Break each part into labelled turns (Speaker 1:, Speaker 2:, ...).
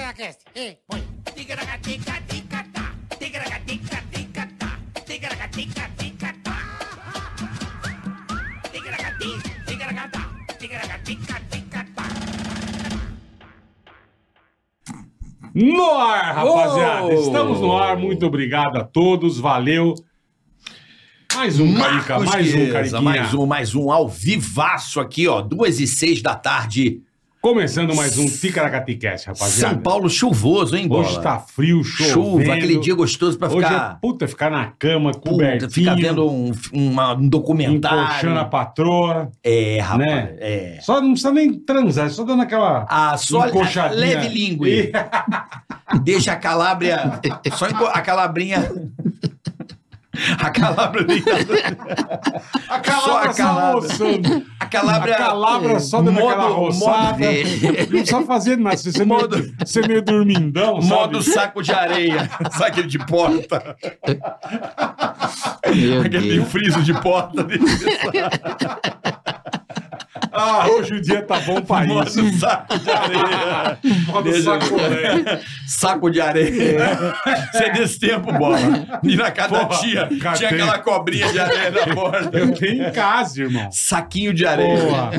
Speaker 1: podcast. Ei, põe. Tigaragatica-ticatá. Tigaragatica-ticatá. Tigaragatica-ticatá. Tigaragati, tigaragatá. Tigaragatica-ticatá.
Speaker 2: No ar, rapaziada!
Speaker 3: Uou!
Speaker 2: Estamos no ar, muito obrigado a todos, valeu! Mais um, Carica,
Speaker 3: Marcos
Speaker 2: mais um,
Speaker 3: Chiesa,
Speaker 2: Cariquinha.
Speaker 3: Mais um, mais um, ao vivaço aqui, ó. Duas e seis da tarde.
Speaker 2: Começando mais um Ticaracaticast, rapaziada.
Speaker 3: São Paulo chuvoso, hein, Bola?
Speaker 2: Hoje tá frio, chovendo.
Speaker 3: Chuva, aquele dia gostoso pra
Speaker 2: Hoje
Speaker 3: ficar...
Speaker 2: é puta ficar na cama, cobertinho,
Speaker 3: ficar vendo um, uma- um
Speaker 2: encoxando a
Speaker 3: documentário.
Speaker 2: patroa.
Speaker 3: É, rapaz,
Speaker 2: né?
Speaker 3: é.
Speaker 2: Só não precisa nem transar, só dando aquela...
Speaker 3: Ah, só
Speaker 2: encoxadinha.
Speaker 3: leve língua.
Speaker 2: E-
Speaker 3: Deixa a calábria... Só enco- a calabrinha... A calabrinha... Só
Speaker 2: A
Speaker 3: a
Speaker 2: calabra só
Speaker 3: calabra.
Speaker 2: roçando.
Speaker 3: A
Speaker 2: A
Speaker 3: calabra...
Speaker 2: calabra só dando
Speaker 3: Modo-
Speaker 2: aquela roçada.
Speaker 3: modo ver.
Speaker 2: Não precisa fazer nada. Você é meio,
Speaker 3: Modo-
Speaker 2: você é meio dormindão, sabe?
Speaker 3: Modo saco de areia. Sabe aquele de porta?
Speaker 4: Meu
Speaker 3: Aquele de
Speaker 4: Deus.
Speaker 3: friso de porta.
Speaker 2: Ah, hoje o dia tá bom pra isso.
Speaker 3: Modo saco de areia.
Speaker 2: Modo
Speaker 3: Deixa eu ver.
Speaker 2: sacolé.
Speaker 3: Saco de areia. Você é desse tempo, bola. E na cada
Speaker 2: Porra,
Speaker 3: dia
Speaker 2: cara,
Speaker 3: tinha
Speaker 2: tem-
Speaker 3: aquela cobrinha de areia na porta.
Speaker 2: Eu tenho em casa, irmão.
Speaker 3: Saquinho de areia.
Speaker 2: Boa.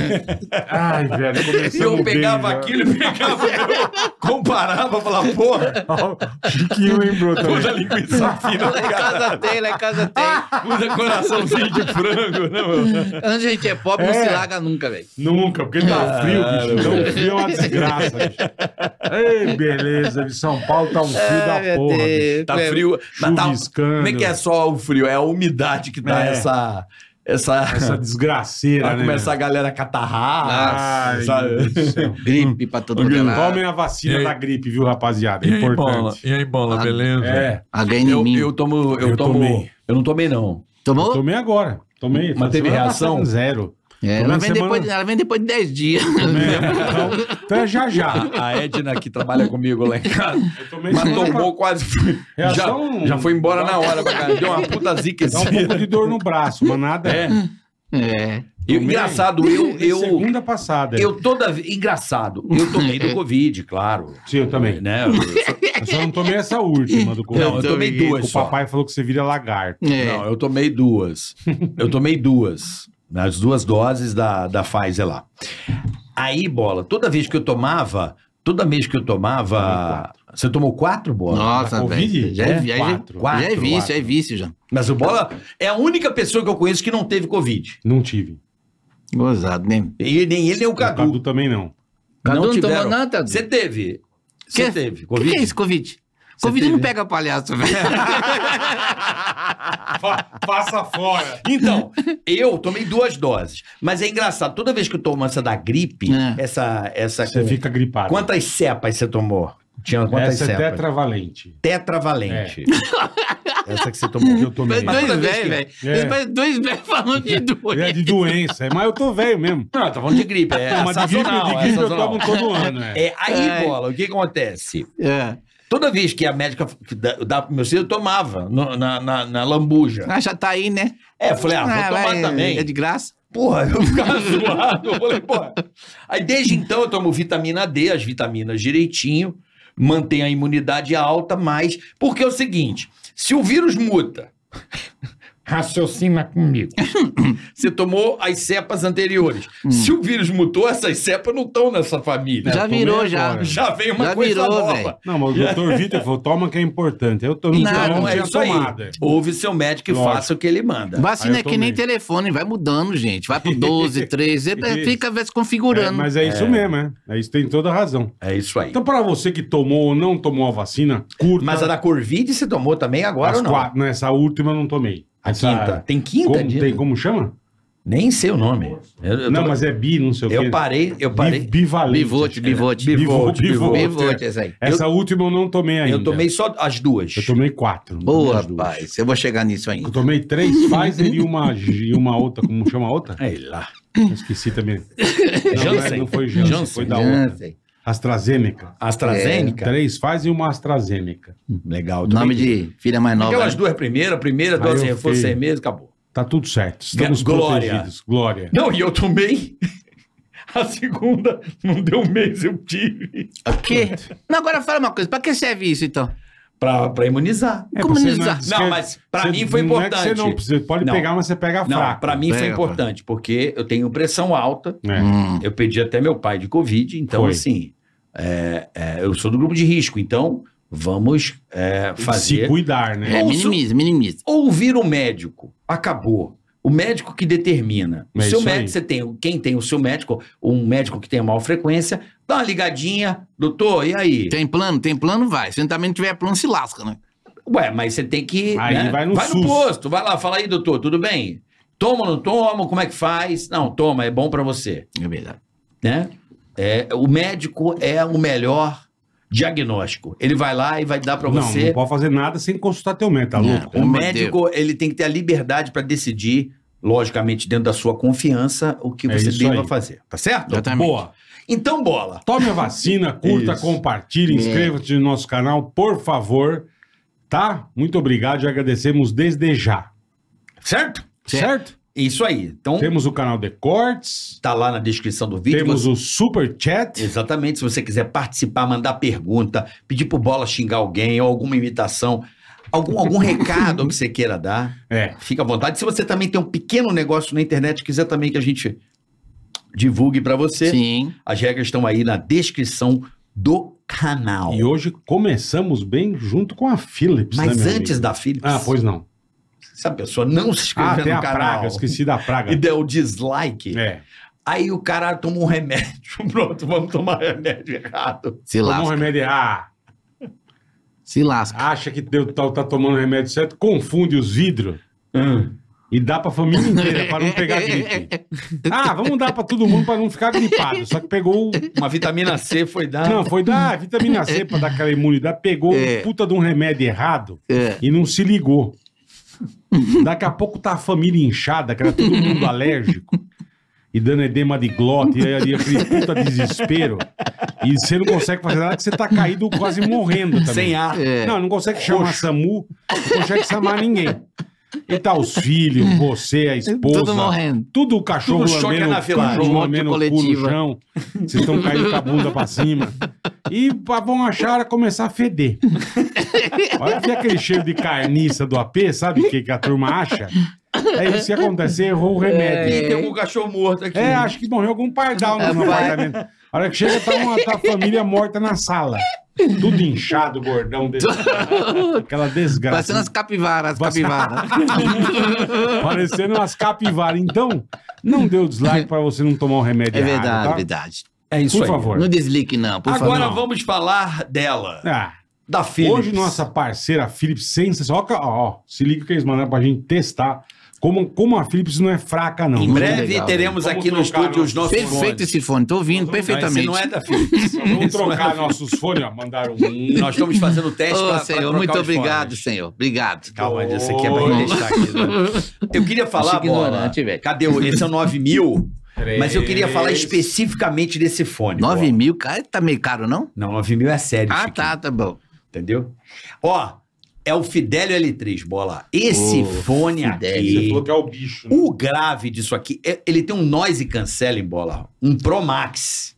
Speaker 2: Ai, velho,
Speaker 3: E
Speaker 2: começamos
Speaker 3: eu pegava
Speaker 2: bem, já.
Speaker 3: aquilo, e pegava o meu, comparava, falava, porra,
Speaker 2: né? Ó, o Chiquinho lembrou
Speaker 3: usa
Speaker 2: também.
Speaker 3: linguiça fina,
Speaker 4: Lá em casa
Speaker 3: cara.
Speaker 4: tem, lá em casa tem.
Speaker 3: usa coraçãozinho de frango, né, mano?
Speaker 4: Quando a gente é pobre, não
Speaker 2: É.
Speaker 4: se larga nunca, velho.
Speaker 2: Nunca, porque tá frio, bicho. Então frio é uma desgraça, bicho. Ei, beleza, de São Paulo tá um frio da porra, bicho.
Speaker 3: Tá frio, mas tá,
Speaker 2: Chuviscando.
Speaker 3: como é que é só o frio? É a umidade que dá
Speaker 2: É.
Speaker 3: essa, essa,
Speaker 2: Essa desgraceira,
Speaker 3: Vai
Speaker 2: né?
Speaker 3: começar a galera a catarrar,
Speaker 2: Ai,
Speaker 3: sabe?
Speaker 2: meu Deus do céu.
Speaker 4: Gripe pra todo mundo.
Speaker 2: Tomem a vacina
Speaker 3: E aí?
Speaker 2: da gripe, viu, rapaziada? É
Speaker 3: E aí, bola?
Speaker 2: importante.
Speaker 3: E aí, bola,
Speaker 4: Ah,
Speaker 3: né? beleza?
Speaker 2: É,
Speaker 4: HN
Speaker 3: Eu,
Speaker 4: em mim.
Speaker 3: eu tomo, eu,
Speaker 2: Eu
Speaker 3: tomo.
Speaker 2: tomei.
Speaker 3: Eu não tomei, não.
Speaker 4: Tomou?
Speaker 2: tomei agora. Tomei.
Speaker 3: Mas teve
Speaker 2: Semana
Speaker 3: reação?
Speaker 2: passada, Zero.
Speaker 4: É,
Speaker 2: tomei
Speaker 4: ela, vem
Speaker 2: semana-
Speaker 4: depois, ela vem depois de 10 dias.
Speaker 2: É, então, então é já já.
Speaker 3: A, a Edna, que trabalha comigo lá em casa,
Speaker 2: Eu tomei
Speaker 3: mas
Speaker 2: semana
Speaker 3: tomou quase. Já,
Speaker 2: Reação-
Speaker 3: já foi embora na hora, pra caralho. Deu uma puta zica
Speaker 2: Dá
Speaker 3: esse
Speaker 2: um pouco de dor no braço, mas nada. É,
Speaker 4: É.
Speaker 3: E o engraçado, eu. eu
Speaker 2: Segunda passada.
Speaker 3: eu toda vi- engraçado, eu tomei do Covid, claro.
Speaker 2: Sim, eu também.
Speaker 3: Né? Eu só-
Speaker 2: Eu só não tomei essa última do
Speaker 3: não, eu
Speaker 2: Covid.
Speaker 3: tomei
Speaker 4: Também.
Speaker 3: duas
Speaker 2: o
Speaker 3: só.
Speaker 2: papai falou que você vira lagarto.
Speaker 4: é.
Speaker 3: Não, eu tomei duas. Eu tomei duas. né? As duas doses da, da Pfizer lá. Aí, bola, toda vez que eu tomava, toda vez que eu tomava. Você tomou quatro bola?
Speaker 4: Nossa,
Speaker 2: Tá Covid?
Speaker 4: velho. Já, é- já,
Speaker 2: Quatro.
Speaker 4: já, já é
Speaker 3: Quatro,
Speaker 4: vício,
Speaker 2: quatro.
Speaker 4: já é vício já.
Speaker 3: Mas o bola é a única pessoa que eu conheço que não teve Covid.
Speaker 2: Não tive.
Speaker 4: Gozado, né?
Speaker 3: E nem ele, nem o
Speaker 2: Cadu.
Speaker 3: Cadu.
Speaker 2: Cadu também não.
Speaker 4: Cadu
Speaker 3: não
Speaker 4: não tomou
Speaker 3: tiveram.
Speaker 4: nada, Cadu?
Speaker 3: Você teve. Você
Speaker 4: Que-
Speaker 3: teve
Speaker 4: O tá que,
Speaker 3: Covid?
Speaker 4: é isso, Covid?
Speaker 3: Você
Speaker 4: Covid
Speaker 3: teve?
Speaker 4: não pega palhaço, velho.
Speaker 2: Passa fora.
Speaker 3: Então, eu tomei duas doses. Mas é engraçado, toda vez que eu tomo essa da gripe,
Speaker 4: É.
Speaker 3: essa. essa
Speaker 2: Você fica gripado.
Speaker 3: Quantas cepas você tomou? Tinha quantas
Speaker 2: Essa é
Speaker 3: cepas?
Speaker 2: tetravalente.
Speaker 3: tetravalente. Essa que você tomou.
Speaker 2: Eu tomei.
Speaker 4: Mas dois
Speaker 3: toda vez que-
Speaker 4: velhos, velho.
Speaker 2: É.
Speaker 4: Mas Dois velhos falando de duas.
Speaker 2: É de doença. Mas eu tô velho mesmo.
Speaker 3: Não, eu tô falando de gripe. É
Speaker 2: Não, mas de gripe,
Speaker 3: sazonal,
Speaker 2: de
Speaker 3: é
Speaker 2: gripe eu
Speaker 3: sazonal.
Speaker 2: tomo todo ano. É.
Speaker 3: É, aí,
Speaker 4: Ai.
Speaker 3: bola, o que acontece?
Speaker 4: É.
Speaker 3: Toda vez que a médica que dá- dá pro meu filho, eu tomava no- na, na, na lambuja.
Speaker 4: Ah, já tá aí, né?
Speaker 3: É, eu falei, ah, vou tomar
Speaker 4: vai,
Speaker 3: também.
Speaker 4: É de graça.
Speaker 3: Porra, eu ficava zoado. Eu falei, porra. Aí desde então eu tomo vitamina D, as vitaminas direitinho, mantenho a imunidade alta, mas. Porque é o seguinte: se o vírus muta. Raciocina comigo. Você tomou as cepas anteriores.
Speaker 2: Hum.
Speaker 3: Se o vírus mutou, essas cepas não estão nessa família.
Speaker 2: eu
Speaker 4: já
Speaker 2: tomei
Speaker 4: virou, já.
Speaker 2: agora.
Speaker 3: Já veio uma
Speaker 4: Já
Speaker 3: coisa
Speaker 4: virou,
Speaker 3: nova.
Speaker 4: velho.
Speaker 2: Não, mas o doutor Vitor falou, toma que é importante. Eu tô não,
Speaker 4: Não,
Speaker 2: tinha- não
Speaker 3: Então, é
Speaker 2: tinha
Speaker 3: isso aí.
Speaker 2: tomada.
Speaker 3: Ouve seu médico e
Speaker 2: Lógico.
Speaker 3: faça o que ele manda.
Speaker 2: Aí eu
Speaker 4: Vacina é que
Speaker 2: tomei.
Speaker 4: nem telefone, vai mudando, gente. Vai pro 12, 13,
Speaker 2: Isso.
Speaker 4: fica vai se
Speaker 2: É,
Speaker 4: configurando.
Speaker 2: mas é isso mesmo, é. É isso, tem toda a razão.
Speaker 3: É isso aí.
Speaker 2: Então, pra você que tomou ou não tomou a vacina, curta.
Speaker 3: Mas a da Corvid você tomou também agora
Speaker 2: as
Speaker 3: ou não?
Speaker 2: quatro. Não, essa última eu não tomei.
Speaker 3: A
Speaker 2: Essa-
Speaker 3: quinta. Tem quinta?
Speaker 2: Como,
Speaker 3: Dino?
Speaker 2: tem como chama?
Speaker 3: Nem sei o nome. Eu, eu
Speaker 2: não,
Speaker 3: tô-
Speaker 2: mas é bi, não sei o quê.
Speaker 3: eu parei, eu parei.
Speaker 2: Bi, bivalente.
Speaker 4: É, Bivote, bivote.
Speaker 3: Bivote,
Speaker 2: Bivolt,
Speaker 3: bivolt.
Speaker 2: bivolt.
Speaker 4: Bivote, essa aí.
Speaker 2: Essa última eu não tomei ainda.
Speaker 3: Eu tomei só as duas.
Speaker 2: Eu tomei quatro. não tomei
Speaker 4: Boa,
Speaker 2: as duas.
Speaker 4: rapaz. Eu vou chegar nisso ainda.
Speaker 2: Eu tomei três Pfizer e uma, e uma outra, como chama a outra?
Speaker 3: Sei É, lá.
Speaker 2: Eu esqueci também. Não, é,
Speaker 3: Janssen.
Speaker 2: Não foi Janssen,
Speaker 3: Janssen.
Speaker 2: foi da outra.
Speaker 4: Janssen.
Speaker 2: AstraZeneca.
Speaker 3: AstraZeneca? Hum,
Speaker 2: Três Pfizer e uma AstraZeneca.
Speaker 3: Legal. eu tomei
Speaker 4: Nome de filha mais nova.
Speaker 3: Aquelas
Speaker 4: né?
Speaker 3: duas primeiras, a primeira,
Speaker 2: Aí
Speaker 3: duas
Speaker 2: eu
Speaker 3: reforço
Speaker 2: fiquei-
Speaker 3: seis meses, acabou.
Speaker 2: Tá tudo certo. Estamos
Speaker 3: Glória.
Speaker 2: protegidos. Glória.
Speaker 3: Não, e eu tomei A segunda, não deu um mês, eu tive.
Speaker 4: O quê? Não, agora fala uma coisa. Pra que serve isso, então?
Speaker 3: Pra, pra imunizar.
Speaker 2: É,
Speaker 4: Como
Speaker 2: você
Speaker 4: não
Speaker 2: é-
Speaker 4: usar?
Speaker 2: você-
Speaker 3: Não, mas pra
Speaker 2: você-
Speaker 3: mim foi
Speaker 2: não é que Você,
Speaker 3: importante.
Speaker 2: não, você pode
Speaker 3: Não.
Speaker 2: pegar, mas você pega
Speaker 3: Não,
Speaker 2: fraco.
Speaker 3: pra mim foi
Speaker 4: Pega, pá.
Speaker 3: importante, porque eu tenho pressão alta.
Speaker 2: É.
Speaker 4: Hum.
Speaker 3: Eu pedi até meu pai de Covid, então
Speaker 2: Foi.
Speaker 3: assim, é, é, eu sou do grupo de risco, então vamos é,
Speaker 2: Se
Speaker 3: fazer.
Speaker 2: cuidar, né?
Speaker 4: É,
Speaker 3: Ouço-
Speaker 4: minimiza, minimiza.
Speaker 3: Ouvir o médico, acabou. O médico que determina. O
Speaker 2: É
Speaker 3: seu
Speaker 2: isso aí.
Speaker 3: médico, você tem, quem tem o seu médico, um médico que tem a maior frequência, dá uma ligadinha, doutor, e aí?
Speaker 4: Tem plano? Tem plano, vai. Se também não tiver plano, se lasca, né?
Speaker 3: Ué, mas você tem que.
Speaker 2: Aí
Speaker 3: né?
Speaker 2: vai no SUS.
Speaker 3: posto, vai lá, fala aí, doutor, tudo bem? Toma ou não toma? Como é que faz? Não, toma, é bom pra você.
Speaker 4: É verdade.
Speaker 3: né? É, o médico é o melhor diagnóstico. Ele vai lá e vai dar pra
Speaker 2: Não,
Speaker 3: você.
Speaker 2: não pode fazer nada sem consultar teu médico, tá
Speaker 4: Não.
Speaker 2: louco?
Speaker 3: o
Speaker 4: Meu
Speaker 3: médico ele tem que ter a liberdade pra decidir, logicamente dentro da sua confiança, o que
Speaker 2: É
Speaker 3: você
Speaker 2: isso
Speaker 3: deva
Speaker 2: aí.
Speaker 3: fazer. Tá certo?
Speaker 4: Exatamente.
Speaker 2: Boa.
Speaker 3: Então bola.
Speaker 2: Tome a vacina, curta,
Speaker 3: Isso. É.
Speaker 2: compartilhe, inscreva-se no nosso canal, por favor. Tá? Muito obrigado e agradecemos desde já.
Speaker 3: Certo?
Speaker 2: Certo?
Speaker 3: Isso aí. Então
Speaker 2: Temos o canal de cortes,
Speaker 3: tá lá na descrição do vídeo.
Speaker 2: temos
Speaker 3: Você-
Speaker 2: o super chat.
Speaker 3: Exatamente. Se você quiser participar, mandar pergunta, pedir pro bola xingar alguém ou alguma imitação, algum algum recado que você queira dar.
Speaker 2: É.
Speaker 3: Fica à vontade. Se você também tem um pequeno negócio na internet e quiser também que a gente divulgue pra você,
Speaker 4: Sim.
Speaker 3: as regras estão aí na descrição do canal.
Speaker 2: E hoje começamos bem junto com a Philips. né,
Speaker 3: Mas
Speaker 2: meu
Speaker 3: antes
Speaker 2: amigo?
Speaker 3: da Philips,
Speaker 2: Ah, pois não.
Speaker 3: se a pessoa não se
Speaker 2: Ah,
Speaker 3: inscrever
Speaker 2: tem
Speaker 3: no
Speaker 2: a
Speaker 3: canal
Speaker 2: praga, esqueci da
Speaker 3: e
Speaker 2: praga.
Speaker 3: der o dislike,
Speaker 2: É.
Speaker 3: aí o cara toma um remédio. Pronto, vamos tomar remédio errado.
Speaker 4: Se
Speaker 2: Tomou um
Speaker 4: lasca.
Speaker 2: remédio. Ah,
Speaker 4: Se lasca.
Speaker 2: acha que deu, tá, tá tomando remédio certo, confunde os vidros e dá pra família inteira pra não pegar gripe. Ah, vamos dar pra todo mundo pra não ficar gripado. Só que pegou. o-
Speaker 3: Uma vitamina C foi dada.
Speaker 2: Não, foi dar vitamina C pra dar aquela imunidade, pegou
Speaker 4: Ah, tá. É.
Speaker 2: um puta de um remédio errado.
Speaker 4: É.
Speaker 2: e não se ligou. Daqui a pouco tá a família inchada, cara, todo mundo alérgico. E dando edema de glote, e aí aquele puta desespero. E você não consegue fazer nada, que você tá caído quase morrendo também.
Speaker 3: Sem ar.
Speaker 4: É.
Speaker 2: Não, não consegue chamar SAMU, não consegue chamar ninguém. E tá os filhos, você, a esposa.
Speaker 4: Tudo morrendo.
Speaker 2: Tudo o cachorro
Speaker 3: Tudo choque
Speaker 2: lambendo, o
Speaker 3: anafilático.
Speaker 2: cachorro
Speaker 4: Morte
Speaker 2: lambendo o cu no
Speaker 4: coletiva.
Speaker 2: chão. Vocês estão caindo com a bunda pra cima. E pá, vão achar a começar a feder. Olha que aquele cheiro de carniça do AP, sabe o que, que a turma acha? É isso que acontece, você errou o
Speaker 3: Ih,
Speaker 4: É.
Speaker 2: remédio.
Speaker 3: tem um cachorro morto aqui.
Speaker 2: É, acho que morreu algum pardal no, no apartamento. A hora que chega, tá, uma, tá a família morta na sala. Tudo inchado, gordão. Desse... Aquela desgraça.
Speaker 4: Parecendo as capivaras, as
Speaker 2: Você-
Speaker 4: capivaras.
Speaker 2: Parecendo umas capivaras. Então, não dê o dislike pra você não tomar um remédio
Speaker 4: É
Speaker 2: errado,
Speaker 4: verdade,
Speaker 2: tá?
Speaker 4: verdade.
Speaker 3: É isso
Speaker 2: Por
Speaker 3: aí.
Speaker 2: favor.
Speaker 4: Não deslique, não, por favor.
Speaker 3: Agora
Speaker 2: Não.
Speaker 3: vamos falar dela,
Speaker 2: Ah,
Speaker 3: da Philips.
Speaker 2: Hoje, nossa parceira Philips sensacional. Ó, ó, se liga que eles mandaram pra gente testar como, como a Philips não é fraca, não.
Speaker 3: Em
Speaker 4: Muito
Speaker 3: breve
Speaker 4: legal,
Speaker 3: teremos
Speaker 2: Vamos
Speaker 3: aqui no
Speaker 2: trocar
Speaker 3: estúdio os
Speaker 2: nosso-
Speaker 3: nossos
Speaker 4: Perfeito
Speaker 3: fones.
Speaker 4: esse fone, tô ouvindo
Speaker 3: Mas esse
Speaker 4: perfeitamente.
Speaker 3: não é da Philips.
Speaker 2: Vamos
Speaker 3: Isso não é
Speaker 2: trocar
Speaker 3: da
Speaker 2: nossos fones, ó. Mandaram um.
Speaker 3: Nós estamos fazendo teste
Speaker 4: Ô,
Speaker 3: pra- pra
Speaker 4: senhor,
Speaker 3: trocar
Speaker 4: muito
Speaker 3: os
Speaker 4: obrigado,
Speaker 3: fones.
Speaker 4: senhor. Obrigado.
Speaker 3: Calma, Andy, esse aqui é pra gente deixar aqui. né? Eu queria falar,
Speaker 4: Achei
Speaker 3: Bola,
Speaker 4: ignorante, velho.
Speaker 3: cadê o... Esse é o 9000, mas eu queria falar especificamente desse fone.
Speaker 4: 9
Speaker 3: Bola.
Speaker 4: mil, cara, tá meio caro, não?
Speaker 3: Não, 9000 é sério
Speaker 4: Ah,
Speaker 3: isso
Speaker 4: tá,
Speaker 3: aqui,
Speaker 4: tá bom.
Speaker 3: Entendeu? Ó, é o Fidelio L3, Bola. Esse
Speaker 4: Ô,
Speaker 3: fone
Speaker 2: Você
Speaker 3: aqui...
Speaker 2: falou que é o bicho. né?
Speaker 3: O grave disso aqui, é- ele tem um noise canceling, bola. Um Pro Max.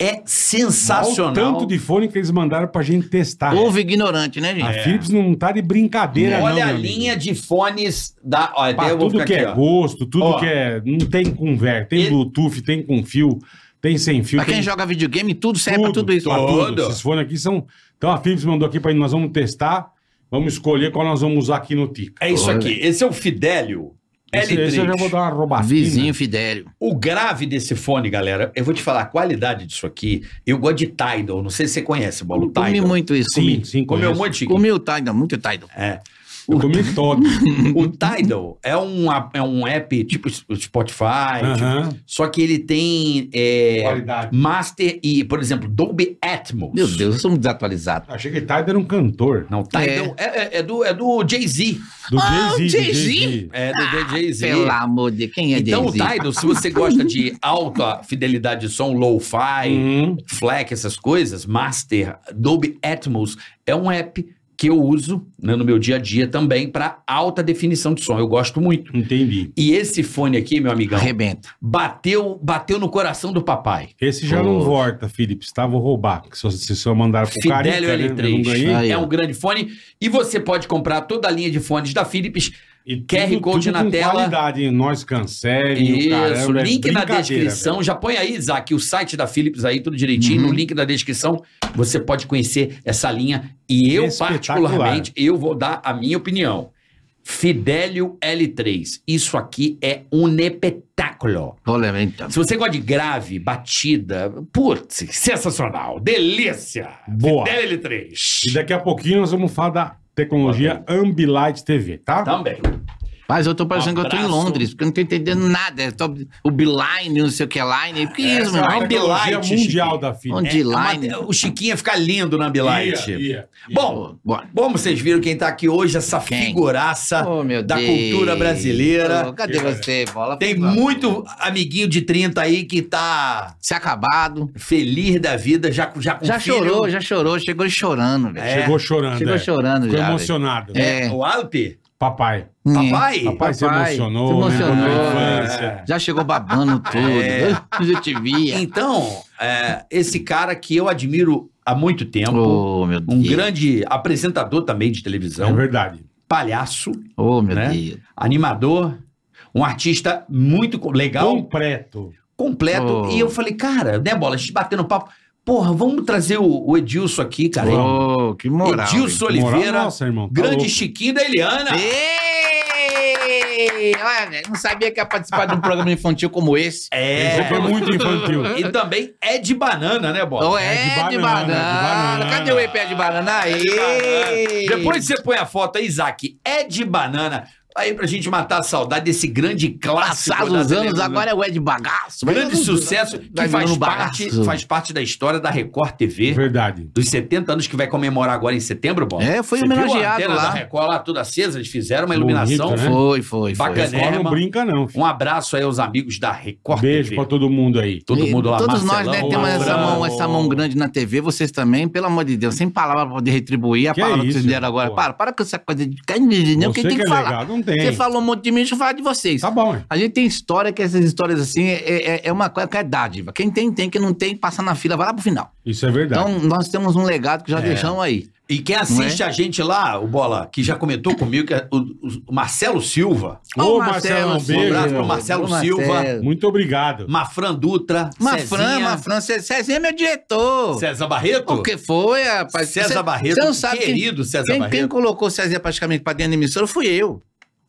Speaker 3: É sensacional.
Speaker 2: Olha o tanto de fone que eles mandaram pra gente
Speaker 3: Ah, é.
Speaker 2: testar.
Speaker 4: Houve ignorante, né,
Speaker 2: A
Speaker 4: gente?
Speaker 2: Philips não tá de brincadeira, não.
Speaker 3: Olha a
Speaker 2: meu amigo.
Speaker 3: linha de fones da. Ó, até
Speaker 2: Pra
Speaker 3: eu vou
Speaker 2: tudo
Speaker 3: ficar
Speaker 2: que
Speaker 3: aqui,
Speaker 2: é
Speaker 3: ó.
Speaker 2: gosto, tudo
Speaker 3: Ó.
Speaker 2: que é. Não tem com ver, tem
Speaker 3: Ele-
Speaker 2: Bluetooth, tem com fio, tem sem fio.
Speaker 4: Pra quem
Speaker 2: tem
Speaker 4: joga videogame, tudo serve pra tudo isso.
Speaker 2: pra tudo.
Speaker 3: Tudo.
Speaker 2: Esses fones aqui são. Então a Philips mandou aqui pra gente, nós vamos testar, vamos escolher qual nós vamos usar aqui no Tica.
Speaker 3: É isso
Speaker 4: Olha.
Speaker 3: aqui. Esse é o Fidelio
Speaker 2: Esse,
Speaker 3: L3.
Speaker 2: esse eu já vou dar uma
Speaker 3: Ah,
Speaker 2: né? roubadinha.
Speaker 3: né?
Speaker 4: Vizinho Fidélio.
Speaker 3: O grave desse fone, galera, eu vou te falar a qualidade disso aqui. Eu gosto de Tidal. Não sei se você conhece, Bola, o
Speaker 4: Comi
Speaker 3: Tidal.
Speaker 4: muito isso.
Speaker 2: Sim, sim,
Speaker 3: Comeu um
Speaker 2: conheço.
Speaker 3: monte de
Speaker 4: Comi o Tidal, muito Tidal.
Speaker 3: É.
Speaker 2: Eu comi todo.
Speaker 3: O Tidal é um, a- é um app tipo Spotify, tipo-
Speaker 2: Aham.
Speaker 3: só que ele tem. é,
Speaker 2: Qualidade.
Speaker 3: Master e, por exemplo, Dolby Atmos.
Speaker 4: Meu Deus, eu sou muito desatualizado.
Speaker 2: Achei que Tidal era um cantor.
Speaker 3: Não, Tidal é, é- é do, é do Jay-Z.
Speaker 2: Do
Speaker 4: Ah,
Speaker 2: Jay-Z. do
Speaker 4: Jay-Z?
Speaker 2: Jay-Z.
Speaker 3: É do Jay-Z.
Speaker 4: Pelo amor de quem é
Speaker 3: Então, o
Speaker 4: Jay-Z?
Speaker 3: Tidal, se você gosta de alta fidelidade de som, low-fi,
Speaker 2: Uhum.
Speaker 3: FLAC, essas coisas, Master, Dolby Atmos, é um app que eu uso né, no meu dia a dia também para alta definição de som. Eu gosto muito.
Speaker 2: Entendi.
Speaker 3: E esse fone aqui, meu amigão,
Speaker 4: Arrebenta.
Speaker 3: bateu, bateu no coração do papai.
Speaker 2: Esse já não
Speaker 4: Pô.
Speaker 2: volta, Philips, tá? Vou roubar. que Só, se só mandaram pro
Speaker 3: Fidelio
Speaker 2: Carica, né? Eu não
Speaker 3: L3.
Speaker 2: ganhei.
Speaker 4: Aí,
Speaker 3: é
Speaker 4: ó.
Speaker 3: um grande fone. E você pode comprar toda a linha de fones da Philips.
Speaker 2: E tudo-
Speaker 3: QR Code
Speaker 2: tudo
Speaker 3: na
Speaker 2: com
Speaker 3: tela.
Speaker 2: qualidade, hein? nós cancele, o
Speaker 3: Isso,
Speaker 2: caramba, é
Speaker 3: link na
Speaker 2: brincadeira,
Speaker 3: descrição. Já põe aí, Isaac, o site da Philips aí, tudo direitinho.
Speaker 2: Uhum.
Speaker 3: No link da descrição, você pode conhecer essa linha. E eu,
Speaker 2: Espetacular.
Speaker 3: particularmente, eu vou dar a minha opinião. Fidelio L3. Isso aqui é um espetáculo.
Speaker 4: Rolamenta.
Speaker 3: Se você gosta de grave, batida, putz, sensacional, delícia.
Speaker 2: Boa.
Speaker 3: Fidelio
Speaker 2: E
Speaker 3: L3.
Speaker 2: daqui a pouquinho nós vamos falar da tecnologia Ambilight TV, tá?
Speaker 3: Também.
Speaker 4: Mas eu tô parecendo que eu tô em
Speaker 3: Um Abraço.
Speaker 4: Londres, porque eu não tô entendendo nada. Eu Tô, o beeline, não sei o que line. O que é isso, meu
Speaker 2: Essa
Speaker 4: irmão?
Speaker 2: é a tecnologia
Speaker 3: Ambilight,
Speaker 2: mundial
Speaker 3: Chiquinho.
Speaker 2: da Philips.
Speaker 4: Onde
Speaker 3: Uma-
Speaker 4: line?
Speaker 3: É, o Chiquinho ia ficar lindo na Ambilight.
Speaker 2: Ia, ia, ia.
Speaker 3: Bom,
Speaker 4: Pô, bora.
Speaker 3: Bom, vocês viram quem tá aqui hoje, essa
Speaker 4: Quem?
Speaker 3: figuraça
Speaker 4: Ô, meu
Speaker 3: da
Speaker 4: Deus.
Speaker 3: cultura brasileira.
Speaker 4: Ô, cadê você, bola?
Speaker 3: Tem muito amiguinho de 30 aí que tá
Speaker 4: Se acabado.
Speaker 3: feliz da vida, já, já com
Speaker 4: Já
Speaker 3: filho.
Speaker 4: chorou, já chorou. Chegou chorando, velho.
Speaker 3: É.
Speaker 2: Chegou chorando.
Speaker 4: Chegou
Speaker 2: é.
Speaker 4: chorando
Speaker 2: Ficou
Speaker 4: já,
Speaker 2: emocionado. né?
Speaker 4: É.
Speaker 3: O Alp?
Speaker 2: Papai.
Speaker 3: Papai?
Speaker 2: Papai se
Speaker 4: Papai,
Speaker 2: emocionou, lembrou
Speaker 4: se
Speaker 2: da
Speaker 4: emocionou,
Speaker 2: infância.
Speaker 4: Já chegou babando tudo.
Speaker 3: É.
Speaker 4: Eu já te via.
Speaker 3: Então, é, esse cara que eu admiro há muito tempo,
Speaker 4: Ô, meu Deus.
Speaker 3: um grande apresentador também de
Speaker 2: É
Speaker 3: televisão,
Speaker 2: verdade.
Speaker 3: palhaço,
Speaker 4: Ô, meu
Speaker 3: né?
Speaker 4: Deus.
Speaker 3: animador, um artista muito co- legal.
Speaker 2: Completo.
Speaker 3: completo.
Speaker 4: Oh.
Speaker 3: E eu falei, cara, né, bola? A gente batendo papo. Porra, vamos trazer o, o Edilson aqui, cara.
Speaker 4: Ô, que moral.
Speaker 3: Edilson
Speaker 2: Moral
Speaker 3: Oliveira,
Speaker 2: nossa, irmão. tá
Speaker 3: grande
Speaker 2: louco.
Speaker 3: Chiquinho da Eliana.
Speaker 4: Ei! Olha, velho, não sabia que ia participar de um programa infantil como esse.
Speaker 2: Você foi
Speaker 3: É.
Speaker 2: muito infantil.
Speaker 3: E também é de banana, né, bola?
Speaker 4: Ou
Speaker 2: é de
Speaker 4: é, de,
Speaker 2: banana,
Speaker 4: banana,
Speaker 2: de banana.
Speaker 4: Cadê o epé de banana?
Speaker 3: É de
Speaker 4: Aê!
Speaker 3: banana. Depois você põe a foto aí, Isaac. É de banana. Tá Aí pra gente matar a saudade desse grande clássico.
Speaker 4: Passados
Speaker 3: da
Speaker 4: os anos,
Speaker 3: televisão.
Speaker 4: agora é né? o Ed Bagaço.
Speaker 3: Grande
Speaker 4: Vai-
Speaker 3: sucesso que
Speaker 4: vai
Speaker 3: faz
Speaker 4: virando
Speaker 3: parte,
Speaker 4: bagaço.
Speaker 3: faz parte da história da Record TV.
Speaker 2: É Verdade.
Speaker 3: dos 70 anos que vai comemorar agora em setembro, Bola.
Speaker 4: É, foi
Speaker 3: Você viu a
Speaker 4: homenageado
Speaker 3: antena Da
Speaker 4: lá.
Speaker 3: Record lá, toda acesa, eles fizeram uma
Speaker 2: Bonito,
Speaker 3: iluminação.
Speaker 2: né?
Speaker 4: Foi, foi, foi.
Speaker 3: Bacana.
Speaker 2: Só não
Speaker 3: Cinema.
Speaker 2: brinca, não. filho.
Speaker 3: Um abraço aí aos amigos da Record
Speaker 2: Beijo
Speaker 3: TV.
Speaker 2: pra todo mundo aí.
Speaker 3: Todo
Speaker 4: E
Speaker 3: mundo lá,
Speaker 4: Todos nós, né,
Speaker 3: Marcelão,
Speaker 4: temos essa
Speaker 3: Abraão.
Speaker 4: mão, essa mão grande na TV, vocês também, pelo amor de Deus, sem palavra pra poder retribuir a
Speaker 2: Que
Speaker 4: palavra que
Speaker 2: isso,
Speaker 4: vocês deram agora.
Speaker 2: pô.
Speaker 4: Para, para com essa coisa de.
Speaker 2: Você
Speaker 4: Não, quem tem
Speaker 2: que
Speaker 4: que
Speaker 2: é
Speaker 4: falar?
Speaker 2: legal, não tem.
Speaker 4: Você falou um monte de mim, deixa eu falar de vocês.
Speaker 2: Tá bom, hein?
Speaker 4: A gente tem história que essas histórias assim é, é- é uma coisa que é dádiva. Quem tem, tem. Quem não tem, passa na fila, vai lá pro final.
Speaker 2: Isso é verdade.
Speaker 4: Então, nós temos um legado que já
Speaker 3: É.
Speaker 4: deixamos aí.
Speaker 3: E quem
Speaker 4: é?
Speaker 3: assiste a gente lá, o Bola, que já comentou comigo, que é o, o Marcelo Silva.
Speaker 2: Ô,
Speaker 4: Ó,
Speaker 2: Marcelo, um beijo.
Speaker 3: Um abraço pro
Speaker 2: irmão.
Speaker 3: Marcelo
Speaker 4: Ô, Então,
Speaker 3: Silva.
Speaker 2: Muito obrigado.
Speaker 3: Mafran Dutra.
Speaker 4: Mafran,
Speaker 3: Cezinha,
Speaker 4: Mafran, Cé- Cezinha é meu diretor.
Speaker 3: César Barreto.
Speaker 4: O que foi, rapaz?
Speaker 3: César
Speaker 4: Cê-
Speaker 3: Barreto.
Speaker 4: Você não sabe quem,
Speaker 3: querido César
Speaker 4: quem,
Speaker 3: Barreto.
Speaker 4: quem colocou Cezinha praticamente pra dentro da emissora fui eu.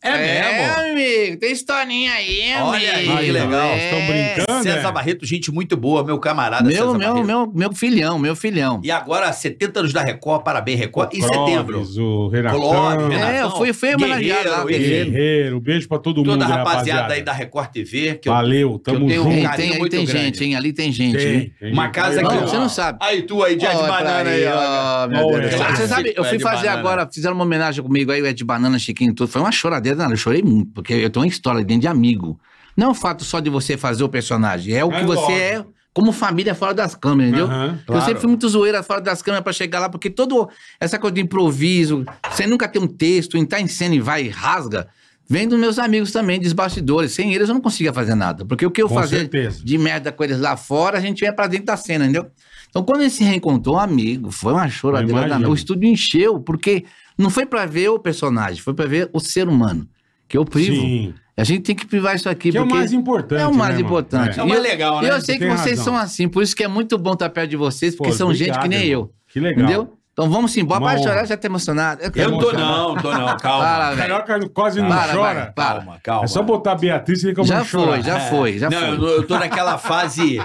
Speaker 3: É, mesmo.
Speaker 4: amigo. Tem historinha aí,
Speaker 3: Olha aí,
Speaker 4: amigo.
Speaker 3: que legal.
Speaker 4: É.
Speaker 2: Estão brincando?
Speaker 3: César
Speaker 2: é?
Speaker 3: Barreto, gente muito boa, meu camarada
Speaker 4: Meu,
Speaker 3: César
Speaker 4: meu,
Speaker 3: Barreto.
Speaker 4: meu, meu filhão, meu filhão.
Speaker 3: E agora, 70 anos da Record, parabéns, Record. Em
Speaker 2: Clóvis,
Speaker 3: setembro. né?
Speaker 2: O Renatão.
Speaker 3: Clóvis, Renato.
Speaker 4: É, eu fui, fui homenageado lá.
Speaker 3: Guerreiro,
Speaker 4: guerreiro.
Speaker 2: Guerreiro. um Beijo pra todo
Speaker 3: Toda
Speaker 2: mundo,
Speaker 3: a
Speaker 2: né,
Speaker 3: rapaziada, aí da Record TV. Que eu-
Speaker 2: Valeu, tamo
Speaker 3: tenho um
Speaker 2: junto.
Speaker 4: Ei,
Speaker 3: carinho
Speaker 4: tem, aí
Speaker 3: muito
Speaker 4: tem
Speaker 3: grande.
Speaker 4: gente, hein? Ali tem gente, hein?
Speaker 2: Tem, tem
Speaker 3: Uma
Speaker 2: gente.
Speaker 3: casa
Speaker 4: Não,
Speaker 3: que.
Speaker 4: você não sabe.
Speaker 3: Aí tu aí, dia de
Speaker 4: Olha pra
Speaker 3: banana aí, ó.
Speaker 4: ó, meu
Speaker 2: Olha,
Speaker 4: Deus.
Speaker 2: clássico,
Speaker 4: Você sabe, eu
Speaker 3: é
Speaker 4: fui
Speaker 3: de
Speaker 4: fazer
Speaker 3: banana.
Speaker 4: agora, fizeram uma homenagem comigo aí, o Ed Banana, Chiquinho, tudo. Foi uma choradeira, não, eu chorei muito, porque eu tenho uma história dentro de amigo. Não é o fato só de você fazer o personagem, é o
Speaker 2: É
Speaker 4: que você é
Speaker 2: lógico.
Speaker 4: como família fora das câmeras, entendeu?
Speaker 2: Aham,
Speaker 4: Eu
Speaker 3: claro.
Speaker 4: sempre fui muito zoeira fora das câmeras pra chegar lá, porque todo essa coisa de improviso, sem nunca ter um texto, entrar em cena e vai e rasga, vem dos meus amigos também, dos bastidores. Sem eles eu não conseguia fazer nada, porque o que eu
Speaker 2: Com
Speaker 4: fazia
Speaker 2: certeza.
Speaker 4: de merda com eles lá fora, a gente vinha pra dentro da cena, entendeu? Então, quando ele se reencontrou, amigo, foi uma
Speaker 2: Eu
Speaker 4: choradeira.
Speaker 2: imagino.
Speaker 4: da- O estúdio encheu, porque não foi pra ver o personagem, foi pra ver o ser humano, que eu privo.
Speaker 2: Sim.
Speaker 4: A gente tem que privar isso aqui,
Speaker 2: Que é o
Speaker 4: porque
Speaker 2: mais importante.
Speaker 4: é o mais
Speaker 2: né, irmão?
Speaker 4: importante.
Speaker 3: É
Speaker 2: É.
Speaker 3: o mais
Speaker 4: Eu-
Speaker 3: legal, né?
Speaker 4: eu sei que
Speaker 2: tem
Speaker 4: vocês
Speaker 2: razão.
Speaker 4: são assim, por isso que é muito bom estar perto de vocês, porque
Speaker 2: Pô,
Speaker 4: são gente
Speaker 2: obrigado,
Speaker 4: que nem
Speaker 2: irmão.
Speaker 4: eu.
Speaker 2: Que legal.
Speaker 4: Entendeu? Então vamos embora.
Speaker 2: Uma
Speaker 4: Para de
Speaker 2: honra.
Speaker 4: chorar, já tá emocionado.
Speaker 3: Eu não tô,
Speaker 2: emocionado.
Speaker 3: não, tô não, calma.
Speaker 4: Para, velho.
Speaker 2: Carioca quase não
Speaker 4: Para,
Speaker 2: chora.
Speaker 4: vai, para.
Speaker 3: Calma, calma. É.
Speaker 2: É só botar a Beatriz e ele começa a
Speaker 4: Já
Speaker 2: chorar. É.
Speaker 4: foi, já foi, já
Speaker 3: não,
Speaker 4: foi.
Speaker 3: eu tô- eu tô naquela fase.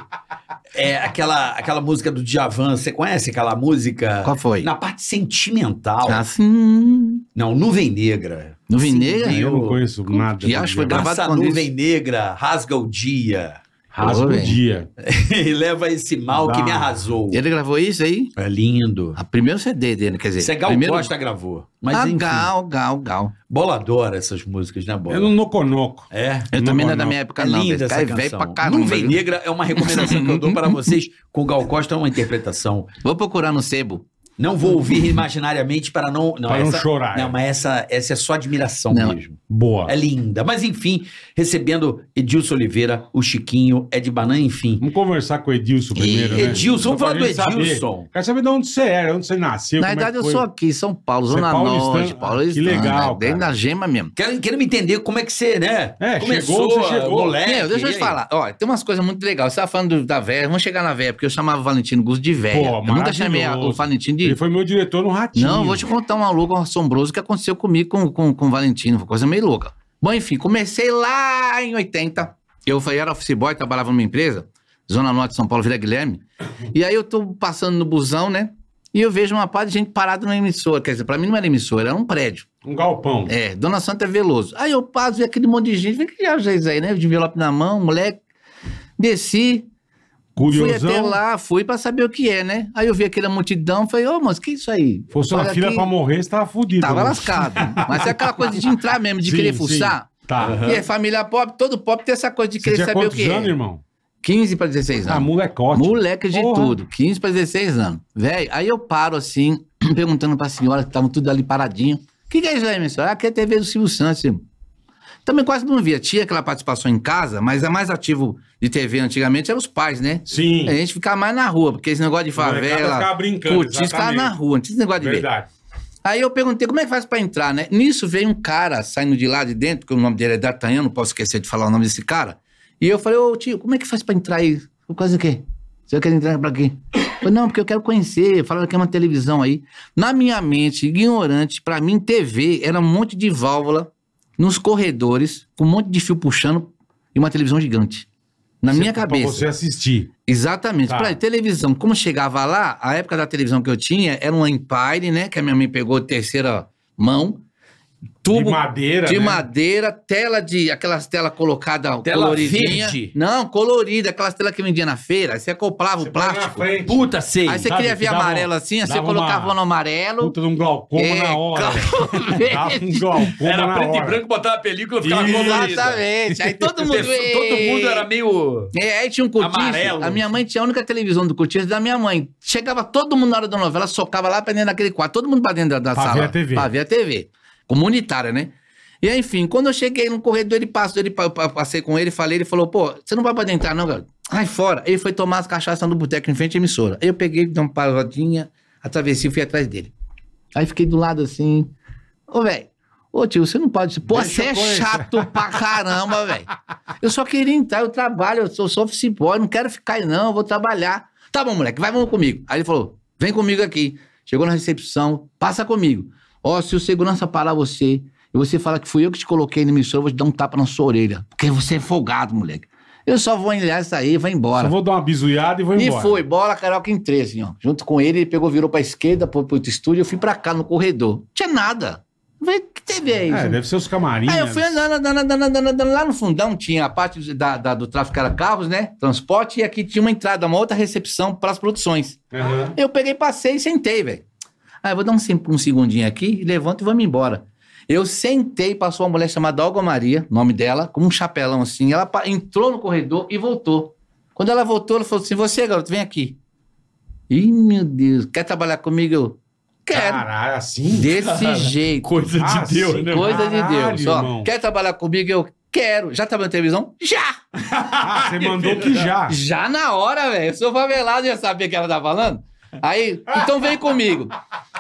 Speaker 3: É, aquela, aquela música do Djavan, você conhece aquela música?
Speaker 4: Qual foi?
Speaker 3: Na parte sentimental.
Speaker 4: Assim.
Speaker 3: Não, Nuvem Negra.
Speaker 4: Nuvem
Speaker 3: Sim,
Speaker 4: Negra?
Speaker 2: Eu não conheço nada.
Speaker 4: que acho que foi
Speaker 2: Djavan.
Speaker 4: gravado
Speaker 3: Passa a
Speaker 4: quando
Speaker 3: nuvem negra, rasga o dia
Speaker 2: Rasga o
Speaker 4: Ô, velho.
Speaker 2: dia.
Speaker 3: e leva esse mal que
Speaker 2: Dá.
Speaker 3: me arrasou.
Speaker 4: Ele gravou isso aí?
Speaker 3: É lindo.
Speaker 4: A primeiro CD dele, quer dizer.
Speaker 3: Isso é Gal
Speaker 4: primeiro...
Speaker 3: Costa gravou. Mas
Speaker 4: ah,
Speaker 3: enfim,
Speaker 4: Gal, Gal, Gal.
Speaker 3: Bola adora essas músicas, né, Bola?
Speaker 2: Eu não noconoco.
Speaker 3: É.
Speaker 4: Eu
Speaker 2: Não,
Speaker 4: também não é
Speaker 2: não.
Speaker 4: da minha época,
Speaker 3: É
Speaker 4: não.
Speaker 3: linda
Speaker 4: Esse cara
Speaker 3: essa
Speaker 4: é velho
Speaker 3: canção.
Speaker 4: pra caramba.
Speaker 3: Nuvem
Speaker 4: viu?
Speaker 3: Negra é uma recomendação que eu dou para vocês. Com Gal Costa é uma interpretação.
Speaker 4: Vou procurar no sebo.
Speaker 3: Não vou ouvir imaginariamente para não. não
Speaker 2: Para não
Speaker 3: essa-
Speaker 2: chorar.
Speaker 3: Não, mas essa, essa é só admiração
Speaker 4: Não.
Speaker 3: mesmo.
Speaker 2: Boa.
Speaker 3: É linda. Mas enfim, recebendo Edilson Oliveira, o Chiquinho, Ed Banan, enfim.
Speaker 2: Vamos conversar com o Edilson primeiro, né?
Speaker 3: Edilson, vamos
Speaker 2: Só pra
Speaker 3: falar do
Speaker 2: gente saber.
Speaker 3: Edilson.
Speaker 2: Quero saber de onde você era, onde você nasceu.
Speaker 4: Na
Speaker 2: como é
Speaker 4: verdade,
Speaker 2: que
Speaker 4: eu
Speaker 2: foi.
Speaker 4: sou aqui, São Paulo,
Speaker 2: Você é
Speaker 4: Zona
Speaker 2: paulistano?
Speaker 4: Norte,
Speaker 2: Ah,
Speaker 4: paulistano.
Speaker 2: que legal,
Speaker 4: né? Dentro
Speaker 2: cara.
Speaker 4: da gema mesmo.
Speaker 3: Quero, quero me entender como é que você, né?
Speaker 2: É,
Speaker 3: Começou,
Speaker 2: chegou, você chegou.
Speaker 3: Moleque,
Speaker 4: Meu, deixa eu
Speaker 3: e
Speaker 4: te
Speaker 3: aí?
Speaker 4: falar. Ó, tem umas coisas muito legais. Você tava falando do- da véia, vamos chegar na véia, porque eu chamava o Valentino Gusto de
Speaker 2: Pô,
Speaker 4: véia. eu nunca chamei a- o
Speaker 2: maravilhoso.
Speaker 4: Valentino de.
Speaker 2: Ele foi meu diretor no Ratinho.
Speaker 4: Não, eu vou te contar um algo assombroso que aconteceu comigo com, com, com o Valentino, uma coisa meio louca. Bom, enfim, comecei lá em 80. Eu falei, era office boy, trabalhava numa empresa, Zona Norte de São Paulo, Vila Guilherme. E aí eu tô passando no busão, né? E eu vejo uma parte de gente parada numa emissora. Quer dizer, pra mim não era emissora, era um prédio.
Speaker 2: Um galpão.
Speaker 4: É, Dona Santa Veloso. Aí eu passo, vi aquele monte de gente, vem que diabo é isso aí, né? De envelope na mão, moleque. Desci, fui
Speaker 2: Curiosão.
Speaker 4: até lá, fui pra saber o que é, né? Aí eu vi aquela multidão, falei, ô, moço, que é isso aí?
Speaker 2: Fosse uma
Speaker 4: Olha
Speaker 2: filha
Speaker 4: aqui,
Speaker 2: pra morrer, você tava fudido.
Speaker 4: Tava
Speaker 2: né?
Speaker 4: lascado. Mas é aquela coisa de entrar mesmo, de
Speaker 2: Sim,
Speaker 4: querer
Speaker 2: sim.
Speaker 4: fuçar.
Speaker 2: Tá.
Speaker 4: E é família pobre, todo pobre tem essa coisa de
Speaker 2: Você
Speaker 4: querer
Speaker 2: tinha
Speaker 4: saber o
Speaker 2: quantos
Speaker 4: que
Speaker 2: anos,
Speaker 4: é.
Speaker 2: irmão?
Speaker 4: 15 pra 16
Speaker 2: Ah,
Speaker 4: anos.
Speaker 2: molecote.
Speaker 4: Moleque de
Speaker 2: Porra.
Speaker 4: tudo, 15 pra 16 anos. Velho, aí eu paro assim, perguntando pra senhora, que estavam tudo ali paradinho. O que, que é isso aí, minha senhora? Ah, que é a TV do Silvio Santos. irmão." Também quase não via. Tinha aquela participação em casa, mas a mais ativo de TV antigamente eram os pais, né?
Speaker 2: Sim.
Speaker 4: A gente ficava mais na rua, porque esse negócio de
Speaker 2: Molecada ficava
Speaker 4: favela,
Speaker 2: brincando,
Speaker 4: curtir, ficava
Speaker 2: exatamente.
Speaker 4: na rua, não tinha esse negócio de ver.
Speaker 2: Verdade.
Speaker 4: Aí eu perguntei como é que faz pra entrar, né? Nisso veio um cara saindo de lá de dentro, que o nome dele é D'Artagnan, não posso esquecer de falar o nome desse cara. E eu falei, ô tio, como é que faz pra entrar aí? Por causa do quê? Você quer entrar pra quê? Eu falei, não, porque eu quero conhecer. Falaram que é uma televisão aí. Na minha mente, ignorante, pra mim, TV era um monte de válvula nos corredores, com um monte de fio puxando e uma televisão gigante. Na minha
Speaker 2: Pra
Speaker 4: cabeça.
Speaker 2: tá você assistir.
Speaker 4: Exatamente.
Speaker 2: Tá.
Speaker 4: Pra televisão, como chegava lá, a época da televisão que eu tinha era uma Empire, né? Que a minha mãe pegou terceira mão. Tubo
Speaker 2: de madeira,
Speaker 4: de
Speaker 2: né?
Speaker 4: madeira, tela de. aquelas telas colocadas
Speaker 3: Tela
Speaker 4: coloridinha.
Speaker 3: verde.
Speaker 4: Não, colorida, aquelas telas que vendia na feira. Aí você acoplava
Speaker 2: Você
Speaker 4: o
Speaker 2: põe na
Speaker 4: plástico.
Speaker 2: frente,
Speaker 3: Puta, sei.
Speaker 4: Aí você
Speaker 2: sabe,
Speaker 4: queria
Speaker 2: que
Speaker 4: ver
Speaker 2: dava-
Speaker 4: amarelo assim, aí você
Speaker 2: dava uma-
Speaker 4: colocava no amarelo.
Speaker 2: Puta de um glaucoma
Speaker 4: É,
Speaker 2: na hora. Dava um glaucoma
Speaker 3: Era
Speaker 2: na
Speaker 3: preto
Speaker 2: hora.
Speaker 3: e branco, botava a película, ficava
Speaker 2: Isso.
Speaker 4: tá
Speaker 3: colorida.
Speaker 4: Exatamente. Aí todo mundo.
Speaker 3: Todo mundo era meio...
Speaker 4: É, aí tinha um cortiço.
Speaker 3: Amarelo.
Speaker 4: A minha mãe tinha a única televisão do cortiço da minha mãe. Chegava todo mundo na hora da novela, socava lá pra dentro daquele quarto. Todo mundo pra dentro da, da
Speaker 2: Pra
Speaker 4: sala.
Speaker 2: ver a TV.
Speaker 4: Pra ver a TV. Comunitária, né? E aí, enfim, quando eu cheguei no corredor, ele passou, ele, pa- pa- passei com ele, falei, ele falou, pô, você não vai pra dentro, não, cara. Aí fora. Ele foi tomar as cachaças no boteco em frente à emissora. Aí eu peguei, dei uma paradinha, atravessei e fui atrás dele. Aí fiquei do lado assim. Ô, velho, ô tio, você não pode. Pô,
Speaker 2: Deixa
Speaker 4: você
Speaker 2: eu
Speaker 4: é
Speaker 2: conhecer.
Speaker 4: chato pra caramba, velho. Eu só queria entrar, eu trabalho, eu sou, sou office boy, não quero ficar aí não, eu vou trabalhar. Tá bom, moleque, vai, vamos comigo. Aí ele falou, vem comigo aqui. Chegou na recepção, passa comigo. Ó, se o segurança parar você e você falar que fui eu que te coloquei na emissora, eu vou te dar um tapa na sua orelha. Porque você é folgado, moleque. Eu só vou enilhar isso aí e vai embora.
Speaker 2: Só vou dar uma bisuiada e vou
Speaker 4: E
Speaker 2: embora.
Speaker 4: foi, bola, Carioca em 13, ó. Junto com ele, ele pegou, virou pra esquerda, pro, pro outro estúdio, eu fui pra cá no corredor. Não tinha nada. Eu Falei, que TV é isso?
Speaker 2: É, deve ser os camarins.
Speaker 4: Aí eu
Speaker 2: né?
Speaker 4: fui andando, andando, andando, andando, andando. Lá no fundão tinha a parte da- da- do tráfico era carros, né? Transporte, e aqui tinha uma entrada, uma outra recepção pras produções.
Speaker 2: Aham.
Speaker 4: Eu peguei, passei e sentei, velho. Aí eu vou dar um, sem- um segundinho aqui, levanto e vamos embora. Eu sentei, passou uma mulher chamada Olga Maria, nome dela, com um chapelão assim. Ela pa- entrou no corredor e voltou. Quando ela voltou, ela falou assim: Você, garoto, vem aqui. Ih, meu Deus, quer trabalhar comigo? Eu quero.
Speaker 2: Caralho, assim?
Speaker 4: Desse jeito.
Speaker 3: Coisa
Speaker 2: Ah,
Speaker 3: de Deus,
Speaker 2: sim.
Speaker 3: né?
Speaker 4: Coisa
Speaker 2: Caralho,
Speaker 4: de Deus. Ó,
Speaker 2: irmão.
Speaker 4: Quer trabalhar comigo? Eu quero. Já trabalhou na televisão? Já!
Speaker 2: Ah, você mandou que já.
Speaker 4: Já na hora, velho. Eu sou favelado, já sabia o que ela tava falando. Aí, então vem comigo.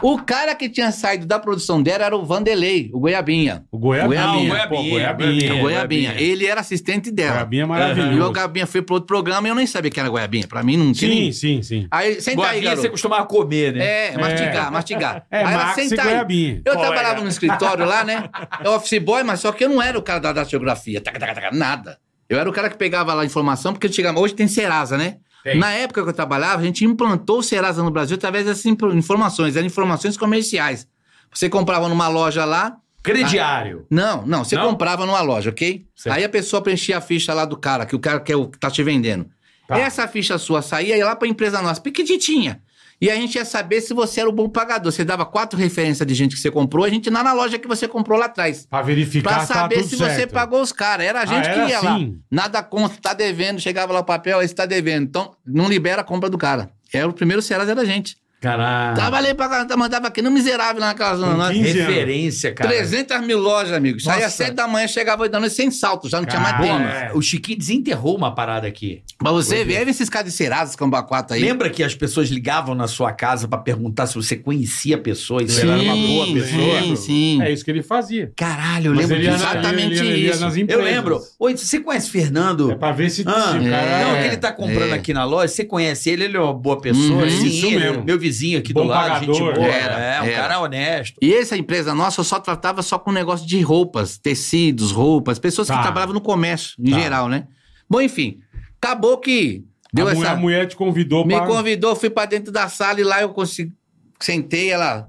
Speaker 4: O cara que tinha saído da produção dela era o Vanderlei, o Goiabinha.
Speaker 2: O Goiabinha.
Speaker 3: Goiabinha.
Speaker 2: Pô,
Speaker 3: Goiabinha.
Speaker 2: Goiabinha. É,
Speaker 4: o
Speaker 2: Goiabinha.
Speaker 4: Goiabinha.
Speaker 3: Goiabinha.
Speaker 4: Ele era assistente dela.
Speaker 2: Goiabinha é
Speaker 4: E o
Speaker 2: maravilhoso.
Speaker 4: Goiabinha foi pro outro programa e eu nem sabia que era Goiabinha. Pra mim não tinha.
Speaker 2: Sim,
Speaker 4: ninguém.
Speaker 2: sim, sim.
Speaker 4: Aí, senta aí,
Speaker 3: Goiabinha
Speaker 4: garoto.
Speaker 3: você costumava comer, né?
Speaker 4: É, mastigar, mastigar.
Speaker 2: É,
Speaker 4: ela,
Speaker 2: Max e
Speaker 4: "Senta aí."
Speaker 2: Goiabinha.
Speaker 4: Eu
Speaker 3: Qual
Speaker 4: trabalhava
Speaker 3: era?
Speaker 4: no escritório lá, né? Eu office boy, mas só que eu não era o cara da, da geografia, taca, taca, taca, nada. Eu era o cara que pegava lá a informação, porque eu chegava, hoje tem Serasa, né?
Speaker 2: Tem.
Speaker 4: Na época que eu trabalhava, a gente implantou o Serasa no Brasil através dessas impro- informações, eram informações comerciais. Você comprava numa loja lá,
Speaker 3: Crediário.
Speaker 4: não, não, você
Speaker 3: Não?
Speaker 4: comprava numa loja, ok?
Speaker 3: Certo.
Speaker 4: Aí a pessoa preenchia a ficha lá do cara, que o cara que é o que tá te vendendo.
Speaker 2: Tá.
Speaker 4: Essa ficha sua saía e ia lá pra empresa nossa, pequititinha. E a gente ia saber se você era o bom pagador. Você dava quatro referências de gente que você comprou, a gente ia lá na loja que você comprou lá atrás.
Speaker 2: Pra verificar
Speaker 4: Pra
Speaker 2: se tava
Speaker 4: saber
Speaker 2: tudo
Speaker 4: se você
Speaker 2: certo.
Speaker 4: pagou os caras. Era a gente
Speaker 2: Ah,
Speaker 4: que
Speaker 2: era
Speaker 4: ia
Speaker 2: assim?
Speaker 4: lá. Nada conta, tá devendo. Chegava lá o papel, aí você tá devendo. Então, não libera a compra do cara. Era o primeiro Serasa era a gente.
Speaker 2: Caralho.
Speaker 4: Trabalhei pra caramba, mandava aqui, no miserável lá naquela zona.
Speaker 2: Ah. Com
Speaker 4: norte.
Speaker 2: 15 anos.
Speaker 3: Referência, cara.
Speaker 4: 300 mil lojas, amigo. Saía
Speaker 3: Nossa.
Speaker 4: às 7 da manhã, chegava 8 da noite sem salto, já não tinha mais
Speaker 2: Caralho.
Speaker 4: dono.
Speaker 2: É.
Speaker 3: O Chiquinho desenterrou uma parada aqui.
Speaker 4: Mas você vê, aí vem esses caras de Serasa, esses cambaquato aí.
Speaker 3: Lembra que as pessoas ligavam na sua casa pra perguntar se você conhecia a pessoa e se
Speaker 4: Sim,
Speaker 3: ela era uma boa pessoa?
Speaker 4: sim, sim.
Speaker 2: É isso que ele fazia.
Speaker 3: Caralho, eu
Speaker 2: Mas
Speaker 3: lembro
Speaker 2: ele ia na-
Speaker 3: disso.
Speaker 4: exatamente
Speaker 2: ele ia- ele ia
Speaker 4: isso.
Speaker 2: nas
Speaker 3: Eu
Speaker 2: empresas.
Speaker 3: lembro. Oi, você conhece Fernando?
Speaker 2: É pra ver se,
Speaker 3: Ah,
Speaker 2: se o cara
Speaker 3: Não,
Speaker 4: é.
Speaker 3: o que ele tá comprando
Speaker 4: é.
Speaker 3: aqui na loja, você conhece ele, ele é uma boa pessoa.
Speaker 4: Uhum.
Speaker 3: sim,
Speaker 2: Isso
Speaker 3: ele- é
Speaker 2: mesmo.
Speaker 3: Meu vizinho aqui
Speaker 2: Bom
Speaker 3: do lado, gente
Speaker 2: pagador.
Speaker 3: boa.
Speaker 4: Era,
Speaker 3: é, um
Speaker 4: era.
Speaker 3: cara honesto.
Speaker 4: E essa empresa nossa eu só tratava só com negócio de roupas, tecidos, roupas, pessoas
Speaker 2: Tá.
Speaker 4: que trabalhavam no comércio, em
Speaker 2: Tá.
Speaker 4: geral, né? Bom, enfim, acabou que deu
Speaker 2: a, mulher,
Speaker 4: essa.
Speaker 2: a mulher te convidou
Speaker 4: Me
Speaker 2: pra...
Speaker 4: convidou, fui pra dentro da sala e lá eu consegui. Sentei, ela.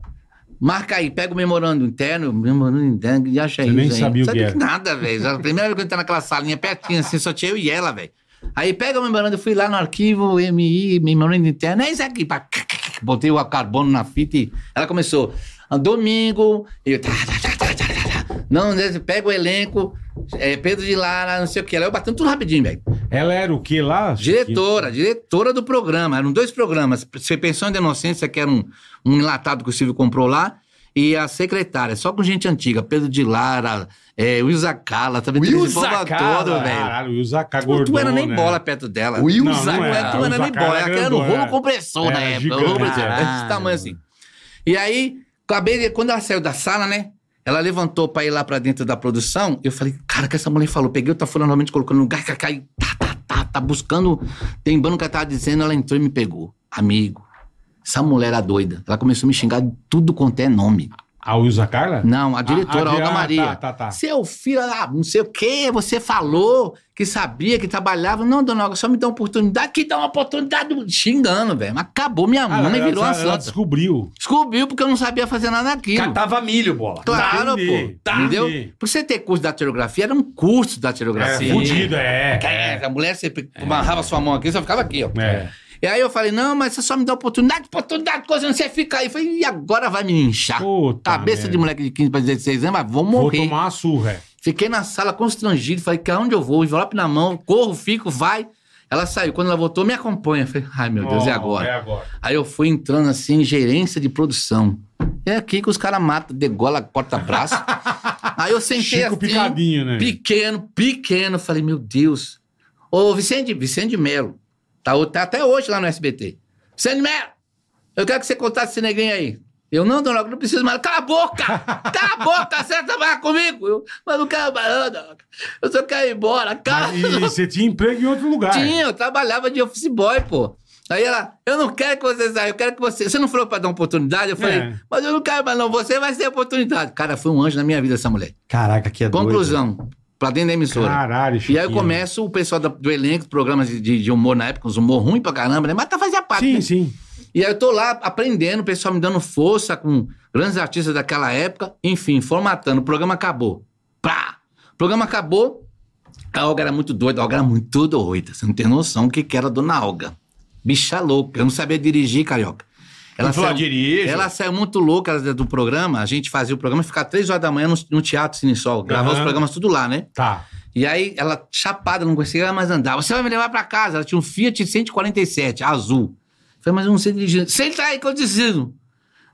Speaker 4: Marca aí, pega o memorando interno, memorando interno, e acha
Speaker 2: Você
Speaker 4: isso.
Speaker 2: nem
Speaker 4: aí.
Speaker 2: sabia o que era.
Speaker 4: Nada, velho. A primeira vez que eu entrei naquela salinha pertinho, assim, só tinha eu e ela, velho. Aí pega o memorando, eu fui lá no arquivo, MI, memorando interno, é isso aqui. pá, Botei o carbono na fita e ela começou. "Ah, Domingo, eu. tá, tá, tá, tá, tá, tá, tá. Não, né, pega o elenco, é, Pedro de Lara, não sei o que. Ela eu batendo tudo rapidinho, velho.
Speaker 2: Ela era o que lá?
Speaker 4: Diretora, diretora do programa. Eram dois programas. Você pensou em Inocência, que era um, um enlatado que o Silvio comprou lá, e a secretária, só com gente antiga. Pedro de Lara, é, Will Zacala, também
Speaker 3: Will
Speaker 4: esse povo
Speaker 3: Zacala,
Speaker 4: todo, velho.
Speaker 2: Caralho, e o Zaca
Speaker 4: Não,
Speaker 2: Gordon,
Speaker 4: Tipo, Tu era nem
Speaker 2: né?
Speaker 4: bola perto dela.
Speaker 3: Will
Speaker 2: Não, não
Speaker 4: Não
Speaker 3: Zaca.
Speaker 4: era, tu
Speaker 2: o
Speaker 4: era nem
Speaker 2: Zacala
Speaker 4: bola,
Speaker 2: era
Speaker 4: ela era um
Speaker 2: grandona.
Speaker 4: rolo né? compressor na
Speaker 2: Era
Speaker 4: época.
Speaker 2: gigante, é.
Speaker 4: rolo compressor,
Speaker 3: era.
Speaker 4: era desse tamanho assim. E aí, acabei de- quando ela saiu da sala, né? Ela levantou pra ir lá pra dentro da produção. Eu falei, cara, o que essa mulher falou? Peguei o tafura novamente, colocando no lugar, cai, cai, tá, tá, tá, tá buscando, tembando o que ela tava dizendo. Ela entrou e me pegou. Amigo, essa mulher era doida. Ela começou a me xingar de tudo quanto é nome.
Speaker 2: A Wilza Ah, Carla?
Speaker 4: Não, a diretora,
Speaker 2: a-
Speaker 4: a, Olga
Speaker 2: ah,
Speaker 4: Maria.
Speaker 2: tá, tá, tá.
Speaker 4: Seu filho, ah, não sei o quê, você falou que sabia, que trabalhava. Não, dona Olga, só me dá uma oportunidade, que dá uma oportunidade xingando, velho. Mas acabou minha
Speaker 2: Ah,
Speaker 4: mãe,
Speaker 2: ela-
Speaker 4: virou
Speaker 2: ela,
Speaker 4: a
Speaker 2: ela
Speaker 4: santa.
Speaker 2: descobriu.
Speaker 4: Descobriu porque eu não sabia fazer nada daquilo.
Speaker 3: Catava milho, bola.
Speaker 4: Claro,
Speaker 2: Entendi,
Speaker 4: pô. Entendeu?
Speaker 2: entendi.
Speaker 4: Pra você ter curso da datilografia, era um curso da
Speaker 2: É,
Speaker 4: datilografia.
Speaker 2: fudido, é.
Speaker 4: É, a mulher sempre amarrava sua mão aqui, só ficava aqui, ó.
Speaker 2: É.
Speaker 4: E aí eu falei, não, mas você só me dá oportunidade, oportunidade, coisa, não sei, fica aí. Eu falei, e agora vai me inchar?
Speaker 2: Puta
Speaker 4: Tá. Cabeça
Speaker 2: merda.
Speaker 4: de moleque de 15 pra 16 anos, mas vou
Speaker 2: Vou
Speaker 4: morrer.
Speaker 2: tomar uma surra. é.
Speaker 4: Fiquei na sala constrangido, falei, que aonde eu vou? Envelope na mão, corro, fico, vai. Ela saiu. Quando ela voltou, me acompanha. Falei, ai meu Deus,
Speaker 2: Ó,
Speaker 4: e agora?
Speaker 2: É agora.
Speaker 4: Aí eu fui entrando assim, em gerência de produção. É aqui que os caras matam, degola, corta braço. Aí eu sentei
Speaker 2: Chico
Speaker 4: assim,
Speaker 2: Picadinho, né?
Speaker 4: pequeno, pequeno. Falei, meu Deus. Ô, Vicente, Vicente Melo. Tá, o- tá até hoje lá no SBT. Vicente Melo, eu quero que você contasse esse neguinho aí. Eu, não, Dona Olga, não preciso mais. Cala a boca! Cala a boca, você trabalha comigo. Eu, mas não quero mais, não, Dona Olga. Eu só quero ir embora. Cala
Speaker 2: Mas e- e você tinha emprego em outro lugar.
Speaker 4: tinha, eu trabalhava de office boy, pô. Aí ela, eu não quero que você saia, eu quero que você. Você não falou pra dar uma oportunidade? Eu falei,
Speaker 2: É.
Speaker 4: mas eu não quero mais, não. Você vai ter oportunidade. Cara, foi um anjo na minha vida essa mulher.
Speaker 3: Caraca, que é
Speaker 4: Conclusão, pra dentro da emissora.
Speaker 2: Caralho,
Speaker 4: E aí eu
Speaker 2: Chiquinho.
Speaker 4: começo o pessoal da- do elenco, programas de, de- de humor na época, uns humor ruim pra caramba, né? Mas tá fazia parte. né?
Speaker 2: Sim, sim.
Speaker 4: E aí eu tô lá aprendendo, o pessoal me dando força com grandes artistas daquela época. Enfim, formatando. O programa acabou. Pá! O programa acabou. A Olga era muito doida. A Olga era muito doida. Você não tem noção do que, que era a dona Olga. Bicha louca. Eu não sabia dirigir, carioca.
Speaker 3: Ela falou, dirige.
Speaker 4: Ela saiu muito louca ela- do programa. A gente fazia o programa e ficava três horas da manhã no, no Teatro Cine Sol. Gravava
Speaker 2: Aham.
Speaker 4: os programas tudo lá, né?
Speaker 2: Tá.
Speaker 4: E aí, ela chapada, não conseguia mais andar. Você vai me levar pra casa. Ela tinha um Fiat 147, azul. Eu falei, mas eu não sei dirigir. Senta aí que eu decido.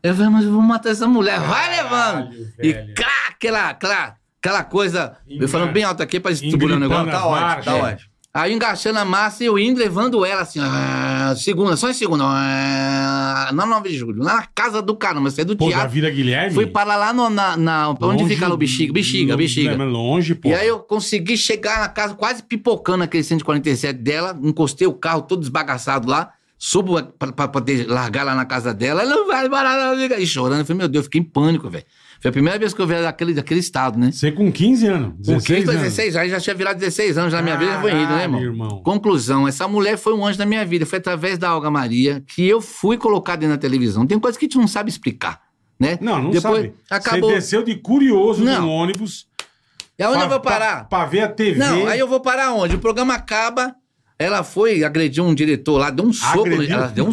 Speaker 4: Eu falei, mas eu vou matar essa mulher. Vai levando.
Speaker 2: velho.
Speaker 4: E cá, aquela, aquela, aquela coisa.
Speaker 2: Engra-
Speaker 4: Eu falando bem alto aqui pra distribuir o
Speaker 2: Engripando
Speaker 4: negócio.
Speaker 2: as
Speaker 3: Tá ótimo,
Speaker 2: margens.
Speaker 3: tá ótimo.
Speaker 4: Aí engaixando a massa e eu indo levando ela assim, ah, segunda, só em segunda, ah, na 9 de julho, lá na casa do caramba, você é do
Speaker 2: Pô, da
Speaker 4: teatro.
Speaker 2: Vila Guilherme?
Speaker 4: Fui para lá no, na, na- onde
Speaker 2: Longe-
Speaker 4: fica lá o bexiga, bexiga,
Speaker 2: longe,
Speaker 4: bexiga.
Speaker 2: né, mas Longe, pô.
Speaker 4: E aí eu consegui chegar na casa quase pipocando aquele 147 dela, encostei o carro todo desbagaçado lá, subo pra, pra poder largar lá na casa dela, ela não vai parar, não liga. E chorando, eu falei, meu Deus, eu fiquei em pânico, velho. Foi a primeira vez que eu vi ela daquele, daquele estado, né?
Speaker 2: Você com 15 anos.
Speaker 4: Com 15
Speaker 2: 16
Speaker 4: pra
Speaker 2: anos.
Speaker 4: 16 anos, já tinha virado 16 anos na minha vida, já foi ido, né, irmão?
Speaker 2: Caralho, irmão.
Speaker 4: Conclusão, essa mulher foi um anjo na minha vida. Foi através da Olga Maria que eu fui colocado dentro da televisão. Tem coisa que a gente não sabe explicar, né?
Speaker 2: Não, não
Speaker 4: Depois,
Speaker 2: sabe.
Speaker 4: Acabou.
Speaker 2: Você desceu de curioso
Speaker 4: Não.
Speaker 2: no ônibus.
Speaker 4: E aonde
Speaker 2: pra-
Speaker 4: eu vou parar?
Speaker 2: Pra, pra ver a TV.
Speaker 4: Não, aí eu vou parar onde? O programa acaba. Ela foi, agrediu um diretor lá, deu um soco, no,
Speaker 2: Agrediu?
Speaker 4: ela deu um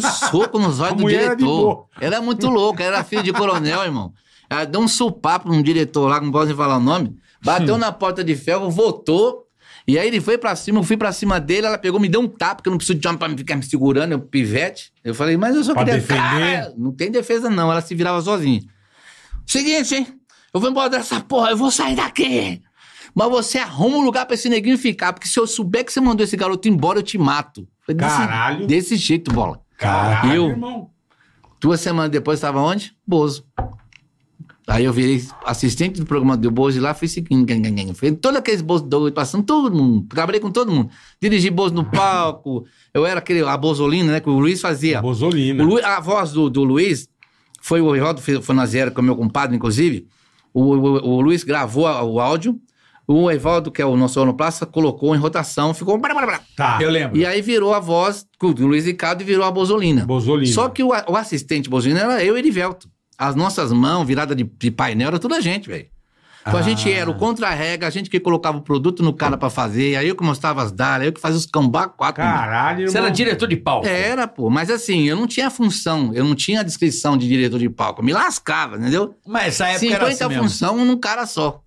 Speaker 4: soco nos
Speaker 2: A
Speaker 4: olhos do
Speaker 2: mulher era de boa.
Speaker 4: diretor. Ela é muito louca, ela era filha de coronel, irmão. Ela
Speaker 2: Hum.
Speaker 4: deu um sopapo num diretor lá, não posso nem falar o nome. Bateu na porta de ferro, voltou. E aí ele foi pra cima, eu fui pra cima dele, ela pegou, me deu um tapa, porque eu não preciso de homem pra me ficar me segurando, eu pivete. Eu falei, mas eu só
Speaker 2: Pra
Speaker 4: queria...
Speaker 2: defender?
Speaker 4: Cara, não tem defesa não, ela se virava sozinha. Seguinte, hein? Eu vou embora dessa porra, eu vou sair daqui. Mas você arruma um lugar pra esse neguinho ficar, porque se eu souber que você mandou esse garoto embora, eu te mato. Foi desse-
Speaker 2: Caralho.
Speaker 4: Desse jeito, bola.
Speaker 2: Caralho,
Speaker 4: Eu-
Speaker 2: irmão.
Speaker 4: Duas semanas depois estava onde? Bozo. Aí eu virei assistente do programa do Bozo e lá fui seguindo. gang, gang, gang. Fui todo aqueles Bozo doido, passando todo mundo. Trabalhei com todo mundo. Dirigi Bozo no palco. Eu era aquele, a Bozolina, né? Que o Luiz fazia.
Speaker 2: Bozolina.
Speaker 4: O Lu- a voz do, do Luiz foi o Rivaldo Fanazera, que é o meu compadre, inclusive. O, o- o Luiz gravou a- o áudio. O Evaldo, que é o nosso Plaça, colocou em rotação, ficou. brá, brá, brá.
Speaker 2: Tá.
Speaker 3: Eu lembro.
Speaker 4: E aí virou a voz do Luiz Ricardo e virou a Bozolina.
Speaker 2: Bozolina.
Speaker 4: Só que o, a- o assistente Bolsonaro era eu e Erivelto. As nossas mãos, virada de, de painel, era tudo a gente, velho. Então a gente era o contra-rega, a gente que colocava o produto no cara pra fazer, aí eu que mostrava as dalas, eu que fazia os cambá quatro.
Speaker 2: Caralho,
Speaker 3: Você
Speaker 2: irmão.
Speaker 3: era diretor de palco.
Speaker 4: Era, pô. Mas assim, eu não tinha a função, eu não tinha a descrição de diretor de palco. Eu me lascava, entendeu?
Speaker 3: Mas essa época era
Speaker 4: 50
Speaker 3: assim mesmo.
Speaker 4: função num cara só.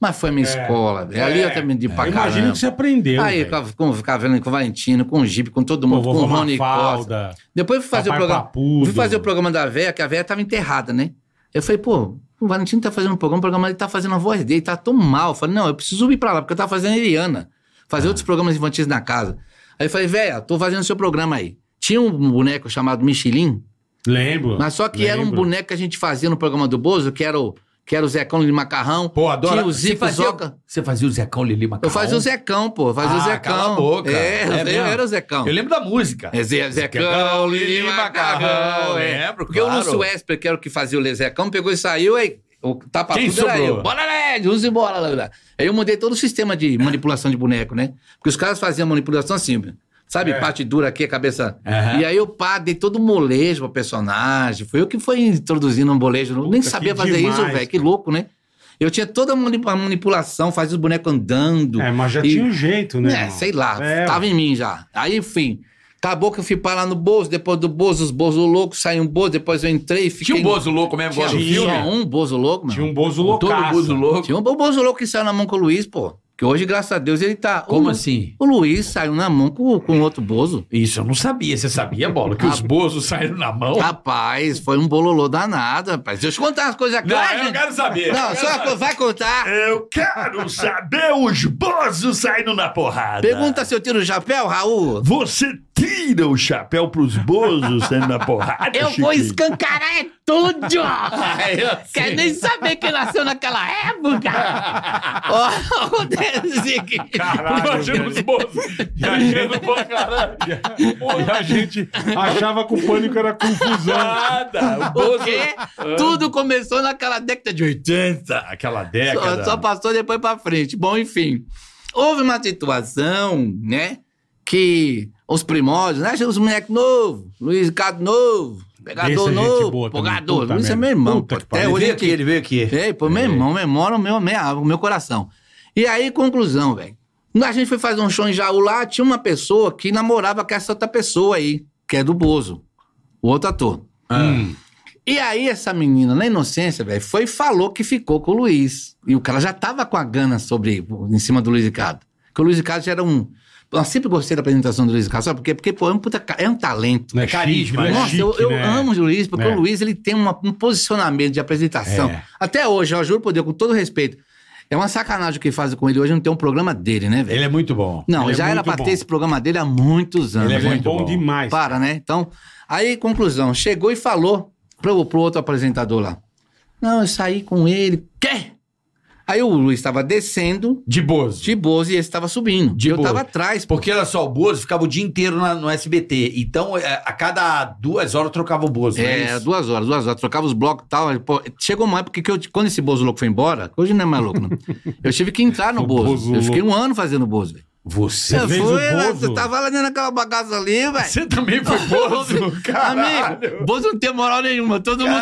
Speaker 4: Mas foi minha escola, velho. Ali eu também de pra
Speaker 2: Imagina
Speaker 4: caramba.
Speaker 2: que você aprendeu.
Speaker 4: Aí eu
Speaker 2: velho.
Speaker 4: ficava- com- ficava vendo com o Valentino, com o Gipe, com todo mundo,
Speaker 2: Pô,
Speaker 4: com o
Speaker 2: vovó
Speaker 4: Rony Costa.
Speaker 2: Mafalda.
Speaker 4: Depois eu fui fazer
Speaker 2: Papai
Speaker 4: o programa.
Speaker 2: Papudo.
Speaker 4: Fui fazer o programa da véia, que a véia tava enterrada, né? Eu falei, pô, o Valentino tá fazendo um programa, o programa ele tá fazendo a voz dele, tá tão mal. Eu falei, não, eu preciso ir pra lá, porque eu tava fazendo a Eliana,
Speaker 3: Ah.
Speaker 4: fazer outros programas infantis na casa. Aí eu falei, véia, tô fazendo o seu programa aí. Tinha um boneco chamado Michelin,
Speaker 2: Lembro.
Speaker 4: mas só que era um
Speaker 2: lembro.
Speaker 4: boneco que a gente fazia no programa do Bozo, que era o, que era o Zecão de Macarrão.
Speaker 3: Pô, adora.
Speaker 4: Tinha o
Speaker 3: você,
Speaker 4: Zico
Speaker 3: fazia,
Speaker 4: Zoca.
Speaker 3: você fazia o Zecão Lili Macarrão?
Speaker 4: Eu fazia o Zecão, pô, eu fazia
Speaker 3: Ah,
Speaker 4: o Zecão.
Speaker 3: cala a boca.
Speaker 4: É,
Speaker 3: É
Speaker 4: eu
Speaker 3: mesmo?
Speaker 4: era o Zecão.
Speaker 3: Eu lembro da música.
Speaker 4: É Zé, Zecão, Lili Macarrão, é.
Speaker 3: Lembro,
Speaker 4: Porque
Speaker 3: claro.
Speaker 4: o Lúcio Esper, que era o que fazia o Lezecão, pegou e saiu, aí o tapa
Speaker 3: Quem
Speaker 4: tudo era
Speaker 3: sobrou?
Speaker 4: eu. Bora, Led, usa e bora. Lá, lá. Aí eu mudei todo o sistema de manipulação de boneco, né? Porque os caras faziam manipulação assim, sabe? Parte dura aqui, a cabeça...
Speaker 3: Aham.
Speaker 4: E aí eu pá, dei todo um molejo pro personagem. Foi eu que fui introduzindo um molejo. Eu nem
Speaker 2: Puta,
Speaker 4: sabia
Speaker 2: que
Speaker 4: fazer
Speaker 2: demais,
Speaker 4: isso, velho. Que
Speaker 2: cara.
Speaker 4: louco, né? Eu tinha toda a mani- a manipulação, fazia os bonecos andando.
Speaker 2: É, mas já
Speaker 4: E-
Speaker 2: tinha um jeito, né?
Speaker 4: é,
Speaker 2: irmão?
Speaker 4: sei lá,
Speaker 2: É,
Speaker 4: tava em mim já. Aí, enfim, acabou que eu fui parar no Bozo, depois do Bozo, os Bozo loucos, saiu um Bozo, depois eu entrei e fiquei...
Speaker 3: Tinha um Bozo louco mesmo,
Speaker 4: Tinha
Speaker 3: igual no
Speaker 2: Tinha.
Speaker 3: filme.
Speaker 4: só um Bozo louco, mano.
Speaker 2: Tinha um bozo
Speaker 3: Todo
Speaker 2: loucaço.
Speaker 3: Bozo louco.
Speaker 4: Tinha um Bozo louco que saiu na mão com o Luiz, pô. Que hoje, graças a Deus, ele tá...
Speaker 3: Como
Speaker 4: o,
Speaker 3: assim?
Speaker 4: O Luiz saiu na mão com, com outro Bozo.
Speaker 3: Isso eu não sabia. Você sabia, Bola, que
Speaker 4: Ah.
Speaker 3: os Bozos saíram na mão?
Speaker 4: Rapaz, foi um bololô danado, rapaz. Deixa eu contar as coisas aqui.
Speaker 3: Não,
Speaker 4: Ai,
Speaker 3: eu
Speaker 4: gente.
Speaker 3: quero saber.
Speaker 4: Não,
Speaker 3: Eu
Speaker 4: só
Speaker 3: quero
Speaker 4: co- vai contar.
Speaker 3: Eu quero saber os Bozos saindo na porrada.
Speaker 4: Pergunta se eu tiro o chapéu, Raul.
Speaker 3: Você tira o chapéu pros Bozos saindo na porrada,
Speaker 4: Eu vou escancarar é tudo! Quer
Speaker 3: Quer
Speaker 4: nem saber quem nasceu naquela época! Ó, o Denzique!
Speaker 3: Imagina os Bozos. Imagina pra caralho.
Speaker 2: E a gente achava que o pânico era confusão.
Speaker 3: Nada. O Bozo...
Speaker 4: Porque tudo começou naquela década tá de 80.
Speaker 3: Aquela
Speaker 4: Só,
Speaker 2: É,
Speaker 3: década.
Speaker 4: só passou depois pra frente. Bom, enfim. Houve uma situação, né? Que os primórdios, né? Os moleques novos, Luiz Ricardo novo,
Speaker 2: Esse é
Speaker 4: pegador
Speaker 2: gente
Speaker 4: novo,
Speaker 2: boa também,
Speaker 4: empolgador.
Speaker 2: puta
Speaker 4: Luiz é
Speaker 2: merda.
Speaker 4: meu irmão.
Speaker 2: Puta
Speaker 4: pô,
Speaker 2: que
Speaker 4: até
Speaker 2: pariu. É.
Speaker 4: hoje
Speaker 3: veio aqui, ele veio aqui.
Speaker 4: Ei, pô, meu irmão, memora o meu, minha, alma, o meu coração. E aí, conclusão, velho. A gente foi fazer um show em Jaú lá, tinha uma pessoa que namorava com essa outra pessoa aí, que é do Bozo, o outro ator. Ah,
Speaker 2: Hum.
Speaker 4: E aí, essa menina, na inocência, velho, foi e falou que ficou com o Luiz. E o cara já tava com a gana sobre, em cima do Luiz Ricardo. Porque o Luiz Ricardo já era um. Eu sempre gostei da apresentação do Luiz Ricardo, sabe por quê? Porque, pô, é um, puta, ca- é um talento.
Speaker 2: Não é
Speaker 3: carisma,
Speaker 2: chique, não é
Speaker 4: Nossa, eu,
Speaker 2: chique,
Speaker 4: eu
Speaker 2: né?
Speaker 4: amo o Luiz, porque
Speaker 2: É.
Speaker 4: o Luiz ele tem uma- um posicionamento de apresentação.
Speaker 2: É.
Speaker 4: Até hoje, eu juro por Deus, com todo respeito. É uma sacanagem o que fazem com ele hoje, não tem um programa dele, né, velho?
Speaker 3: Ele é muito bom.
Speaker 4: Não,
Speaker 2: ele é
Speaker 4: já era
Speaker 2: muito
Speaker 4: pra
Speaker 2: bom.
Speaker 4: ter esse programa dele há muitos anos.
Speaker 2: Ele é
Speaker 4: né?
Speaker 2: muito bom,
Speaker 3: bom.
Speaker 2: demais.
Speaker 4: Para, né? Então, aí, conclusão. Chegou e falou pro, pro outro apresentador lá. Não, eu saí com ele. Quê? Aí o Luiz estava descendo
Speaker 3: De Bozo.
Speaker 4: de Bozo e esse estava subindo.
Speaker 3: De
Speaker 4: eu
Speaker 3: Bozo.
Speaker 4: estava atrás. pô.
Speaker 3: Porque olha só, o Bozo ficava o dia inteiro na- no SBT. Então, é, a cada duas horas trocava o Bozo. não
Speaker 4: É,
Speaker 3: isso?
Speaker 4: duas horas, duas horas. Trocava os blocos e tal. aí, pô, chegou uma época que eu- quando esse Bozo louco foi embora, que hoje não é mais louco, não. Eu tive que entrar no
Speaker 2: O
Speaker 4: Bozo.
Speaker 2: Bozo
Speaker 4: eu fiquei um ano fazendo Bozo, velho.
Speaker 3: Você.
Speaker 4: Eu
Speaker 2: fez o
Speaker 4: né,
Speaker 2: Bozo?
Speaker 4: Eu tava lá dentro daquela bagaça ali, velho.
Speaker 3: É. Você também foi Bozo, caralho.
Speaker 4: Amigo, Bozo não tem moral nenhuma, todo mundo.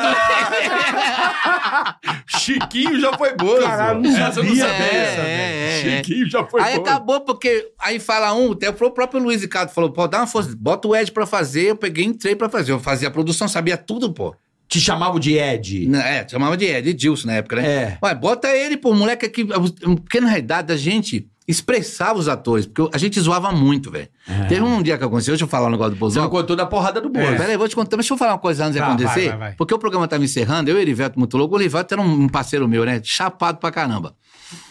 Speaker 3: Chiquinho já foi Bozo.
Speaker 2: é Caralho, não
Speaker 3: Essa eu não
Speaker 2: sabia
Speaker 3: sabia.
Speaker 4: dessa, velho.
Speaker 3: Chiquinho já foi
Speaker 4: É, aí
Speaker 3: Bozo.
Speaker 4: acabou, porque aí fala um, até o próprio Luiz Ricardo falou: pô, dá uma força, bota o Ed pra fazer. Eu peguei e entrei pra fazer. Eu fazia a produção, sabia tudo, pô.
Speaker 3: Te chamavam de Ed.
Speaker 4: Na- É, chamava de Ed, Edilson na época, né?
Speaker 3: É.
Speaker 4: Ué, bota ele, pô, moleque aqui. Porque na um realidade a gente expressava os atores, porque eu- a gente zoava muito, velho. Teve um dia que aconteceu, deixa eu falar um negócio do
Speaker 3: Você É. não
Speaker 4: Bozão.
Speaker 3: contou da porrada do Bozo.
Speaker 4: É. Peraí, vou te contar, mas deixa eu falar uma coisa antes de
Speaker 2: Tá,
Speaker 4: acontecer.
Speaker 2: vai, vai, vai.
Speaker 4: Porque o programa tava encerrando, eu e o Erivelto muito louco, o Erivelto era um parceiro meu, né? Chapado pra caramba.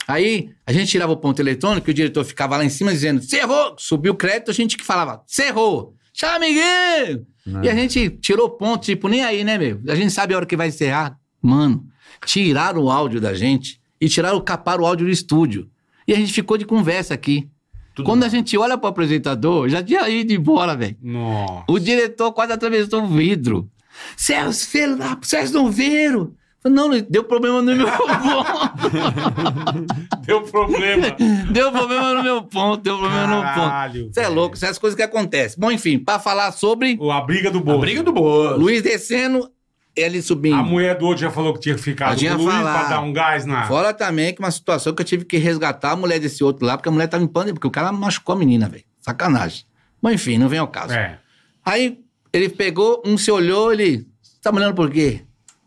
Speaker 4: Aí a gente tirava o ponto eletrônico e o diretor ficava lá em cima dizendo: Cerrou! Subiu o crédito, a gente que falava: Cerrou! Tchau, Miguel!
Speaker 2: É.
Speaker 4: E a gente tirou ponto, tipo, nem aí, né, meu? A gente sabe a hora que vai encerrar. Mano, tiraram o áudio da gente e tiraram, caparam o áudio do estúdio. E a gente ficou de conversa aqui. Quando a gente olha pro apresentador, já tinha ido embora, velho.
Speaker 2: Nossa.
Speaker 4: O diretor quase atravessou o vidro. Céus, filho da- vocês não viram? Falei, Não, deu problema no meu ponto.
Speaker 2: Deu problema.
Speaker 4: deu problema no meu ponto, deu problema no meu
Speaker 2: Caralho.
Speaker 4: ponto. Você é
Speaker 2: velho.
Speaker 4: louco, essas coisas que acontecem. Bom, enfim, pra falar sobre
Speaker 2: O- A briga do
Speaker 3: A
Speaker 2: Bozo.
Speaker 3: briga do Bozo.
Speaker 4: Luiz descendo, ele subindo.
Speaker 2: A mulher do outro já falou que tinha que ficar
Speaker 4: Eu
Speaker 2: com
Speaker 4: tinha
Speaker 2: o Luiz
Speaker 4: falado.
Speaker 2: pra dar um gás na.
Speaker 4: Fora também que uma situação que eu tive que resgatar a mulher desse outro lá, porque a mulher tava em pânico, porque o cara machucou a menina, velho. Sacanagem. Mas enfim, não vem ao caso.
Speaker 2: É.
Speaker 4: Aí ele pegou, um se olhou, ele. Tá olhando por quê?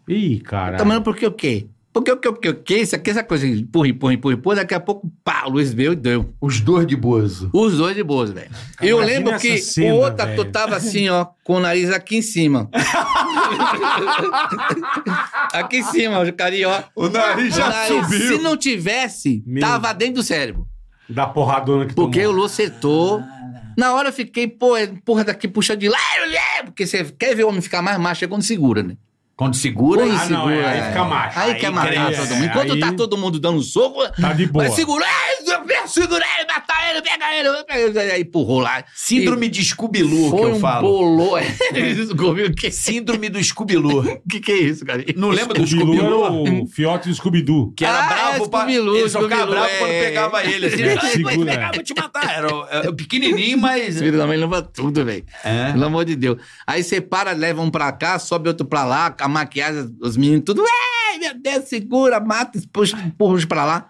Speaker 2: Ih, cara.
Speaker 4: Tá mandando porque o quê? Porque o quê? Porque o quê? Isso aqui, essa coisa, de empurra, empurra, empurra, empurra, daqui a pouco, pá, o Luiz veio e deu.
Speaker 3: Os dois de Bozo.
Speaker 4: Os dois de boas, velho. E eu
Speaker 2: Imagina
Speaker 4: lembro
Speaker 2: essa
Speaker 4: que
Speaker 2: cena,
Speaker 4: o outro ator
Speaker 2: velho.
Speaker 4: tava assim, ó, com o nariz aqui em cima. aqui em cima, o carioca.
Speaker 3: O nariz
Speaker 4: O nariz, Se não tivesse,
Speaker 2: Meu
Speaker 4: tava dentro do cérebro.
Speaker 2: Da porradona que
Speaker 4: Porque o
Speaker 2: tomou.
Speaker 4: Lu acertou. Na hora eu fiquei, pô, é- porra daqui, puxa de lá, é, porque você quer ver o homem ficar mais macho é quando segura, né?
Speaker 3: Quando segura,
Speaker 4: Aí
Speaker 2: Ah, não, é,
Speaker 4: segura,
Speaker 2: aí fica macho.
Speaker 4: Aí,
Speaker 2: Aí
Speaker 4: quer matar
Speaker 2: cresce,
Speaker 4: todo mundo. Enquanto
Speaker 2: aí-
Speaker 4: tá todo mundo dando soco,
Speaker 2: Tá de boa.
Speaker 4: vai segurar, ele, é, segura ele, mata ele, pega ele, pega ele. Aí empurrou lá.
Speaker 3: Síndrome de Scooby-Loo, que
Speaker 4: Foi
Speaker 3: eu
Speaker 4: um
Speaker 3: falo.
Speaker 4: bolô. Descobriu o que,
Speaker 3: Síndrome do Scooby-Loo.
Speaker 4: que que é isso, cara?
Speaker 3: Não lembra do
Speaker 2: O Bilu era
Speaker 3: Scooby-Loo?
Speaker 2: o fiote do Scooby-Doo.
Speaker 3: Que era
Speaker 4: Ah,
Speaker 3: bravo
Speaker 4: é,
Speaker 3: pra...
Speaker 4: Scooby-Loo,
Speaker 3: Ele só ficava
Speaker 4: Scooby-Loo,
Speaker 3: bravo quando
Speaker 4: é.
Speaker 3: pegava ele. Assim, "Vai, vai,
Speaker 2: Segura.
Speaker 3: pegar, vou te matar. Era, o- era o pequenininho, mas...
Speaker 4: Esse filho da mãe lembra tudo, velho.
Speaker 3: É.
Speaker 4: Pelo amor de Deus. Aí você para, leva um pra cá, sobe outro pra lá, a maquiagem, os meninos, tudo. Ei, meu Deus, segura, mata, puxa, empurra os pra lá.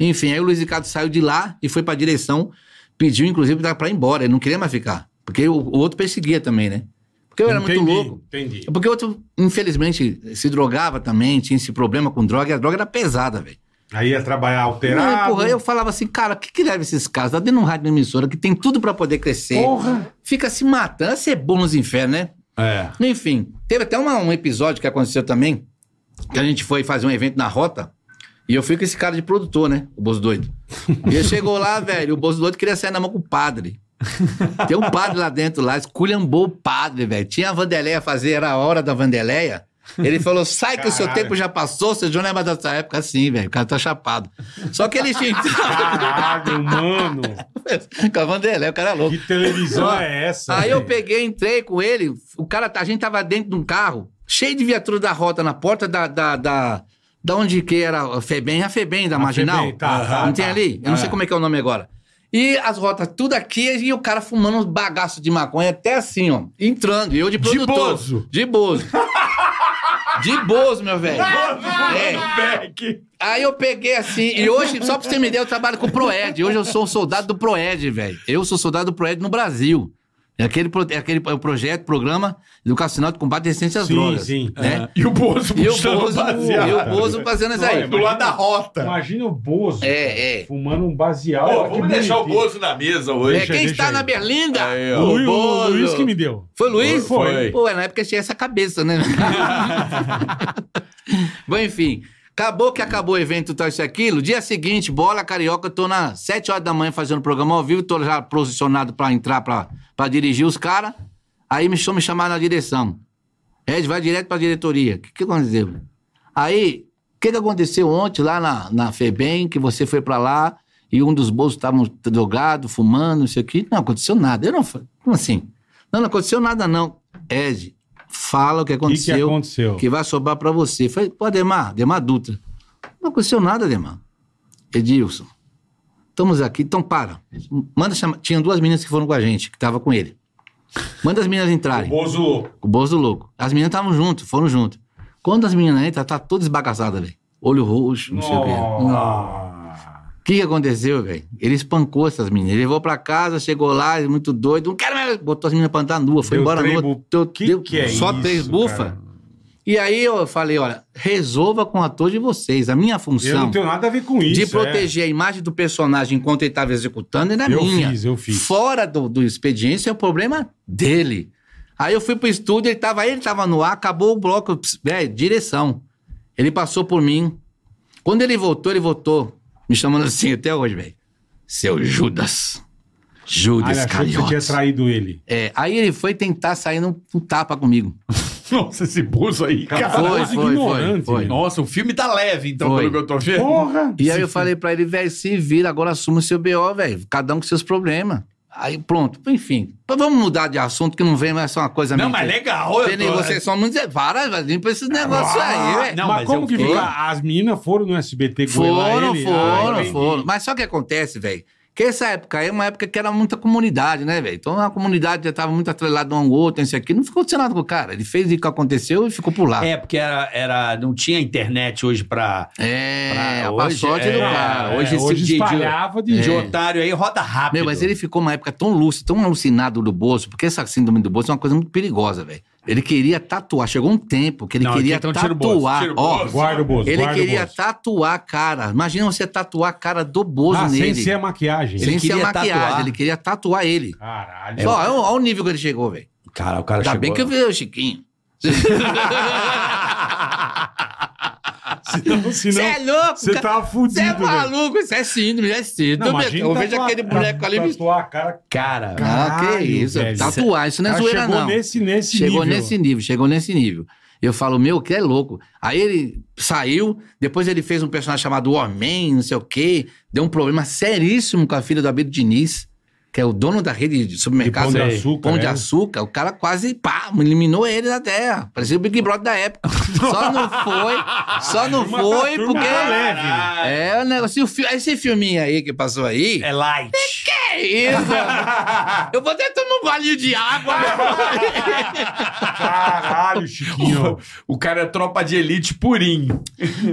Speaker 4: Enfim, aí o Luiz Ricardo saiu de lá e foi pra direção, pediu, inclusive, pra pra ir embora. Ele não queria mais ficar. Porque o, o outro perseguia também, né? Porque eu era muito
Speaker 2: Entendi,
Speaker 4: louco.
Speaker 2: Entendi.
Speaker 4: É Porque o outro, infelizmente, se drogava também, tinha esse problema com droga, e a droga era pesada, velho.
Speaker 2: Aí ia trabalhar
Speaker 4: Não,
Speaker 2: alterado.
Speaker 4: porra, eu falava assim, cara, o que, que leva esses caras? Tá dentro de um rádio na emissora que tem tudo pra poder crescer.
Speaker 2: Porra.
Speaker 4: Fica se matando, isso é bom nos infernos, né?
Speaker 2: É.
Speaker 4: Enfim, teve até uma- um episódio que aconteceu também, que a gente foi fazer um evento na Rota, e eu fui com esse cara de produtor, né? O Bozo Doido. E ele chegou lá, velho, o Bozo Doido queria sair na mão com o padre. Tem um padre lá dentro, lá, esculhambou o padre, velho. Tinha a Vandeleia a fazer, era a hora da Vandeleia. Ele falou, sai que o seu
Speaker 2: Caralho.
Speaker 4: tempo já passou, seu João lembra dessa época assim, velho. O cara tá chapado. Só que ele tinha...
Speaker 2: Caralho, mano.
Speaker 4: com a Vandeleia, o cara é louco.
Speaker 2: Que televisão é essa?
Speaker 4: Aí eu
Speaker 2: velho?
Speaker 4: peguei, entrei com ele. O cara, tá- a gente tava dentro de um carro, cheio de viatura da rota na porta da. da, da da onde que era a Febem, é a Febem da
Speaker 2: A
Speaker 4: Marginal.
Speaker 2: Febem, tá, tá,
Speaker 4: não tem
Speaker 2: tá.
Speaker 4: ali? Eu não sei como é que é o nome agora. E as rotas tudo aqui e o cara fumando uns bagaços de maconha até assim, ó. Entrando. E eu de produtor.
Speaker 3: Bozo.
Speaker 4: De Bozo. de Bozo, meu velho. É.
Speaker 2: Ah. Beck.
Speaker 4: Aí eu peguei assim, e hoje, só pra você me der, eu trabalho com o Proed. Hoje eu sou um soldado do Proed, velho. Eu sou soldado do Proed no Brasil. É aquele, pro- é aquele é o projeto, programa educacional de combate à resistência às
Speaker 2: Sim,
Speaker 4: drogas.
Speaker 2: sim.
Speaker 4: Né?
Speaker 3: E o Bozo
Speaker 4: E eu
Speaker 3: puxando
Speaker 4: Bozo,
Speaker 3: baseado.
Speaker 4: eu Bozo fazendo isso aí.
Speaker 2: Do lado da
Speaker 4: Tá.
Speaker 3: rota.
Speaker 2: Imagina o Bozo
Speaker 4: É, é.
Speaker 2: fumando um baseado.
Speaker 3: Pô,
Speaker 2: Olha que
Speaker 3: vamos deixar o
Speaker 2: bonitinho.
Speaker 3: Bozo na mesa
Speaker 4: É,
Speaker 3: hoje.
Speaker 4: quem
Speaker 2: deixa
Speaker 4: está
Speaker 2: aí.
Speaker 4: na Berlinda?
Speaker 3: Aí, ó.
Speaker 2: O
Speaker 4: O
Speaker 2: Luiz- o
Speaker 4: Bozo.
Speaker 2: Luiz que me deu.
Speaker 4: Foi o Luiz?
Speaker 3: Foi.
Speaker 4: Pô, na época tinha essa cabeça, né? Bom, enfim. Acabou que acabou o evento, tal, isso e aquilo. Dia seguinte, bola carioca, eu tô na 7 horas da manhã fazendo programa ao vivo, tô já posicionado pra entrar, pra, pra dirigir os caras. Aí me, cham- me chamaram na direção. Ed, vai direto pra diretoria. O que, que aconteceu? velho? Aí, o que, que aconteceu ontem lá na, na FEBEM, que você foi pra lá e um dos bolsos estavam drogado, fumando, não sei o quê? Não, aconteceu nada. Eu não falei, como assim? Não, não aconteceu nada, não. Ed, fala o que
Speaker 2: O que, que
Speaker 4: aconteceu, que,
Speaker 2: aconteceu?
Speaker 4: vai sobrar pra você. Eu Falei, pô, Ademar, Ademar Dutra. Não aconteceu nada, Ademar. Edilson, estamos aqui, então para. Manda chamar. Tinha duas meninas que foram com a gente, que estavam com ele. Manda as meninas
Speaker 2: O
Speaker 4: entrarem.
Speaker 2: Bozo.
Speaker 4: O Bozo louco. As meninas estavam junto, foram junto. Quando as meninas entram, tá toda esbagaçada, velho. Olho roxo, não sei o quê.
Speaker 2: Nossa.
Speaker 4: O que, que aconteceu, velho? Ele espancou essas meninas. Ele levou pra casa, chegou lá, muito doido. Não quero mais. Botou as meninas pra andar nua, foi
Speaker 2: Deu
Speaker 4: embora
Speaker 2: três
Speaker 4: nua.
Speaker 2: bu-
Speaker 4: Deu-
Speaker 2: Que
Speaker 4: deu
Speaker 2: que é
Speaker 4: só
Speaker 2: isso,
Speaker 4: três bufa.
Speaker 2: cara?
Speaker 4: E aí eu falei, olha, resolva com a ator de vocês. A minha
Speaker 2: Eu não
Speaker 4: função
Speaker 2: tenho nada a ver com isso.
Speaker 4: de
Speaker 2: é.
Speaker 4: proteger a imagem do personagem enquanto ele estava executando era
Speaker 2: Eu
Speaker 4: minha.
Speaker 2: fiz, eu fiz.
Speaker 4: Fora do, do expediente é o problema dele. Aí eu fui pro estúdio, ele tava, ele tava no ar, acabou o bloco, ps, é, direção. Ele passou por mim. Quando ele voltou, ele voltou, me chamando assim até hoje, velho. Seu Judas.
Speaker 2: Ah,
Speaker 4: Judas
Speaker 2: ele achou que você tinha
Speaker 4: Iscariotes.
Speaker 2: traído ele.
Speaker 4: É, aí ele foi tentar sair no, no tapa comigo.
Speaker 5: Nossa, esse bolso aí, cara.
Speaker 4: foi,
Speaker 2: coisa
Speaker 4: foi,
Speaker 2: ignorante,
Speaker 4: foi, foi.
Speaker 2: meu.
Speaker 5: Nossa, o filme tá leve, então,
Speaker 4: Foi.
Speaker 5: pelo que eu tô vendo.
Speaker 2: Porra!
Speaker 4: E aí eu falei pra ele, velho, se vira, agora assuma o seu BO, velho. Cada um com seus problemas. Aí pronto, enfim. Mas Vamos mudar de assunto que não vem mais só uma coisa
Speaker 5: Não,
Speaker 4: minha.
Speaker 5: mas legal. Eu
Speaker 4: Penei,
Speaker 5: tô... é. Ah,
Speaker 4: vocês são muito. é, Para, velho, limpa esses negócios aí, velho.
Speaker 5: Não,
Speaker 2: mas,
Speaker 5: mas
Speaker 2: como
Speaker 5: eu
Speaker 2: que
Speaker 5: fiquei-
Speaker 2: fica? As meninas foram no SBT goelar
Speaker 4: Foram,
Speaker 2: ele?
Speaker 4: foram,
Speaker 2: Ah, entendi.
Speaker 4: foram. Mas só que acontece, velho, que essa época aí é uma época que era muita comunidade, né, velho? Então a comunidade já tava muito atrelada um ao outro, isso aqui. Não ficou acontecendo nada com o cara. Ele fez o que aconteceu e ficou por lá. É,
Speaker 5: É, porque era, era, não tinha internet hoje pra. pra-
Speaker 4: a
Speaker 5: hoje-
Speaker 4: sorte
Speaker 5: é,
Speaker 4: do
Speaker 2: Ah,
Speaker 4: cara.
Speaker 5: hoje
Speaker 2: hoje,
Speaker 5: esse
Speaker 2: hoje
Speaker 5: de- de-
Speaker 2: espalhava de...
Speaker 5: De otário aí roda rápido.
Speaker 4: É. Meu, mas ele ficou uma época tão lúcido, tão alucinado do bolso, porque essa síndrome do bolso é uma coisa muito perigosa, velho. Ele queria tatuar. Chegou um tempo que ele
Speaker 2: Não,
Speaker 4: queria
Speaker 2: aqui então tira o bolso,
Speaker 4: tatuar.
Speaker 5: tira o
Speaker 4: Ó,
Speaker 5: bolso.
Speaker 2: Guarda o bolso,
Speaker 4: ele
Speaker 2: guarda o
Speaker 4: queria
Speaker 2: bolso.
Speaker 4: tatuar a cara. Imagina você tatuar a cara do Bozo
Speaker 2: Ah,
Speaker 4: nele.
Speaker 2: sem ser a maquiagem.
Speaker 4: Sem
Speaker 5: Ele
Speaker 4: ser a
Speaker 5: queria
Speaker 4: maquiagem,
Speaker 5: tatuar.
Speaker 4: ele queria tatuar ele.
Speaker 2: Caralho.
Speaker 4: Ó, olha o- olha o nível que ele chegou, velho.
Speaker 5: Cara, o cara
Speaker 4: Ainda
Speaker 5: chegou.
Speaker 4: bem que eu vi o Chiquinho.
Speaker 2: Senão,
Speaker 4: Você
Speaker 2: senão
Speaker 4: é louco,
Speaker 2: você
Speaker 4: cara.
Speaker 2: tava
Speaker 4: Você é
Speaker 2: fudido, tá velho.
Speaker 4: maluco, isso é síndrome, isso é síndrome. eu vejo
Speaker 2: tatuar-
Speaker 4: aquele boneco ali. me-
Speaker 2: Tatuar a cara.
Speaker 5: Cara,
Speaker 4: Ah, que
Speaker 2: Caralho,
Speaker 4: isso.
Speaker 2: velho.
Speaker 4: Tatuar, isso não é
Speaker 2: Cara,
Speaker 4: zoeira,
Speaker 2: chegou
Speaker 4: não.
Speaker 2: nesse, nesse
Speaker 4: chegou
Speaker 2: nível.
Speaker 4: nesse nível, chegou nesse nível. Eu falo, meu, que é louco. Aí ele saiu, depois ele fez um personagem chamado Homem, não sei o quê. Deu um problema seríssimo com a filha do Abílio Diniz, que é o dono da rede de supermercado.
Speaker 2: De Pão de
Speaker 4: Sei.
Speaker 2: Açúcar,
Speaker 4: Pão de
Speaker 2: é.
Speaker 4: Açúcar. O cara quase, pá, eliminou ele da terra. Parecia o Big Brother da época. Só não foi, só não
Speaker 2: Turma tá-
Speaker 4: foi
Speaker 2: turma
Speaker 4: porque...
Speaker 2: tá leve.
Speaker 4: É, o negócio, esse fi- esse filminho aí que passou aí...
Speaker 5: é light.
Speaker 4: É isso! Eu vou até tomar um golinho de água.
Speaker 2: Caralho, Chiquinho.
Speaker 5: O cara é tropa de elite purinho.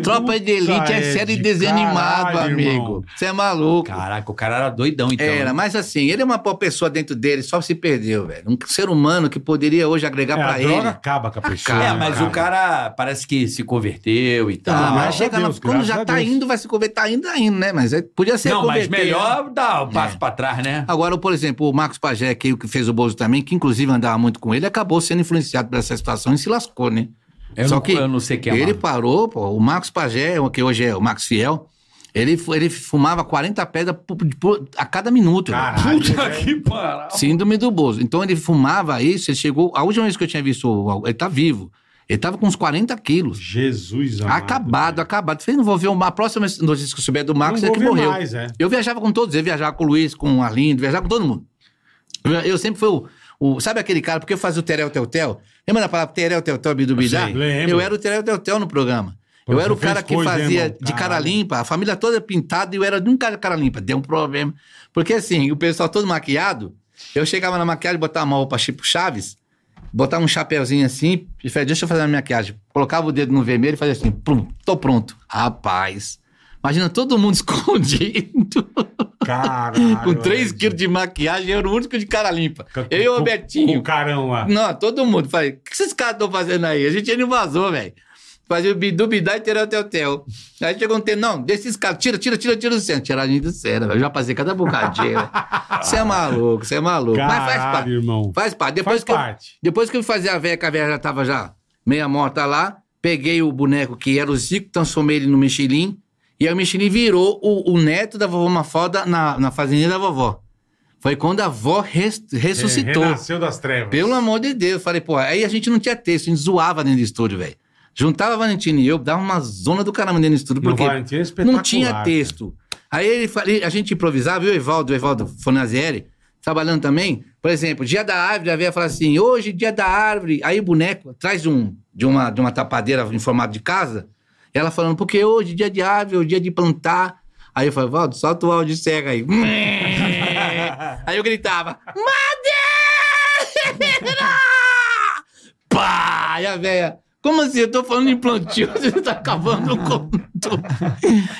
Speaker 4: Tropa de Elite
Speaker 2: Puta,
Speaker 4: é série
Speaker 2: Ed,
Speaker 4: desanimada,
Speaker 2: caralho,
Speaker 4: amigo.
Speaker 2: irmão.
Speaker 4: Você é maluco.
Speaker 5: Caraca, o cara era doidão, então.
Speaker 4: Era, mas assim, ele é uma boa pessoa dentro dele, só se perdeu, velho. Um ser humano que poderia hoje
Speaker 2: É,
Speaker 4: agregar
Speaker 2: a
Speaker 4: pra
Speaker 2: droga
Speaker 4: ele.
Speaker 2: acaba com a pessoa.
Speaker 4: Acaba.
Speaker 5: É,
Speaker 2: né,
Speaker 5: mas o cara parece que se converteu e tal.
Speaker 4: Ah,
Speaker 2: graças
Speaker 4: mas chega
Speaker 2: a
Speaker 4: lá,
Speaker 2: Deus,
Speaker 4: quando
Speaker 2: graças
Speaker 4: já
Speaker 2: a
Speaker 4: tá
Speaker 2: Deus.
Speaker 4: indo, vai se converter, tá indo, ainda, né? Mas é- podia ser
Speaker 5: não, mas
Speaker 4: converter.
Speaker 5: melhor dar
Speaker 4: É.
Speaker 5: um passo pra trás, né?
Speaker 4: Agora, por exemplo, o Marcos Pajé, que que fez o Bozo também, que inclusive andava muito com ele, acabou sendo influenciado por essa situação e se lascou, né?
Speaker 5: Eu
Speaker 4: Só
Speaker 5: não,
Speaker 4: que
Speaker 5: eu não sei quem é.
Speaker 4: ele
Speaker 5: mano.
Speaker 4: parou, pô, o Marcos Pajé, o que hoje é o Marcos Fiel, ele, fu- ele fumava 40 pedras por- por- a cada minuto. velho.
Speaker 2: Caralho.
Speaker 5: Puta que parada.
Speaker 4: Síndrome do Bozo. Então ele fumava isso, ele chegou. A última vez que eu tinha visto, o- ele tá vivo. Ele tava com uns 40 quilos.
Speaker 2: Jesus amado.
Speaker 4: acabado,
Speaker 2: velho.
Speaker 4: acabado. Falei, não vou ver o Marcos. A próxima notícia que eu souber do Marcos
Speaker 2: né? Não
Speaker 4: é que
Speaker 2: vou ver
Speaker 4: morreu.
Speaker 2: mais, é.
Speaker 4: Eu viajava com todos, eu viajava com o Luiz, com o Arlindo, viajava com todo mundo. Eu, eu sempre fui o, o- Sabe aquele cara, porque eu fazia o Terel Teltel? Lembra da palavra Terel Teltel Bidubidá?
Speaker 2: Sim, lembro.
Speaker 4: Eu era o Terel Teltel no programa.
Speaker 2: Pô,
Speaker 4: eu
Speaker 2: você
Speaker 4: era o cara
Speaker 2: fez
Speaker 4: que
Speaker 2: coisa, hein,
Speaker 4: fazia
Speaker 2: irmão?
Speaker 4: de cara
Speaker 2: Caralho.
Speaker 4: limpa, a família toda pintada, e eu era de um cara de cara limpa. Deu um problema. Porque assim, o pessoal todo maquiado, eu chegava na maquiagem, botava uma roupa tipo Chaves, botava um chapeuzinho assim, e falei, deixa eu fazer a minha maquiagem. Colocava o dedo no vermelho e fazia assim, plum, tô pronto. Rapaz, imagina todo mundo escondido,
Speaker 2: Caralho.
Speaker 4: com 3
Speaker 2: velho.
Speaker 4: quilos de maquiagem, eu era o único de cara limpa.
Speaker 2: Com-
Speaker 4: Eu e o
Speaker 2: com- Com
Speaker 4: Betinho.
Speaker 2: o carão lá.
Speaker 4: Ah. Não, todo mundo. Falei, o que esses caras estão fazendo aí? A gente não vazou, velho. Fazia o bidu, bidá e terá o tel Aí chegou um tempo, não, deixa esses caras, tira, tira, tira, tira do centro. Tirar a gente do centro, velho. Já passei cada bocadinho, velho. Você é maluco, você é maluco. Mas faz
Speaker 2: Caralho,
Speaker 4: parte.
Speaker 2: irmão.
Speaker 4: Faz parte. Depois
Speaker 2: Faz
Speaker 4: que eu-
Speaker 2: parte.
Speaker 4: depois que eu fazia a véia, que a véia já tava já meia morta lá, peguei o boneco que era o Zico, transformei ele no Michelin, e aí o Michelin virou o, o neto da vovó Mafalda na, na fazendinha da vovó. Foi quando a avó res- ressuscitou.
Speaker 2: É, renasceu das trevas.
Speaker 4: Pelo amor de Deus, eu falei, pô, aí a gente não tinha texto, a gente zoava dentro do estúdio, velho. Juntava Valentino e eu, dava uma zona do caramba dentro do estúdio,
Speaker 2: Não,
Speaker 4: porque
Speaker 2: Valentim é espetacular,
Speaker 4: não tinha texto. Aí ele, fa- ele- a gente improvisava, e o Evaldo, o Evaldo Fonazieri, trabalhando também, por exemplo, dia da árvore, a veia fala assim, hoje dia da árvore, aí o boneco atrás de, um, de, uma, de uma tapadeira em formato de casa, ela falando, porque hoje dia de árvore, hoje dia de plantar. Aí eu falei, Valdo, solta o áudio cega aí. aí eu gritava, madeira! Pá! E a véia, como assim? Eu tô falando em plantio, você tá acabando o conto.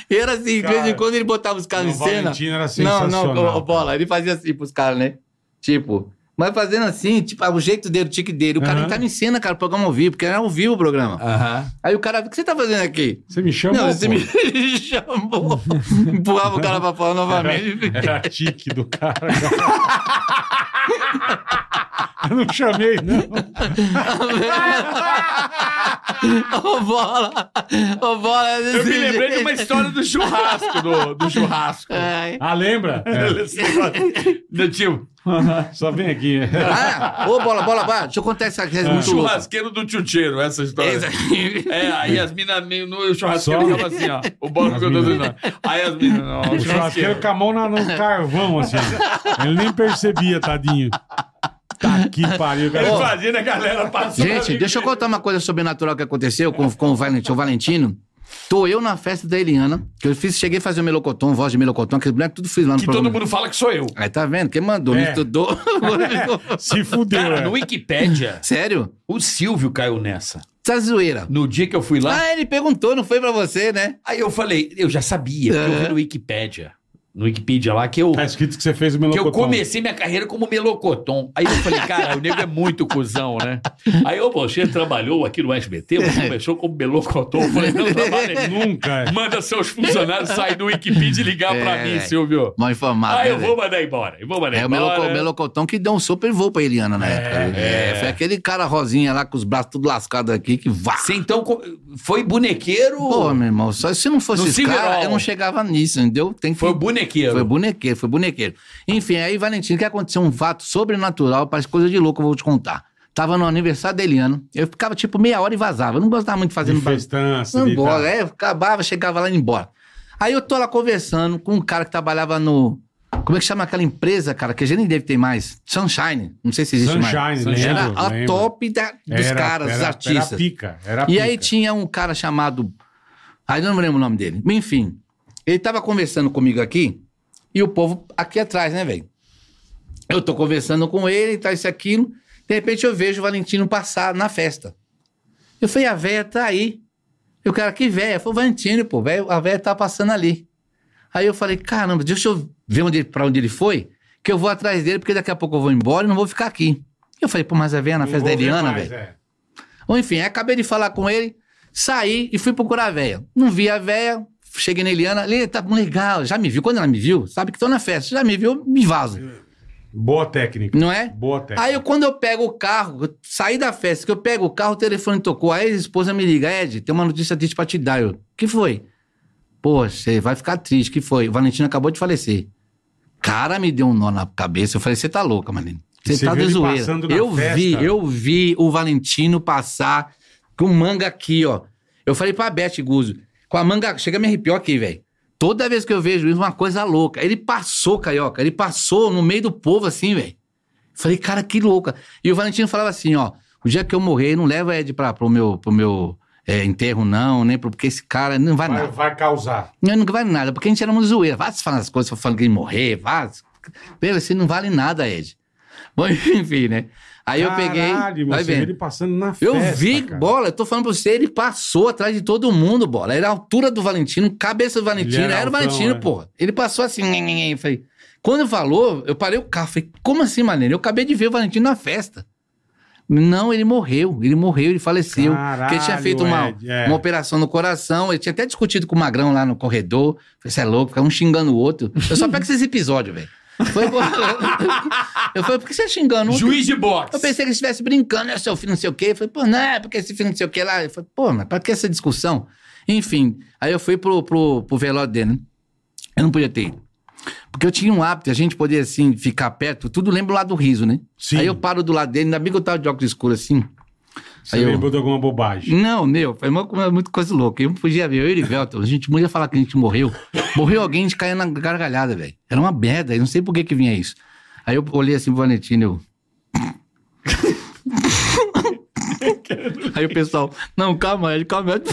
Speaker 4: E era assim, de vez em
Speaker 2: Cara,
Speaker 4: quando ele botava os caras
Speaker 2: Não,
Speaker 4: em cena.
Speaker 2: Valentim era
Speaker 4: Não,
Speaker 2: sensacional.
Speaker 4: não, ô, ô, bola, ele fazia assim pros caras, né? Tipo, Mas fazendo assim, tipo, o jeito dele, o tique dele. O cara
Speaker 2: Aham.
Speaker 4: não tava em cena, cara, o programa ao vivo, porque era ao vivo o programa.
Speaker 5: Aham.
Speaker 4: Aí o cara, o que você tá fazendo aqui?
Speaker 2: Você me chama?
Speaker 4: não, você me chamou. Empurrava o cara pra fora novamente.
Speaker 2: Era tique do cara. Eu não chamei, não.
Speaker 4: Ô, bola! Ô, bola! é
Speaker 5: Eu me lembrei de uma história do churrasco, do, do churrasco.
Speaker 4: Ai.
Speaker 2: Ah, lembra? É.
Speaker 5: Esse negócio do tipo,
Speaker 2: Só vem aqui.
Speaker 4: Ah, ô, bola, bola, bola. Deixa eu contar essa coisa
Speaker 2: Ah.
Speaker 5: o
Speaker 4: muito louca.
Speaker 5: churrasqueiro do tchutcheiro, essa história.
Speaker 4: Essa-
Speaker 5: É, aí as minas meio no churrasqueiro
Speaker 2: Só?
Speaker 5: tava assim, ó. O bolo
Speaker 2: As
Speaker 5: ficou todo
Speaker 2: mina.
Speaker 5: não. Aí as minas, não.
Speaker 2: O churrasqueiro com a mão na- no carvão, assim. Ele nem percebia, tadinho. Tá que pariu,
Speaker 5: Ele
Speaker 2: cara.
Speaker 5: fazia, né, galera? Passou
Speaker 4: Gente, deixa eu contar uma coisa sobrenatural que aconteceu com, com o Valentino. Valentino. Tô eu na festa da Eliana, que eu fiz, cheguei a fazer o melocotão, voz de melocotão, aquele boneco tudo fiz lá no
Speaker 5: Que
Speaker 4: programa.
Speaker 5: todo mundo fala que sou eu.
Speaker 4: Aí tá vendo? Quem mandou?
Speaker 2: É.
Speaker 4: Me estudou. Agora ficou-
Speaker 2: Se fudeu,
Speaker 5: Cara,
Speaker 2: é.
Speaker 5: no Wikipédia,
Speaker 4: Sério?
Speaker 5: o Silvio caiu nessa.
Speaker 4: Tá zoeira.
Speaker 5: No dia que eu fui lá,
Speaker 4: Ah, ele perguntou, não foi pra você, né?
Speaker 5: aí eu falei, eu já sabia, porque
Speaker 4: É.
Speaker 5: eu vi no Wikipédia. No Wikipedia lá, que eu,
Speaker 2: Tá escrito que você fez o
Speaker 5: que eu
Speaker 2: melocotão.
Speaker 5: comecei minha carreira como melocotom. Aí eu falei, cara, o nego é muito cuzão, né? Aí o você trabalhou aqui no SBT, você começou como melocotom. Eu falei, não, trabalha aí.
Speaker 2: Nunca. é.
Speaker 5: Manda seus funcionários sair do Wikipedia e ligar
Speaker 4: É,
Speaker 5: pra mim,
Speaker 4: velho.
Speaker 5: Silvio.
Speaker 4: Mal informado.
Speaker 5: Ah,
Speaker 4: né,
Speaker 5: eu
Speaker 4: velho?
Speaker 5: vou mandar embora. Eu vou mandar
Speaker 4: É o
Speaker 5: embora.
Speaker 4: meloco- melocotão que deu um super voo pra Eliana na época. É, foi aquele cara rosinha lá com os braços tudo lascados aqui que vá.
Speaker 5: Você então co- foi bonequeiro.
Speaker 4: Pô, meu irmão, só se não fosse
Speaker 5: No
Speaker 4: esse cara,
Speaker 5: Cinderol.
Speaker 4: eu não chegava nisso, entendeu? Tem que
Speaker 5: foi bonequeiro.
Speaker 4: Foi bonequeiro, foi bonequeiro. Enfim, aí, Valentino, o que aconteceu? Um fato sobrenatural, parece coisa de louco, eu vou te contar. Tava no aniversário da Eliana, eu ficava tipo meia hora e vazava. Eu não gostava muito de fazer
Speaker 2: De
Speaker 4: no barulho.
Speaker 2: festança.
Speaker 4: Não
Speaker 2: de tal.
Speaker 4: embora, é, acabava, chegava lá e ia embora. Aí eu tô lá conversando com um cara que trabalhava no. Como é que chama aquela empresa, cara? Que a gente nem deve ter mais. Sunshine. Não sei se existe mais.
Speaker 2: Sunshine, lembro,
Speaker 4: Era a
Speaker 2: lembro.
Speaker 4: top da- dos
Speaker 2: Era-
Speaker 4: caras, dos
Speaker 2: era-
Speaker 4: artistas.
Speaker 2: Era pica, era
Speaker 4: E
Speaker 2: pica.
Speaker 4: aí tinha um cara chamado. Aí não lembro o nome dele. Enfim, ele tava conversando comigo aqui e o povo aqui atrás, né, velho? Eu tô conversando com ele, tá isso e aquilo. De repente eu vejo o Valentino passar na festa. Eu falei, a véia tá aí. E o cara, que véia? Foi o Valentino, pô, véio, a véia tá passando ali. Aí eu falei, caramba, deixa eu ver onde, pra onde ele foi, que eu vou atrás dele, porque daqui a pouco eu vou embora e não vou ficar aqui. Eu falei, pô, mas a véia na
Speaker 2: Não
Speaker 4: festa da
Speaker 2: vou ver
Speaker 4: Eliana,
Speaker 2: mais,
Speaker 4: velho.
Speaker 2: é.
Speaker 4: Ou enfim, aí acabei de falar com ele, saí e fui procurar a véia. Não vi a véia, cheguei na Eliana, ele tá legal, já me viu. Quando ela me viu, sabe que tô na festa, já me viu, me vaza,
Speaker 2: Boa técnica.
Speaker 4: não é?
Speaker 2: Boa técnica.
Speaker 4: Aí eu, quando eu pego o carro, eu saí da festa, que eu pego o carro, o telefone tocou, aí a esposa me liga, Ed, tem uma notícia triste pra te dar. Eu, que foi? Pô, você vai ficar triste, que foi? O Valentino acabou de falecer. Cara, me deu um nó na cabeça, eu falei, você tá louca, Marlene.
Speaker 2: E
Speaker 4: Você
Speaker 2: você
Speaker 4: tá
Speaker 2: viu
Speaker 4: de
Speaker 2: ele
Speaker 4: zoeira.
Speaker 2: passando na
Speaker 4: Eu
Speaker 2: festa?
Speaker 4: vi, eu vi o Valentino passar com manga aqui, ó. Eu falei pra Beth Guzzo, com a manga, chega a me arrepiou aqui, velho. Toda vez que eu vejo isso, uma coisa louca. Ele passou, Carioca, ele passou no meio do povo assim, velho. Falei, cara, que louca. E o Valentino falava assim, ó, o dia que eu morrer, não leva Ed pra, pro meu, pro meu é, enterro, não, nem pro- porque esse cara não vai
Speaker 2: vai,
Speaker 4: nada.
Speaker 2: vai causar.
Speaker 4: Não, não vai nada, porque a gente era uma zoeira. Vá se falar as coisas, falando que ele morrer, vá. Pelo, você assim não vale nada, Ed. Bom, enfim, né? Aí eu peguei.
Speaker 2: Caralho,
Speaker 4: vai
Speaker 2: você vê
Speaker 4: vendo.
Speaker 2: ele passando na festa.
Speaker 4: Eu vi,
Speaker 2: cara.
Speaker 4: bola, eu tô falando pra você, ele passou atrás de todo mundo, bola. Era a altura do Valentino, cabeça do Valentino,
Speaker 2: Ele
Speaker 4: era,
Speaker 2: era
Speaker 4: o
Speaker 2: altão,
Speaker 4: Valentino,
Speaker 2: é.
Speaker 4: porra. Ele passou assim, nhen, nhen, nhen, falei. Quando falou, eu parei o carro, falei, como assim, Marlene? Eu acabei de ver o Valentino na festa. Não, ele morreu, ele morreu, ele faleceu. porque ele tinha
Speaker 2: Caralho,
Speaker 4: feito uma,
Speaker 2: Ed, Ah, é.
Speaker 4: uma operação no coração, ele tinha até discutido com o Magrão lá no corredor. Falei, você é louco, fica um xingando o outro. Eu só pego esses episódios, velho. Foi, eu falei, por que você tá xingando um?
Speaker 5: Juiz de boxe.
Speaker 4: Eu pensei que ele estivesse brincando, né, seu filho não sei o quê. Eu falei, pô, não é porque esse filho não sei o quê lá. Eu falei, pô, mas pra que essa discussão? Enfim, aí eu fui pro, pro, pro velório dele, né? Eu não podia ter ido. Porque eu tinha um hábito, a gente poder, assim, ficar perto, tudo lembra o lado do riso, né?
Speaker 2: Sim.
Speaker 4: Aí eu paro do lado dele, ainda bem que eu tava de óculos escuros, assim.
Speaker 2: Você
Speaker 4: Aí eu-
Speaker 2: lembrou de alguma bobagem.
Speaker 4: Não, meu, foi uma, uma- muita coisa louca. Eu não podia ver, eu e o Erivelton, a gente podia falar que a gente morreu. Morreu alguém, a gente caía na gargalhada, velho. Era uma merda, eu não sei por que que vinha isso. Aí eu olhei assim pro Valentino, eu... Aí o pessoal, não, calma, ele calma. Ed."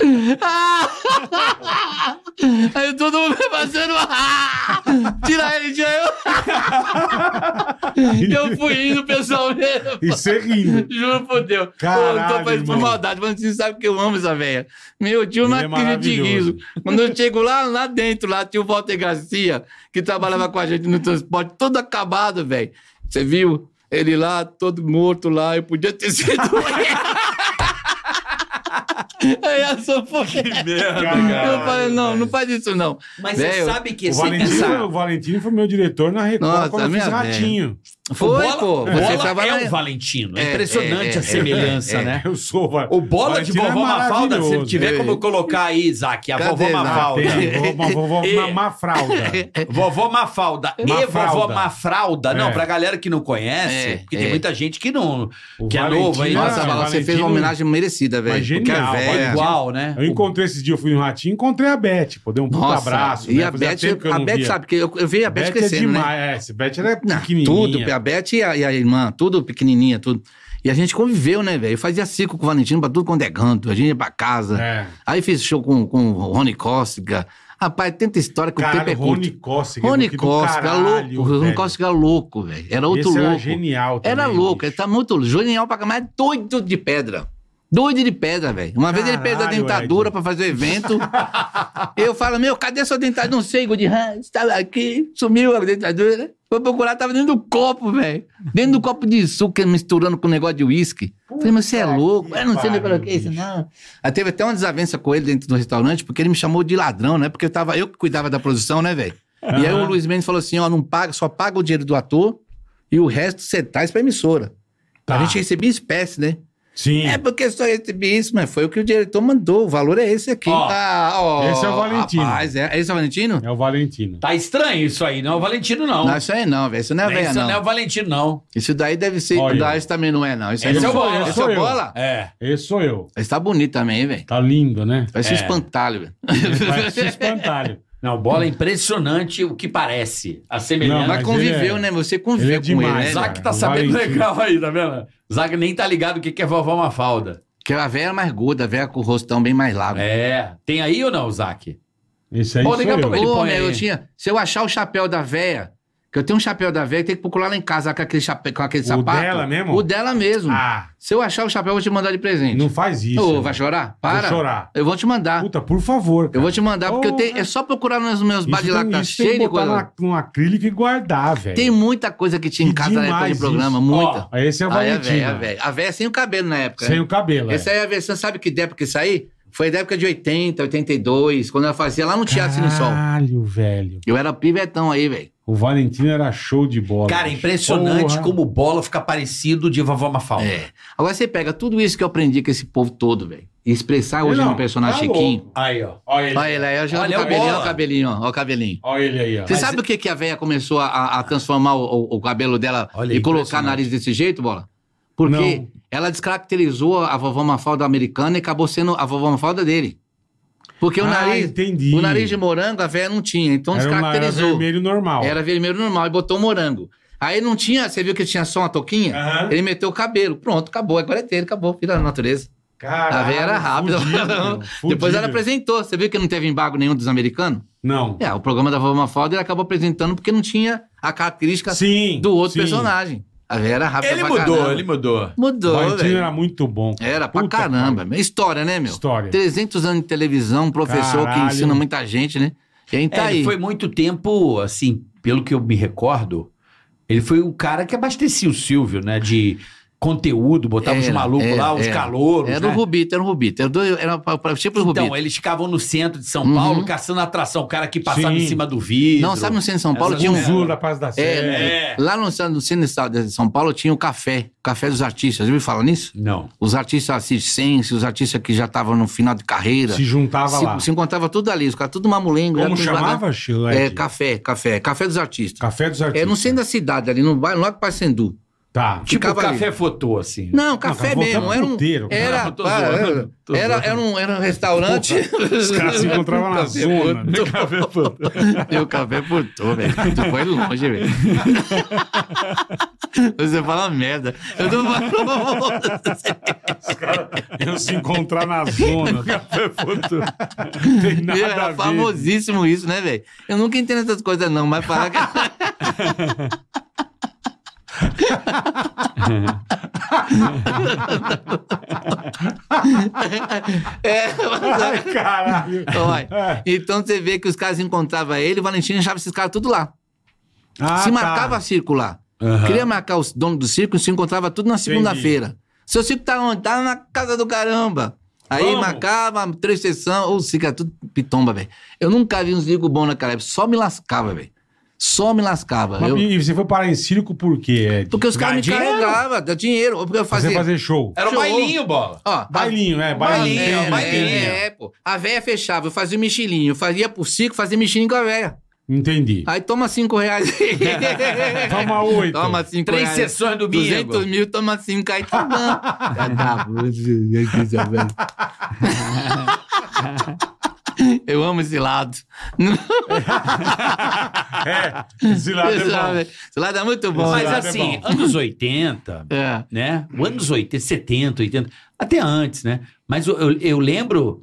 Speaker 4: Aí todo mundo fazendo. "Ah, Tira ele, tira eu.
Speaker 2: E
Speaker 5: Eu fui indo, pessoal.
Speaker 2: você é rindo.
Speaker 5: Juro por Deus.
Speaker 2: Caralho,
Speaker 4: eu tô fazendo por
Speaker 2: irmão.
Speaker 4: maldade, mas você sabe que eu amo essa velha. Meu tio não
Speaker 2: Ele é
Speaker 4: acredita de
Speaker 2: maravilhoso.
Speaker 4: riso. Quando eu chego lá, lá dentro, lá tinha o Walter Garcia, que trabalhava com a gente no transporte, todo acabado, velho. Você viu? Ele lá, todo morto lá, eu podia ter sido ele. Aí eu só fui. Eu
Speaker 2: Caralho.
Speaker 4: falei, não, não faz isso não.
Speaker 3: Mas
Speaker 4: Velho,
Speaker 3: você sabe que
Speaker 2: O
Speaker 3: esse
Speaker 2: Valentino, foi, o
Speaker 3: essa...
Speaker 2: Valentino foi meu diretor na Record
Speaker 4: Nossa,
Speaker 2: quando eu fiz
Speaker 4: minha
Speaker 2: ratinho.
Speaker 4: Foi,
Speaker 3: bola,
Speaker 4: pô. Você
Speaker 3: bola
Speaker 4: trabalha...
Speaker 5: É o Valentino. É,
Speaker 4: É,
Speaker 5: impressionante
Speaker 4: é, é,
Speaker 5: a semelhança,
Speaker 4: é, é.
Speaker 5: né?
Speaker 2: Eu sou Va-
Speaker 3: O bola de
Speaker 2: Valentino
Speaker 3: vovó
Speaker 2: é
Speaker 3: Mafalda, se
Speaker 2: maravilhoso.
Speaker 3: tiver
Speaker 4: É.
Speaker 3: como colocar aí, Isaac, a
Speaker 4: Cadê,
Speaker 3: vovó
Speaker 4: Isaac?
Speaker 3: Mafalda.
Speaker 2: Tem uma vovó
Speaker 3: E-
Speaker 4: É.
Speaker 2: na Mafralda.
Speaker 3: Vovó Mafalda e
Speaker 2: Mafralda.
Speaker 3: vovó Mafralda. Não,
Speaker 2: É.
Speaker 3: pra galera que não conhece,
Speaker 4: É,
Speaker 3: porque
Speaker 4: é.
Speaker 3: tem muita gente que não.
Speaker 2: O
Speaker 3: que é novo aí.
Speaker 2: Valentino-
Speaker 4: Nossa,
Speaker 2: Ah,
Speaker 4: Val, você
Speaker 2: Valentino-
Speaker 4: fez uma homenagem merecida, velho.
Speaker 2: Mas
Speaker 4: Porque
Speaker 2: genial,
Speaker 4: a
Speaker 2: É.
Speaker 4: velha...
Speaker 3: Igual, né?
Speaker 2: Eu encontrei esse dia, eu fui no Ratinho, encontrei a Beth. Pô, dei um puta
Speaker 4: Nossa,
Speaker 2: abraço.
Speaker 4: e
Speaker 2: né?
Speaker 4: a
Speaker 2: Fazia
Speaker 4: Beth,
Speaker 2: tempo que eu
Speaker 4: a
Speaker 2: não
Speaker 4: Beth
Speaker 2: via.
Speaker 4: sabe, porque eu, eu vi a Beth,
Speaker 2: Beth é
Speaker 4: crescendo, né?
Speaker 2: demais. É, esse Beth era
Speaker 4: Não,
Speaker 2: pequenininha.
Speaker 4: Tudo, a Beth e a, e a irmã, tudo pequenininha, tudo. E a gente conviveu, né, velho? Eu fazia circo com o Valentino pra tudo quanto é canto, a gente ia pra casa.
Speaker 2: É.
Speaker 4: Aí fiz show com, com o Rony Cossiga. Rapaz, tanta história que o
Speaker 2: Caralho,
Speaker 4: tempo é
Speaker 2: Rony
Speaker 4: curto.
Speaker 2: Cossiga.
Speaker 4: Rony
Speaker 2: que do
Speaker 4: Cossiga,
Speaker 2: caralho,
Speaker 4: louco. O Rony
Speaker 2: velho.
Speaker 4: Cossiga era louco, velho. Era
Speaker 2: Esse
Speaker 4: outro louco.
Speaker 2: era genial também,
Speaker 4: Era louco, ele
Speaker 2: bicho.
Speaker 4: tá muito genial pra caralho, mas é doido de pedra. Doido de pedra, velho. Uma vez ele perdeu a
Speaker 2: Caralho,
Speaker 4: dentadura
Speaker 2: Ed.
Speaker 4: pra fazer o evento. eu falo, meu, cadê sua dentadura? Não sei, Good Hans, tava aqui, sumiu a dentadura. Foi procurar, tava dentro do copo, velho. Dentro do copo de suco, misturando com um negócio de uísque. Falei, mas você é louco?
Speaker 2: que
Speaker 4: Eu não sei nem
Speaker 2: pariu,
Speaker 4: o que é isso,
Speaker 2: bicho.
Speaker 4: não. Aí teve até uma desavença com ele dentro do restaurante, porque ele me chamou de ladrão, né? Porque eu tava, eu que cuidava da produção, né, velho? E aí o Luiz Mendes falou assim: ó, não paga, só paga o dinheiro do ator e o resto você traz pra emissora.
Speaker 2: Tá.
Speaker 4: A gente recebia espécie, né?
Speaker 2: Sim.
Speaker 4: É porque só recebi isso, mas foi o que o diretor mandou. O valor é esse aqui.
Speaker 3: Ó,
Speaker 4: Ah, ó,
Speaker 2: esse é o Valentino.
Speaker 4: Rapaz, é, esse é o Valentino?
Speaker 2: É o Valentino.
Speaker 3: Tá estranho isso aí, não é o Valentino, não.
Speaker 4: Não, isso aí não, velho. Isso não é
Speaker 3: Isso
Speaker 4: velho,
Speaker 3: não.
Speaker 4: não.
Speaker 3: é o Valentino, não.
Speaker 4: Isso daí deve ser.
Speaker 2: Olha.
Speaker 4: Daí isso também não é, não. Isso aí
Speaker 3: Esse
Speaker 4: não
Speaker 3: é o Bola.
Speaker 4: Esse é
Speaker 2: Sou
Speaker 4: o
Speaker 2: eu.
Speaker 4: bola?
Speaker 3: É.
Speaker 2: Esse sou eu.
Speaker 4: Esse tá bonito também, velho.
Speaker 2: Tá lindo, né?
Speaker 4: Parece
Speaker 3: É.
Speaker 4: um espantalho, velho.
Speaker 2: Parece um espantalho.
Speaker 3: Não, bola é impressionante o que parece. A semelhança.
Speaker 2: Não,
Speaker 4: Mas,
Speaker 2: mas
Speaker 4: conviveu,
Speaker 2: ele
Speaker 4: né? Você conviveu
Speaker 2: ele é
Speaker 4: com
Speaker 2: demais,
Speaker 4: ele, né?
Speaker 2: Zac-
Speaker 4: velho?
Speaker 3: Zac tá
Speaker 2: O
Speaker 3: sabendo
Speaker 2: Valentino.
Speaker 3: legal aí, tá vendo? Zac nem tá ligado o que que é vovó Mafalda.
Speaker 4: Que a velha é mais gorda, a velha com o rostão bem mais largo.
Speaker 3: É. Tem aí ou não, Zac?
Speaker 2: Esse É aí
Speaker 3: Pô,
Speaker 2: sou
Speaker 3: liga
Speaker 2: eu.
Speaker 3: pra é ele.
Speaker 4: Ô,
Speaker 3: põe
Speaker 4: meu,
Speaker 3: aí.
Speaker 4: eu tinha. Se eu achar o chapéu da véia, que eu tenho um chapéu da véia, tem que procurar lá em casa com aquele, chapéu, com aquele
Speaker 2: O
Speaker 4: sapato.
Speaker 2: dela mesmo?
Speaker 4: O dela mesmo.
Speaker 2: Ah,
Speaker 4: Se eu achar o chapéu, eu vou te mandar de presente.
Speaker 2: não faz isso.
Speaker 4: Ô,
Speaker 2: velho.
Speaker 4: vai chorar? Para.
Speaker 2: Vou chorar.
Speaker 4: Eu vou te mandar.
Speaker 2: Puta, por favor.
Speaker 4: Eu
Speaker 2: cara.
Speaker 4: vou te mandar, porque eu tenho,
Speaker 2: Porra.
Speaker 4: é só procurar nos meus
Speaker 2: Isso
Speaker 4: bares lá que
Speaker 2: tem-
Speaker 4: tá
Speaker 2: isso tem
Speaker 4: cheio
Speaker 2: que
Speaker 4: de
Speaker 2: botar
Speaker 4: coisa.
Speaker 2: na- num acrílico e guardar, velho.
Speaker 4: Tem muita coisa que tinha em
Speaker 2: Que
Speaker 4: casa na época
Speaker 2: demais
Speaker 4: de programa,
Speaker 2: isso.
Speaker 4: muita.
Speaker 2: Ó, Esse é o
Speaker 4: Ah, é a
Speaker 2: Valentino.
Speaker 4: véia, a véia. A véia sem o cabelo na época.
Speaker 2: Sem
Speaker 4: né?
Speaker 2: o cabelo. é.
Speaker 4: Essa aí é a versão, sabe que época que isso aí? Foi da época de 80, 82, quando ela fazia lá assim no Teatro Cine Sol.
Speaker 2: é. Caralho, velho.
Speaker 4: Eu era pivetão aí, velho.
Speaker 2: O Valentino era show de bola.
Speaker 3: Cara, é
Speaker 2: bicho.
Speaker 3: impressionante
Speaker 2: Porra.
Speaker 3: como bola fica parecido de vovó Mafalda.
Speaker 4: É. Agora você pega tudo isso que eu aprendi com esse povo todo, velho. E expressar hoje
Speaker 2: Não,
Speaker 4: num personagem
Speaker 2: tá
Speaker 4: chiquinho.
Speaker 2: louco.
Speaker 3: Aí, ó.
Speaker 2: Olha ele.
Speaker 4: Olha ele aí, olha,
Speaker 3: Olha
Speaker 4: o
Speaker 3: o
Speaker 4: cabelinho,
Speaker 3: bola.
Speaker 4: olha o cabelinho, ó, ó o cabelinho.
Speaker 2: Olha ele aí, ó.
Speaker 4: Você sabe o que, que a véia começou a, a transformar o, o- o cabelo dela
Speaker 3: Olha,
Speaker 4: e colocar
Speaker 3: impressionante.
Speaker 4: nariz desse jeito, bola? Porque
Speaker 2: Não.
Speaker 4: ela descaracterizou a vovó Mafalda americana e acabou sendo a vovó Mafalda dele. Porque o
Speaker 2: Ah,
Speaker 4: nariz.
Speaker 2: entendi.
Speaker 4: O nariz de morango a véia não tinha, então
Speaker 2: era um era
Speaker 4: descaracterizou.
Speaker 2: vermelho normal.
Speaker 4: Era vermelho normal e botou morango. Aí não tinha, você viu que tinha só uma toquinha?
Speaker 2: Aham.
Speaker 4: Ele meteu o cabelo. Pronto, acabou. Agora é dele, acabou. Vira a natureza.
Speaker 2: Caralho,
Speaker 4: a veia era rápida.
Speaker 2: fudido, meu,
Speaker 4: Depois
Speaker 2: fudido.
Speaker 4: ela apresentou. Você viu que não teve embargo nenhum dos americanos?
Speaker 2: Não.
Speaker 4: É, o programa da Vovó Falda ele acabou apresentando porque não tinha a característica
Speaker 2: Sim.
Speaker 4: do outro
Speaker 2: sim.
Speaker 4: personagem. A veia era rápida
Speaker 3: Ele
Speaker 4: pra
Speaker 3: mudou,
Speaker 4: caramba.
Speaker 3: ele mudou.
Speaker 2: O
Speaker 4: mudou,
Speaker 2: Valentino
Speaker 4: velho.
Speaker 2: era muito bom. cara.
Speaker 4: Era pra
Speaker 2: Puta
Speaker 4: caramba.
Speaker 2: que
Speaker 4: História, né, meu?
Speaker 2: História.
Speaker 4: 300 anos de televisão, um professor
Speaker 2: Caralho.
Speaker 4: que ensina muita gente, né? E aí tá
Speaker 3: É,
Speaker 4: aí.
Speaker 3: ele foi muito tempo, assim, pelo que eu me recordo, ele foi o cara que abastecia o Silvio, né? De conteúdo, botava os
Speaker 4: Era,
Speaker 3: malucos
Speaker 4: era,
Speaker 3: lá, os
Speaker 4: era.
Speaker 3: calouros,
Speaker 4: Era o
Speaker 3: né?
Speaker 4: Rubito, era o Rubito. Era, do, era pra- pra- tipo o Rubito.
Speaker 3: Então, eles ficavam no centro de São
Speaker 4: Uhum.
Speaker 3: Paulo caçando atração, o cara que passava
Speaker 2: Sim.
Speaker 3: em cima do vidro.
Speaker 4: Não, sabe no centro de São Paulo
Speaker 3: Essas
Speaker 4: tinha um.
Speaker 2: pariu. Zulu da Paz da Sé.
Speaker 4: É, Lá no, centro- no centro de São Paulo tinha o café, o café dos artistas. Já ouviu falar nisso?
Speaker 3: Não.
Speaker 4: Os artistas assistentes, os artistas que já estavam no final de carreira.
Speaker 2: Se juntava
Speaker 4: se,
Speaker 2: lá.
Speaker 4: se encontrava tudo ali, os caras tudo mamulengo. era
Speaker 2: Como
Speaker 4: tudo
Speaker 2: chamava,
Speaker 4: devagar.
Speaker 2: Chico?
Speaker 4: É, café, café, café dos artistas.
Speaker 2: Café dos
Speaker 4: É
Speaker 2: Artistas.
Speaker 4: no centro da cidade, ali no bairro, logo para Sendu.
Speaker 2: Tá.
Speaker 3: Tipo
Speaker 4: Ficava ali.
Speaker 3: café fotô, assim.
Speaker 4: Não, café
Speaker 2: cara,
Speaker 4: mesmo.
Speaker 2: voltamos
Speaker 4: Era um,
Speaker 2: pro puteiro, cara.
Speaker 4: era,
Speaker 3: Não, tô
Speaker 4: para,
Speaker 3: zoando,
Speaker 4: era-
Speaker 3: tô
Speaker 4: era,
Speaker 3: zoando.
Speaker 4: era um, era um restaurante.
Speaker 2: Os caras se encontravam na zona. né? Café Fantástico.
Speaker 4: Meu café putou, velho. Tu foi longe, velho. Você fala merda. Eu tô falando.
Speaker 2: Eu se encontrar na zona. Café Fantástico. Tem nada a
Speaker 4: Era
Speaker 2: ver.
Speaker 4: famosíssimo isso, né, velho? Eu nunca entendo essas coisas, não, mas falar que. É, mas-
Speaker 2: Ai, caralho.
Speaker 4: Olha, Então você vê que os caras encontravam ele, o Valentino achava esses caras tudo lá.
Speaker 2: Ah,
Speaker 4: se
Speaker 2: tá.
Speaker 4: marcava circo lá.
Speaker 2: Aham.
Speaker 4: Queria marcar os donos do circo, se encontrava tudo na segunda-feira. Seu circo tá onde? Tá na casa do caramba. Aí
Speaker 2: Vamos.
Speaker 4: marcava três sessões, ou circo era tudo pitomba, velho. Eu nunca vi uns circo bom naquela época, só me lascava, velho. Só me lascava.
Speaker 2: Mas
Speaker 4: Eu-
Speaker 2: E você foi parar em circo por quê? Ed?
Speaker 4: Porque os caras me
Speaker 3: Ganhar dinheiro?
Speaker 4: carregavam, dá dinheiro. Ou porque eu
Speaker 2: Pra Você
Speaker 4: fazia.
Speaker 2: fazer show.
Speaker 3: Era o
Speaker 4: Show.
Speaker 3: bailinho, bola.
Speaker 4: Ó, a-
Speaker 2: Bailinho, é. Bailinho,
Speaker 3: É, Bailinho,
Speaker 2: entendo,
Speaker 3: bailinho.
Speaker 2: entendo.
Speaker 4: É, pô. A véia fechava, eu fazia o mexilinho. Eu fazia por circo, fazia mexilinho com a véia.
Speaker 2: Entendi.
Speaker 4: Aí toma cinco reais.
Speaker 2: Toma então. oito.
Speaker 4: É, Toma cinco
Speaker 3: Três
Speaker 4: reais.
Speaker 3: sessões do
Speaker 4: 200
Speaker 3: bingo.
Speaker 4: mil, toma cinco aí, tá bom. Já tá, pô. Eu amo esse lado.
Speaker 2: É, esse lado é bom.
Speaker 4: Esse lado é muito bom.
Speaker 5: Mas
Speaker 2: Esse lado é
Speaker 5: assim,
Speaker 2: bom.
Speaker 5: anos 80,
Speaker 4: É.
Speaker 5: né? O Anos 80, 70, 80, até antes, né? Mas eu, eu- eu lembro,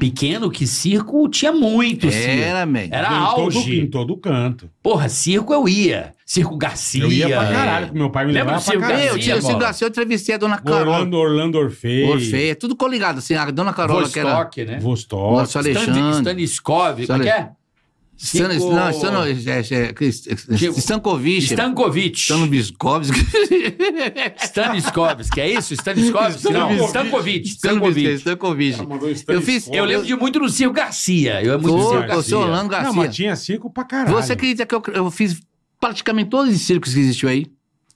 Speaker 5: pequeno, que circo tinha
Speaker 4: É.
Speaker 5: muito circo.
Speaker 4: Era, man.
Speaker 5: Era
Speaker 2: Em todo-
Speaker 5: auge.
Speaker 2: Em todo canto.
Speaker 5: Porra, circo eu ia. Circo Garcia.
Speaker 2: Eu ia pra caralho,
Speaker 5: é.
Speaker 2: porque meu pai me
Speaker 5: Lembra
Speaker 2: levava
Speaker 5: do
Speaker 2: pra
Speaker 5: Silvio?
Speaker 2: caralho.
Speaker 4: Eu,
Speaker 5: Garcia,
Speaker 4: tinha, eu,
Speaker 5: bola.
Speaker 4: eu entrevistei a dona Carol.
Speaker 2: Orlando, Orlando Orfei.
Speaker 4: Orfeia, tudo coligado, assim, a dona Carola, que era.
Speaker 5: Vostok, né?
Speaker 2: Vostok.
Speaker 4: Nossa, Alexandre.
Speaker 5: Staniskov, como é que é?
Speaker 4: Stan,
Speaker 5: Cinco-
Speaker 4: não, Stan, não, é, é, é,
Speaker 5: Digo,
Speaker 4: Stankovic.
Speaker 5: Stankovic.
Speaker 4: Staniskovski.
Speaker 5: Staniskovski, é isso? Staniskovski? Não,
Speaker 2: Stankovic.
Speaker 5: Stankovic.
Speaker 4: Stankovic.
Speaker 5: Stankovic.
Speaker 4: Stankovic. Eu fiz-
Speaker 5: Eu lembro de muito do Circo Garcia. Eu é muito do
Speaker 4: Tô,
Speaker 5: Circo
Speaker 4: tô, seu
Speaker 5: Garcia.
Speaker 4: Orlando Garcia.
Speaker 2: Não, mas tinha circo pra caralho.
Speaker 4: Você acredita que eu, eu fiz praticamente todos os circos que existiu aí?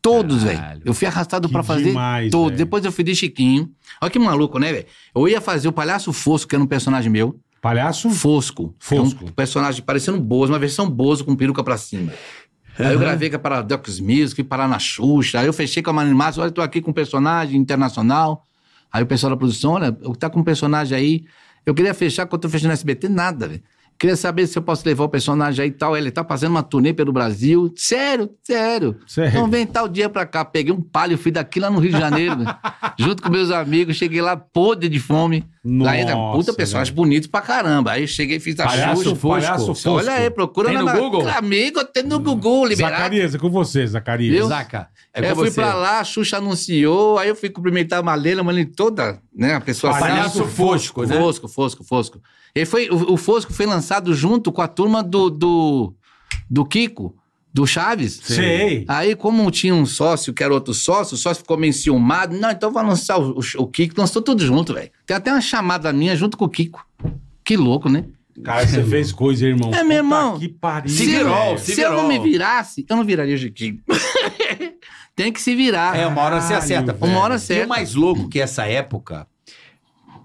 Speaker 4: Todos,
Speaker 5: Caralho.
Speaker 4: velho. Eu fui arrastado
Speaker 2: Que
Speaker 4: pra fazer
Speaker 2: demais,
Speaker 4: todos.
Speaker 2: velho.
Speaker 4: Depois eu fui de Chiquinho. Olha que maluco, né, velho? Eu ia fazer o Palhaço Fosco, que era um personagem meu.
Speaker 2: Palhaço
Speaker 4: Fosco.
Speaker 2: Fosco.
Speaker 4: É um personagem parecendo Bozo, uma versão Bozo com peruca pra cima. Aí eu gravei com a Paradox Music, fui parar na Xuxa. Aí eu fechei com a Mani Márcio, olha, eu tô aqui com um personagem internacional. Aí o pessoal da produção, olha, eu tá com um personagem aí. Eu queria fechar, quando eu tô fechando SBT, nada, velho. Queria saber se eu posso levar o personagem aí e tal. Ele tá fazendo uma turnê pelo Brasil. Sério, sério.
Speaker 2: Sério.
Speaker 4: Então vem tal dia pra cá. Peguei um palio, fui daqui lá no Rio de Janeiro, velho. junto com meus amigos. Cheguei lá podre de fome. Lá era
Speaker 2: Nossa,
Speaker 4: puta personagem bonito pra caramba. Aí eu cheguei e fiz a
Speaker 2: Palhaço
Speaker 4: Xuxa.
Speaker 2: Fosco. Palhaço Fosco.
Speaker 4: Olha aí, procura
Speaker 5: Tem
Speaker 4: na
Speaker 5: no
Speaker 4: barra-
Speaker 5: Google?
Speaker 4: Amigo, tem no Google, liberado.
Speaker 2: Hum, Zacarias, é com você, Zacarias.
Speaker 4: Eu?
Speaker 5: Zaca. é
Speaker 4: Aí eu fui pra lá, a Xuxa anunciou, aí eu fui cumprimentar a Malena, mas toda, né? A pessoa
Speaker 5: Palhaço Fosco, né?
Speaker 4: Fosco, Fosco, Fosco. E foi, o, o Fosco foi lançado junto com a turma do, do, do Kiko, do Chaves.
Speaker 2: Sei.
Speaker 4: Aí, como tinha um sócio que era outro sócio, o sócio ficou meio enciumado. Não, então vai lançar o, o- o Kiko. Lançou tudo junto, velho. Tem até uma chamada minha junto com o Kiko. Que louco, né?
Speaker 2: Cara, você fez coisa, irmão.
Speaker 4: É, meu irmão.
Speaker 2: Que pariu.
Speaker 4: Se,
Speaker 5: virou,
Speaker 2: velho.
Speaker 5: se
Speaker 4: se eu não me
Speaker 5: virou.
Speaker 4: virasse, eu não viraria o Chiquinho. Tem que se virar.
Speaker 5: É, uma hora você
Speaker 2: Caralho,
Speaker 5: acerta.
Speaker 2: velho.
Speaker 4: Ah, uma hora
Speaker 5: E
Speaker 4: certa.
Speaker 5: o mais louco que essa época,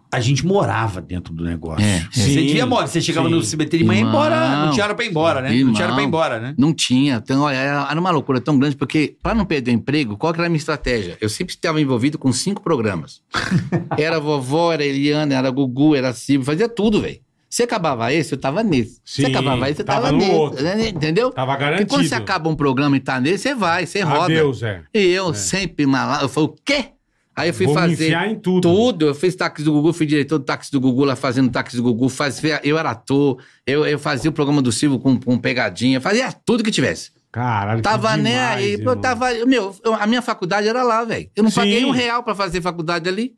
Speaker 5: a gente morava dentro do negócio.
Speaker 4: É, é.
Speaker 5: Você
Speaker 2: Sim,
Speaker 5: devia morar. Você chegava
Speaker 2: sim.
Speaker 5: no CBT de manhã e ia
Speaker 4: Irmão.
Speaker 5: embora. Não tinha hora pra ir embora, né? Não tinha hora pra ir
Speaker 4: Irmão.
Speaker 5: embora, né?
Speaker 4: Não tinha. Então, olha, era era uma loucura tão grande, porque para não perder o emprego, qual que era a minha estratégia? Eu sempre estava envolvido com cinco programas. Era vovó, era Eliana, era Gugu, era Silvio, fazia tudo, velho. Se acabava esse, eu tava nesse. Se
Speaker 2: Sim,
Speaker 4: acabava esse, eu
Speaker 2: tava
Speaker 4: tava,
Speaker 2: no
Speaker 4: nesse.
Speaker 2: outro.
Speaker 4: né? Entendeu?
Speaker 2: Tava
Speaker 4: Porque
Speaker 2: garantido.
Speaker 4: quando você acaba um programa e tá nesse, você vai, você roda.
Speaker 2: Adeus, é.
Speaker 4: E eu sempre malado, eu falei, o quê? Aí eu fui
Speaker 2: Vou me
Speaker 4: fazer
Speaker 2: enfiar em tudo.
Speaker 4: tudo, eu fiz táxi do Gugu, fui diretor do táxi do Gugu lá fazendo táxi do Gugu, fazia, eu era ator, eu, eu fazia o programa do Silvio com, com pegadinha, fazia tudo que tivesse.
Speaker 2: Caralho, que
Speaker 4: Tava
Speaker 2: demais,
Speaker 4: nem aí, eu
Speaker 2: irmão.
Speaker 4: tava, meu, eu- a minha faculdade era lá, velho. Eu não
Speaker 2: Sim.
Speaker 4: paguei um real pra fazer faculdade ali,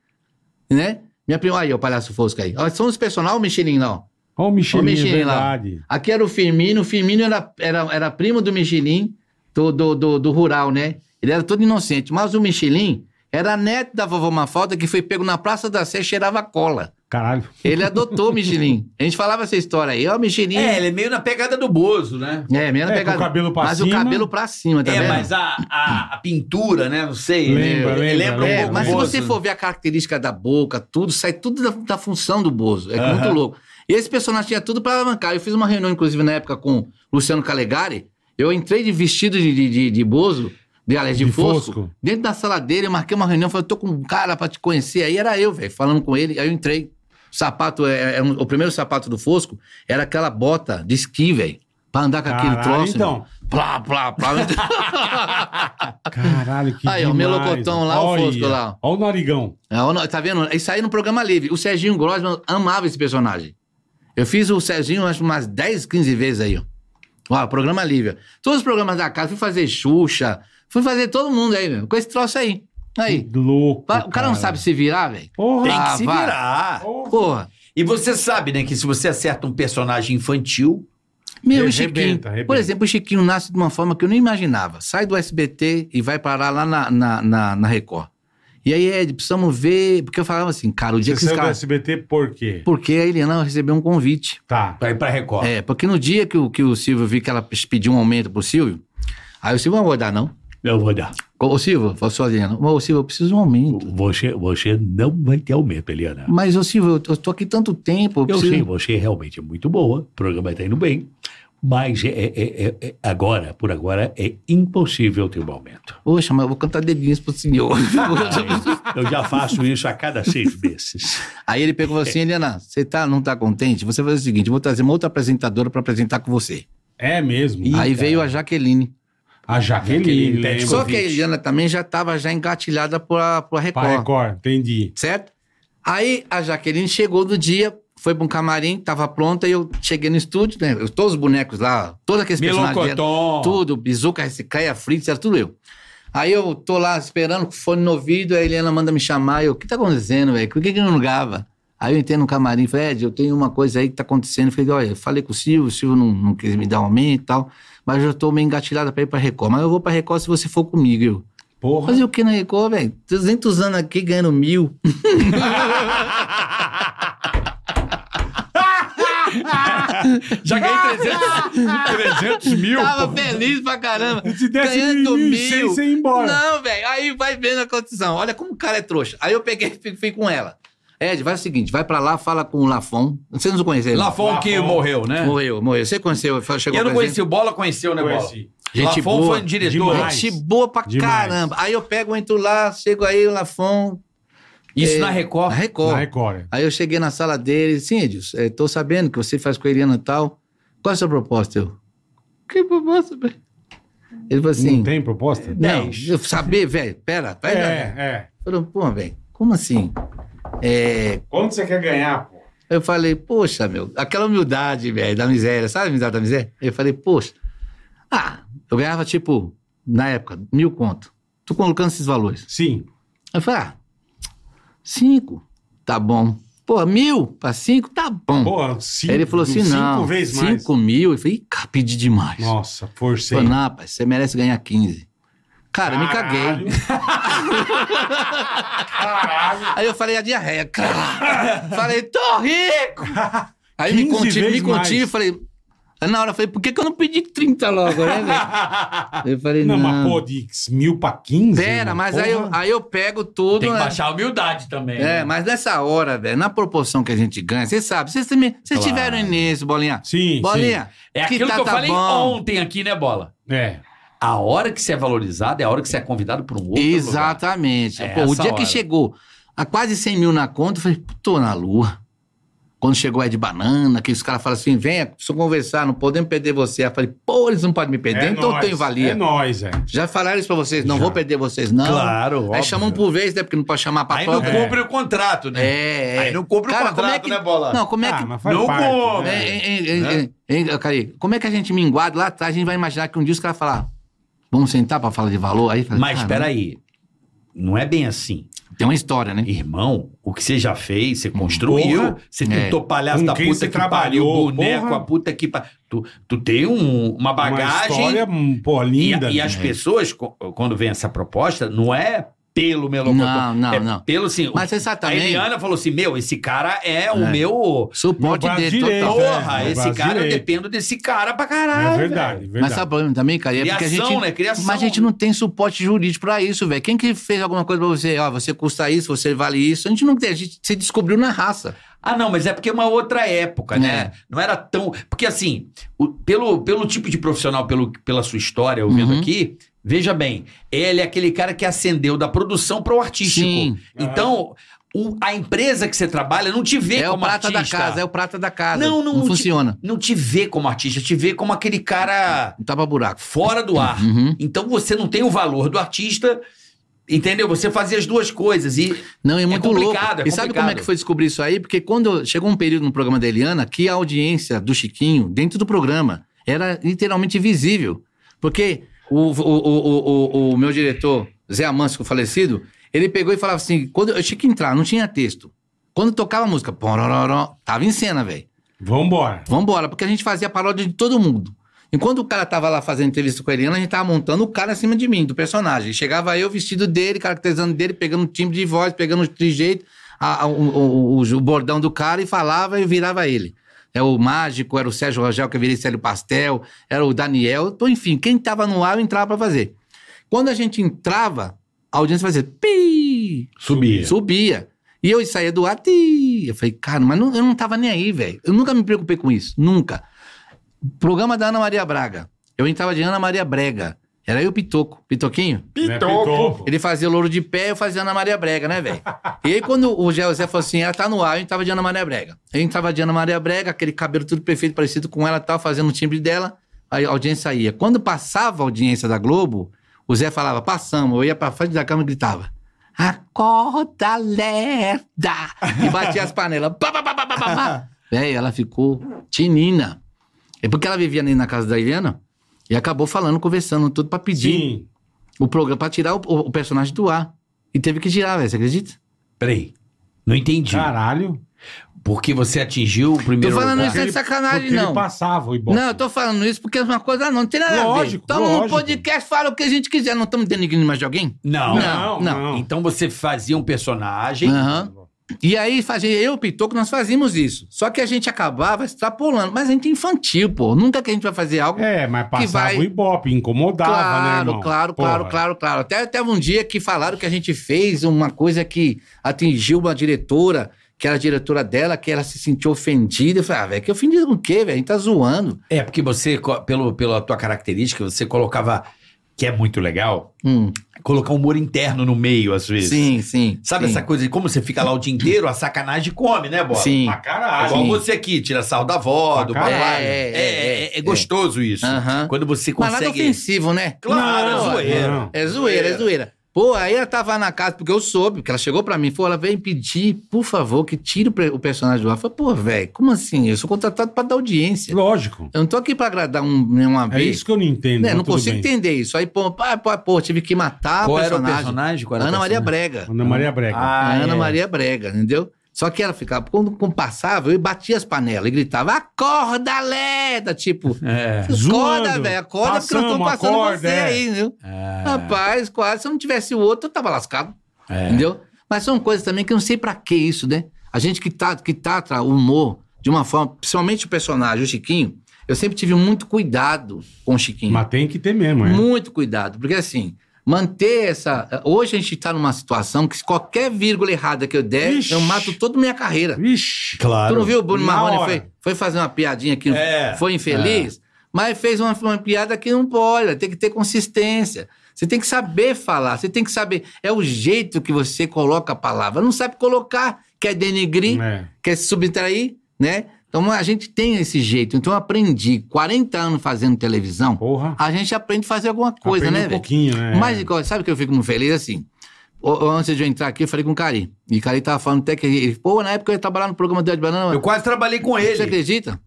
Speaker 4: né? Minha prima, aí, o palhaço fosco aí. Ó, São os personal, o Michelin, não.
Speaker 2: Ó o
Speaker 4: Ó o
Speaker 2: Michelin, é
Speaker 4: Michelin lá.
Speaker 2: verdade.
Speaker 4: Aqui era o Firmino, o Firmino era, era, era primo do Michelin, do, do, do, do rural, né? Ele era todo inocente, mas o Michelin era neto da vovó Mafalda, que foi pego na Praça da Sé, cheirava cola.
Speaker 2: Caralho.
Speaker 4: Ele adotou o Michelin. A gente falava essa história aí, ó, o Michelin.
Speaker 5: É,
Speaker 4: É,
Speaker 5: ele é meio na pegada do Bozo, né?
Speaker 4: menos
Speaker 2: É, com
Speaker 4: pegado.
Speaker 2: o cabelo pra
Speaker 4: mas
Speaker 2: cima.
Speaker 4: o cabelo pra cima, tá
Speaker 5: É,
Speaker 4: vendo?
Speaker 5: mas a, a, a pintura, né? Não sei.
Speaker 2: Lembra,
Speaker 5: ele- ele
Speaker 2: lembra,
Speaker 5: um
Speaker 4: É,
Speaker 5: pouco
Speaker 4: mas se
Speaker 5: Bozo,
Speaker 4: você
Speaker 5: né?
Speaker 4: for ver a característica da boca, tudo, sai tudo da, da função do Bozo. É muito louco. E esse personagem tinha tudo pra alavancar. Eu fiz uma reunião, inclusive, na época com Luciano Calegari. Eu entrei de vestido de, de, de, de Bozo, de, aliás, de,
Speaker 2: De
Speaker 4: Fosco,
Speaker 2: Fosco.
Speaker 4: dentro da sala dele, eu marquei uma reunião, falei, eu tô com um cara pra te conhecer. Aí era eu, velho, falando com ele. Aí eu entrei. O sapato, é, é um- o primeiro sapato do Fosco era aquela bota de esqui, velho. Pra andar com aquele
Speaker 2: Caralho,
Speaker 4: troço.
Speaker 2: então.
Speaker 4: velho. Plá, plá, plá.
Speaker 2: Caralho, que
Speaker 4: Aí, ó, o
Speaker 2: demais.
Speaker 4: melocotão lá, o
Speaker 2: Olha
Speaker 4: Fosco
Speaker 2: aí,
Speaker 4: lá,
Speaker 2: Ó o narigão.
Speaker 4: É, ou não, tá vendo? Isso aí no programa livre. O Serginho Grossman amava esse personagem. Eu fiz o Serginho acho umas 10, 15 vezes aí, ó. Ó, programa Lívia. Todos os programas da casa, fui fazer Xuxa, fui fazer todo mundo aí, meu, com esse troço aí. Aí.
Speaker 2: Que louco.
Speaker 4: Pa- O cara não sabe se virar, velho?
Speaker 2: Porra.
Speaker 3: Tem que
Speaker 4: Ah,
Speaker 3: se
Speaker 4: vai.
Speaker 3: virar.
Speaker 2: Porra.
Speaker 4: Porra.
Speaker 3: E você sabe, né, que se você acerta um personagem infantil,
Speaker 4: Meu,
Speaker 2: Arrebenta,
Speaker 4: o Chiquinho.
Speaker 2: arrebenta.
Speaker 4: Por exemplo, o Chiquinho nasce de uma forma que eu não imaginava. Sai do SBT e vai parar lá na, na, na, na Record. E aí, Ed, precisamos ver. Porque eu falava assim, cara, o dia
Speaker 2: Você
Speaker 4: que esses
Speaker 2: saiu do
Speaker 4: caras.
Speaker 2: SBT por quê?
Speaker 4: Porque a Eliana recebeu um convite.
Speaker 2: Tá.
Speaker 3: pra ir pra Record.
Speaker 4: É, porque no dia que o, que o Silvio viu que ela pediu um aumento pro Silvio, aí o Silvio não vai dar, não.
Speaker 5: Eu vou dar.
Speaker 4: Ô, Silvio, falou sozinha, não. Ô, Silvio, eu preciso de um aumento.
Speaker 5: Você, você não vai ter aumento, Eliana.
Speaker 4: Mas, ô, Silvio, eu, eu tô aqui tanto tempo, eu
Speaker 5: Eu
Speaker 4: preciso...
Speaker 5: sei, você realmente é muito boa, o programa está indo bem, mas é, é- é- é- agora, por agora, é impossível ter um aumento.
Speaker 4: Poxa, mas eu vou cantar dedinhos pro senhor.
Speaker 5: Eu já faço isso a cada seis meses.
Speaker 4: aí ele pegou e falou assim, Helena, você tá, não tá contente? Você vai fazer o seguinte, eu vou trazer uma outra apresentadora pra apresentar com você.
Speaker 2: É mesmo.
Speaker 4: aí veio a Jaqueline.
Speaker 2: A
Speaker 3: Jaqueline
Speaker 2: Jaqueline. lembro.
Speaker 3: Pet
Speaker 4: Só
Speaker 3: Convite.
Speaker 4: que a Eliana também já tava já engatilhada pra, pra Record.
Speaker 2: Pra Record, entendi.
Speaker 4: certo? Aí a Jaqueline chegou do dia, foi pra um camarim, tava pronta, e eu cheguei no estúdio, né? eu- Todos os bonecos lá, todos aqueles personagens. eram-
Speaker 2: Melocotão.
Speaker 4: é Tudo, Bizuca, Recicleia, Fritz, era tudo eu. Aí eu tô lá esperando, com o fone no ouvido, aí a Helena manda me chamar, eu, o que tá acontecendo, velho? Por que que eu não ligava? Aí eu entrei no camarim, falei, Ed, eu tenho uma coisa aí que tá acontecendo. Falei, olha, eu falei com o Silvio, o Silvio não, não quis me dar um aumento e tal, mas eu tô meio engatilhada pra ir pra Record. Mas eu vou pra Record se você for comigo, eu.
Speaker 2: Porra.
Speaker 4: Fazer o que na Record, velho? 200 anos aqui ganhando mil.
Speaker 3: Já ganhei 300, 300 mil.
Speaker 4: Tava feliz pra caramba.
Speaker 2: Se desse
Speaker 4: ganhando
Speaker 2: mil e cem, você ia embora.
Speaker 4: Não, velho. Aí vai vendo a condição. Olha como o cara é trouxa. Aí eu peguei e fui, fui com ela. Ed, vai o seguinte, vai pra lá, fala com o Lafon. Você não conhece ele?
Speaker 3: Lafon que
Speaker 2: Lafon.
Speaker 3: morreu, né?
Speaker 4: Morreu, morreu. Você conheceu, chegou
Speaker 3: Eu não
Speaker 4: pra gente?
Speaker 3: conheci o Bola, conheceu,
Speaker 4: é
Speaker 3: né, Bola?
Speaker 2: Conheci.
Speaker 4: Gente
Speaker 3: Lafon
Speaker 4: boa.
Speaker 3: foi um diretor.
Speaker 2: Demais.
Speaker 4: Gente boa pra
Speaker 2: Demais.
Speaker 4: caramba. Aí eu pego, entro lá, chego aí, o Lafon.
Speaker 3: Isso
Speaker 4: É,
Speaker 3: na
Speaker 4: Na
Speaker 3: Record.
Speaker 4: Record.
Speaker 2: Na Record.
Speaker 4: é,
Speaker 2: Não tem proposta?
Speaker 4: assim, Não,
Speaker 3: Dez.
Speaker 4: eu saber, velho, pera,
Speaker 2: É,
Speaker 4: pera. velho.
Speaker 2: é.
Speaker 4: Falei, pô, velho, como assim? É,
Speaker 2: Quanto você quer ganhar, pô?
Speaker 4: eu falei, poxa, meu, aquela humildade, velho, da miséria, sabe a humildade da miséria? Eu falei, poxa, ah, eu ganhava, tipo, na época, mil conto. Tô colocando esses valores.
Speaker 2: Sim.
Speaker 4: Eu falei, ah, cinco, tá bom. Pô, mil pra cinco, tá bom.
Speaker 2: Pô, cinco,
Speaker 4: Aí ele falou assim,
Speaker 2: cinco
Speaker 4: não,
Speaker 2: vezes mais.
Speaker 4: cinco mil. Eu falei, "Ih, cara, pedi demais.
Speaker 2: Nossa,
Speaker 4: Pô,
Speaker 2: forcei.
Speaker 4: não, rapaz, você merece ganhar 15. Cara, eu me caguei.
Speaker 2: Caralho.
Speaker 4: Aí eu falei a diarreia, cara. Falei, tô rico! Aí me
Speaker 2: 15
Speaker 4: contive, me
Speaker 2: vezes mais.
Speaker 4: contive, falei. Aí na hora eu falei, por que, que eu não pedi 30 logo, né, velho? Eu falei,
Speaker 2: Não,
Speaker 4: não.
Speaker 2: mas pô, de mil pra quinze?
Speaker 4: Pera,
Speaker 2: irmão,
Speaker 4: mas aí eu,
Speaker 2: porra.
Speaker 4: aí eu pego tudo,
Speaker 3: Tem que
Speaker 4: né?
Speaker 3: baixar a humildade também. né?
Speaker 4: É, mas nessa hora, velho, na proporção que a gente ganha, vocês sabem, vocês também- vocês
Speaker 3: Claro.
Speaker 4: tiveram início, Bolinha.
Speaker 2: Sim,
Speaker 4: Bolinha,
Speaker 3: É aquilo que,
Speaker 4: tá,
Speaker 3: eu
Speaker 4: tá
Speaker 3: falei
Speaker 4: bom.
Speaker 3: ontem aqui, né, Bola?
Speaker 2: sim. É.
Speaker 3: A hora que você é valorizado é a hora que você é convidado para um outro lugar.
Speaker 4: Exatamente.
Speaker 3: É
Speaker 4: Pô, o
Speaker 3: essa
Speaker 4: dia
Speaker 3: hora.
Speaker 4: que chegou a quase 100 mil na conta, eu falei, "Pô, tô na lua. Quando chegou é de banana, que os caras falam assim, venha, preciso conversar, não podemos perder você. Eu falei, pô, eles não podem me perder,
Speaker 2: é
Speaker 4: então
Speaker 2: nóis,
Speaker 4: eu tenho valia.
Speaker 2: É nóis, é.
Speaker 4: Já falaram isso pra vocês, não
Speaker 2: Já.
Speaker 4: vou perder vocês, não.
Speaker 3: Claro,
Speaker 4: Aí
Speaker 3: óbvio.
Speaker 4: chamam por vez, né, porque não pode chamar pra
Speaker 3: Aí não
Speaker 4: troca.
Speaker 2: É.
Speaker 3: cumpre o contrato, né?
Speaker 4: É, é.
Speaker 3: Aí não cumpre
Speaker 4: Cara,
Speaker 3: o
Speaker 4: como é
Speaker 3: contrato,
Speaker 4: que-
Speaker 3: né, Bola?
Speaker 4: Não, como é que...
Speaker 2: Ah, mas faz
Speaker 3: Não
Speaker 2: parte.
Speaker 3: como,
Speaker 4: É,
Speaker 2: né?
Speaker 4: é, é, é, é, é, é, Cari, como é que a gente minguado lá atrás, a gente vai imaginar que um dia os caras falar, vamos sentar pra falar de valor? Aí, fala,
Speaker 5: Mas
Speaker 4: Tá "Caramba,
Speaker 5: peraí, não é bem assim.
Speaker 4: Tem uma história, né?
Speaker 5: Irmão, o que você já fez, você construiu,
Speaker 2: Porra.
Speaker 5: você
Speaker 4: É.
Speaker 5: tentou palhaço
Speaker 2: Com
Speaker 5: da
Speaker 2: quem
Speaker 5: puta
Speaker 2: você
Speaker 5: que pariu,
Speaker 2: trabalhou,
Speaker 5: boneco,
Speaker 2: porra.
Speaker 5: a puta que pariu. Tu, tu tem um- uma
Speaker 2: Uma
Speaker 5: bagagem
Speaker 2: história, hum, pô,
Speaker 5: E-
Speaker 2: linda.
Speaker 5: E, as pessoas, co- quando vem essa proposta, não é pelo
Speaker 3: Tá
Speaker 5: melocotão.
Speaker 4: Não, não,
Speaker 5: é
Speaker 4: não.
Speaker 5: Pelo assim.
Speaker 4: Mas você
Speaker 5: a
Speaker 4: sabe também,
Speaker 5: Eliana falou assim: meu, esse cara é, o
Speaker 4: É.
Speaker 5: meu.
Speaker 4: suporte
Speaker 2: Meu braço
Speaker 4: dele
Speaker 2: direito,
Speaker 4: total.
Speaker 2: é.
Speaker 5: Porra,
Speaker 2: meu
Speaker 5: esse
Speaker 2: braço
Speaker 5: cara, eu
Speaker 2: direito.
Speaker 5: dependo desse cara pra caralho.
Speaker 2: É verdade,
Speaker 5: velho.
Speaker 2: verdade.
Speaker 4: Mas sabe o problema também, cara? É porque a
Speaker 5: Criação,
Speaker 4: gente.
Speaker 5: né? Criação.
Speaker 4: Mas a gente não tem suporte jurídico pra isso, velho. Quem que fez alguma coisa pra você? Ó, você custa isso, você vale isso. A gente não tem, a gente se descobriu na raça.
Speaker 3: Ah, não, mas é porque é uma outra época, né?
Speaker 4: É.
Speaker 3: Não era tão. Porque, assim, o- pelo, pelo tipo de profissional, pelo, pela sua história, eu vendo
Speaker 4: Uhum.
Speaker 3: aqui, veja bem, ele é aquele cara que ascendeu da produção para o artístico.
Speaker 4: Sim.
Speaker 3: Então, o- a empresa que você trabalha não te vê
Speaker 4: É o
Speaker 3: como
Speaker 4: prata
Speaker 3: artista.
Speaker 4: da casa, é o prata da casa.
Speaker 3: Não, não,
Speaker 4: Não
Speaker 3: te-
Speaker 4: funciona.
Speaker 3: Não te vê como artista, te vê como aquele cara
Speaker 4: Não tapa buraco.
Speaker 3: fora do ar.
Speaker 4: Uhum.
Speaker 3: Então você não tem o valor do artista, entendeu? Você fazia as duas coisas e
Speaker 4: Não, é muito louco.
Speaker 3: complicado, é
Speaker 4: e sabe como é
Speaker 3: complicado.
Speaker 4: que foi descobrir isso aí? Porque quando chegou um período no programa da Eliana que a audiência do Chiquinho, dentro do programa, era literalmente visível. Porque o, o, o, o, o- o meu diretor, Zé Amâncio, falecido, ele pegou e falava assim: quando eu tinha que entrar, não tinha texto. Quando tocava a música, porororó, tava em cena, velho.
Speaker 2: Vambora.
Speaker 4: Vambora, porque a gente fazia paródia de todo mundo. Enquanto o cara tava lá fazendo entrevista com a Eliana, a gente tava montando o cara acima de mim, do personagem. Chegava eu vestido dele, caracterizando dele, pegando o timbre de voz, pegando o trijeito, a- a- o, o- o- o bordão do cara e falava e virava ele. É o Mágico, era o Sérgio Rangel, que eu virei Célio Pastel, era o Daniel, então, enfim, quem tava no ar eu entrava pra fazer. Quando a gente entrava, a audiência fazia pi,
Speaker 2: Subia.
Speaker 4: Subia. E eu saía do ar. ti. Eu falei, cara, mas não- eu não tava nem aí, velho. Eu nunca me preocupei com isso. Nunca. Programa da Ana Maria Braga. Eu entrava de Ana Maria Brega. Era eu, Pitoco. Pitoquinho?
Speaker 2: Né, Pitoco.
Speaker 4: Ele fazia o louro de pé, eu fazia Ana Maria Brega, né, velho? e aí, quando o Gé Zé falou assim, ela tá no ar, eu entrava de Ana Maria Brega. Eu entrava de Ana Maria Brega, aquele cabelo tudo perfeito, parecido com ela, tal, fazendo o timbre dela, aí a audiência ia. Quando passava a audiência da Globo, o Zé falava, passamos. Eu ia pra frente da cama e gritava, acorda, lerda! E batia as panelas. Pá, pá, pá, pá, pá, pá, pá. Véi, ela ficou tinina. É porque ela vivia ali na casa da Helena e acabou falando, conversando tudo pra pedir
Speaker 2: Sim.
Speaker 4: o programa pra tirar o, o- o personagem do ar. E teve que girar, velho. Você acredita?
Speaker 3: Peraí. Não entendi.
Speaker 2: Caralho.
Speaker 3: Porque você atingiu o
Speaker 4: Tô
Speaker 3: primeiro
Speaker 4: falando
Speaker 3: lugar.
Speaker 4: isso é de sacanagem,
Speaker 2: porque
Speaker 4: não.
Speaker 2: Ele passava o Ibope.
Speaker 4: Não, eu tô falando isso porque é uma coisa não, não tem nada
Speaker 2: Lógico,
Speaker 4: a ver. Tamo no
Speaker 2: lógico.
Speaker 4: podcast, fala o que a gente quiser. Não estamos denigrando mais de alguém?
Speaker 3: Não.
Speaker 4: Não, não.
Speaker 3: Então você fazia um personagem.
Speaker 4: Aham. E aí, fazia, eu e o Pitoco, nós fazíamos isso. Só que a gente acabava extrapolando. Mas a gente é infantil, pô. Nunca que a gente vai fazer algo
Speaker 2: É, mas passava
Speaker 4: vai-
Speaker 2: o Ibope, incomodava, né,
Speaker 4: claro,
Speaker 2: irmão?
Speaker 4: claro,
Speaker 2: Porra.
Speaker 4: claro, claro, claro. Até teve um dia que falaram que a gente fez uma coisa que atingiu uma diretora, que era a diretora dela, que ela se sentiu ofendida. Eu falei, ah, velho, que ofendida com o quê, velho? A gente tá zoando.
Speaker 3: É, porque você, co- pelo, pela tua característica, você colocava, que é muito legal,
Speaker 4: Hum,
Speaker 3: colocar humor interno no meio, às vezes.
Speaker 4: sim, sim.
Speaker 3: Sabe
Speaker 4: sim.
Speaker 3: essa coisa de como você fica lá o dia inteiro, a sacanagem come, né, Bola?
Speaker 4: Sim.
Speaker 2: Pra
Speaker 3: É
Speaker 2: caralho.
Speaker 3: Igual
Speaker 4: Sim.
Speaker 3: você aqui, tira sal da avó, do
Speaker 2: Pra caralho.
Speaker 3: papai.
Speaker 4: É,
Speaker 3: É,
Speaker 4: é,
Speaker 3: é,
Speaker 4: é,
Speaker 3: é gostoso isso.
Speaker 4: Aham.
Speaker 3: Quando você
Speaker 4: Mas nada
Speaker 3: consegue.
Speaker 4: ofensivo, né?
Speaker 3: Claro,
Speaker 2: Não,
Speaker 3: é zoeira.
Speaker 2: não.
Speaker 4: É zoeira, é zoeira. Pô, aí ela tava na casa, porque eu soube, porque ela chegou pra mim, falou, ela veio pedir, por favor, que tire o pre- o personagem do ar. Eu falei, pô, velho, como assim? Eu sou contratado pra dar audiência.
Speaker 2: é Lógico.
Speaker 4: Eu não tô aqui pra agradar um, nenhuma
Speaker 2: É
Speaker 4: vez.
Speaker 2: isso que eu não entendo.
Speaker 4: Né,
Speaker 2: mas
Speaker 4: não
Speaker 2: tudo
Speaker 4: consigo
Speaker 2: bem.
Speaker 4: entender isso. Aí, pô, pá, pá, pô, tive que matar
Speaker 3: Qual
Speaker 4: a
Speaker 3: era o
Speaker 4: ah, personagem.
Speaker 3: personagem? Qual era o
Speaker 4: Ana Maria
Speaker 3: personagem?
Speaker 4: Brega.
Speaker 2: Ana Maria Brega.
Speaker 3: Ah,
Speaker 4: Ana
Speaker 3: é.
Speaker 4: Maria Brega, entendeu? Só que ela ficava, quando, quando passava, eu batia as panelas e gritava, acorda, Leda! Tipo,
Speaker 3: É.
Speaker 4: acorda,
Speaker 2: Zoando.
Speaker 4: velho, acorda porque eu tô
Speaker 2: Passamos,
Speaker 4: passando
Speaker 2: acorda,
Speaker 4: você
Speaker 2: é.
Speaker 4: aí, entendeu? Rapaz, quase, se eu não tivesse o outro, eu tava lascado,
Speaker 3: É.
Speaker 4: entendeu? Mas são coisas também que eu não sei pra que isso, né? A gente que, tá, que trata o humor de uma forma, principalmente o personagem, o Chiquinho, eu sempre tive muito cuidado com o Chiquinho.
Speaker 2: Mas tem que ter mesmo, é.
Speaker 4: Muito cuidado, porque assim, manter essa. Hoje a gente está numa situação que se qualquer vírgula errada que eu der,
Speaker 2: Ixi.
Speaker 4: eu mato toda a minha carreira.
Speaker 2: Vixe.
Speaker 3: Claro.
Speaker 4: Tu não viu o Bruno
Speaker 2: Na
Speaker 4: Marrone
Speaker 2: hora.
Speaker 4: foi, foi fazer uma piadinha que
Speaker 3: É.
Speaker 4: foi infeliz, mas fez uma, uma piada que não pode, tem que ter consistência. Você tem que saber falar, você tem que saber. É o jeito que você coloca a palavra. Não sabe colocar, quer denegrir,
Speaker 2: É.
Speaker 4: quer se subtrair, né? Então a gente tem esse jeito. Então eu aprendi 40 anos fazendo televisão
Speaker 2: Porra.
Speaker 4: a gente aprende a fazer alguma coisa,
Speaker 2: Aprende
Speaker 4: né,
Speaker 2: um
Speaker 4: velho?
Speaker 2: pouquinho,
Speaker 3: é.
Speaker 2: né?
Speaker 4: Mas igual, sabe que eu fico muito feliz assim? O- o- Antes de eu entrar aqui, eu falei com o Cari. E o Cari tava falando até que ele, pô, na época eu ia trabalhar no programa do Ed Banana.
Speaker 3: Eu quase trabalhei com
Speaker 4: Você
Speaker 3: ele.
Speaker 4: acredita?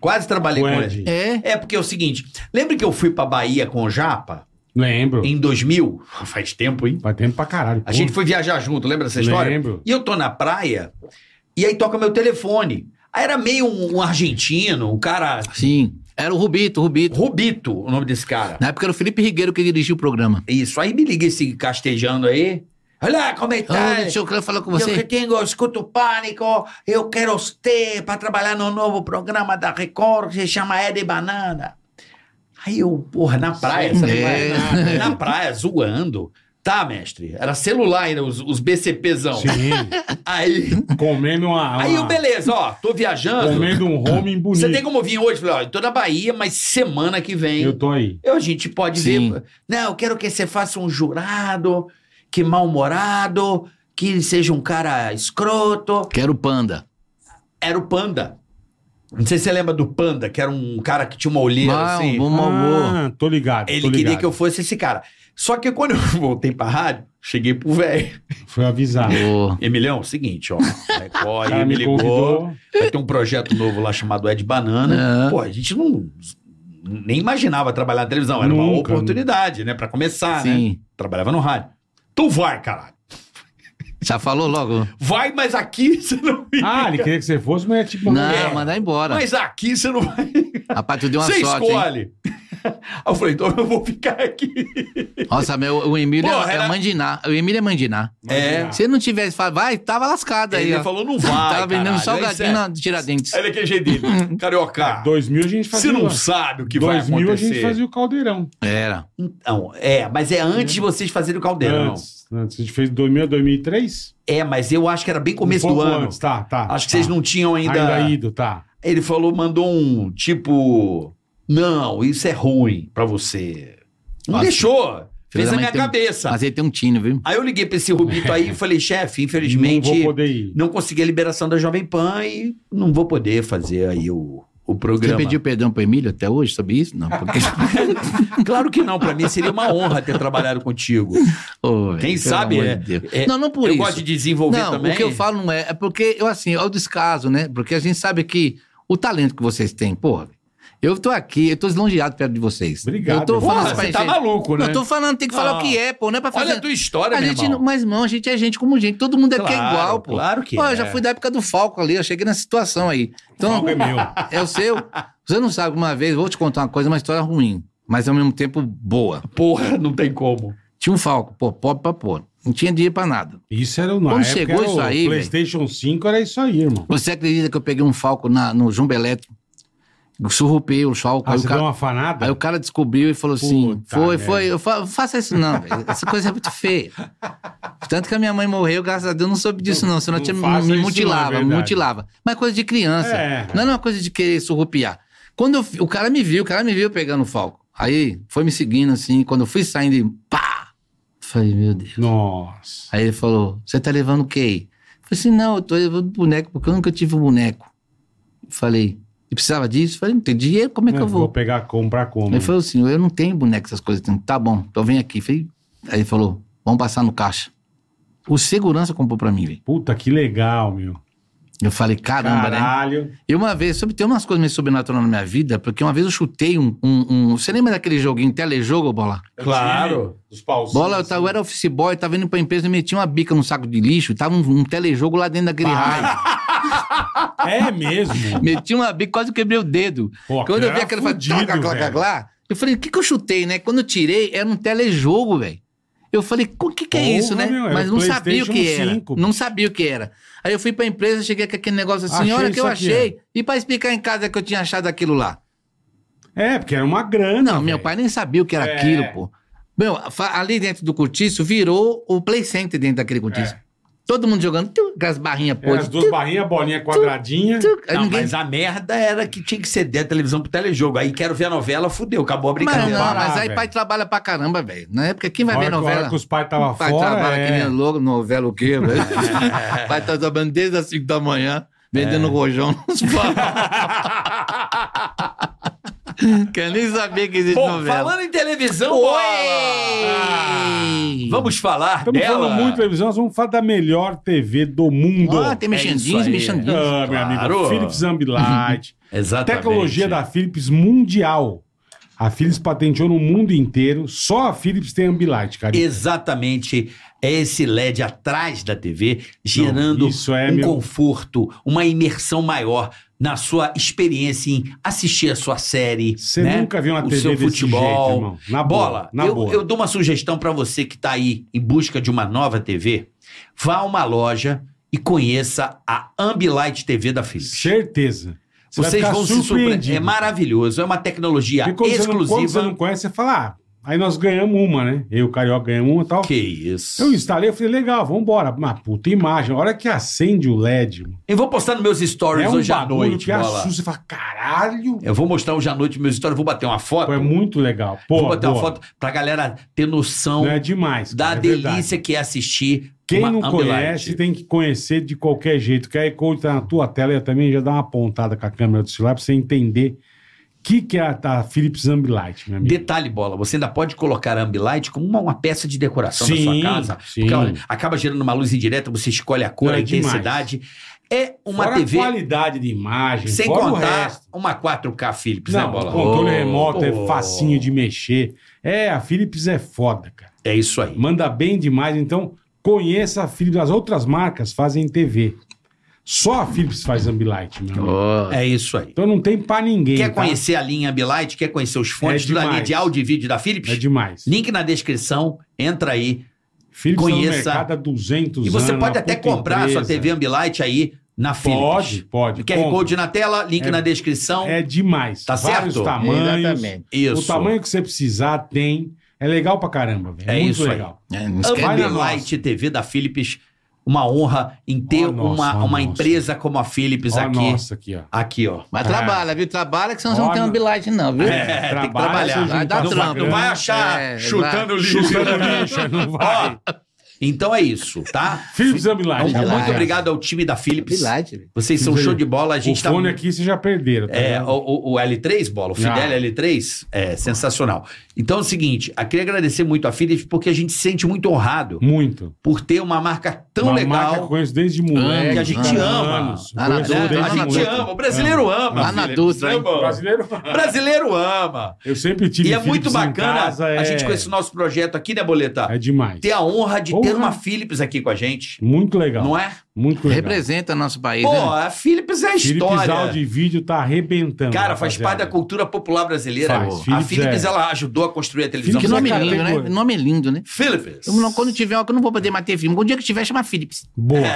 Speaker 3: Quase trabalhei
Speaker 2: Com
Speaker 3: com
Speaker 2: Ed.
Speaker 3: ele.
Speaker 4: É.
Speaker 3: É porque é o seguinte, lembra que eu fui pra Bahia com o Japa
Speaker 2: Lembro.
Speaker 3: em 2000? Faz tempo, hein?
Speaker 2: Faz tempo pra caralho.
Speaker 3: A gente foi viajar junto, lembra dessa história?
Speaker 2: Lembro.
Speaker 3: E eu tô na praia, e aí toca meu telefone. Aí era meio um, um argentino, um cara.
Speaker 4: Sim. Era o Rubito, o Rubito.
Speaker 3: Rubito, o nome desse cara.
Speaker 4: Na época era o Felipe Rigueiro que dirigia o programa.
Speaker 3: Isso. Aí me liga esse castejando aí. Olha, como é que
Speaker 4: Ah,
Speaker 3: tá?
Speaker 4: deixa eu quero falar com
Speaker 2: assim?
Speaker 3: Eu que
Speaker 4: você.
Speaker 3: tenho, escuto pânico, eu quero você para trabalhar no novo programa da Record, que se chama É de Banana. Aí eu, porra, na praia,
Speaker 4: Sim,
Speaker 3: sabe?
Speaker 4: é.
Speaker 3: Na praia, zoando. Tá, mestre? Era celular ainda, os, os BCPzão.
Speaker 2: Sim.
Speaker 3: Aí,
Speaker 2: Comendo uma.
Speaker 3: aí
Speaker 2: uma-
Speaker 3: eu, beleza, ó, tô viajando.
Speaker 2: Comendo um homem bonito.
Speaker 3: Você tem como vir hoje? Falei, ó, eu tô na Bahia, mas semana que vem.
Speaker 2: Eu tô aí.
Speaker 3: Eu, a gente pode
Speaker 4: Sim.
Speaker 3: ver. Não, eu quero que você faça um jurado, que mal-humorado, que seja um cara escroto.
Speaker 4: Quero o Panda.
Speaker 3: Era o Panda. Não sei se você lembra do Panda, que era um cara que tinha uma olheira
Speaker 4: Não,
Speaker 3: assim.
Speaker 4: bom amor.
Speaker 2: Ah, tô ligado.
Speaker 3: Ele
Speaker 2: tô
Speaker 3: queria
Speaker 2: ligado.
Speaker 3: que eu fosse esse cara. Só que quando eu voltei pra rádio, cheguei pro velho.
Speaker 2: Foi avisado.
Speaker 4: Pô.
Speaker 3: Emilhão, é seguinte, ó.
Speaker 2: O
Speaker 3: Record
Speaker 2: cara
Speaker 3: aí me
Speaker 2: me
Speaker 3: ligou.
Speaker 2: convidou.
Speaker 3: Vai ter um projeto novo lá chamado Ed Banana.
Speaker 4: É.
Speaker 3: Pô, a gente não nem imaginava trabalhar na televisão. Era uma
Speaker 2: Nunca,
Speaker 3: oportunidade, né? Pra começar, né?
Speaker 4: Sim.
Speaker 3: Trabalhava no rádio. Tu vai, caralho.
Speaker 4: Já falou logo?
Speaker 3: Vai, mas aqui você não fica.
Speaker 2: Ah, ele queria que você fosse, mas é tipo.
Speaker 4: Não,
Speaker 3: é.
Speaker 4: mandar embora.
Speaker 3: Mas aqui você não vai.
Speaker 4: Rapaz, tu deu uma
Speaker 3: Você
Speaker 4: sorte, hein?
Speaker 3: escolhe. Aí eu falei, então eu vou ficar aqui.
Speaker 4: Nossa, meu, o Emílio
Speaker 3: Porra,
Speaker 4: é,
Speaker 3: era-
Speaker 4: é mandinar. O Emílio é mandinar.
Speaker 3: É.
Speaker 4: Se ele não tivesse falado, vai, tava lascado aí,
Speaker 3: Ele
Speaker 4: ó.
Speaker 3: falou, não vai.
Speaker 4: tava vendendo
Speaker 3: caralho. é
Speaker 4: salgadinho
Speaker 3: Aí
Speaker 4: na Tiradentes.
Speaker 3: Olha aquele jeito dele. Carioca,
Speaker 2: 2000 a gente
Speaker 3: você
Speaker 2: fazia.
Speaker 3: não sabe o que vai
Speaker 2: 2000 a gente
Speaker 3: acontecer.
Speaker 2: fazia o caldeirão.
Speaker 4: Era.
Speaker 3: Então, é, mas é antes de vocês fazerem o caldeirão.
Speaker 2: Antes, antes. A gente fez 2000, 2003?
Speaker 3: É, mas eu acho que era bem
Speaker 2: Um
Speaker 3: começo do
Speaker 2: pouco
Speaker 3: ano.
Speaker 2: antes, Tá, tá.
Speaker 3: Acho que
Speaker 2: tá.
Speaker 3: vocês não tinham ainda.
Speaker 2: Ainda ido, tá.
Speaker 3: Ele falou, mandou um tipo. Não, isso é ruim pra você. Não
Speaker 4: Nossa.
Speaker 3: deixou. Fez
Speaker 4: Filha da
Speaker 3: na
Speaker 4: mãe
Speaker 3: minha
Speaker 4: tem um-
Speaker 3: cabeça.
Speaker 4: Mas ele tem um tino, viu?
Speaker 3: Aí eu liguei pra esse Rubito aí e falei, chefe, infelizmente.
Speaker 2: Não
Speaker 3: Não,
Speaker 2: vou poder ir.
Speaker 3: consegui a liberação da Jovem Pan e não vou poder fazer aí o, o
Speaker 4: Você
Speaker 3: programa.
Speaker 4: pediu perdão pro Emílio até hoje sobre isso? Não, porque.
Speaker 3: Claro que não, pra mim seria uma honra ter trabalhado contigo.
Speaker 4: Ô, velho,
Speaker 3: Quem
Speaker 4: pelo
Speaker 3: sabe
Speaker 4: amor
Speaker 3: é-
Speaker 4: de Deus.
Speaker 3: é-
Speaker 4: Não, não por
Speaker 3: eu
Speaker 4: isso.
Speaker 3: gosto de desenvolver
Speaker 4: Não,
Speaker 3: também.
Speaker 4: o que eu falo não é. É porque, eu assim, é o descaso, né? Porque a gente sabe que o talento que vocês têm, porra. Eu tô aqui, eu tô deslongeado perto de vocês.
Speaker 2: Obrigado.
Speaker 4: Eu tô
Speaker 2: Porra,
Speaker 4: falando
Speaker 3: Porra,
Speaker 4: isso pra
Speaker 3: você tá
Speaker 4: gente.
Speaker 3: maluco, né?
Speaker 4: Eu tô falando, tem que falar
Speaker 3: Ah.
Speaker 4: o que é, pô. Não é pra fazer.
Speaker 3: Olha a tua história,
Speaker 4: a
Speaker 3: meu
Speaker 4: gente
Speaker 3: irmão.
Speaker 4: não- mas, irmão, a gente é gente como gente. Todo mundo aqui é
Speaker 3: Claro,
Speaker 4: igual, pô.
Speaker 3: claro que
Speaker 4: pô,
Speaker 3: é.
Speaker 4: Eu já fui da época do Falco ali, eu cheguei nessa situação aí. Então,
Speaker 2: Falco é meu.
Speaker 4: é o seu. Você não sabe, uma vez, vou te contar uma coisa, uma história ruim, mas ao mesmo tempo boa.
Speaker 3: Porra, não tem como.
Speaker 4: Tinha um Falco, pô, pobre pra pô. Não tinha dinheiro pra nada.
Speaker 2: Isso era o na
Speaker 4: Quando
Speaker 2: época
Speaker 4: chegou
Speaker 2: era
Speaker 4: isso
Speaker 2: o
Speaker 4: aí, velho.
Speaker 2: PlayStation 5 era isso aí, irmão.
Speaker 4: Você acredita que eu peguei um Falco na, no Jumbo Elétrico? Surrupei o Falco.
Speaker 2: Ah,
Speaker 4: aí, o
Speaker 2: você deu
Speaker 4: cara,
Speaker 2: uma fanada?
Speaker 4: aí o cara descobriu e falou assim:
Speaker 2: Puta
Speaker 4: foi,
Speaker 2: merda.
Speaker 4: foi. Eu fa- faça isso não, velho. Essa coisa é muito feia. Tanto que a minha mãe morreu, graças a Deus, eu não soube disso, não. Senão
Speaker 2: Não
Speaker 4: eu tinha,
Speaker 2: faça
Speaker 4: me
Speaker 2: isso,
Speaker 4: mutilava,
Speaker 2: não, é
Speaker 4: me
Speaker 2: verdade.
Speaker 4: mutilava. Mas coisa de criança.
Speaker 2: É.
Speaker 4: Não era uma coisa de querer surrupiar. Quando eu fi- o cara me viu, o cara me viu pegando o Falco. Aí foi me seguindo assim. Quando eu fui saindo, e pá! Falei, meu Deus.
Speaker 2: Nossa.
Speaker 4: Aí ele falou: Você tá levando o quê? aí?" Eu falei assim: Não, eu tô levando boneco porque eu nunca tive um boneco. Eu Falei: E precisava disso? Eu Falei: Não tem dinheiro, como é que eu vou?
Speaker 2: pegar, comprar como?
Speaker 4: Ele falou assim: Eu não tenho boneco, essas coisas. Eu falei, Tá bom, então vem aqui. Eu Falei, aí ele falou: Vamos passar no caixa. O segurança comprou pra mim, velho.
Speaker 2: Puta, que legal, meu.
Speaker 4: Eu falei: Caramba, né?
Speaker 2: Caralho.
Speaker 4: E uma vez, sobre, tem umas coisas meio sobrenaturais na minha vida, porque uma vez eu chutei um. um- um- você lembra daquele joguinho, telejogo, bola?
Speaker 3: Claro.
Speaker 2: Os pauzinhos.
Speaker 4: Bola, eu, tava- eu era office boy, tava indo pra empresa, metia uma bica num saco de lixo, tava um, um telejogo lá dentro
Speaker 2: Ah.
Speaker 4: daquele raio.
Speaker 2: É mesmo.
Speaker 4: Meti uma bica, quase quebrei o dedo.
Speaker 2: Pô,
Speaker 4: Quando eu
Speaker 2: cara
Speaker 4: vi aquele
Speaker 2: fudido,
Speaker 4: clá, clá, clá,
Speaker 2: velho.
Speaker 4: clá, eu falei, o que que eu chutei, né? Quando eu tirei, era um telejogo, velho. Eu falei, o que que é
Speaker 2: Porra,
Speaker 4: isso, né?
Speaker 2: meu, era
Speaker 4: Mas não
Speaker 2: PlayStation
Speaker 4: sabia o que era.
Speaker 2: 5.
Speaker 4: Não sabia o que era. Aí eu fui pra empresa, cheguei com aquele negócio assim,
Speaker 2: Achei
Speaker 4: olha o que
Speaker 2: isso
Speaker 4: eu
Speaker 2: aqui,
Speaker 4: achei. E pra explicar em casa que eu tinha achado aquilo lá.
Speaker 2: É, porque era uma grana.
Speaker 4: Não, meu
Speaker 2: velho.
Speaker 4: pai nem sabia o que era
Speaker 2: É.
Speaker 4: aquilo, pô. Meu, fa- ali dentro do cortiço, virou o play center dentro daquele cortiço. Todo mundo jogando, tu, com as barrinhas, pô.
Speaker 2: Era É. as duas barrinhas, bolinha quadradinha.
Speaker 4: Aí
Speaker 3: Não,
Speaker 4: ninguém
Speaker 3: Ah, mas a merda era que tinha que ceder a televisão pro telejogo. Aí quero ver a novela, fudeu, acabou a
Speaker 4: Mas
Speaker 3: brincadeira.
Speaker 4: não,
Speaker 2: parar,
Speaker 4: mas aí
Speaker 2: velho.
Speaker 4: pai trabalha pra caramba, velho. Na época, quem vai
Speaker 2: A hora
Speaker 4: ver
Speaker 2: que- a hora
Speaker 4: novela?
Speaker 2: que os pais tava
Speaker 4: pai
Speaker 2: fora,
Speaker 4: trabalha
Speaker 2: é.
Speaker 4: que nem louco, novela o quê, velho? pai tá trabalhando desde as 5 da
Speaker 2: É.
Speaker 4: manhã, vendendo rojão nos bares. Quer nem saber que existe
Speaker 3: Bom,
Speaker 4: novela.
Speaker 3: falando em televisão, bola!
Speaker 4: Oi!
Speaker 3: Vamos falar
Speaker 2: Estamos
Speaker 3: dela?
Speaker 2: falando muito de televisão, nós vamos falar da melhor TV do mundo.
Speaker 4: Ah, tem
Speaker 3: isso
Speaker 4: mexandinhos,
Speaker 3: aí.
Speaker 4: mexandinhos.
Speaker 2: É Ah, meu
Speaker 3: Claro.
Speaker 2: amigo, Philips Ambilight.
Speaker 3: Exatamente.
Speaker 2: Tecnologia da Philips mundial. A Philips patenteou no mundo inteiro. Só a Philips tem Ambilight, cara.
Speaker 3: Exatamente. É esse LED atrás da TV, gerando
Speaker 2: Não, isso é
Speaker 3: um
Speaker 2: meu-
Speaker 3: conforto, uma imersão maior na sua experiência em assistir a sua série.
Speaker 2: Você
Speaker 3: né?
Speaker 2: nunca viu uma
Speaker 3: o
Speaker 2: TV
Speaker 3: seu
Speaker 2: desse
Speaker 3: futebol.
Speaker 2: jeito, irmão. Na boa,
Speaker 3: Bola,
Speaker 2: na
Speaker 3: eu,
Speaker 2: boa.
Speaker 3: eu dou uma sugestão pra você que tá aí em busca de uma nova TV. Vá a uma loja e conheça a Ambilight TV da Philips.
Speaker 2: Certeza. Você vai
Speaker 3: Vocês
Speaker 2: ficar
Speaker 3: vão se surpreender.
Speaker 2: surpreendido.
Speaker 3: É maravilhoso, é uma tecnologia
Speaker 2: Porque quando você não- quando você
Speaker 3: exclusiva.
Speaker 2: não conhece, você fala, ah, aí nós ganhamos uma, né? Eu, Carioca, ganhamos uma e tal.
Speaker 3: Que isso.
Speaker 2: tá- Eu instalei, eu falei, legal, vambora. Mas puta imagem, a hora que acende o LED, mano,
Speaker 3: Eu vou postar nos meus stories
Speaker 2: é um
Speaker 3: hoje à
Speaker 2: bagulho
Speaker 3: noite,
Speaker 2: que
Speaker 3: bola.
Speaker 2: assusta. Você fala, caralho.
Speaker 3: Eu vou mostrar hoje à noite meus stories, vou bater uma foto.
Speaker 2: Pô, é muito legal. Pô,
Speaker 3: vou bater uma
Speaker 2: boa.
Speaker 3: foto pra galera ter noção
Speaker 2: Não é demais.
Speaker 3: da
Speaker 2: cara, é
Speaker 3: delícia
Speaker 2: verdade.
Speaker 3: que é assistir.
Speaker 2: Quem
Speaker 3: uma
Speaker 2: não
Speaker 3: Ambilight.
Speaker 2: conhece tem que conhecer de qualquer jeito. Que a Ecode tá na tua tela e eu também já dá uma pontada com a câmera do celular pra você entender o que, que é a, a Philips Ambilight, meu amigo.
Speaker 3: Detalhe, bola, você ainda pode colocar a Ambilight como uma, uma peça de decoração da sua
Speaker 2: Sim,
Speaker 3: casa.
Speaker 2: sim.
Speaker 3: Porque, olha, acaba gerando uma luz indireta, você escolhe a cor,
Speaker 2: Não,
Speaker 3: a
Speaker 2: é demais.
Speaker 3: intensidade. É uma
Speaker 2: Fora
Speaker 3: TV
Speaker 2: a qualidade de imagem,
Speaker 3: sem
Speaker 2: fora o
Speaker 3: contar
Speaker 2: resto.
Speaker 3: uma 4K Philips, né,
Speaker 2: Não,
Speaker 3: Bola?
Speaker 2: controle
Speaker 5: Ô,
Speaker 2: remoto é
Speaker 5: ô.
Speaker 2: facinho de mexer. É, a Philips é foda, cara.
Speaker 3: É isso aí.
Speaker 2: Manda bem demais, então conheça a Philips. As outras marcas fazem TV. Só a Philips faz Ambilight, meu amigo.
Speaker 4: Ó,
Speaker 3: É isso aí.
Speaker 2: Então não tem pra ninguém.
Speaker 3: Quer
Speaker 2: tá?
Speaker 3: conhecer a linha Ambilight? Quer conhecer os fones
Speaker 2: É
Speaker 3: tudo ali
Speaker 2: demais.
Speaker 3: de áudio e vídeo da Philips?
Speaker 2: É demais.
Speaker 3: Link na descrição, entra aí.
Speaker 2: Philips
Speaker 3: Conheça.
Speaker 2: tá no mercado há 200
Speaker 3: E você
Speaker 2: anos,
Speaker 3: pode
Speaker 2: uma
Speaker 3: até
Speaker 2: puta
Speaker 3: comprar a sua
Speaker 2: empresa.
Speaker 3: TV Ambilight aí na Philips.
Speaker 2: Pode, pode.
Speaker 3: QR
Speaker 2: compra.
Speaker 3: Code na tela, link
Speaker 2: É-
Speaker 3: na descrição.
Speaker 2: É demais.
Speaker 3: Tá
Speaker 2: Vários
Speaker 3: certo?
Speaker 2: tamanhos.
Speaker 4: Exatamente.
Speaker 3: isso.
Speaker 2: O tamanho que você precisar tem. É legal pra caramba, velho.
Speaker 3: É
Speaker 2: muito
Speaker 3: isso aí.
Speaker 2: legal.
Speaker 4: É, não esquece.
Speaker 2: Vai na
Speaker 3: Ambilight TV da Philips. Uma honra em ter
Speaker 2: Ó, nossa,
Speaker 3: uma,
Speaker 2: ó,
Speaker 3: uma
Speaker 2: nossa.
Speaker 3: empresa como a Philips
Speaker 2: Ó,
Speaker 3: aqui.
Speaker 2: nossa, aqui, ó.
Speaker 3: Aqui, ó.
Speaker 4: Mas
Speaker 2: É.
Speaker 4: trabalha, viu? Trabalha que senão você não
Speaker 2: Ó,
Speaker 4: tem
Speaker 2: não-
Speaker 4: ambilight, não, viu?
Speaker 3: Ah. É. tem que trabalhar.
Speaker 2: você
Speaker 4: Vai
Speaker 2: junta
Speaker 4: dar
Speaker 2: uma grana,
Speaker 4: trampo,
Speaker 3: Não Tá vai achar
Speaker 4: É,
Speaker 3: chutando
Speaker 4: vai.
Speaker 3: lixo.
Speaker 2: Chutando lixo, não vai.
Speaker 3: Ó, então é isso, tá?
Speaker 2: Philips é um Ambilight.
Speaker 4: Ambilight.
Speaker 3: Muito obrigado ao time da Philips.
Speaker 4: Ambilight, velho.
Speaker 3: Vocês são show de bola. A
Speaker 2: O
Speaker 3: gente tá.
Speaker 2: fone aqui vocês já perderam. tá
Speaker 3: É,
Speaker 2: vendo?
Speaker 3: o, o- o L3, bola, o Fidel
Speaker 2: Ah.
Speaker 3: L3, é sensacional. Então é o seguinte, eu queria agradecer muito a Philips porque a gente se sente muito honrado
Speaker 2: Muito.
Speaker 3: por ter uma marca tão
Speaker 2: Uma
Speaker 3: legal.
Speaker 2: marca que eu conheço desde moleque.
Speaker 4: que a
Speaker 3: gente ama.
Speaker 2: Eu
Speaker 4: Ah, na
Speaker 2: conheço
Speaker 4: Dutra,
Speaker 3: né?
Speaker 2: desde
Speaker 3: A
Speaker 4: Ana
Speaker 3: gente
Speaker 2: moleque.
Speaker 4: Dutra.
Speaker 3: ama, o
Speaker 2: É.
Speaker 3: brasileiro ama.
Speaker 4: Lá na
Speaker 3: Philips,
Speaker 4: Dutra,
Speaker 3: né,
Speaker 4: hein?
Speaker 3: bola?
Speaker 2: Brasileiro.
Speaker 3: Brasileiro ama.
Speaker 2: Eu sempre tive
Speaker 3: E é
Speaker 2: Philips
Speaker 3: muito
Speaker 2: em
Speaker 3: bacana
Speaker 2: casa,
Speaker 3: a
Speaker 2: é-
Speaker 3: gente com esse nosso projeto aqui, né, Boleta?
Speaker 2: É demais.
Speaker 3: Ter a honra de ter
Speaker 2: Porra.
Speaker 3: uma Philips aqui com a gente.
Speaker 2: Muito legal.
Speaker 3: Não é?
Speaker 2: Muito legal.
Speaker 4: Representa nosso país,
Speaker 3: Pô,
Speaker 4: né?
Speaker 3: a Philips é a
Speaker 2: Philips
Speaker 3: história.
Speaker 2: áudio e vídeo tá arrebentando.
Speaker 3: Cara, faz parte da
Speaker 2: rapaziada.
Speaker 3: cultura popular brasileira.
Speaker 2: Faz.
Speaker 3: pô. a
Speaker 2: Philips
Speaker 3: Philips,
Speaker 2: é-
Speaker 3: ela ajudou a construir a televisão.
Speaker 4: Que
Speaker 2: Philips
Speaker 4: nome
Speaker 2: é
Speaker 4: lindo, né?
Speaker 2: categoria.
Speaker 4: Nome lindo, né?
Speaker 3: Philips.
Speaker 4: Eu não- quando tiver, eu não vou poder mais ter filme. Um dia que tiver, chama Philips.
Speaker 2: Boa,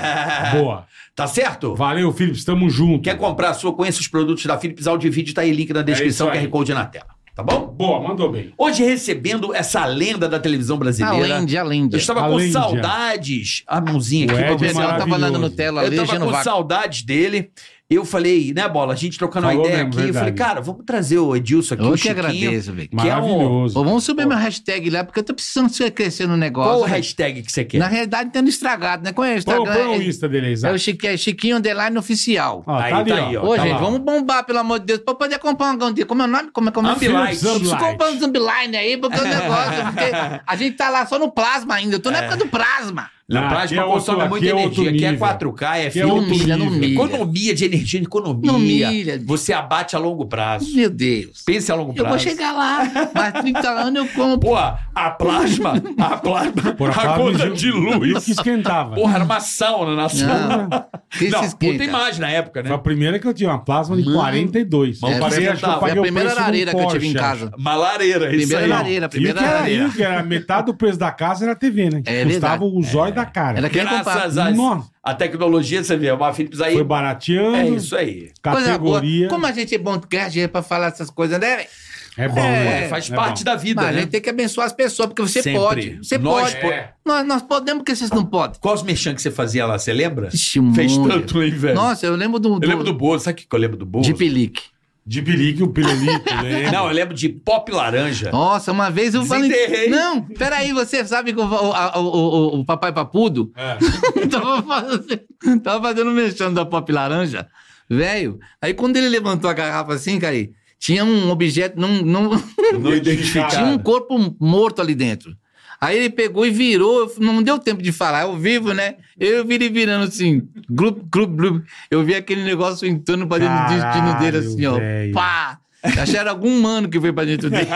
Speaker 2: boa.
Speaker 3: Tá certo?
Speaker 2: Valeu, Philips, tamo junto.
Speaker 3: Quer comprar a sua? Conheça os produtos da Philips Audio e Vídeo. Tá aí, link na descrição,
Speaker 2: É isso aí.
Speaker 3: QR Code na tela. Tá bom?
Speaker 2: Boa, mandou bem.
Speaker 3: Hoje recebendo essa lenda da televisão brasileira.
Speaker 4: Além de, além de.
Speaker 3: Eu estava com
Speaker 2: Além de-
Speaker 3: saudades. A mãozinha aqui
Speaker 2: O
Speaker 3: pra
Speaker 2: Ed
Speaker 3: você.
Speaker 2: é
Speaker 4: Marcelo tava lá
Speaker 2: maravilhoso.
Speaker 4: na Nutella
Speaker 3: Eu
Speaker 4: ali,
Speaker 3: tava com
Speaker 4: Genovac.
Speaker 3: saudades dele. Eu falei, né, Bola? A gente trocando uma
Speaker 2: Falou
Speaker 3: ideia
Speaker 2: mesmo,
Speaker 3: aqui. Eu falei,
Speaker 2: verdade.
Speaker 3: cara, vamos trazer o Edilson aqui.
Speaker 4: Eu
Speaker 3: o
Speaker 4: que
Speaker 3: Chiquinho.
Speaker 4: agradeço, velho.
Speaker 3: Que é um-
Speaker 2: Maravilhoso.
Speaker 4: Ô, vamos subir meu hashtag lá, porque eu tô precisando ser- crescer no negócio.
Speaker 3: Qual o
Speaker 4: né?
Speaker 3: hashtag que é? você quer?
Speaker 4: Na realidade, tendo estragado, né? Qual é o
Speaker 2: Põe
Speaker 4: Instagram?
Speaker 2: põe o
Speaker 3: um
Speaker 4: É-
Speaker 2: Insta dele, aí,
Speaker 4: é
Speaker 2: Isaac.
Speaker 4: o Chiquinho, é Chiquinho Underline Oficial.
Speaker 2: Ó,
Speaker 3: Aí,
Speaker 2: tá ali,
Speaker 3: tá aí,
Speaker 2: ó.
Speaker 3: ó.
Speaker 4: Ô,
Speaker 3: tá
Speaker 4: gente,
Speaker 3: lá.
Speaker 4: vamos bombar, pelo amor de Deus, pra poder comprar um gandinho. Como é o nome? Como é, como é?
Speaker 3: Ambilight.
Speaker 2: Philips Ambilight.
Speaker 4: Preciso comprar um Zambiline aí, porque
Speaker 3: É.
Speaker 4: o negócio. Porque a gente tá lá só no plasma ainda. Eu tô na época do plasma.
Speaker 3: Na
Speaker 2: Não, aqui
Speaker 3: prática,
Speaker 2: é outro-
Speaker 3: consome muita
Speaker 2: aqui é outro
Speaker 3: energia. Aqui é
Speaker 2: nível.
Speaker 3: 4K, é
Speaker 2: Que é
Speaker 3: filme.
Speaker 2: outro
Speaker 4: humilha, não
Speaker 2: nível.
Speaker 4: humilha.
Speaker 3: Economia de energia, economia.
Speaker 4: Economia.
Speaker 3: Você abate a longo prazo.
Speaker 4: Meu Deus.
Speaker 3: Pense a longo
Speaker 4: Eu
Speaker 3: prazo.
Speaker 4: vou chegar lá. Mas 30 anos eu compro.
Speaker 3: Pô, a plasma, a plasma,
Speaker 2: Por
Speaker 3: a
Speaker 2: acaso,
Speaker 3: conta
Speaker 2: eu-
Speaker 3: de
Speaker 2: eu
Speaker 3: luz.
Speaker 2: que esquentava.
Speaker 3: Porra, era uma sauna na sauna.
Speaker 4: Não, que se
Speaker 3: Não,
Speaker 4: esquenta.
Speaker 3: puta imagem na época,
Speaker 2: Foi a
Speaker 3: né?
Speaker 2: primeira que eu tinha, uma plasma de 42.
Speaker 3: Mas
Speaker 2: Eu parei,
Speaker 3: você
Speaker 2: acho que eu
Speaker 3: tava.
Speaker 4: Foi
Speaker 2: paguei
Speaker 4: a
Speaker 2: o
Speaker 4: primeira
Speaker 2: preço de um
Speaker 4: lareira que eu tive em
Speaker 2: Porsche,
Speaker 4: casa.
Speaker 3: Uma lareira, isso
Speaker 4: Primeira
Speaker 3: aí.
Speaker 4: lareira,
Speaker 2: E o que
Speaker 4: primeira
Speaker 2: era
Speaker 4: lareira.
Speaker 2: isso, que era metade do preço da casa era a TV, né?
Speaker 4: É
Speaker 2: Custava
Speaker 4: verdade.
Speaker 2: o zóio da cara.
Speaker 4: Era quem comprar.
Speaker 3: Graças a,
Speaker 2: Nossa.
Speaker 3: a tecnologia, você vê, é uma Philips aí.
Speaker 2: Foi barateando,
Speaker 3: É isso aí.
Speaker 4: Coisa boa.
Speaker 2: categoria.
Speaker 4: Como a gente é bom ganhar dinheiro pra falar essas coisas, né? velho?
Speaker 2: É bom, né?
Speaker 3: É, faz
Speaker 2: É
Speaker 3: parte
Speaker 2: bom.
Speaker 3: da vida,
Speaker 4: Mas a
Speaker 3: né?
Speaker 4: gente tem que abençoar as pessoas, porque você
Speaker 3: Sempre.
Speaker 4: pode. Você
Speaker 3: Nós
Speaker 4: pode. É.
Speaker 3: po-
Speaker 4: Nós, nós podemos, porque vocês não podem.
Speaker 3: Qual os merchan que você fazia lá, você lembra?
Speaker 4: Ixi, um
Speaker 3: Fez
Speaker 4: monte.
Speaker 3: tanto, hein, velho?
Speaker 4: Nossa, eu lembro do.
Speaker 3: Eu lembro do Bozo. Sabe o que que eu lembro do Bozo?
Speaker 4: De Pelique.
Speaker 2: De birique, o né? pirulito, lembra?
Speaker 3: Não, eu lembro de Pop Laranja.
Speaker 4: Nossa, uma vez eu falei.
Speaker 3: Desenterrei.
Speaker 4: Não, peraí, você sabe que o, o, a- o, o, o Papai Papudo
Speaker 2: É.
Speaker 4: tava fazendo, tava fazendo um mexendo da pop laranja, velho. Aí quando ele levantou a garrafa assim, cara, aí, tinha um objeto, não, não,
Speaker 2: Não
Speaker 4: tinha um corpo morto ali dentro. Aí ele pegou e virou, eu- não deu tempo de falar, eu vivo, né? Eu vi ele virando assim, grup, grup, grup. Eu vi aquele negócio entrando pra dentro do destino dele
Speaker 2: Caralho,
Speaker 4: assim, ó.
Speaker 2: velho.
Speaker 4: Pá! Acharam algum mano que foi pra dentro dele.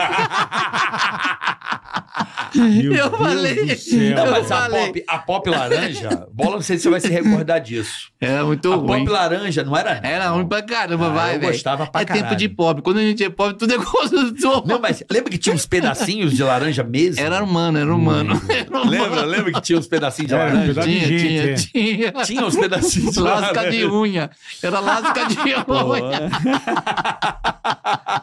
Speaker 2: Meu
Speaker 4: Eu
Speaker 2: Deus
Speaker 4: falei.
Speaker 2: do céu.
Speaker 3: Não,
Speaker 4: Eu
Speaker 3: mas a
Speaker 4: falei.
Speaker 3: pop, a pop laranja, bola, não sei se você vai se recordar disso.
Speaker 4: Era muito
Speaker 3: a
Speaker 4: ruim.
Speaker 3: pop laranja não era. não.
Speaker 4: Era ruim pra caramba,
Speaker 3: Ah,
Speaker 4: vai,
Speaker 3: eu
Speaker 4: velho.
Speaker 3: gostava pra
Speaker 4: É tempo
Speaker 3: caralho.
Speaker 4: de pobre. Quando a gente é pobre, tudo é coisa do
Speaker 3: Não, mas lembra que tinha uns pedacinhos de laranja mesmo?
Speaker 4: Era humano, era humano. Era humano.
Speaker 3: Lembra? Lembra que tinha uns pedacinhos de
Speaker 4: um
Speaker 2: Era,
Speaker 3: laranja?
Speaker 2: verdade,
Speaker 4: Tinha,
Speaker 2: gente,
Speaker 4: tinha,
Speaker 2: é.
Speaker 4: tinha.
Speaker 3: Tinha uns pedacinhos de
Speaker 4: Lasca de
Speaker 3: laranja.
Speaker 4: unha. Era lasca de unha.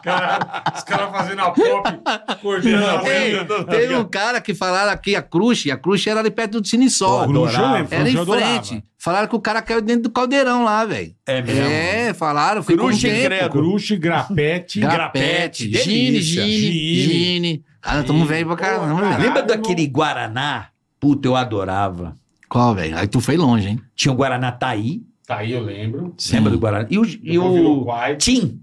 Speaker 2: Cara, os caras fazendo a pop, cortando
Speaker 3: Tá
Speaker 2: a
Speaker 4: Ei,
Speaker 2: lenda.
Speaker 4: teve um cara que falaram aqui, a Cruz, e a Cruz era ali perto do Cine Sol.
Speaker 2: Pô, Cruz eu lembro,
Speaker 4: era
Speaker 2: Cruz
Speaker 4: em
Speaker 2: eu adorava.
Speaker 4: frente. Falaram que o cara caiu dentro do caldeirão lá, velho.
Speaker 3: É mesmo.
Speaker 4: É, falaram. Ficou
Speaker 3: Cruz
Speaker 4: um
Speaker 3: e
Speaker 4: tempo.
Speaker 3: credo.
Speaker 2: Cruxe, É, grapete.
Speaker 4: Grapete,
Speaker 3: Grapete,
Speaker 4: Gine,
Speaker 3: delícia.
Speaker 4: Gine,
Speaker 2: Gine.
Speaker 4: Gine. Ah, nós estamos velho pra caramba,
Speaker 2: Porra,
Speaker 4: velho.
Speaker 3: Lembra
Speaker 2: Caralho,
Speaker 3: daquele Guaraná? Puta, eu adorava.
Speaker 4: Qual, velho? Aí tu foi longe, hein?
Speaker 3: Tinha o Guaraná Taí.
Speaker 2: Tá aí, eu lembro.
Speaker 3: Você lembra do Guaraná? E o, e
Speaker 2: Depois virou
Speaker 3: o
Speaker 2: Quai.
Speaker 3: Tim.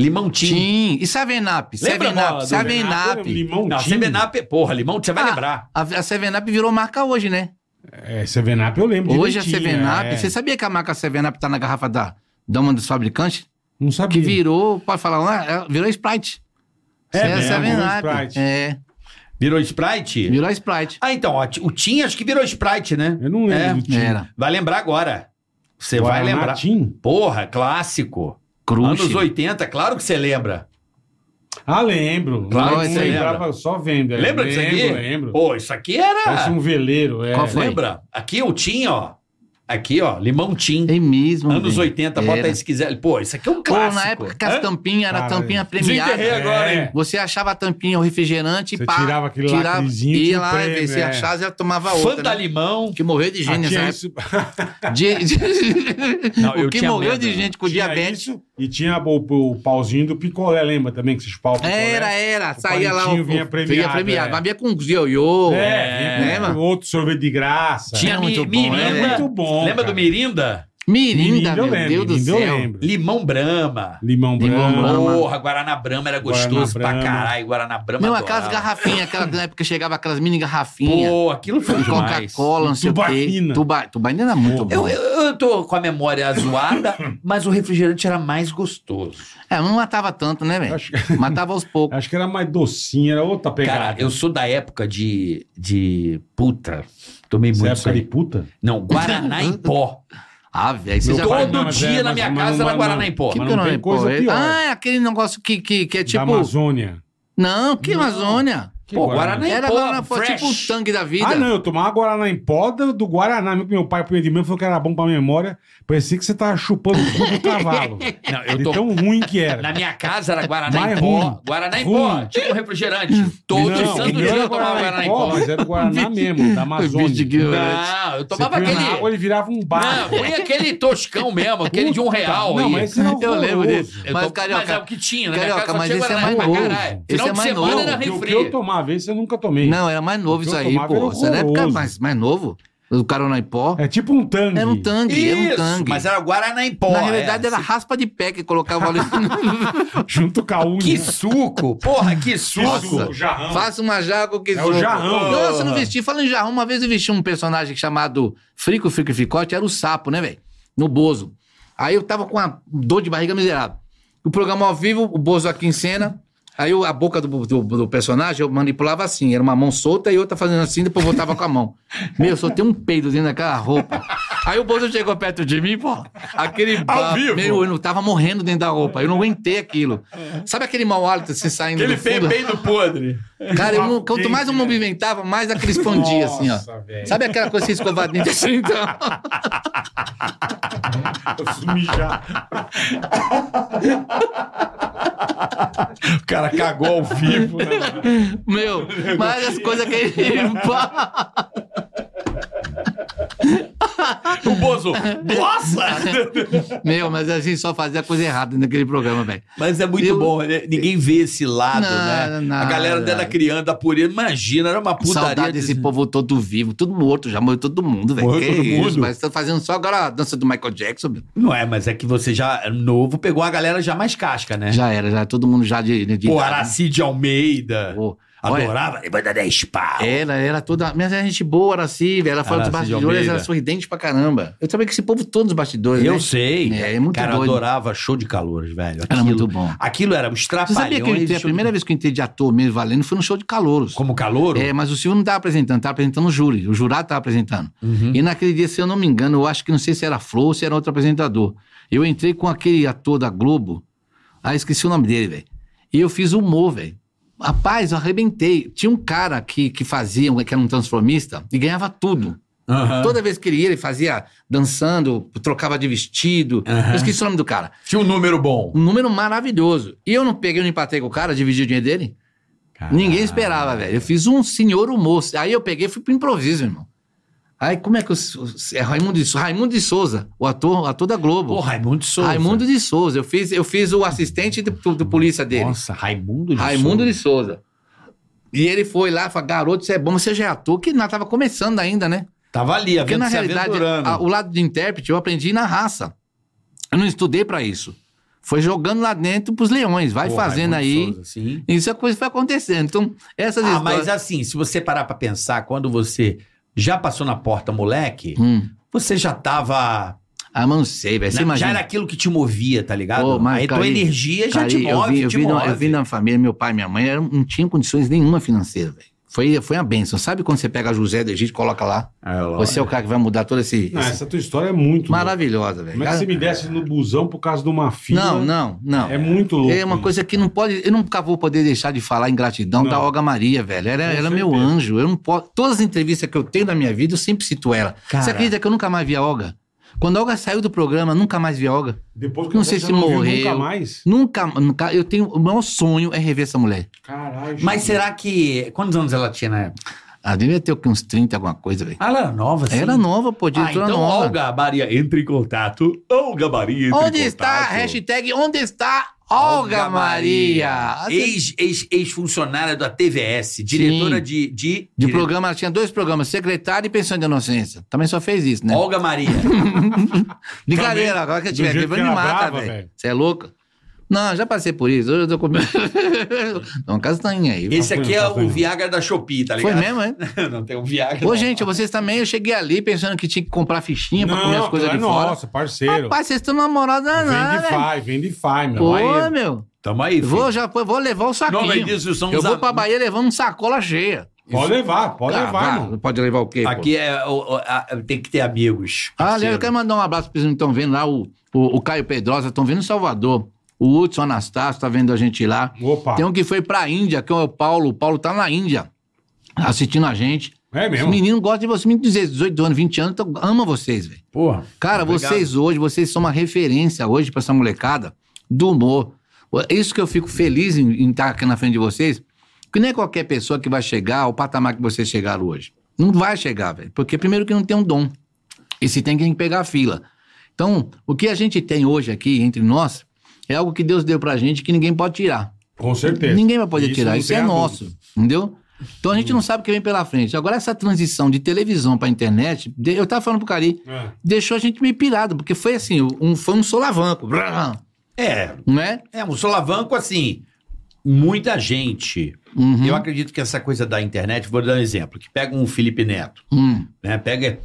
Speaker 3: Limão Tim.
Speaker 4: Tim. E Savenap?
Speaker 3: Lembra, bola,
Speaker 4: Savenap,
Speaker 3: do
Speaker 4: Savenap.
Speaker 2: um Limão
Speaker 3: Não,
Speaker 2: Tim.
Speaker 3: Semenap, porra, limão, você vai
Speaker 4: Ah,
Speaker 3: lembrar.
Speaker 4: A, a Seven Up virou marca hoje, né?
Speaker 2: É, Sevenap eu lembro
Speaker 4: Hoje a
Speaker 2: direitinho,
Speaker 4: Sevenap,
Speaker 2: é.
Speaker 4: você sabia que a marca Sevenap tá na garrafa da, da uma dos fabricantes?
Speaker 2: Não
Speaker 4: Que
Speaker 2: sabia.
Speaker 4: virou, pode falar, é, é, virou Sprite.
Speaker 2: É
Speaker 4: Isso
Speaker 2: mesmo, virou
Speaker 4: Up.
Speaker 2: Sprite.
Speaker 4: É,
Speaker 3: Virou Sprite?
Speaker 4: virou Sprite.
Speaker 3: Ah, então, ó, o Tim acho que virou Sprite, né?
Speaker 2: Eu não lembro
Speaker 3: É,
Speaker 2: do time.
Speaker 4: Era.
Speaker 3: Vai lembrar agora. Você vai
Speaker 2: Guaraná
Speaker 3: lembrar.
Speaker 2: Tim?
Speaker 3: Porra, clássico.
Speaker 4: Cruz.
Speaker 3: Anos 80, claro que você lembra.
Speaker 2: Ah, lembro.
Speaker 3: Claro
Speaker 2: Não
Speaker 4: que você
Speaker 2: lembrava, Só vendo. é.
Speaker 3: lembra disso
Speaker 2: lembro,
Speaker 3: aqui?
Speaker 2: Lembro,
Speaker 3: Pô, isso aqui era...
Speaker 2: Parece um veleiro. É.
Speaker 4: Qual foi?
Speaker 3: Lembra? Aqui o Tim, ó. Aqui, ó, Limão Tim.
Speaker 4: É mesmo.
Speaker 3: Anos
Speaker 4: velho.
Speaker 3: 80, bota
Speaker 4: Era.
Speaker 3: aí se quiser. Pô, isso aqui é um
Speaker 4: Pô,
Speaker 3: clássico.
Speaker 4: na época que
Speaker 3: Hã?
Speaker 4: as tampinhas era
Speaker 2: Cara,
Speaker 4: tampinha
Speaker 3: Desenterrei
Speaker 4: premiada.
Speaker 3: agora,
Speaker 2: É.
Speaker 3: hein?
Speaker 4: Você achava a tampinha, o refrigerante e
Speaker 2: Você
Speaker 4: pá.
Speaker 2: tirava aquele lacrezinho, tinha
Speaker 4: Ia
Speaker 2: um
Speaker 4: lá,
Speaker 2: prêmio,
Speaker 4: se
Speaker 2: é.
Speaker 4: achasse, ela tomava
Speaker 3: Fanta
Speaker 4: outra. né?
Speaker 3: Limão.
Speaker 4: Que morreu de
Speaker 2: Ah,
Speaker 4: gênio
Speaker 2: tinha
Speaker 4: nessa época.
Speaker 2: isso,
Speaker 4: De- de-
Speaker 3: Não, eu
Speaker 4: o que
Speaker 3: tinha
Speaker 4: morreu
Speaker 3: medo,
Speaker 4: de
Speaker 3: não.
Speaker 4: gente com
Speaker 2: tinha
Speaker 4: diabetes.
Speaker 2: isso, e tinha o, o pauzinho do picolé, lembra também? Que se chupava o picolé. É,
Speaker 4: Era, era.
Speaker 2: né? O
Speaker 4: saía lá.
Speaker 2: palitinho
Speaker 4: o-
Speaker 2: vinha
Speaker 4: o-
Speaker 2: premiado, é.
Speaker 4: Mas vinha com os ioiô. né,
Speaker 2: É, vinha
Speaker 4: Lembra?
Speaker 2: com outro sorvete de graça.
Speaker 3: Tinha
Speaker 4: Era
Speaker 3: mi-
Speaker 4: muito bom,
Speaker 3: Mirinda.
Speaker 4: era
Speaker 2: muito bom.
Speaker 3: Lembra
Speaker 2: cara.
Speaker 3: do Mirinda?
Speaker 4: Mirinda,
Speaker 2: eu
Speaker 4: meu
Speaker 2: lembro,
Speaker 4: Deus do
Speaker 2: mirinda eu
Speaker 4: céu.
Speaker 2: lembro.
Speaker 3: Limão Brama.
Speaker 2: Limão branco.
Speaker 4: Limão branco. Brahma.
Speaker 3: Porra, Guaraná Brama era gostoso
Speaker 2: Guaraná
Speaker 3: pra
Speaker 2: Brahma.
Speaker 3: caralho. Guaraná Brama
Speaker 4: Não, aquelas
Speaker 3: adorava.
Speaker 4: garrafinhas, aquelas na época chegava aquelas mini garrafinhas.
Speaker 3: Pô, aquilo foi demais.
Speaker 4: Coca-Cola, não sei o quê.
Speaker 2: Tubaína.
Speaker 4: Tuba, tubaína era
Speaker 2: Pô.
Speaker 4: muito
Speaker 3: Eu,
Speaker 4: bom.
Speaker 3: eu, eu tô com a memória zoada, mas o refrigerante era mais gostoso.
Speaker 4: É, não matava tanto, né, velho?
Speaker 2: Acho que-
Speaker 4: Matava aos poucos.
Speaker 2: Acho que era mais docinho, era outra pegada.
Speaker 3: Cara, eu sou da época de. de puta. Tomei
Speaker 2: Essa
Speaker 3: muito. isso
Speaker 2: é época
Speaker 3: aí.
Speaker 2: de puta?
Speaker 3: Não, Guaraná em pó.
Speaker 4: Ah, velho, você
Speaker 2: Meu
Speaker 4: já
Speaker 2: pai
Speaker 4: falou.
Speaker 3: Todo
Speaker 2: não, mas
Speaker 3: dia
Speaker 2: é,
Speaker 3: na
Speaker 2: mas-
Speaker 3: minha
Speaker 2: mas
Speaker 3: casa
Speaker 2: não-
Speaker 3: era
Speaker 2: mas
Speaker 3: Guaraná
Speaker 2: não.
Speaker 3: em pó.
Speaker 4: Que
Speaker 2: Mas não
Speaker 4: que é o
Speaker 2: tem
Speaker 4: nome?
Speaker 2: coisa
Speaker 4: Pô, é-
Speaker 2: pior.
Speaker 4: Ah, é aquele negócio que, que, que é
Speaker 2: da
Speaker 4: tipo.
Speaker 2: Amazônia.
Speaker 4: Não, que
Speaker 2: Não.
Speaker 4: Amazônia.
Speaker 2: Que
Speaker 3: Pô,
Speaker 2: Guaraná? é
Speaker 3: Guaraná é em
Speaker 4: Era
Speaker 3: pó,
Speaker 4: Guaraná, pô,
Speaker 3: fresh.
Speaker 4: tipo um tangue da vida.
Speaker 2: Ah, não, eu tomava Guaraná em pó do, do Guaraná. Meu, meu pai, primeiro de mim, falou que era bom pra memória. Parecia que você tava chupando o cu do cavalo. velho.
Speaker 3: Não, eu
Speaker 2: De
Speaker 3: tô-
Speaker 2: tão ruim que era.
Speaker 3: Na minha casa era Guaraná em
Speaker 2: Mas
Speaker 3: pó.
Speaker 2: ruim.
Speaker 3: Guaraná em
Speaker 2: Ruim.
Speaker 3: pó. Tipo um refrigerante. Todo
Speaker 2: Não,
Speaker 3: santo
Speaker 2: o meu
Speaker 3: dia
Speaker 2: era
Speaker 3: eu tomava Guaraná em pó.
Speaker 2: Mas era o Guaraná mesmo, da
Speaker 4: Bicho de
Speaker 2: Amazônia.
Speaker 4: ignorante.
Speaker 3: Não, eu
Speaker 2: Você
Speaker 3: tomava
Speaker 2: põe
Speaker 3: aquele.
Speaker 2: na água, ele virava um
Speaker 3: Não,
Speaker 2: barco.
Speaker 3: foi aquele toscão mesmo, aquele de um real.
Speaker 2: Não,
Speaker 3: aí.
Speaker 2: mas esse não
Speaker 4: Eu lembro desse.
Speaker 3: Eu
Speaker 4: Mas,
Speaker 3: tô-
Speaker 4: Carioca-
Speaker 3: mas é o que tinha, né?
Speaker 4: Carioca,
Speaker 3: Minha casa só
Speaker 4: mas
Speaker 3: tinha
Speaker 4: esse é
Speaker 3: Guaraná
Speaker 4: mais
Speaker 3: pra
Speaker 4: novo.
Speaker 3: caralho.
Speaker 4: Esse
Speaker 3: Final
Speaker 4: é
Speaker 3: de
Speaker 4: mais
Speaker 3: semana
Speaker 4: novo.
Speaker 3: era
Speaker 2: O que
Speaker 3: refri.
Speaker 2: eu tomava, esse eu nunca tomei.
Speaker 4: Não, era mais novo
Speaker 2: O que
Speaker 4: isso
Speaker 2: eu
Speaker 4: aí,
Speaker 2: tomava era
Speaker 4: pô. Isso era época
Speaker 2: horroroso.
Speaker 4: mais, mais novo. O Carona em pó.
Speaker 2: É tipo um tangue.
Speaker 4: Era um tangue, era um
Speaker 3: Isso,
Speaker 4: tangue.
Speaker 3: mas era Guaraná em pó.
Speaker 4: Na
Speaker 3: é.
Speaker 4: realidade, era raspa de pé que colocava ali.
Speaker 2: Junto com a unha.
Speaker 3: Que suco! Porra, que suco!
Speaker 4: suco.
Speaker 2: jarrão.
Speaker 4: Faça uma jarra com o que
Speaker 2: É o
Speaker 4: suco.
Speaker 2: jarrão.
Speaker 4: Nossa, não vesti. Falando em jarrão, uma vez eu vesti um personagem chamado Frico, Frico e Ficote, era o sapo, né, velho? No Bozo. Aí eu tava com uma dor de barriga miserável. O programa ao vivo, o Bozo aqui em cena. Aí eu- a boca do, do- do personagem eu manipulava assim. Era uma mão solta e outra fazendo assim, depois voltava com a mão. Meu, eu soltei um peido dentro daquela roupa. Aí o Bozo chegou perto de mim, pô. Aquele bar,
Speaker 3: vivo.
Speaker 4: meu, eu tava morrendo dentro da roupa. Eu não aguentei aquilo. Sabe aquele mau hálito assim saindo
Speaker 3: Aquele
Speaker 4: do fundo?
Speaker 3: bem do podre. Ah,
Speaker 4: Cara, eu não-
Speaker 2: Papo
Speaker 4: quanto mais eu
Speaker 2: quente, né?
Speaker 4: movimentava, mais aquele expandia, assim, ó.
Speaker 2: Nossa, velho.
Speaker 4: Sabe aquela coisa que você escovava dentro assim, então?
Speaker 3: O cara cagou ao vivo. né?
Speaker 4: Meu, mas as coisas que ele...
Speaker 3: O Bozo, nossa!
Speaker 4: Meu, mas assim, só fazia coisa errada naquele programa, velho.
Speaker 3: Mas é muito
Speaker 4: Eu-
Speaker 3: bom, né? ninguém vê esse lado, né?
Speaker 4: Nada, nada.
Speaker 3: A galera dela criando da pureza, imagina, era uma putaria.
Speaker 4: Saudade desse
Speaker 3: de-
Speaker 4: povo todo vivo, tudo morto, já morreu todo mundo, velho.
Speaker 3: Morreu
Speaker 4: Que
Speaker 3: todo
Speaker 4: isso,
Speaker 3: mundo?
Speaker 4: Mas estão fazendo só agora a dança do Michael Jackson, meu.
Speaker 3: Não é, mas é que você já, novo, pegou a galera já mais casca, né?
Speaker 4: Já era, já todo mundo já de... de
Speaker 3: Pô,
Speaker 4: idade,
Speaker 3: Aracide
Speaker 4: né?
Speaker 3: Almeida.
Speaker 4: Pô, olha, É,
Speaker 3: Adorava. E manda 10 pau.
Speaker 4: Ela era toda. Mas era gente boa, Araci, velho. Ela fala dos
Speaker 3: Araci de
Speaker 4: bastidores,
Speaker 3: Almeida.
Speaker 4: era sorridente pra caramba. Eu também que esse povo todo dos bastidores.
Speaker 3: Eu
Speaker 4: né?
Speaker 3: sei.
Speaker 4: É, é muito
Speaker 3: Cara, eu
Speaker 4: doido.
Speaker 3: adorava show de calores, velho.
Speaker 4: Era
Speaker 3: Aquilo-
Speaker 4: muito bom.
Speaker 3: Aquilo era os
Speaker 4: Você
Speaker 3: trapalhões.
Speaker 4: sabia que eu entrei, a
Speaker 3: show-
Speaker 4: primeira vez que eu entrei de ator mesmo valendo foi no show de calouros.
Speaker 3: Como calor?
Speaker 4: É, mas o Silvio não estava apresentando, estava apresentando o júri, o jurado estava apresentando.
Speaker 3: Uhum.
Speaker 4: E naquele dia, se eu não me engano, eu acho que não sei se era a Flor ou se era outro apresentador. Eu entrei com aquele ator da Globo, ah, esqueci o nome dele, velho. E eu fiz humor, velho. Rapaz, eu arrebentei. Tinha um cara que, que fazia, que era um transformista, e ganhava tudo.
Speaker 3: Ah.
Speaker 4: Toda vez que ele ia, ele fazia dançando, trocava de vestido.
Speaker 3: Aham.
Speaker 4: Eu esqueci o nome do cara.
Speaker 3: Tinha um número bom.
Speaker 4: Um número maravilhoso. E eu não peguei, eu não empatei com o cara, dividi o dinheiro dele.
Speaker 3: Ah.
Speaker 4: Ninguém esperava, velho. Eu fiz um senhor humor. Aí eu peguei e fui pro improviso, irmão. Aí como é que eu... É Raimundo de, Sou- Raimundo de Souza, o ator, o ator da Globo.
Speaker 3: Pô, Raimundo de Souza.
Speaker 4: Raimundo de Souza. Eu fiz, eu fiz o assistente do, do- do polícia dele.
Speaker 3: Nossa, Raimundo de
Speaker 4: Raimundo
Speaker 3: Souza.
Speaker 4: de Souza. E ele foi lá e falou, garoto, você é bom, você já é ator. Que nada, tava começando ainda, né?
Speaker 3: Tava ali, a
Speaker 4: Porque
Speaker 3: vida
Speaker 4: na
Speaker 3: se
Speaker 4: realidade,
Speaker 3: aventurando.
Speaker 4: a- o lado de intérprete eu aprendi na raça. Eu não estudei pra isso. Foi jogando lá dentro pros leões, vai
Speaker 3: Pô,
Speaker 4: fazendo
Speaker 3: Raimundo
Speaker 4: aí.
Speaker 3: Souza, sim.
Speaker 4: Isso é coisa que foi acontecendo. Então, essas
Speaker 3: Ah,
Speaker 4: histórias.
Speaker 3: mas assim, se você parar pra pensar, quando você já passou na porta, moleque,
Speaker 4: Hum.
Speaker 3: você já tava.
Speaker 4: Ah, mas não sei, velho. Você
Speaker 3: né, já
Speaker 4: imagina.
Speaker 3: era aquilo que te movia, tá ligado?
Speaker 4: Pô, mas,
Speaker 3: Aí tua
Speaker 4: Cari,
Speaker 3: energia já
Speaker 4: Cara,
Speaker 3: te move,
Speaker 4: eu vim, eu
Speaker 3: te
Speaker 4: vim de uma-
Speaker 3: move.
Speaker 4: Eu vim de uma família, meu pai e minha mãe eram, não tinham condições nenhuma financeira, velho. Foi, foi uma benção. Sabe quando você pega José do Egito e coloca lá? Você é o cara que vai mudar todo esse.
Speaker 2: Não,
Speaker 4: esse-
Speaker 2: essa tua história é muito.
Speaker 4: Maravilhosa, velho.
Speaker 2: Como é que você me desce no busão por causa de uma filha?
Speaker 3: né?
Speaker 4: Não, não, não.
Speaker 2: É muito louco.
Speaker 4: É uma
Speaker 2: isso.
Speaker 4: coisa que não pode. Eu nunca vou poder deixar de falar em gratidão
Speaker 2: Não.
Speaker 4: da Olga Maria, velho. Ela,
Speaker 2: Com
Speaker 4: ela é meu
Speaker 2: certeza.
Speaker 4: anjo. Eu não posso. Todas as entrevistas que eu tenho na minha vida, eu sempre cito ela.
Speaker 3: Cara.
Speaker 4: Você acredita que eu nunca mais vi a Olga? Quando a Olga saiu do programa, nunca mais vi a Olga.
Speaker 2: Depois que
Speaker 4: Não
Speaker 2: eu
Speaker 4: sei
Speaker 2: vi,
Speaker 4: se
Speaker 2: eu vi Nunca
Speaker 4: morreu.
Speaker 2: mais.
Speaker 4: Nunca, nunca. Eu tenho. O meu sonho é rever essa mulher.
Speaker 2: Caralho.
Speaker 3: Mas
Speaker 2: gente.
Speaker 3: será que. Quantos anos ela tinha na época?
Speaker 4: Ah, devia ter o quê? uns 30, alguma coisa, velho.
Speaker 3: Ah, ela era nova, assim.
Speaker 4: Era nova, pô,
Speaker 5: Ah,
Speaker 4: diretora
Speaker 5: então
Speaker 4: nova.
Speaker 5: Olga Maria entre em contato. Olga Maria entre
Speaker 4: Onde
Speaker 5: em
Speaker 4: está?
Speaker 5: contato.
Speaker 4: Hashtag onde está Olga, Maria? Assim,
Speaker 3: Ex- ex- Ex-funcionária da TVS, diretora
Speaker 4: Sim.
Speaker 3: de. De,
Speaker 4: De
Speaker 3: dire-
Speaker 4: programa, ela tinha dois programas, secretário e pensão de inocência. Também só fez isso, né?
Speaker 3: Olga Maria.
Speaker 4: Brincadeira, agora que eu
Speaker 2: do
Speaker 4: tiver aqui,
Speaker 2: jeito
Speaker 4: vai
Speaker 2: que
Speaker 4: me
Speaker 2: ela
Speaker 4: matar,
Speaker 2: brava,
Speaker 4: velho.
Speaker 2: velho.
Speaker 4: Você é louco? Não, já passei por isso. Hoje eu tô comendo. Dá uma castanha aí.
Speaker 3: Esse
Speaker 2: Tá
Speaker 3: aqui
Speaker 2: vendo,
Speaker 3: é
Speaker 2: tá
Speaker 3: o
Speaker 2: vendo.
Speaker 3: Viagra da Shopee, tá
Speaker 4: Foi
Speaker 3: ligado?
Speaker 4: mesmo, hein?
Speaker 3: Não tem um Viagra.
Speaker 4: Ô,
Speaker 3: não.
Speaker 4: gente, vocês também, eu cheguei ali pensando que tinha que comprar fichinha pra comer as coisas
Speaker 2: é
Speaker 4: de fora.
Speaker 2: Nossa, parceiro.
Speaker 4: Rapaz, vocês estão namorados
Speaker 2: Vende
Speaker 4: danada, velho.
Speaker 2: fai, vende fai, meu.
Speaker 4: Pô,
Speaker 2: Aí-
Speaker 4: meu.
Speaker 3: Tamo aí. filho.
Speaker 4: Vou, já, vou levar o
Speaker 3: O
Speaker 4: saquinho.
Speaker 3: nome disso são
Speaker 4: Eu
Speaker 3: os
Speaker 4: vou
Speaker 3: am-
Speaker 4: pra Bahia levando uma sacola cheia.
Speaker 2: pode levar, pode
Speaker 4: Ah,
Speaker 2: levar,
Speaker 4: vá,
Speaker 2: irmão.
Speaker 4: Pode levar o quê? pô?
Speaker 3: Aqui é, o- o- a- tem que ter amigos.
Speaker 4: Ah,
Speaker 3: parceiro.
Speaker 4: aliás, eu quero mandar um abraço pra vocês que estão vendo lá, o, o, o Caio Pedrosa, estão vendo em Salvador. O Hudson Anastácio tá vendo a gente lá.
Speaker 2: Opa.
Speaker 4: Tem um que foi pra Índia, que é o Paulo. O Paulo tá na Índia, assistindo a gente.
Speaker 2: É
Speaker 4: Os
Speaker 2: mesmo.
Speaker 4: meninos gostam de vocês, menino de 18 anos, 20 anos, então, ama vocês, velho.
Speaker 3: Porra.
Speaker 4: Cara,
Speaker 3: Obrigado.
Speaker 4: vocês hoje, vocês são uma referência hoje pra essa molecada do humor. Isso que eu fico feliz em, em estar aqui na frente de vocês, que nem qualquer pessoa que vai chegar ao patamar que vocês chegaram hoje. Não vai chegar, velho. Porque primeiro que não tem um dom. E se tem, tem que pegar a fila. Então, o que a gente tem hoje aqui entre nós é algo que Deus deu pra gente que ninguém pode tirar.
Speaker 2: Com certeza.
Speaker 4: Ninguém vai poder
Speaker 2: Isso
Speaker 4: tirar,
Speaker 2: não
Speaker 4: isso
Speaker 2: tem
Speaker 4: é
Speaker 2: a dúvida.
Speaker 4: nosso, entendeu? Então a gente não sabe o que vem pela frente. Agora, essa transição de televisão pra internet, de- eu tava falando pro Cari,
Speaker 2: É.
Speaker 4: deixou a gente meio pirado, porque foi assim, um, foi um solavanco, brrr,
Speaker 3: É,
Speaker 4: não é?
Speaker 3: é um solavanco assim. Muita gente.
Speaker 4: Uhum,
Speaker 3: Eu acredito que essa coisa da internet, vou dar um exemplo, que pega um Felipe Neto,
Speaker 4: hum,
Speaker 3: né? Pega.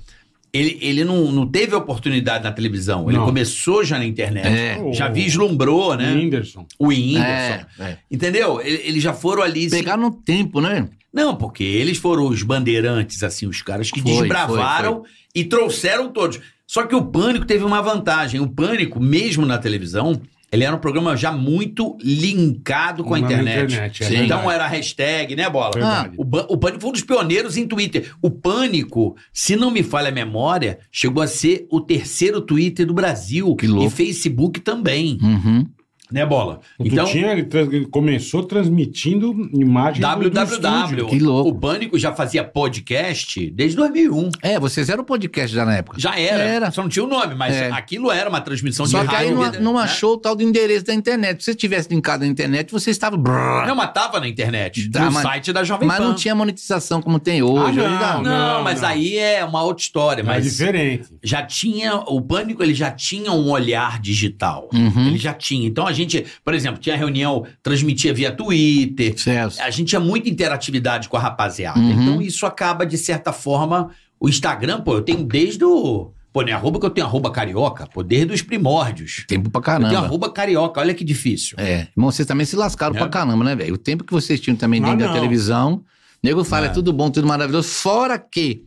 Speaker 3: Ele, ele não, não teve oportunidade na televisão. Ele
Speaker 2: Não.
Speaker 3: começou já na internet.
Speaker 4: é,
Speaker 2: O-
Speaker 3: Já vislumbrou, né?
Speaker 2: Whindersson.
Speaker 3: O Whindersson.
Speaker 4: é, é.
Speaker 3: Entendeu? Ele- Eles já foram ali. se-
Speaker 4: Pegar no tempo, né?
Speaker 3: Não, porque eles foram os bandeirantes, assim, os caras que
Speaker 4: Foi,
Speaker 3: desbravaram e trouxeram todos. Só que o Pânico teve uma vantagem. O Pânico, mesmo na televisão, ele era um programa já muito linkado com a
Speaker 2: Na
Speaker 3: internet.
Speaker 2: internet, é
Speaker 4: Sim.
Speaker 2: verdade.
Speaker 3: Então era hashtag, né, Bola?
Speaker 2: Verdade.
Speaker 3: O, Ban- o Pânico foi um dos pioneiros em Twitter. O Pânico, se não me falha a memória, chegou a ser o terceiro Twitter do Brasil.
Speaker 4: Que louco.
Speaker 3: E Facebook também,
Speaker 4: Uhum.
Speaker 3: né, Bola?
Speaker 2: O
Speaker 4: Então-
Speaker 2: Tutinha, ele, trans- ele começou transmitindo imagem do- do estúdio.
Speaker 3: WWW.
Speaker 4: Que louco.
Speaker 3: O Pânico já fazia podcast desde 2001.
Speaker 4: É, vocês eram podcast já na época.
Speaker 3: Já era.
Speaker 4: Era.
Speaker 3: Só não tinha o nome, mas
Speaker 4: É.
Speaker 3: aquilo era uma transmissão
Speaker 4: Só
Speaker 3: de
Speaker 4: que aí
Speaker 3: rádio.
Speaker 4: não,
Speaker 3: né?
Speaker 4: não achou o tal do endereço da internet. Se você tivesse linkado na internet, você estava. brrr,
Speaker 3: Não, mas tava na internet.
Speaker 4: Tá,
Speaker 3: no
Speaker 4: mas-
Speaker 3: site da Jovem
Speaker 4: mas
Speaker 3: Pan.
Speaker 4: não tinha monetização como tem hoje.
Speaker 2: Ah,
Speaker 4: hoje dá-
Speaker 2: não,
Speaker 3: Não, mas
Speaker 2: não.
Speaker 3: aí é uma outra história.
Speaker 2: É
Speaker 3: Mas
Speaker 2: diferente.
Speaker 3: já tinha. O Pânico ele já tinha um olhar digital.
Speaker 4: Uhum.
Speaker 3: Ele já tinha. Então a gente, por exemplo, tinha reunião, transmitia via Twitter.
Speaker 4: Certo.
Speaker 3: A gente tinha muita interatividade com a rapaziada.
Speaker 4: Uhum.
Speaker 3: Então isso acaba, de certa forma, o Instagram, pô, eu tenho desde o. Pô, nem arroba que eu tenho arroba carioca, pô, desde os primórdios.
Speaker 4: Tempo pra
Speaker 3: Eu tenho
Speaker 4: caramba.
Speaker 3: arroba carioca, olha que difícil.
Speaker 4: É. Irmão, vocês também se lascaram
Speaker 3: Né?
Speaker 4: pra caramba, né, velho? O tempo que vocês tinham também
Speaker 2: É. Ah,
Speaker 4: dentro da
Speaker 2: não.
Speaker 4: televisão. O nego fala, é. tudo bom, tudo maravilhoso. Fora que.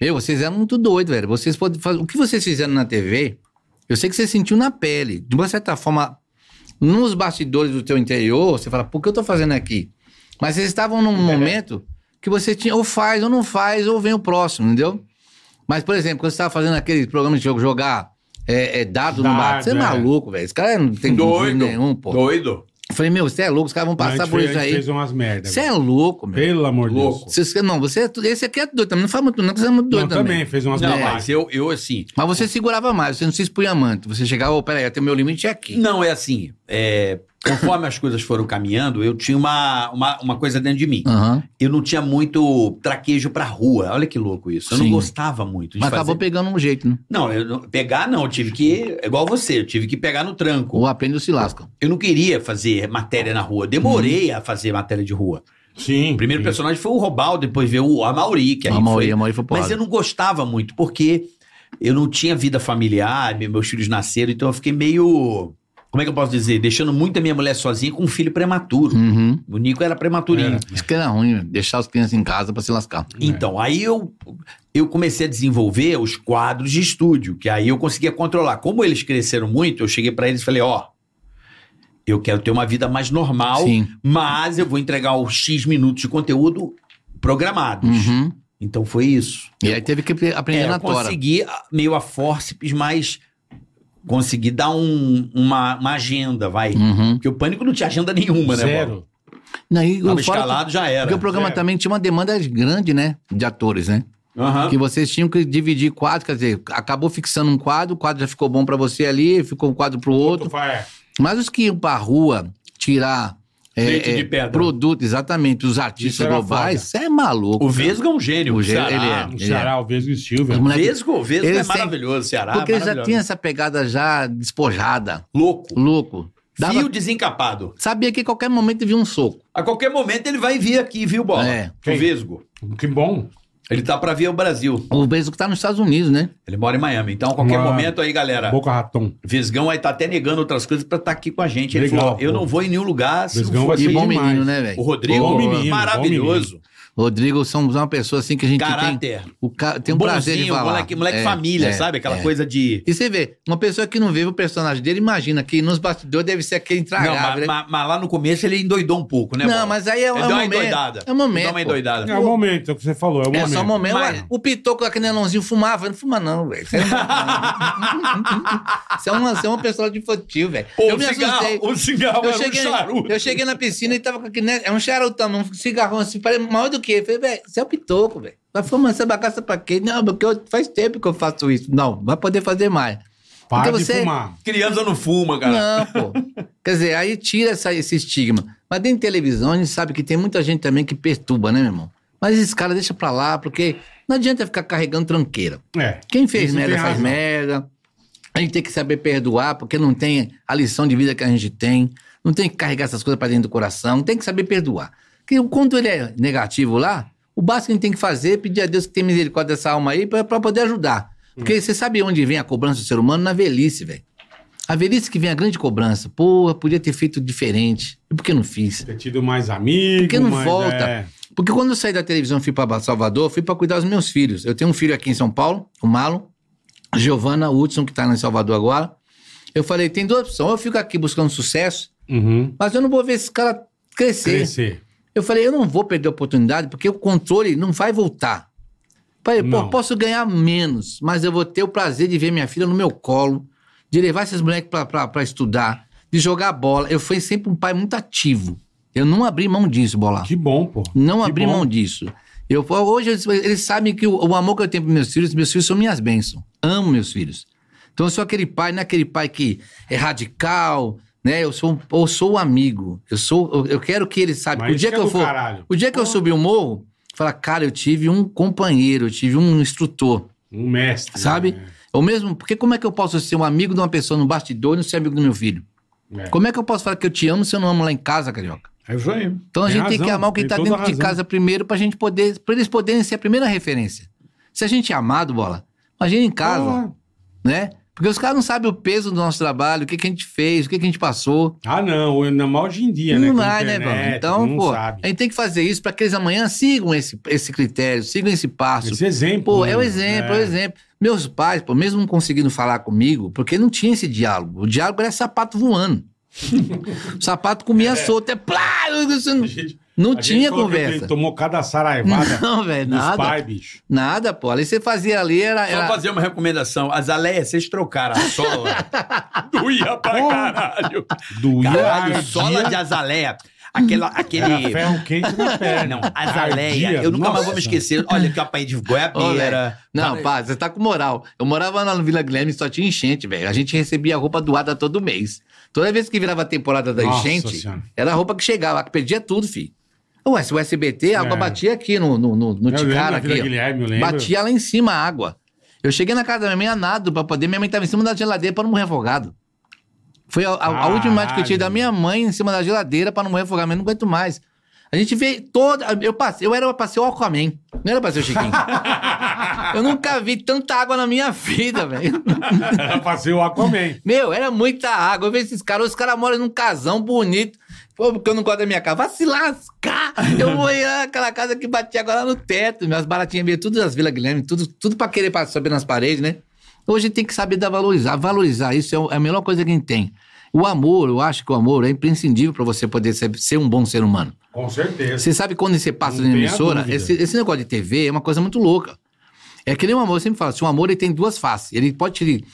Speaker 4: Meu, vocês eram muito doidos, velho. Vocês podem fazer. O que vocês fizeram na TV, eu sei que você sentiu na pele. De uma certa forma, nos bastidores do teu interior, você fala, por que eu tô fazendo aqui? Mas vocês estavam
Speaker 2: É.
Speaker 4: num momento que você tinha, ou faz, ou não faz, ou vem o próximo, entendeu? Mas, por exemplo, quando você estava fazendo aquele programa de jogo jogar é, é, dado, no
Speaker 2: Dado,
Speaker 4: bar, você é
Speaker 2: é.
Speaker 4: maluco, velho. Esse cara é não tem juízo nenhum, pô.
Speaker 3: Doido.
Speaker 4: Eu Falei, meu, você é louco, os caras vão
Speaker 2: Mas a
Speaker 4: passar
Speaker 2: gente
Speaker 4: por
Speaker 2: fez-
Speaker 4: isso
Speaker 2: a gente
Speaker 4: aí.
Speaker 3: um
Speaker 2: fez umas merdas.
Speaker 4: Você é louco, meu.
Speaker 2: Pelo amor de Deus.
Speaker 3: Louco.
Speaker 4: Você- não, você é, tu- esse aqui é doido também. Não fala muito, não, que você é muito doido
Speaker 2: Não,
Speaker 4: também.
Speaker 2: também fez umas
Speaker 3: Não,
Speaker 2: merdas.
Speaker 3: mas eu, eu assim.
Speaker 4: Mas você segurava mais, você não se expunha muito. Você chegava, ô, peraí, até o meu limite é aqui.
Speaker 3: Não, é assim. é, conforme as coisas foram caminhando, eu tinha uma, uma, uma coisa dentro de mim.
Speaker 4: Aham.
Speaker 3: Eu não tinha muito traquejo pra rua. Olha que louco isso. Eu
Speaker 4: Sim.
Speaker 3: não gostava muito de
Speaker 4: Mas
Speaker 3: fazer.
Speaker 4: acabou pegando um jeito, né?
Speaker 3: Não, eu não- pegar não, eu tive que. é Igual você, eu tive que pegar no tranco.
Speaker 4: Ou aprende ou se lasca.
Speaker 3: Eu não queria fazer matéria na rua. Demorei a fazer matéria de rua.
Speaker 2: Sim.
Speaker 3: O primeiro
Speaker 2: sim.
Speaker 3: personagem foi o Robaldo, depois veio o Amauri, que aí
Speaker 4: A Mauri,
Speaker 3: foi...
Speaker 4: a Mauri foi pro
Speaker 3: Mas eu não gostava muito, porque eu não tinha vida familiar, me- meus filhos nasceram, então eu fiquei meio. Como é que eu posso dizer? Deixando muito a minha mulher sozinha com um filho prematuro.
Speaker 4: Uhum.
Speaker 3: O Nico era prematurinho.
Speaker 2: Era. É.
Speaker 4: Isso que era ruim, né? deixar os crianças em casa pra se lascar.
Speaker 3: Então, aí eu, eu comecei a desenvolver os quadros de estúdio, que aí eu conseguia controlar. Como eles cresceram muito, eu cheguei pra eles e falei: ó, eu quero ter uma vida mais normal,
Speaker 4: Sim.
Speaker 3: mas eu vou entregar os X minutos de conteúdo programados.
Speaker 4: Uhum.
Speaker 3: Então foi isso.
Speaker 4: E aí teve que aprender
Speaker 3: É,
Speaker 4: na
Speaker 3: eu
Speaker 4: tora.
Speaker 3: consegui ah, meio a forceps, mas consegui dar um- uma, uma agenda, vai.
Speaker 4: Uhum.
Speaker 3: Porque o pânico não tinha agenda nenhuma, né? Bola?
Speaker 2: Zero.
Speaker 4: Não, e
Speaker 3: Tava
Speaker 4: o fora
Speaker 3: escalado, já
Speaker 4: que-
Speaker 3: era.
Speaker 4: Porque o programa
Speaker 2: zero.
Speaker 4: também tinha uma demanda grande, né? De atores, né?
Speaker 3: Aham.
Speaker 4: Que vocês tinham que dividir quadro, quer dizer, acabou fixando um quadro, o quadro já ficou bom pra você ali, ficou um quadro pro outro.
Speaker 2: vai.
Speaker 4: Mas os que iam pra rua tirar é,
Speaker 3: Leite
Speaker 4: é,
Speaker 3: de pedra.
Speaker 4: produto, exatamente, os
Speaker 2: Isso
Speaker 4: artistas
Speaker 2: era
Speaker 4: globais, você é maluco.
Speaker 3: O Vesgo é um gênio.
Speaker 4: O gê-
Speaker 3: Ceará.
Speaker 4: ele é.
Speaker 2: O Ceará, o Vesgo e o Silvio.
Speaker 4: Os
Speaker 3: O
Speaker 4: moleque-
Speaker 3: Vesgo, o Vesgo
Speaker 4: Eles
Speaker 3: é
Speaker 4: têm-
Speaker 3: maravilhoso, Ceará.
Speaker 4: porque eles já
Speaker 3: maravilhoso.
Speaker 4: tinham essa pegada já despojada,
Speaker 3: Louco.
Speaker 4: louco. Dava-
Speaker 3: Fio desencapado.
Speaker 4: Sabia que a qualquer momento vinha um soco.
Speaker 3: A qualquer momento ele vai vir aqui, viu, Bola?
Speaker 4: É.
Speaker 3: O
Speaker 2: Quem?
Speaker 3: Vesgo.
Speaker 2: Que bom.
Speaker 3: Ele tá pra vir ao Brasil.
Speaker 4: O Bezos que tá nos Estados Unidos, né?
Speaker 3: Ele mora em Miami. Então, a qualquer
Speaker 2: Uma-
Speaker 3: momento aí, galera.
Speaker 2: Boca Raton.
Speaker 3: Vesgão aí tá até negando outras coisas pra estar aqui com a gente. Ele
Speaker 2: Legal,
Speaker 3: falou: ó, eu
Speaker 2: pô.
Speaker 3: não vou em nenhum lugar. se não
Speaker 2: Vesgão
Speaker 3: for
Speaker 2: vai
Speaker 4: E
Speaker 2: ser
Speaker 4: bom
Speaker 2: demais.
Speaker 4: menino, né,
Speaker 3: O
Speaker 4: velho?
Speaker 3: Rodrigo, é um
Speaker 2: Bom menino,
Speaker 3: maravilhoso.
Speaker 4: Rodrigo somos uma pessoa assim que a gente tem.
Speaker 3: Caráter.
Speaker 4: O ca- tem um prazer de
Speaker 3: Bonzinho,
Speaker 4: falar.
Speaker 3: Moleque, moleque
Speaker 4: É,
Speaker 3: família,
Speaker 4: é,
Speaker 3: sabe? Aquela
Speaker 4: é.
Speaker 3: coisa de.
Speaker 4: E você vê, uma pessoa que não vive o personagem dele, imagina que nos bastidores deve ser aquele
Speaker 3: Não,
Speaker 4: intragável.
Speaker 3: mas,
Speaker 4: né?
Speaker 3: mas- mas lá no começo ele endoidou um pouco, né?
Speaker 4: Não,
Speaker 3: Bola?
Speaker 4: mas aí é, é,
Speaker 3: Ele
Speaker 4: um
Speaker 3: deu uma
Speaker 4: momento.
Speaker 3: endoidada.
Speaker 4: É um momento.
Speaker 3: Deu uma endoidada.
Speaker 2: É o momento, é o que você falou. É o
Speaker 4: É
Speaker 2: momento.
Speaker 4: só um momento.
Speaker 3: Mas-
Speaker 4: ué, O Pitoco, aquele anãozinho, fumava. Não fuma, não, velho. Você é, uma, você é uma pessoa de infantil, velho.
Speaker 3: Pô,
Speaker 4: Eu me assustei.
Speaker 3: o cigarro
Speaker 4: Eu
Speaker 3: era
Speaker 4: cheguei,
Speaker 3: um charuto.
Speaker 4: eu cheguei na piscina e tava com aquele. né, É um charutão, um cigarrão assim, parei maior do que. Eu Falei, velho, você é o pitoco, velho. Vai fumando essa bagaça pra quê? Não, porque eu- faz tempo que eu faço isso. Não, vai poder fazer mais.
Speaker 2: Para
Speaker 4: Então
Speaker 2: de
Speaker 4: você-
Speaker 2: fumar.
Speaker 3: Criança não fuma, cara.
Speaker 4: Não, pô. Quer dizer, aí tira essa- esse estigma. Mas dentro de televisão, a gente sabe que tem muita gente também que perturba, né, meu irmão? Mas esses caras deixa pra lá, porque não adianta ficar carregando tranqueira.
Speaker 2: É.
Speaker 4: Quem fez
Speaker 2: Isso
Speaker 4: merda
Speaker 2: tem
Speaker 4: faz
Speaker 2: razão.
Speaker 4: merda. A gente tem que saber perdoar, porque não tem a lição de vida que a gente tem. Não tem que carregar essas coisas pra dentro do coração. Tem que saber perdoar. Porque quando ele é negativo lá, o básico que a gente tem que fazer é pedir a Deus que tenha misericórdia dessa alma aí pra pra poder ajudar.
Speaker 2: Hum.
Speaker 4: Porque você sabe onde vem a cobrança do ser humano? Na velhice, velho. A velhice que vem a grande cobrança. Porra, podia ter feito diferente. E por que não fiz?
Speaker 2: Ter tido mais amigos.
Speaker 4: Porque não
Speaker 2: mais-
Speaker 4: volta.
Speaker 2: é.
Speaker 4: Porque quando eu saí da televisão e fui para Salvador, fui para cuidar dos meus filhos. Eu tenho um filho aqui em São Paulo, o Malo, Giovana Hudson, que tá lá em Salvador agora. Eu falei, tem duas opções, ou eu fico aqui buscando sucesso,
Speaker 2: Uhum.
Speaker 4: mas eu não vou ver esse cara crescer.
Speaker 2: Crescer.
Speaker 4: Eu falei, eu não vou perder a oportunidade, porque o controle não vai voltar. Falei, pô,
Speaker 2: Não.
Speaker 4: posso ganhar menos, mas eu vou ter o prazer de ver minha filha no meu colo, de levar esses moleques pra, pra, pra estudar, de jogar bola. Eu fui sempre um pai muito ativo. Eu não abri mão disso, bola.
Speaker 2: Que bom, pô.
Speaker 4: Não
Speaker 2: Que
Speaker 4: abri
Speaker 2: bom.
Speaker 4: mão disso. Eu, hoje eles, eles sabem que o, o amor que eu tenho para meus filhos, meus filhos são minhas bênçãos. Amo meus filhos. Então eu sou aquele pai, não é aquele pai que é radical, né? Eu sou, eu sou o amigo. Eu sou, eu, eu quero que eles saibam.
Speaker 2: Mas
Speaker 4: O dia
Speaker 2: isso
Speaker 4: que,
Speaker 2: é
Speaker 4: eu
Speaker 2: do
Speaker 4: for,
Speaker 2: caralho.
Speaker 4: o dia que eu subir o morro, falar, cara, eu tive um companheiro, eu tive um instrutor,
Speaker 2: Um mestre.
Speaker 4: sabe?
Speaker 2: né?
Speaker 4: Ou mesmo, porque como é que eu posso ser um amigo de uma pessoa no bastidor e não ser amigo do meu filho?
Speaker 2: É.
Speaker 4: Como é que eu posso falar que eu te amo se eu não amo lá em casa, carioca?
Speaker 2: É isso aí.
Speaker 4: Então a gente tem que
Speaker 2: razão,
Speaker 4: amar quem está
Speaker 2: toda
Speaker 4: dentro de
Speaker 2: razão.
Speaker 4: casa primeiro para gente poder, para eles poderem ser a primeira referência. Se a gente é amado, bola, imagina em casa,
Speaker 2: Porra.
Speaker 4: né? Porque os caras não sabem o peso do nosso trabalho, o que, que a gente fez, o que, que a gente passou.
Speaker 2: Ah, não. Ainda mais hoje em dia, né?
Speaker 4: não
Speaker 2: Com
Speaker 4: vai, né,
Speaker 2: internet,
Speaker 4: mano? Então,
Speaker 2: não
Speaker 4: pô,
Speaker 2: sabe.
Speaker 4: a gente tem que fazer isso para que eles amanhã sigam esse, esse critério, sigam esse passo.
Speaker 2: Esse exemplo.
Speaker 4: Pô, é o
Speaker 2: né?
Speaker 4: exemplo, é.
Speaker 2: É.
Speaker 4: o exemplo. Meus pais, pô, mesmo não conseguindo falar comigo, porque não tinha esse diálogo. O diálogo era sapato voando. o sapato comia solto, é plá!
Speaker 2: A gente-
Speaker 4: Não
Speaker 2: a gente
Speaker 4: tinha
Speaker 2: falou que
Speaker 4: conversa.
Speaker 2: Ele tomou cada saraivada
Speaker 4: Não, velho,
Speaker 2: dos
Speaker 4: nada.
Speaker 2: pais, bicho.
Speaker 4: Nada, pô. Ali você fazia ali, era.
Speaker 3: Só
Speaker 4: era-
Speaker 3: fazer uma recomendação. As aleias, vocês trocaram a sola. Doía pra caralho.
Speaker 2: Doía
Speaker 3: Caralho,
Speaker 2: ardia,
Speaker 3: sola de azaleia. Aquela,
Speaker 2: era
Speaker 3: aquele...
Speaker 2: ferro quente na perna.
Speaker 3: Não, azaleia. Eu nunca mais vou me esquecer. Olha que eu apanhei de
Speaker 4: Ô, velho.
Speaker 3: goiabeira.
Speaker 4: Não, pá, você tá com moral. Eu morava lá no Vila Guilherme e só tinha enchente, velho. A gente recebia roupa doada todo mês. Toda vez que virava a temporada da
Speaker 2: Nossa
Speaker 4: enchente,
Speaker 2: Senhora.
Speaker 4: era a roupa que chegava, que perdia tudo, filho. Ué, se o SBT, a água
Speaker 2: É.
Speaker 4: batia aqui no, no, no, no
Speaker 2: Eu lembro
Speaker 4: Ticara.
Speaker 2: da Vila
Speaker 4: Aqui, ó.
Speaker 2: Guilherme, eu lembro.
Speaker 4: batia lá em cima a água. Eu cheguei na casa da minha mãe a nado pra poder. Minha mãe tava em cima da geladeira pra não morrer afogado. Foi a, a- a última imagem que eu tive
Speaker 2: Caralho.
Speaker 4: da minha mãe em cima da geladeira pra não morrer afogado. Mas eu não aguento mais. A gente vê toda. Eu, passei, eu era pra ser o Aquaman. Não era pra ser o Chiquinho. eu nunca vi tanta água na minha vida, velho.
Speaker 2: Era pra ser o Aquaman.
Speaker 4: Meu, era muita água. Eu vejo esses caras, os caras moram num casão bonito. Pô, porque eu não gosto da minha casa. Vai se lascar! Eu vou ir naquela casa que batia agora no teto. Minhas baratinhas meio tudo das Vila Guilherme, tudo, tudo pra querer pra subir nas paredes, né? Hoje tem que saber dar valorizar. Valorizar isso é o- é a melhor coisa que a gente tem. O amor, eu acho que o amor é imprescindível pra você poder ser, ser um bom ser humano.
Speaker 2: Com certeza.
Speaker 4: Você sabe quando você passa
Speaker 2: Não
Speaker 4: na
Speaker 2: tenha
Speaker 4: emissora,
Speaker 2: dúvida.
Speaker 4: esse, esse negócio de TV é uma coisa muito louca. É que nem o amor, eu sempre falo, assim, o amor ele tem duas faces. Ele pode te,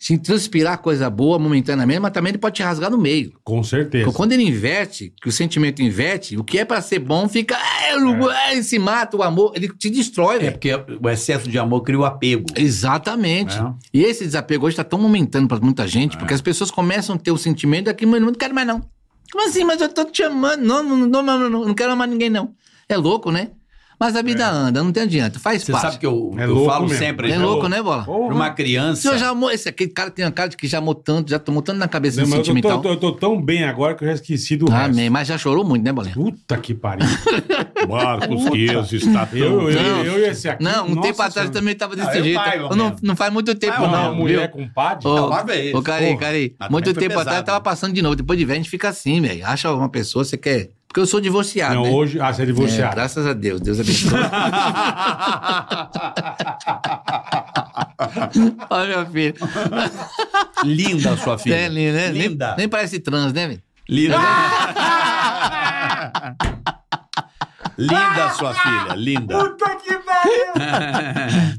Speaker 4: te transpirar coisa boa momentaneamente, mas também ele pode te rasgar no meio.
Speaker 2: Com certeza.
Speaker 4: Porque quando ele inverte, que o sentimento inverte, o que é pra ser bom fica. "Ah, eu não- ah", ele se mata, o amor, ele te destrói,
Speaker 3: É
Speaker 4: velho.
Speaker 3: porque o excesso de amor cria o apego.
Speaker 4: Exatamente.
Speaker 2: Né?
Speaker 3: É.
Speaker 4: E esse desapego hoje tá tão aumentando pra muita gente,
Speaker 2: É.
Speaker 4: porque as pessoas começam a ter o sentimento "É daquilo, mas eu não quero mais, não. Como assim? Mas eu tô te amando. Não, não, não, não, não, não, não quero amar ninguém, não. É louco, né? Mas a vida anda, não tem adianta. Faz
Speaker 3: Você
Speaker 4: parte.
Speaker 3: sabe que eu,
Speaker 2: É
Speaker 3: eu
Speaker 2: louco
Speaker 3: falo
Speaker 2: mesmo.
Speaker 3: sempre. né?
Speaker 4: é louco, né, Bola?
Speaker 2: Porra.
Speaker 3: Pra uma
Speaker 4: O senhor
Speaker 3: criança.
Speaker 4: já amou. Esse aquele cara tem uma cara de que já amou tanto, já tomou tanto na cabeça
Speaker 2: Não,
Speaker 4: desse
Speaker 2: mas eu, tô,
Speaker 4: sentimental.
Speaker 2: eu tô tão bem agora que eu já esqueci do resto.
Speaker 4: Amém. Mas já chorou muito, né, Bolinha?
Speaker 2: Puta que pariu.
Speaker 4: tá
Speaker 6: Marcos Dias está tão
Speaker 2: Eu, eu,
Speaker 4: Não.
Speaker 2: eu e esse aqui.
Speaker 4: Não, um
Speaker 2: nossa
Speaker 4: tempo atrás
Speaker 2: senhora.
Speaker 4: também tava desse
Speaker 3: Ah, eu
Speaker 4: jeito.
Speaker 3: paigo
Speaker 4: Eu
Speaker 2: né?
Speaker 4: não,
Speaker 3: mesmo.
Speaker 4: não faz muito tempo,
Speaker 3: Paigo
Speaker 2: Não,
Speaker 4: não. é
Speaker 2: a
Speaker 3: mesmo.
Speaker 4: viu?
Speaker 2: Ah, mulher com padre.
Speaker 4: Ô,
Speaker 3: uma vez,
Speaker 4: Ô, Cari,
Speaker 3: porra.
Speaker 4: Cari,
Speaker 3: Mas
Speaker 4: muito
Speaker 3: também foi
Speaker 4: tempo atrás
Speaker 3: pesado. né?
Speaker 4: tava passando de novo. Depois de velho, a gente fica assim, velho. Acha uma pessoa, você quer. Porque eu sou divorciado.
Speaker 2: não,
Speaker 4: né?
Speaker 2: hoje. Ah, você é
Speaker 4: É,
Speaker 2: divorciado.
Speaker 4: graças a Deus, Deus abençoe. Olha, meu filho.
Speaker 3: Linda a sua filha.
Speaker 4: É, linda, né? Nem-
Speaker 3: Linda.
Speaker 4: Nem, parece trans, né, velho?
Speaker 3: Linda. linda a sua filha, linda.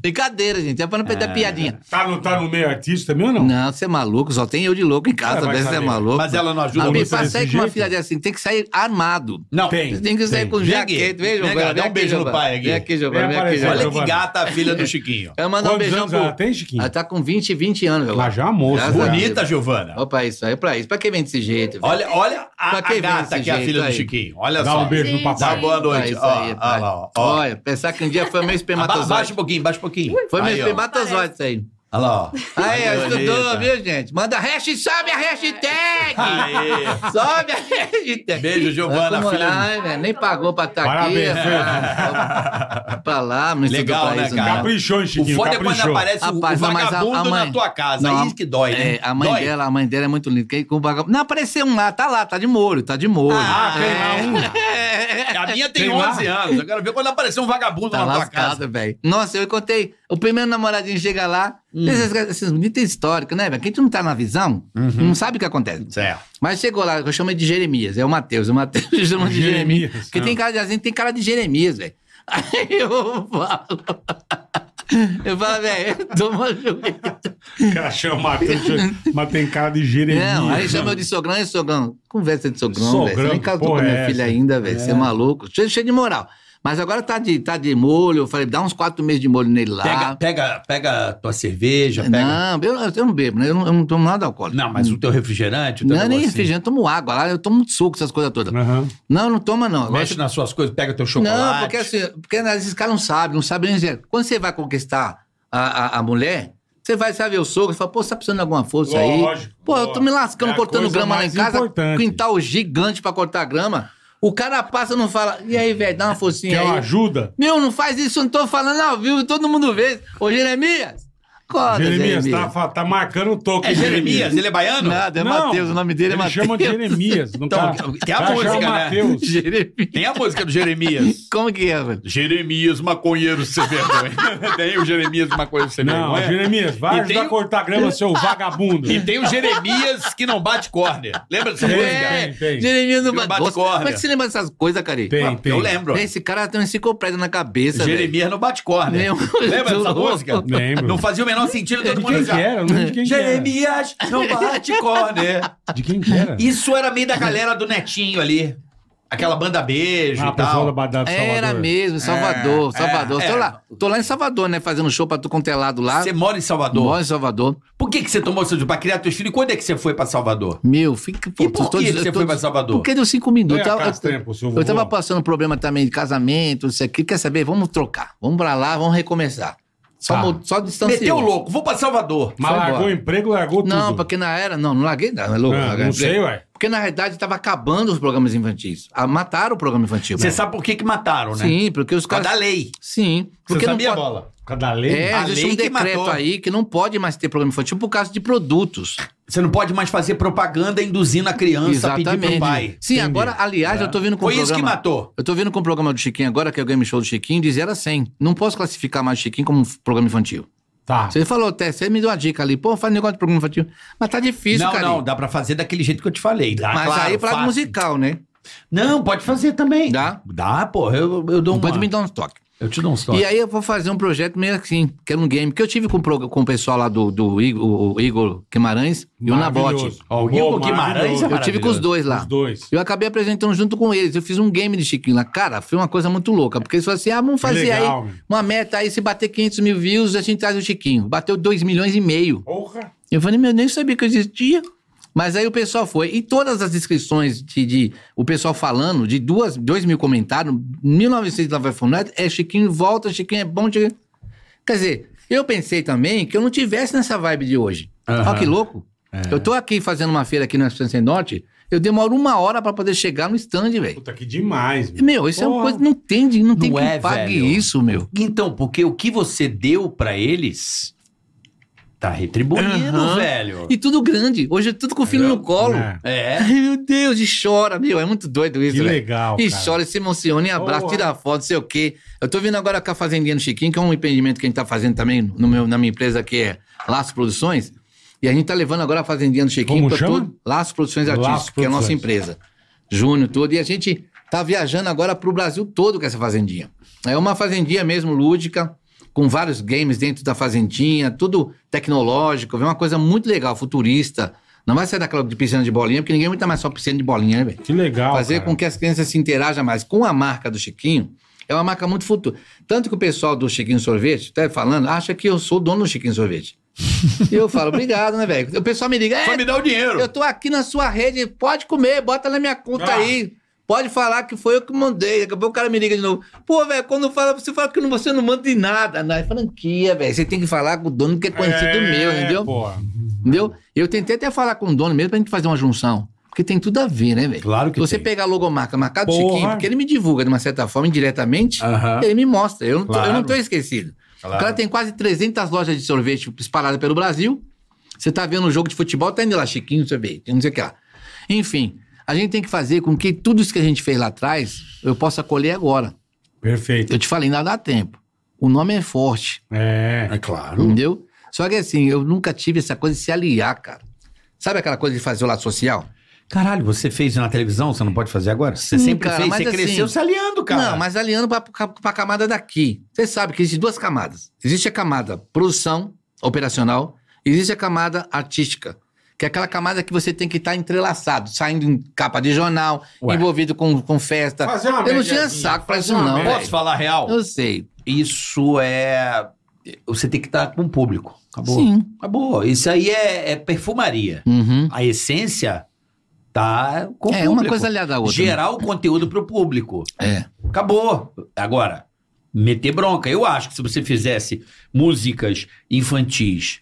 Speaker 4: Brincadeira, gente. É pra não perder a piadinha.
Speaker 2: Tá, no, tá no meio artista também ou não?
Speaker 4: Não, você é maluco, só tem eu de louco em
Speaker 2: Cara,
Speaker 4: casa,
Speaker 2: vai
Speaker 4: velho. Você é
Speaker 2: saber.
Speaker 4: maluco.
Speaker 3: Mas ela não ajuda
Speaker 4: Ah,
Speaker 3: muito.
Speaker 4: me
Speaker 2: você desse
Speaker 4: faz sair com uma
Speaker 2: jeito?
Speaker 4: filha dessa assim, tem que sair armado.
Speaker 3: Não.
Speaker 2: Tem.
Speaker 4: Você tem que sair
Speaker 2: tem.
Speaker 4: com
Speaker 3: Vem
Speaker 4: jaqueta.
Speaker 3: aqui.
Speaker 4: Vem,
Speaker 3: Vem,
Speaker 4: Giovanni.
Speaker 3: dá um beijo no
Speaker 4: Giovanni.
Speaker 3: pai aqui.
Speaker 4: Vem aqui, Giovanni.
Speaker 2: Vem
Speaker 4: Vem aqui,
Speaker 2: aparecer,
Speaker 4: Giovanni.
Speaker 3: Olha que
Speaker 2: Giovana.
Speaker 3: gata a filha do Chiquinho.
Speaker 4: Eu mando um
Speaker 2: Quantos
Speaker 4: beijão
Speaker 2: anos ela
Speaker 4: pro...
Speaker 2: tem, Chiquinho?
Speaker 4: Ela tá com 20, 20 anos, velho.
Speaker 2: Ela já é uma moça.
Speaker 4: Graças a Deus.
Speaker 3: Bonita, Giovana.
Speaker 4: Olha pra isso, olha pra isso. Pra que vem desse jeito, velho?
Speaker 3: Olha, olha a,
Speaker 4: Pra quem
Speaker 3: a
Speaker 4: vem
Speaker 3: gata
Speaker 4: desse
Speaker 3: que é a
Speaker 4: jeito
Speaker 3: filha do
Speaker 4: aí?
Speaker 3: Chiquinho. Olha
Speaker 2: Dá
Speaker 3: só.
Speaker 2: um beijo no
Speaker 3: Dá
Speaker 2: papai.
Speaker 3: boa
Speaker 4: Pra
Speaker 3: noite.
Speaker 4: isso
Speaker 3: Ó,
Speaker 4: aí,
Speaker 3: ó
Speaker 4: pai.
Speaker 3: lá, ó.
Speaker 4: Olha, pensar que um dia foi meu
Speaker 3: Aba- Baixa
Speaker 4: espermatozoide.
Speaker 3: um pouquinho, baixa um pouquinho.
Speaker 4: Foi meu
Speaker 3: Aí, ó.
Speaker 4: espermatozoide isso aí.
Speaker 3: Olha lá, ó.
Speaker 4: Aí,
Speaker 3: Olha
Speaker 4: ó,
Speaker 3: que
Speaker 4: estudou,
Speaker 3: bonita.
Speaker 4: viu, gente? Manda hashtag, sobe a hashtag!
Speaker 3: Aê.
Speaker 4: Sobe a hashtag!
Speaker 3: Beijo, Giovana,
Speaker 4: Vamos
Speaker 3: filha.
Speaker 4: lá, hein, velho? Nem pagou pra estar aqui.
Speaker 2: Parabéns,
Speaker 4: Parabéns, Pra lá, não estudou
Speaker 3: Legal,
Speaker 4: pra
Speaker 3: né,
Speaker 4: isso,
Speaker 3: cara?
Speaker 4: não.
Speaker 2: Caprichou, hein,
Speaker 3: O
Speaker 2: Chiquinho?
Speaker 3: foda é quando
Speaker 2: caprichou.
Speaker 3: aparece o- o
Speaker 4: Rapaz, mas a- a
Speaker 3: vagabundo
Speaker 4: mãe-
Speaker 3: na tua casa.
Speaker 4: Não,
Speaker 3: Aí
Speaker 4: a-
Speaker 3: que dói, né?
Speaker 4: É, a mãe
Speaker 3: Dói.
Speaker 4: dela, a mãe dela é muito linda. Quem com vagabundo- Não, apareceu um lá, tá lá, tá de molho, tá de molho.
Speaker 3: Ah,
Speaker 4: é.
Speaker 2: tem lá
Speaker 3: A minha tem,
Speaker 2: Tem lá?
Speaker 3: 11 anos. Eu quero ver quando aparecer um vagabundo
Speaker 4: Tá
Speaker 3: na tua casa.
Speaker 4: lascado, velho. Nossa, eu contei. O primeiro namoradinho chega lá. Esses, esses bonitos históricos, né, velho? Quem tu não tá na visão, não sabe o que acontece.
Speaker 3: Certo.
Speaker 4: Mas chegou lá, eu chamo ele de Jeremias. É o Matheus. O Matheus chama de Jeremias.
Speaker 2: Jeremias,
Speaker 4: Porque
Speaker 2: não.
Speaker 4: tem cara de assim, tem cara de Jeremias, velho. Aí eu falo. Eu falo, velho, toma juízo.
Speaker 2: O cara chama Matheus, mas tem cara de Jeremias.
Speaker 4: Não, aí chama eu de sogrão e sogrão. Conversa de sogrão,
Speaker 2: Sogrão,
Speaker 4: velho. Você nem
Speaker 2: que
Speaker 4: casou com
Speaker 2: porra
Speaker 4: a
Speaker 2: é
Speaker 4: minha
Speaker 2: essa?
Speaker 4: filha ainda, velho. Você é maluco. Cheio, cheio de moral. Mas agora tá de, tá de molho. Eu falei, dá uns quatro meses de molho nele lá.
Speaker 3: Pega, pega, pega a tua cerveja, pega.
Speaker 4: Não, eu, eu não bebo, né? Eu não, eu não tomo nada alcoólico.
Speaker 3: Não, mas o teu refrigerante, o teu
Speaker 4: Não, é nem
Speaker 3: negocinho.
Speaker 4: refrigerante, eu tomo água lá, eu tomo um suco, essas coisas todas.
Speaker 2: Aham.
Speaker 4: Não, não toma, não. Agora
Speaker 3: Mexe nas suas coisas, pega teu
Speaker 2: um
Speaker 4: você-
Speaker 3: chocolate.
Speaker 4: Não, porque assim, porque esses caras não sabem, não sabem nem dizer. Quando você vai conquistar a, a, a mulher, você vai saber o soco, você fala, pô, você tá precisando de alguma força aí.
Speaker 2: Lógico,
Speaker 4: Pô, eu
Speaker 2: lógico.
Speaker 4: tô me lascando,
Speaker 2: É a
Speaker 4: cortando
Speaker 2: coisa
Speaker 4: grama lá em
Speaker 2: mais
Speaker 4: casa,
Speaker 2: importante.
Speaker 4: quintal gigante pra cortar grama. O cara passa e não fala, e aí, velho, dá uma forcinha
Speaker 2: Quer uma
Speaker 4: aí.
Speaker 2: ajuda?
Speaker 4: Meu, não faz isso, não tô falando ao vivo, todo mundo vê. Ô, Jeremias, acorda,
Speaker 2: Jeremias,
Speaker 4: Jeremias.
Speaker 2: Tá, fa- tá marcando o toque.
Speaker 3: É Jeremias, ele é baiano?
Speaker 4: Nada, é Matheus, o nome dele é
Speaker 2: ele
Speaker 4: Matheus.
Speaker 2: chama de Jeremias. Não
Speaker 3: Então,
Speaker 2: tá,
Speaker 3: tem
Speaker 4: é
Speaker 3: a
Speaker 2: tá
Speaker 3: música,
Speaker 2: chama
Speaker 3: né?
Speaker 2: Mateus.
Speaker 4: Jeremias.
Speaker 3: Tem a música do Jeremias.
Speaker 4: Como que é, velho?
Speaker 3: Jeremias Maconheiro Sem Vergonha. Tem o Jeremias Maconheiro Sem
Speaker 4: é.
Speaker 2: Não, é
Speaker 3: Vergonha.
Speaker 2: Jeremias, vai
Speaker 3: E
Speaker 2: ajudar
Speaker 3: tem
Speaker 2: a
Speaker 3: o-
Speaker 2: cortar grama, seu vagabundo.
Speaker 3: E tem o Jeremias que não bate córner. Lembra dessa
Speaker 2: Tem,
Speaker 3: música?
Speaker 2: tem, tem.
Speaker 4: é. Jeremias não
Speaker 3: Tem um
Speaker 4: bate. Nossa,
Speaker 3: bate-corda.
Speaker 4: Como é que você lembra dessas coisas, cara?
Speaker 2: Tem, tem.
Speaker 3: Eu lembro.
Speaker 4: Esse cara tem uma enciclopédia na cabeça, velho.
Speaker 3: Jeremias não bate córner.
Speaker 4: Meu,
Speaker 3: Lembra
Speaker 4: tô
Speaker 3: dessa
Speaker 4: louco.
Speaker 3: música?
Speaker 2: Lembro.
Speaker 3: Não fazia o menor sentido todo
Speaker 2: De
Speaker 3: mundo
Speaker 2: quem que
Speaker 3: já.
Speaker 2: era? Eu Não lembro de quem que é? era.
Speaker 3: Jeremias não bate córner.
Speaker 2: De quem que era?
Speaker 3: Isso era meio da galera do Netinho ali. Aquela banda beijo
Speaker 2: Ah,
Speaker 3: e
Speaker 2: pessoal da
Speaker 3: tal.
Speaker 2: Badada de
Speaker 4: Era
Speaker 2: Salvador.
Speaker 4: mesmo, Salvador,
Speaker 3: É,
Speaker 4: Salvador.
Speaker 3: é,
Speaker 4: Tô,
Speaker 3: é.
Speaker 4: lá, tô lá em Salvador, né? Fazendo show pra tu contelado lá.
Speaker 3: Você mora em Salvador.
Speaker 4: Moro em Salvador.
Speaker 3: Por que, que você tomou seu pra criar teus filhos? Quando é que você foi pra Salvador?
Speaker 4: Meu, fica.
Speaker 3: E por que que você foi pra Salvador?
Speaker 4: Porque deu cinco minutos.
Speaker 2: Foi
Speaker 4: Eu-
Speaker 2: atrás
Speaker 4: eu-
Speaker 2: do tempo, seu
Speaker 4: eu,
Speaker 2: vovô.
Speaker 4: tava passando problema também de casamento, isso aqui. Quer saber? Vamos trocar. Vamos pra lá, vamos recomeçar. Só,
Speaker 2: Tá.
Speaker 4: mo- só distanciou.
Speaker 3: Meteu o louco, vou pra Salvador.
Speaker 2: Mas
Speaker 4: Foi
Speaker 2: largou o
Speaker 4: embora.
Speaker 2: emprego, largou tudo.
Speaker 4: Não, porque na era. Não, não larguei nada, é louco.
Speaker 2: Ah,
Speaker 4: larguei.
Speaker 2: não sei, ué.
Speaker 4: Porque, na realidade, estava acabando os programas infantis. Ah, mataram o programa infantil.
Speaker 3: Você sabe por que, que mataram, né?
Speaker 4: Sim, porque os
Speaker 3: Por causa
Speaker 4: caras.
Speaker 3: da lei.
Speaker 4: Sim.
Speaker 3: Você
Speaker 4: Porque não
Speaker 3: sabia,
Speaker 4: pode...
Speaker 3: bola?
Speaker 2: Cada lei.
Speaker 4: É,
Speaker 3: A
Speaker 4: existe
Speaker 3: lei
Speaker 4: um
Speaker 3: que
Speaker 4: decreto
Speaker 3: matou.
Speaker 4: aí que não pode mais ter programa infantil por causa de produtos.
Speaker 3: Você não pode mais fazer propaganda induzindo a criança a pedir pro pai.
Speaker 4: Sim, agora, aliás, eu tô vindo com
Speaker 3: Foi
Speaker 4: um
Speaker 3: isso que
Speaker 4: programa-
Speaker 3: matou.
Speaker 4: Eu tô vindo com o programa do Chiquinho agora, que é o game show do Chiquinho, de 0 a 100. Não posso classificar mais o Chiquinho como um programa infantil.
Speaker 3: Ah.
Speaker 2: Tá.
Speaker 4: Você falou, até, você me deu uma dica ali. Pô, faz negócio de programa infantil. Mas tá difícil,
Speaker 3: não,
Speaker 4: cara.
Speaker 3: não, dá pra fazer daquele jeito que eu te falei. Dá,
Speaker 4: Mas
Speaker 3: claro,
Speaker 4: aí pra
Speaker 3: fácil. Então
Speaker 4: musical, né?
Speaker 3: Não, pode fazer também.
Speaker 4: Dá?
Speaker 3: Dá, pô. Eu, eu dou
Speaker 4: Pode
Speaker 3: uma...
Speaker 4: me dar um toque.
Speaker 3: Eu te dou um toques.
Speaker 4: E aí eu vou fazer um projeto meio assim, que era um game que eu tive com, o prog- com o pessoal lá do, do Igor, o Igor Guimarães e o Nabote.
Speaker 2: Maravilhoso.
Speaker 3: Ó, o Guilherme
Speaker 2: Pô,
Speaker 3: Guimarães é
Speaker 2: maravilhoso.
Speaker 4: Eu tive com os dois lá.
Speaker 2: Os dois.
Speaker 4: Eu acabei apresentando junto com eles. Eu fiz um game de Chiquinho lá. Cara, foi uma coisa muito louca. Porque eles falaram assim: ah, vamos
Speaker 2: Que
Speaker 4: fazer
Speaker 2: legal,
Speaker 4: aí
Speaker 2: meu.
Speaker 4: uma meta aí. Se bater 500 mil views, a gente traz o Chiquinho. Bateu 2 milhões e meio.
Speaker 2: Porra.
Speaker 4: Eu falei: meu, nem sabia que eu existia. Mas aí o pessoal foi. E todas as inscrições de. de- o pessoal falando, de duas, 2 mil comentários, 1900 lá vai fundado, é Chiquinho volta, Chiquinho é bom. Chiquinho... Quer dizer, eu pensei também que eu não tivesse nessa vibe de hoje. Olha que louco.
Speaker 2: É.
Speaker 4: Eu tô aqui fazendo uma feira aqui na Estância Norte, eu demoro uma hora pra poder chegar no stand, velho.
Speaker 2: Puta, que demais. meu.
Speaker 4: Meu, isso é uma
Speaker 2: Porra.
Speaker 4: coisa que não tem, de- não tem
Speaker 3: Não
Speaker 4: quem
Speaker 3: é,
Speaker 4: pague
Speaker 3: velho.
Speaker 4: isso, meu.
Speaker 3: Então, porque o que você deu pra eles tá retribuindo,
Speaker 4: Aham.
Speaker 3: velho.
Speaker 4: E tudo grande. Hoje é tudo com o filho no colo.
Speaker 2: É.
Speaker 3: É.
Speaker 4: Ai, meu Deus, e chora, meu. É muito doido isso,
Speaker 2: Que
Speaker 4: velho.
Speaker 2: legal,
Speaker 4: E
Speaker 2: cara.
Speaker 4: chora, e se emociona, e abraça,
Speaker 2: Porra.
Speaker 4: tira foto, sei o quê. Eu tô vindo agora com a Fazendinha no Chiquinho, que é um empreendimento que a gente tá fazendo também no meu, na minha empresa, que é Laço Produções. E a gente tá levando agora a Fazendinha no Chiquinho
Speaker 2: Como
Speaker 4: pra
Speaker 2: chama?
Speaker 4: todo Laço Produções
Speaker 2: Laço
Speaker 4: Artísticas, que é a nossa
Speaker 2: Produções.
Speaker 4: empresa. Júnior, todo. E a gente tá viajando agora pro Brasil todo com essa Fazendinha. É uma Fazendinha mesmo lúdica, com vários games dentro da Fazendinha, tudo tecnológico, é uma coisa muito legal, futurista. Não vai ser daquela de piscina de bolinha, porque ninguém aguenta mais só piscina de bolinha, né, velho?
Speaker 2: Que legal.
Speaker 4: fazer
Speaker 2: cara.
Speaker 4: com que as crianças se interajam mais com a marca do Chiquinho é uma marca muito futura. Tanto que o pessoal do Chiquinho Sorvete, tá falando, acha que eu sou o dono do Chiquinho Sorvete. e eu falo, obrigado, né, velho? O pessoal me liga,
Speaker 3: Foi
Speaker 4: é,
Speaker 3: me dar o dinheiro.
Speaker 4: eu tô aqui na sua rede, pode comer, bota na minha conta
Speaker 2: Ah.
Speaker 4: aí. Pode falar que foi eu que mandei. Daqui a pouco o cara me liga de novo. Pô, velho, quando fala, você fala que não- você não manda de nada. Não, é franquia, velho. Você tem que falar com o dono que é conhecido meu, entendeu?
Speaker 2: porra.
Speaker 4: Entendeu? Eu tentei até falar com o dono mesmo pra gente fazer uma junção. Porque tem tudo a ver, né, velho?
Speaker 3: Claro que
Speaker 4: Você
Speaker 3: tem.
Speaker 4: pegar a logomarca marcado
Speaker 2: Porra.
Speaker 4: Chiquinho, porque ele me divulga de uma certa forma, indiretamente, ele me mostra. Eu não tô, eu não tô esquecido. O cara tem quase 300 lojas de sorvete espalhadas pelo Brasil. Você tá vendo um jogo de futebol, tá indo lá, Chiquinho, sorvete, não sei o que lá. Enfim, a gente tem que fazer com que tudo isso que a gente fez lá atrás, eu possa colher agora.
Speaker 2: Perfeito.
Speaker 4: Eu te falei, ainda dá tempo. O nome é forte.
Speaker 2: É.
Speaker 3: É claro.
Speaker 4: Uhum. Entendeu? Só que assim, eu nunca tive essa coisa de se aliar, cara. Sabe aquela coisa de fazer o lado social?
Speaker 3: Caralho, você fez na televisão, você não pode fazer agora? Você
Speaker 4: Sim,
Speaker 3: sempre
Speaker 4: cara,
Speaker 3: fez,
Speaker 4: mas
Speaker 3: você
Speaker 4: assim-
Speaker 3: cresceu se aliando, cara.
Speaker 4: Não, mas aliando pra, pra, pra camada daqui. Você sabe que existem duas camadas. Existe a camada produção, operacional, existe a camada artística. Que é aquela camada que você tem que estar entrelaçado, saindo em capa de jornal,
Speaker 3: Ué.
Speaker 4: envolvido com, com festa.
Speaker 2: Fazer uma
Speaker 4: Eu não tinha
Speaker 2: mediazinha,
Speaker 4: saco pra
Speaker 2: fazer
Speaker 4: isso,
Speaker 2: uma
Speaker 4: não.
Speaker 2: média.
Speaker 3: Posso
Speaker 4: velho.
Speaker 3: falar a real?
Speaker 4: É. Eu sei.
Speaker 3: Isso é... Você tem que estar com o público. Acabou.
Speaker 4: Sim.
Speaker 3: Acabou. Isso aí é, é perfumaria.
Speaker 4: Uhum.
Speaker 3: A essência tá com o
Speaker 4: É,
Speaker 3: público.
Speaker 4: uma coisa aliada à outra. né?
Speaker 3: Gerar o conteúdo pro público.
Speaker 4: É.
Speaker 3: Acabou. Agora, meter bronca. Eu acho que se você fizesse músicas infantis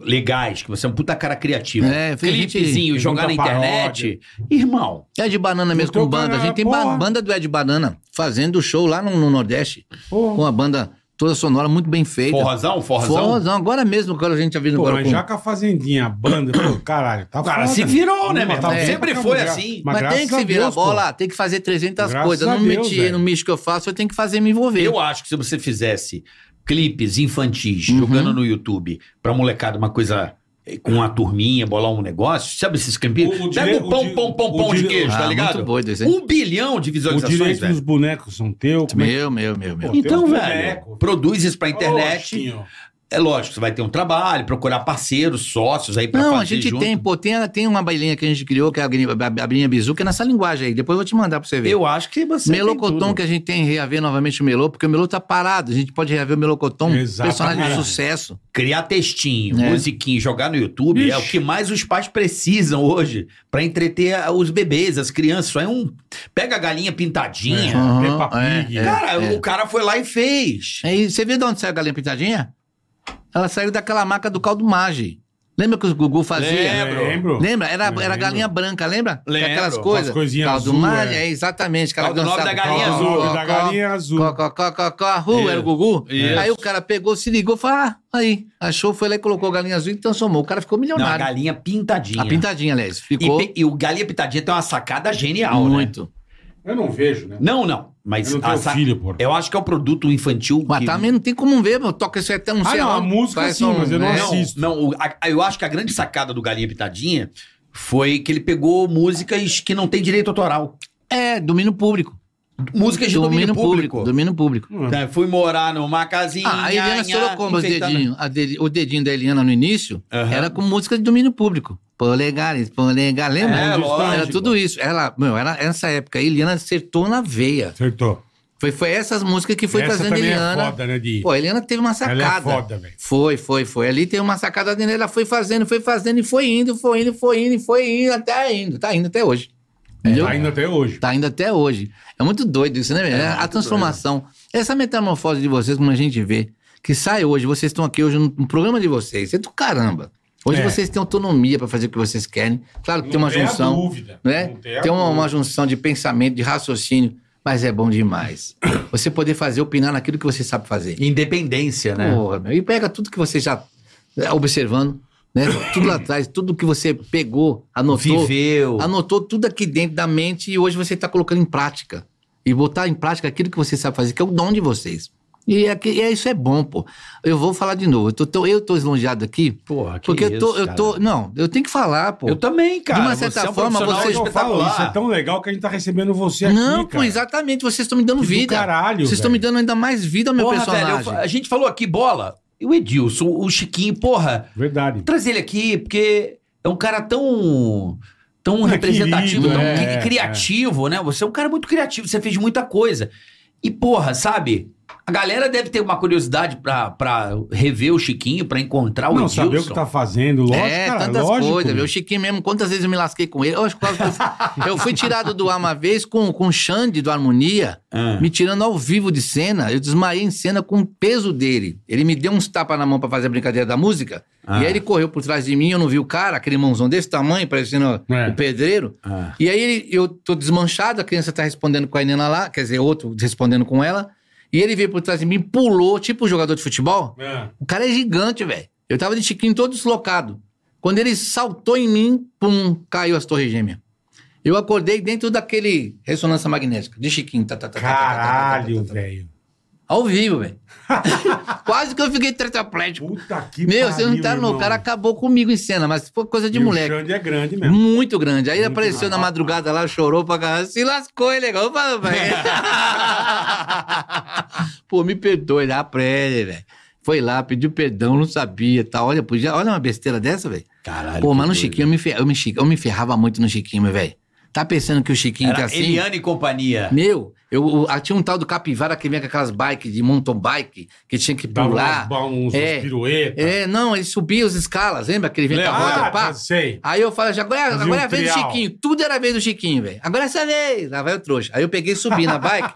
Speaker 3: legais, que você é um puta cara criativo,
Speaker 4: É, fez gente-
Speaker 3: clipezinho,
Speaker 2: fez
Speaker 3: jogar na
Speaker 2: muita
Speaker 3: internet, irmão,
Speaker 4: É de banana mesmo
Speaker 3: Então,
Speaker 2: Botou
Speaker 4: com banda. A gente tem ba-
Speaker 2: porra.
Speaker 4: banda do Ed Banana fazendo show lá no, no Nordeste.
Speaker 2: Porra.
Speaker 4: Com a banda toda sonora, muito bem feita.
Speaker 3: forrozão, forrozão.
Speaker 4: Forrozão. Agora mesmo, agora a gente tá vindo
Speaker 2: Pô,
Speaker 4: agora
Speaker 2: mas
Speaker 4: com-
Speaker 2: já com a Fazendinha, a banda, pô, caralho, tá
Speaker 3: Cara,
Speaker 2: foda.
Speaker 3: se virou, né,
Speaker 2: Mas
Speaker 3: meu
Speaker 2: tá
Speaker 3: irmão?
Speaker 2: bem
Speaker 3: Sempre
Speaker 2: pra
Speaker 3: foi
Speaker 2: caralho.
Speaker 3: assim.
Speaker 4: Mas, tem
Speaker 2: graças
Speaker 4: que se
Speaker 2: a
Speaker 4: virar a
Speaker 2: Deus, pô.
Speaker 4: bola, tem que fazer 300
Speaker 2: Graças
Speaker 4: coisas.
Speaker 2: a
Speaker 4: No
Speaker 2: Deus,
Speaker 4: métier,
Speaker 2: velho.
Speaker 4: no nicho que eu faço, eu tenho que fazer me envolver.
Speaker 3: Eu acho que se você fizesse clipes infantis
Speaker 4: Uhum.
Speaker 3: jogando no YouTube pra molecada uma coisa eh, com uma turminha, bolar um negócio, sabe esses clipes?
Speaker 2: O- o
Speaker 3: Pega
Speaker 2: dire-
Speaker 3: o pão,
Speaker 2: o di-
Speaker 3: pão, pão,
Speaker 2: o
Speaker 3: pão de
Speaker 2: dire-
Speaker 3: queijo, tá
Speaker 4: Ah,
Speaker 3: ligado?
Speaker 4: Muito doido isso, hein?
Speaker 3: Um bilhão de
Speaker 2: O
Speaker 3: visualizações,
Speaker 2: direito
Speaker 3: velho.
Speaker 2: dos bonecos são teu. como é que-
Speaker 4: Meu, meu, meu, meu.
Speaker 2: Pô,
Speaker 3: Então,
Speaker 2: tem um
Speaker 3: velho,
Speaker 2: boneco.
Speaker 3: produz isso pra internet.
Speaker 2: Oxinho.
Speaker 3: É lógico, você vai ter um trabalho, procurar parceiros, sócios aí pra
Speaker 4: Não,
Speaker 3: fazer
Speaker 4: a gente
Speaker 3: junto.
Speaker 4: tem, pô, tem, a- tem uma bailinha que a gente criou, que é a gri- a a Abrinha Bizu, que é nessa linguagem aí. Depois eu vou te mandar pra você ver.
Speaker 3: Eu acho que você
Speaker 4: Melocotão
Speaker 3: tem tudo.
Speaker 4: que é- a gente tem reaver novamente o Melô, porque o Melô tá parado. A gente pode reaver o Melocotão,
Speaker 2: Exato,
Speaker 4: personagem de
Speaker 2: caralho.
Speaker 4: sucesso.
Speaker 3: criar textinho,
Speaker 4: É.
Speaker 3: musiquinha, jogar no YouTube é o
Speaker 2: Ixi.
Speaker 3: que mais os pais precisam hoje pra entreter a- os bebês, as crianças. Isso é um pega a galinha pintadinha.
Speaker 4: Aham,
Speaker 2: Peppa Pig.
Speaker 4: é, é,
Speaker 3: Cara,
Speaker 4: é.
Speaker 3: o cara foi lá e fez.
Speaker 4: É isso. Você viu de onde saiu a galinha pintadinha? Ela saiu daquela marca do caldo Mage. Lembra que o Gugu fazia?
Speaker 3: Lembro.
Speaker 2: Lembro.
Speaker 4: Lembra? Era, era
Speaker 2: Lembro.
Speaker 4: galinha branca, lembra?
Speaker 3: Lembro.
Speaker 4: Aquelas
Speaker 3: Com as
Speaker 4: coisas.
Speaker 2: coisinhas
Speaker 4: Caldo
Speaker 2: azul,
Speaker 4: Malha,
Speaker 2: é.
Speaker 4: é, exatamente. que ela
Speaker 3: Caldo nome
Speaker 4: dançava.
Speaker 3: da galinha
Speaker 4: Có,
Speaker 2: azul,
Speaker 4: có,
Speaker 2: da
Speaker 4: có,
Speaker 2: galinha azul.
Speaker 4: Có, có, có, có, có, ru,
Speaker 3: Isso.
Speaker 4: era o Gugu.
Speaker 3: Isso.
Speaker 4: Aí o cara pegou, se ligou, falou, ah, aí, achou, foi lá e colocou a galinha azul e transformou. O cara ficou
Speaker 3: Não, a
Speaker 4: milionário.
Speaker 3: galinha pintadinha.
Speaker 4: a pintadinha, aliás, ficou
Speaker 3: E, pe- e o galinha pintadinha tem uma sacada genial, né?
Speaker 4: muito.
Speaker 2: Eu não vejo, né?
Speaker 3: Não, não. Mas
Speaker 2: Eu não tenho
Speaker 3: a sa-
Speaker 2: filho, porra.
Speaker 3: eu acho que é o produto infantil.
Speaker 4: Mas tá
Speaker 3: que-
Speaker 4: também não tem como ver, mano. Toca isso até um
Speaker 2: Ah,
Speaker 4: sei
Speaker 2: não, a
Speaker 4: aonde,
Speaker 2: música
Speaker 4: faz
Speaker 2: sim, mas eu não
Speaker 4: né?
Speaker 2: assisto.
Speaker 3: Não, não o- a- eu acho que a grande sacada do Galinha Pitadinha foi que ele pegou músicas que não tem direito autoral.
Speaker 4: É, domínio público.
Speaker 3: Músicas de domínio, público.
Speaker 4: Domínio público.
Speaker 3: Tá, Fui morar numa casinha.
Speaker 4: Ah, a Eliana Sorocomba, os
Speaker 3: enfeitando-
Speaker 4: dedinhos, a ded- o dedinho da Eliana no início
Speaker 3: Aham.
Speaker 4: era com música de domínio público. Polegares, polegar, lembra?
Speaker 3: É, lógico.
Speaker 4: era tudo isso. Ela, meu, era essa época. A Eliana acertou na veia.
Speaker 2: Acertou.
Speaker 4: Foi, foi essas músicas que foi
Speaker 2: Essa
Speaker 4: trazendo a
Speaker 2: também é
Speaker 4: Eliana.
Speaker 2: foda, né, de-
Speaker 4: Pô, a Eliana teve uma
Speaker 2: Ela
Speaker 4: sacada.
Speaker 2: é foda, velho.
Speaker 4: Foi, foi, foi. Ali tem uma sacada dentro. Ela foi fazendo, foi fazendo, e foi indo, foi indo, foi indo, e foi indo, até indo. Tá indo até hoje. Entendeu?
Speaker 2: Ainda até hoje.
Speaker 4: Tá indo até hoje. É muito doido isso, né? velho? a transformação. Essa metamorfose de vocês, como a gente vê, que sai hoje, vocês estão aqui hoje no no programa de vocês. É do caramba. Hoje
Speaker 2: É.
Speaker 4: vocês têm autonomia para fazer o que vocês querem. Claro que tem uma
Speaker 2: Não a
Speaker 4: junção,
Speaker 2: dúvida.
Speaker 4: né?
Speaker 2: Não
Speaker 4: Tem,
Speaker 2: a
Speaker 4: uma,
Speaker 2: dúvida.
Speaker 4: uma junção de pensamento, de raciocínio, mas é bom demais. Você poder fazer, opinar naquilo que você sabe fazer.
Speaker 3: Independência, né?
Speaker 4: Porra, meu. E pega tudo que você já é, observando, né? Tudo lá atrás, tudo que você pegou, anotou.
Speaker 3: Viveu.
Speaker 4: Anotou tudo aqui dentro da mente e hoje você está colocando em prática. E botar em prática aquilo que você sabe fazer, que é o dom de vocês. E é, que- e é- isso é bom, pô. Eu vou falar de novo. Eu tô, tô- eu tô eslongeado aqui.
Speaker 3: Porra, que
Speaker 4: porque eu, tô,
Speaker 3: isso,
Speaker 4: eu tô.
Speaker 3: cara.
Speaker 4: Não, eu tenho que falar, pô.
Speaker 3: Eu também, cara.
Speaker 4: De uma certa
Speaker 3: Você é um
Speaker 4: forma,
Speaker 3: profissional
Speaker 4: vocês-
Speaker 2: Eu falo,
Speaker 3: espetacular.
Speaker 2: isso é tão legal que a gente tá recebendo você aqui,
Speaker 4: não, pô,
Speaker 2: cara.
Speaker 4: exatamente. Vocês estão me dando
Speaker 2: Que do
Speaker 4: vida.
Speaker 2: caralho,
Speaker 4: vocês estão me
Speaker 2: velho.
Speaker 4: dando ainda mais vida ao meu
Speaker 3: Porra, velho, eu
Speaker 4: personagem.
Speaker 3: fa- a gente falou aqui, bola. E o Edilson, o Chiquinho, porra.
Speaker 2: Verdade.
Speaker 3: Traz ele aqui, porque é um cara tão. Tão
Speaker 2: É
Speaker 3: representativo,
Speaker 2: querido,
Speaker 3: tão
Speaker 2: é,
Speaker 3: cri-
Speaker 2: é.
Speaker 3: criativo, né? Você é um cara muito criativo, você fez muita coisa. E, porra, sabe? A galera deve ter uma curiosidade pra, pra rever o Chiquinho, pra encontrar o
Speaker 2: não,
Speaker 3: Edilson.
Speaker 2: saber o que tá fazendo, lógico,
Speaker 4: é,
Speaker 2: cara,
Speaker 4: tantas
Speaker 2: lógico.
Speaker 4: coisas.
Speaker 2: meu.
Speaker 4: viu? O Chiquinho mesmo, quantas vezes eu me lasquei com ele. Eu, acho que quase que eu fui- eu fui tirado do ar uma vez com, com o Xande do Harmonia,
Speaker 3: Ah.
Speaker 4: me tirando ao vivo de cena. Eu desmaiei em cena com o peso dele. Ele me deu uns tapas na mão pra fazer a brincadeira da música. E aí ele correu por trás de mim, eu não vi o cara, aquele mãozão desse tamanho, parecendo
Speaker 2: É.
Speaker 4: o pedreiro.
Speaker 3: Ah.
Speaker 4: E aí ele- eu tô desmanchado, a criança tá respondendo com a Helena lá, quer dizer, outro respondendo com ela. E ele veio por trás de mim, pulou, tipo jogador de futebol.
Speaker 2: É.
Speaker 4: O cara é gigante, velho. Eu tava de chiquinho todo deslocado. Quando ele saltou em mim, pum, caiu as torres gêmeas. Eu acordei dentro daquele ressonância magnética, de chiquinho. Tá, tá, tá, tá, tá, tá, tá, tá, tá, tá,
Speaker 2: Caralho,
Speaker 4: tá, tá.
Speaker 2: velho.
Speaker 4: Ao vivo, velho. Quase que eu fiquei tetraplégico.
Speaker 2: Puta que
Speaker 4: Meu, você não
Speaker 2: pariu,
Speaker 4: tá no.
Speaker 2: irmão.
Speaker 4: O cara acabou comigo em cena, mas foi coisa de
Speaker 2: E
Speaker 4: moleque.
Speaker 2: O Xande é grande mesmo.
Speaker 4: Muito grande. Aí ele
Speaker 2: Muito
Speaker 4: apareceu na madrugada lá, chorou pra caralho. Se lascou, ele legal. Eu falo pra ele. Pô, me perdoe, dá pra ele, velho. Foi lá, pediu perdão, não sabia, tá? Olha, podia... Olha uma besteira dessa, velho.
Speaker 3: Caralho.
Speaker 4: Pô, mas no
Speaker 3: que doido.
Speaker 4: Chiquinho eu me, fer... eu, me chi- eu me ferrava muito no Chiquinho, meu velho. Tá pensando que o Chiquinho
Speaker 3: Era é?
Speaker 4: tá assim?
Speaker 3: Eliane e companhia.
Speaker 4: Meu, eu, eu- ah, tinha um tal do capivara que vinha com aquelas bikes de mountain bike, que tinha que
Speaker 2: Dava
Speaker 4: pular.
Speaker 2: uns,
Speaker 3: né?
Speaker 2: ba- uns,
Speaker 4: É.
Speaker 2: uns piruetas.
Speaker 4: É, não, ele subia as escalas, lembra? Que ele vinha com a
Speaker 2: ah,
Speaker 4: roda, pá.
Speaker 2: tá, sei.
Speaker 4: Aí eu falo, já, agora,
Speaker 2: Fazia
Speaker 4: agora é
Speaker 2: um
Speaker 4: a vez do
Speaker 2: trial.
Speaker 4: Chiquinho. Tudo era a vez do Chiquinho, velho. Agora é essa vez. Lá vai o trouxa. Aí eu peguei e subi na bike.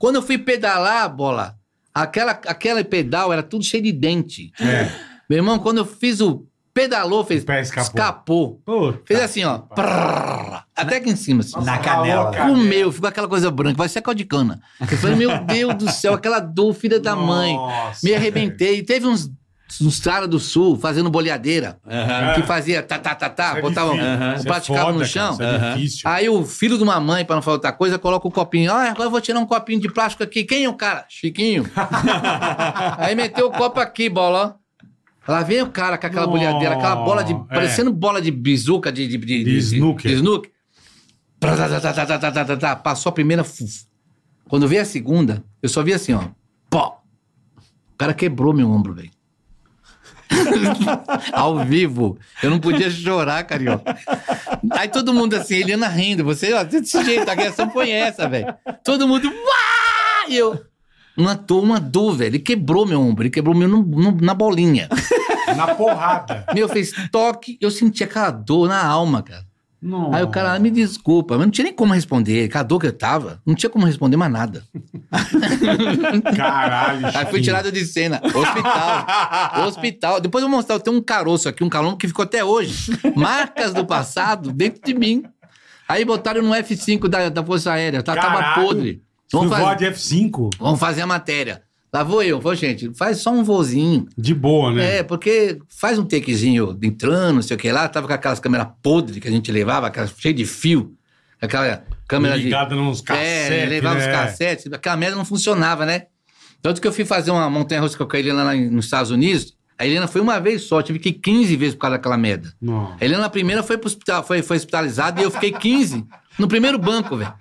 Speaker 4: Quando eu fui pedalar, bola, aquela, aquela pedal era tudo cheio de dente.
Speaker 2: É.
Speaker 4: Meu irmão, quando eu fiz o pedalou, fez.
Speaker 2: O pé escapou. Tá. Puta.
Speaker 4: Fez assim, ó. prrr, até aqui em cima, assim.
Speaker 3: Na canela.
Speaker 2: cara.
Speaker 4: Comeu, ficou aquela coisa branca, vai ser caldicana. Eu falei, meu Deus do céu, aquela dor, filha da mãe.
Speaker 2: Nossa,
Speaker 4: Me arrebentei. Teve uns, uns caras do sul fazendo boleadeira,
Speaker 3: Aham.
Speaker 4: que fazia tá, tá, tá, tá,
Speaker 2: Isso é
Speaker 4: botava
Speaker 2: difícil.
Speaker 4: um-
Speaker 2: Isso
Speaker 4: um
Speaker 2: é
Speaker 4: praticava
Speaker 2: foda,
Speaker 4: no
Speaker 2: cara,
Speaker 4: chão.
Speaker 2: Isso é difícil.
Speaker 4: Aí o filho de uma mãe, pra não falar outra coisa, coloca o copinho. Ah, agora eu vou tirar um copinho de plástico aqui. Quem é o cara? Chiquinho. Aí meteu o copo aqui, bola. ó. Lá vem o cara com aquela
Speaker 2: Nó,
Speaker 4: bolhadeira, aquela bola de.
Speaker 2: é.
Speaker 4: parecendo bola de bizuca, de. De, de, de-
Speaker 2: snooker.
Speaker 4: de snooker. Pra, tá, tá, tá, tá, tá, tá, tá, tá. Passou a primeira. fuf. Quando veio a segunda, eu só vi assim, ó. Pó. O cara quebrou meu ombro, velho. Ao vivo. Eu não podia chorar, carioca. Aí todo mundo assim, Eliana rindo. Você, ó, desse jeito, a reação foi essa, velho. Todo mundo, uá! E eu. Uma dor, uma dor, velho. Ele quebrou meu ombro, ele quebrou meu no- no- na bolinha.
Speaker 2: Na porrada.
Speaker 4: Meu, fez toque, eu senti aquela dor na alma, cara.
Speaker 2: Não.
Speaker 4: Aí o cara, "Ah, me desculpa, mas não tinha nem como responder. Com a dor que eu tava, não tinha como responder mais nada.
Speaker 2: Caralho,
Speaker 4: Aí fui tirado de cena. Hospital. hospital. Depois eu vou mostrar, tem um caroço aqui, um calombo que ficou até hoje. Marcas do passado dentro de mim. Aí botaram no F5 da, da Força Aérea. Tá, tava
Speaker 2: Caralho.
Speaker 4: podre.
Speaker 2: Fui
Speaker 4: Vamos
Speaker 2: voar
Speaker 4: fazer,
Speaker 2: de F5.
Speaker 4: vamos fazer a matéria. Lá vou eu. Falei, gente, faz só um vozinho.
Speaker 2: De boa, né?
Speaker 4: É, porque faz um takezinho de entrando, não sei o que lá. Tava com aquelas câmeras podres que a gente levava, aquelas cheias de fio. Aquela câmera de...
Speaker 2: Ligado nos cassetes.
Speaker 4: É, levava
Speaker 2: né?
Speaker 4: os cassetes. Aquela merda não funcionava, né? Tanto que eu fui fazer uma montanha-russa com a Helena lá em- nos Estados Unidos. A Helena foi uma vez só, tive que ir 15 vezes por causa daquela merda.
Speaker 2: Não.
Speaker 4: A Helena, na primeira, foi, pro hospital, foi, foi hospitalizada e eu fiquei 15 no primeiro banco, velho.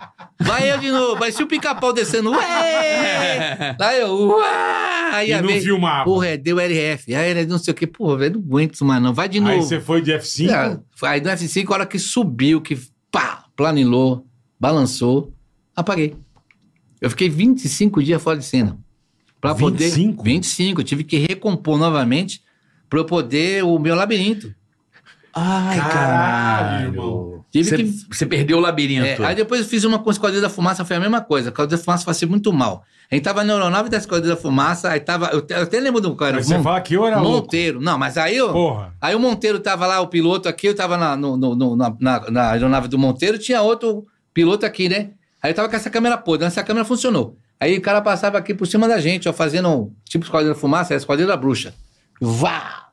Speaker 4: Vai eu de novo, vai se o pica-pau descendo. Ué! Lá eu, ué! Aí
Speaker 2: É. E
Speaker 4: a
Speaker 2: não
Speaker 4: vez,
Speaker 2: filmava.
Speaker 4: Porra, é, deu RF. Aí ele não sei o quê. Porra, velho, não aguento isso mais não. Vai de
Speaker 2: Aí
Speaker 4: novo.
Speaker 2: você foi de F5.
Speaker 4: É, foi Aí do F5, a hora que subiu, que pá, planilou, balançou, apaguei. Eu fiquei 25 dias fora de cena. Pra poder.
Speaker 2: 25?
Speaker 4: 25. Eu tive que recompor novamente pra eu poder o meu labirinto.
Speaker 3: Ai,
Speaker 2: Caralho, irmão.
Speaker 4: Tive
Speaker 3: Você
Speaker 4: que.
Speaker 3: você perdeu o
Speaker 4: É,
Speaker 3: labirinto.
Speaker 4: aí depois eu fiz uma com a Esquadrilha da Fumaça, foi a mesma coisa. A Esquadrilha da Fumaça fazia muito mal. A gente tava na aeronave da Esquadrilha da Fumaça, aí tava. Eu, te- eu até lembro do cara.
Speaker 2: Mas você
Speaker 4: Mon-
Speaker 2: fala que eu era louco.
Speaker 4: Monteiro. Não, mas aí eu.
Speaker 2: Porra.
Speaker 4: Aí o Monteiro tava lá, o piloto aqui, eu tava na, no- no- no- na, na- na aeronave do Monteiro, tinha outro piloto aqui, né? Aí eu tava com essa câmera podre, essa câmera funcionou. Aí o cara passava aqui por cima da gente, ó, fazendo um- tipo esquadrilha da fumaça, é esquadrilha da bruxa. Vá!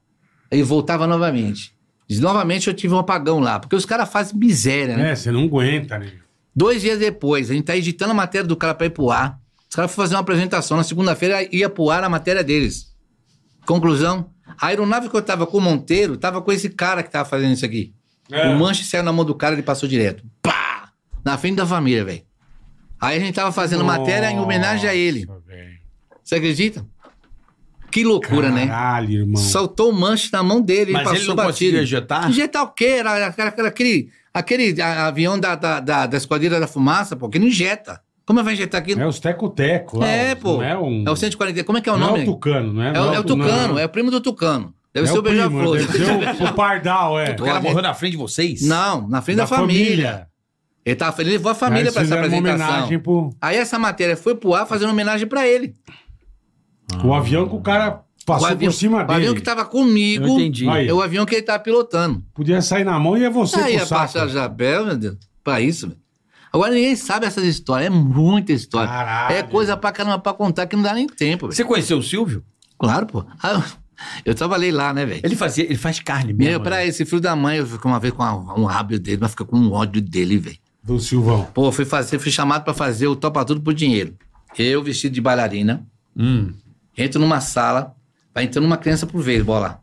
Speaker 4: Aí voltava novamente. E novamente eu tive um apagão lá, porque os caras fazem miséria, né?
Speaker 2: É, você não aguenta, né?
Speaker 4: Dois dias depois, a gente tá editando a matéria do cara pra ir pro ar. Os caras foram fazer uma apresentação. Na segunda-feira ia pro ar a matéria deles. Conclusão: a aeronave que eu tava com o Monteiro tava com esse cara que tava fazendo isso aqui.
Speaker 2: É.
Speaker 4: O manche saiu na mão do cara, ele passou direto. Pá! Na frente da família, velho. Aí a gente tava fazendo matéria em homenagem a ele.
Speaker 2: Nossa, velho.
Speaker 4: Você acredita? Que loucura, né?
Speaker 2: Caralho, irmão.
Speaker 4: Soltou o manche na mão dele e
Speaker 3: Mas
Speaker 4: passou
Speaker 3: ele não
Speaker 4: batido.
Speaker 3: conseguiu ejetar?
Speaker 4: Injetar o quê? Era, era- era aquele, aquele a- avião da, da, da, da Esquadrilha da Fumaça, pô, que não injeta. Como é que vai injetar aquilo?
Speaker 2: É os teco-teco. lá,
Speaker 4: É,
Speaker 2: os-
Speaker 4: pô.
Speaker 2: Não é, um...
Speaker 4: É o 140. Como é que é o
Speaker 2: não
Speaker 4: nome?
Speaker 2: é o Tucano, É né?
Speaker 4: É o- é o Tucano, é o primo do Tucano. Deve ser o Beija-Flor.
Speaker 2: Deve ser o, o né? Pardal, é.
Speaker 3: O cara morreu na frente de vocês?
Speaker 4: Não, na frente da, família. Ele, tava, ele levou a família
Speaker 2: Aí
Speaker 4: pra essa
Speaker 2: fizeram é uma
Speaker 4: apresentação.
Speaker 2: homenagem pro
Speaker 4: Aí essa matéria foi pro ar fazendo homenagem pra ele.
Speaker 2: o avião que o cara passou
Speaker 4: Ah. o avião,
Speaker 2: por cima
Speaker 4: o avião
Speaker 2: dele.
Speaker 4: que tá- tava comigo.
Speaker 3: Eu entendi.
Speaker 2: Aí.
Speaker 4: É o avião que ele tava pilotando. Tá
Speaker 2: Podia sair na mão e é você
Speaker 4: Aí
Speaker 2: pro
Speaker 4: a
Speaker 2: saco.
Speaker 4: passagem da Bel, meu Deus, pra isso, velho. Agora ninguém sabe essas histórias, é muita história.
Speaker 2: Caralho.
Speaker 4: É coisa pra caramba pra contar que não dá nem tempo, velho.
Speaker 3: Você conheceu o Silvio?
Speaker 4: Claro, pô. Ah, Eu trabalhei lá, né, velho?
Speaker 3: Ele, é fazia, ele faz carne mesmo. né?
Speaker 4: Meu, pra esse filho da mãe, eu fico uma vez com a- um rábio dele, mas fica com um ódio dele, velho.
Speaker 2: Do Silvão.
Speaker 4: Pô, fui, fazer, fui chamado pra fazer o Topa Tudo por Dinheiro. Eu, vestido de bailarina,
Speaker 3: Hum.
Speaker 4: entro numa sala, vai entrando uma criança por vez, bola.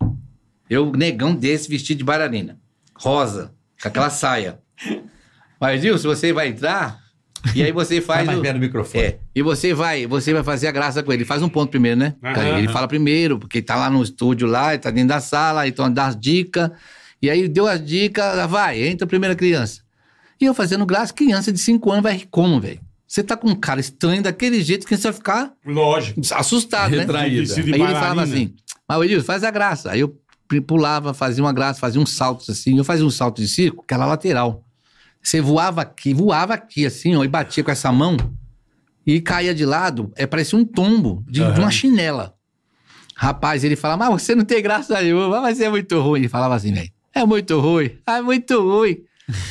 Speaker 4: Eu, negão desse, vestido de bailarina. Rosa, com aquela saia. Mas, Dilson, você vai entrar e aí você
Speaker 3: Faz Tá
Speaker 4: faz
Speaker 3: mais
Speaker 4: o...
Speaker 3: perto do microfone.
Speaker 4: É, e você vai, você vai fazer a graça com ele. Faz um ponto primeiro, né?
Speaker 2: Aham.
Speaker 4: Ele fala primeiro, porque tá lá no estúdio lá, ele tá dentro da sala, então dá as dicas. E aí deu as dicas, ela vai, entra a primeira criança. E eu fazendo graça, criança de 5 anos vai rir como, velho? Você tá com um cara estranho daquele jeito que você vai ficar
Speaker 2: Lógico.
Speaker 4: assustado, né?
Speaker 3: Retraída.
Speaker 2: Vestido de
Speaker 4: Aí ele
Speaker 2: bailarina.
Speaker 4: falava assim, mas Edilson, faz a graça. Aí eu pi- pulava, fazia uma graça, fazia uns saltos assim. Eu fazia um salto de circo, aquela lateral. Você voava aqui, voava aqui assim, ó, e batia com essa mão e caía de lado. É, parecia um tombo de, de uma chinela. Rapaz, ele falava, mas você não tem graça nenhuma, mas é muito ruim. Ele falava assim, velho, é muito ruim, é muito ruim.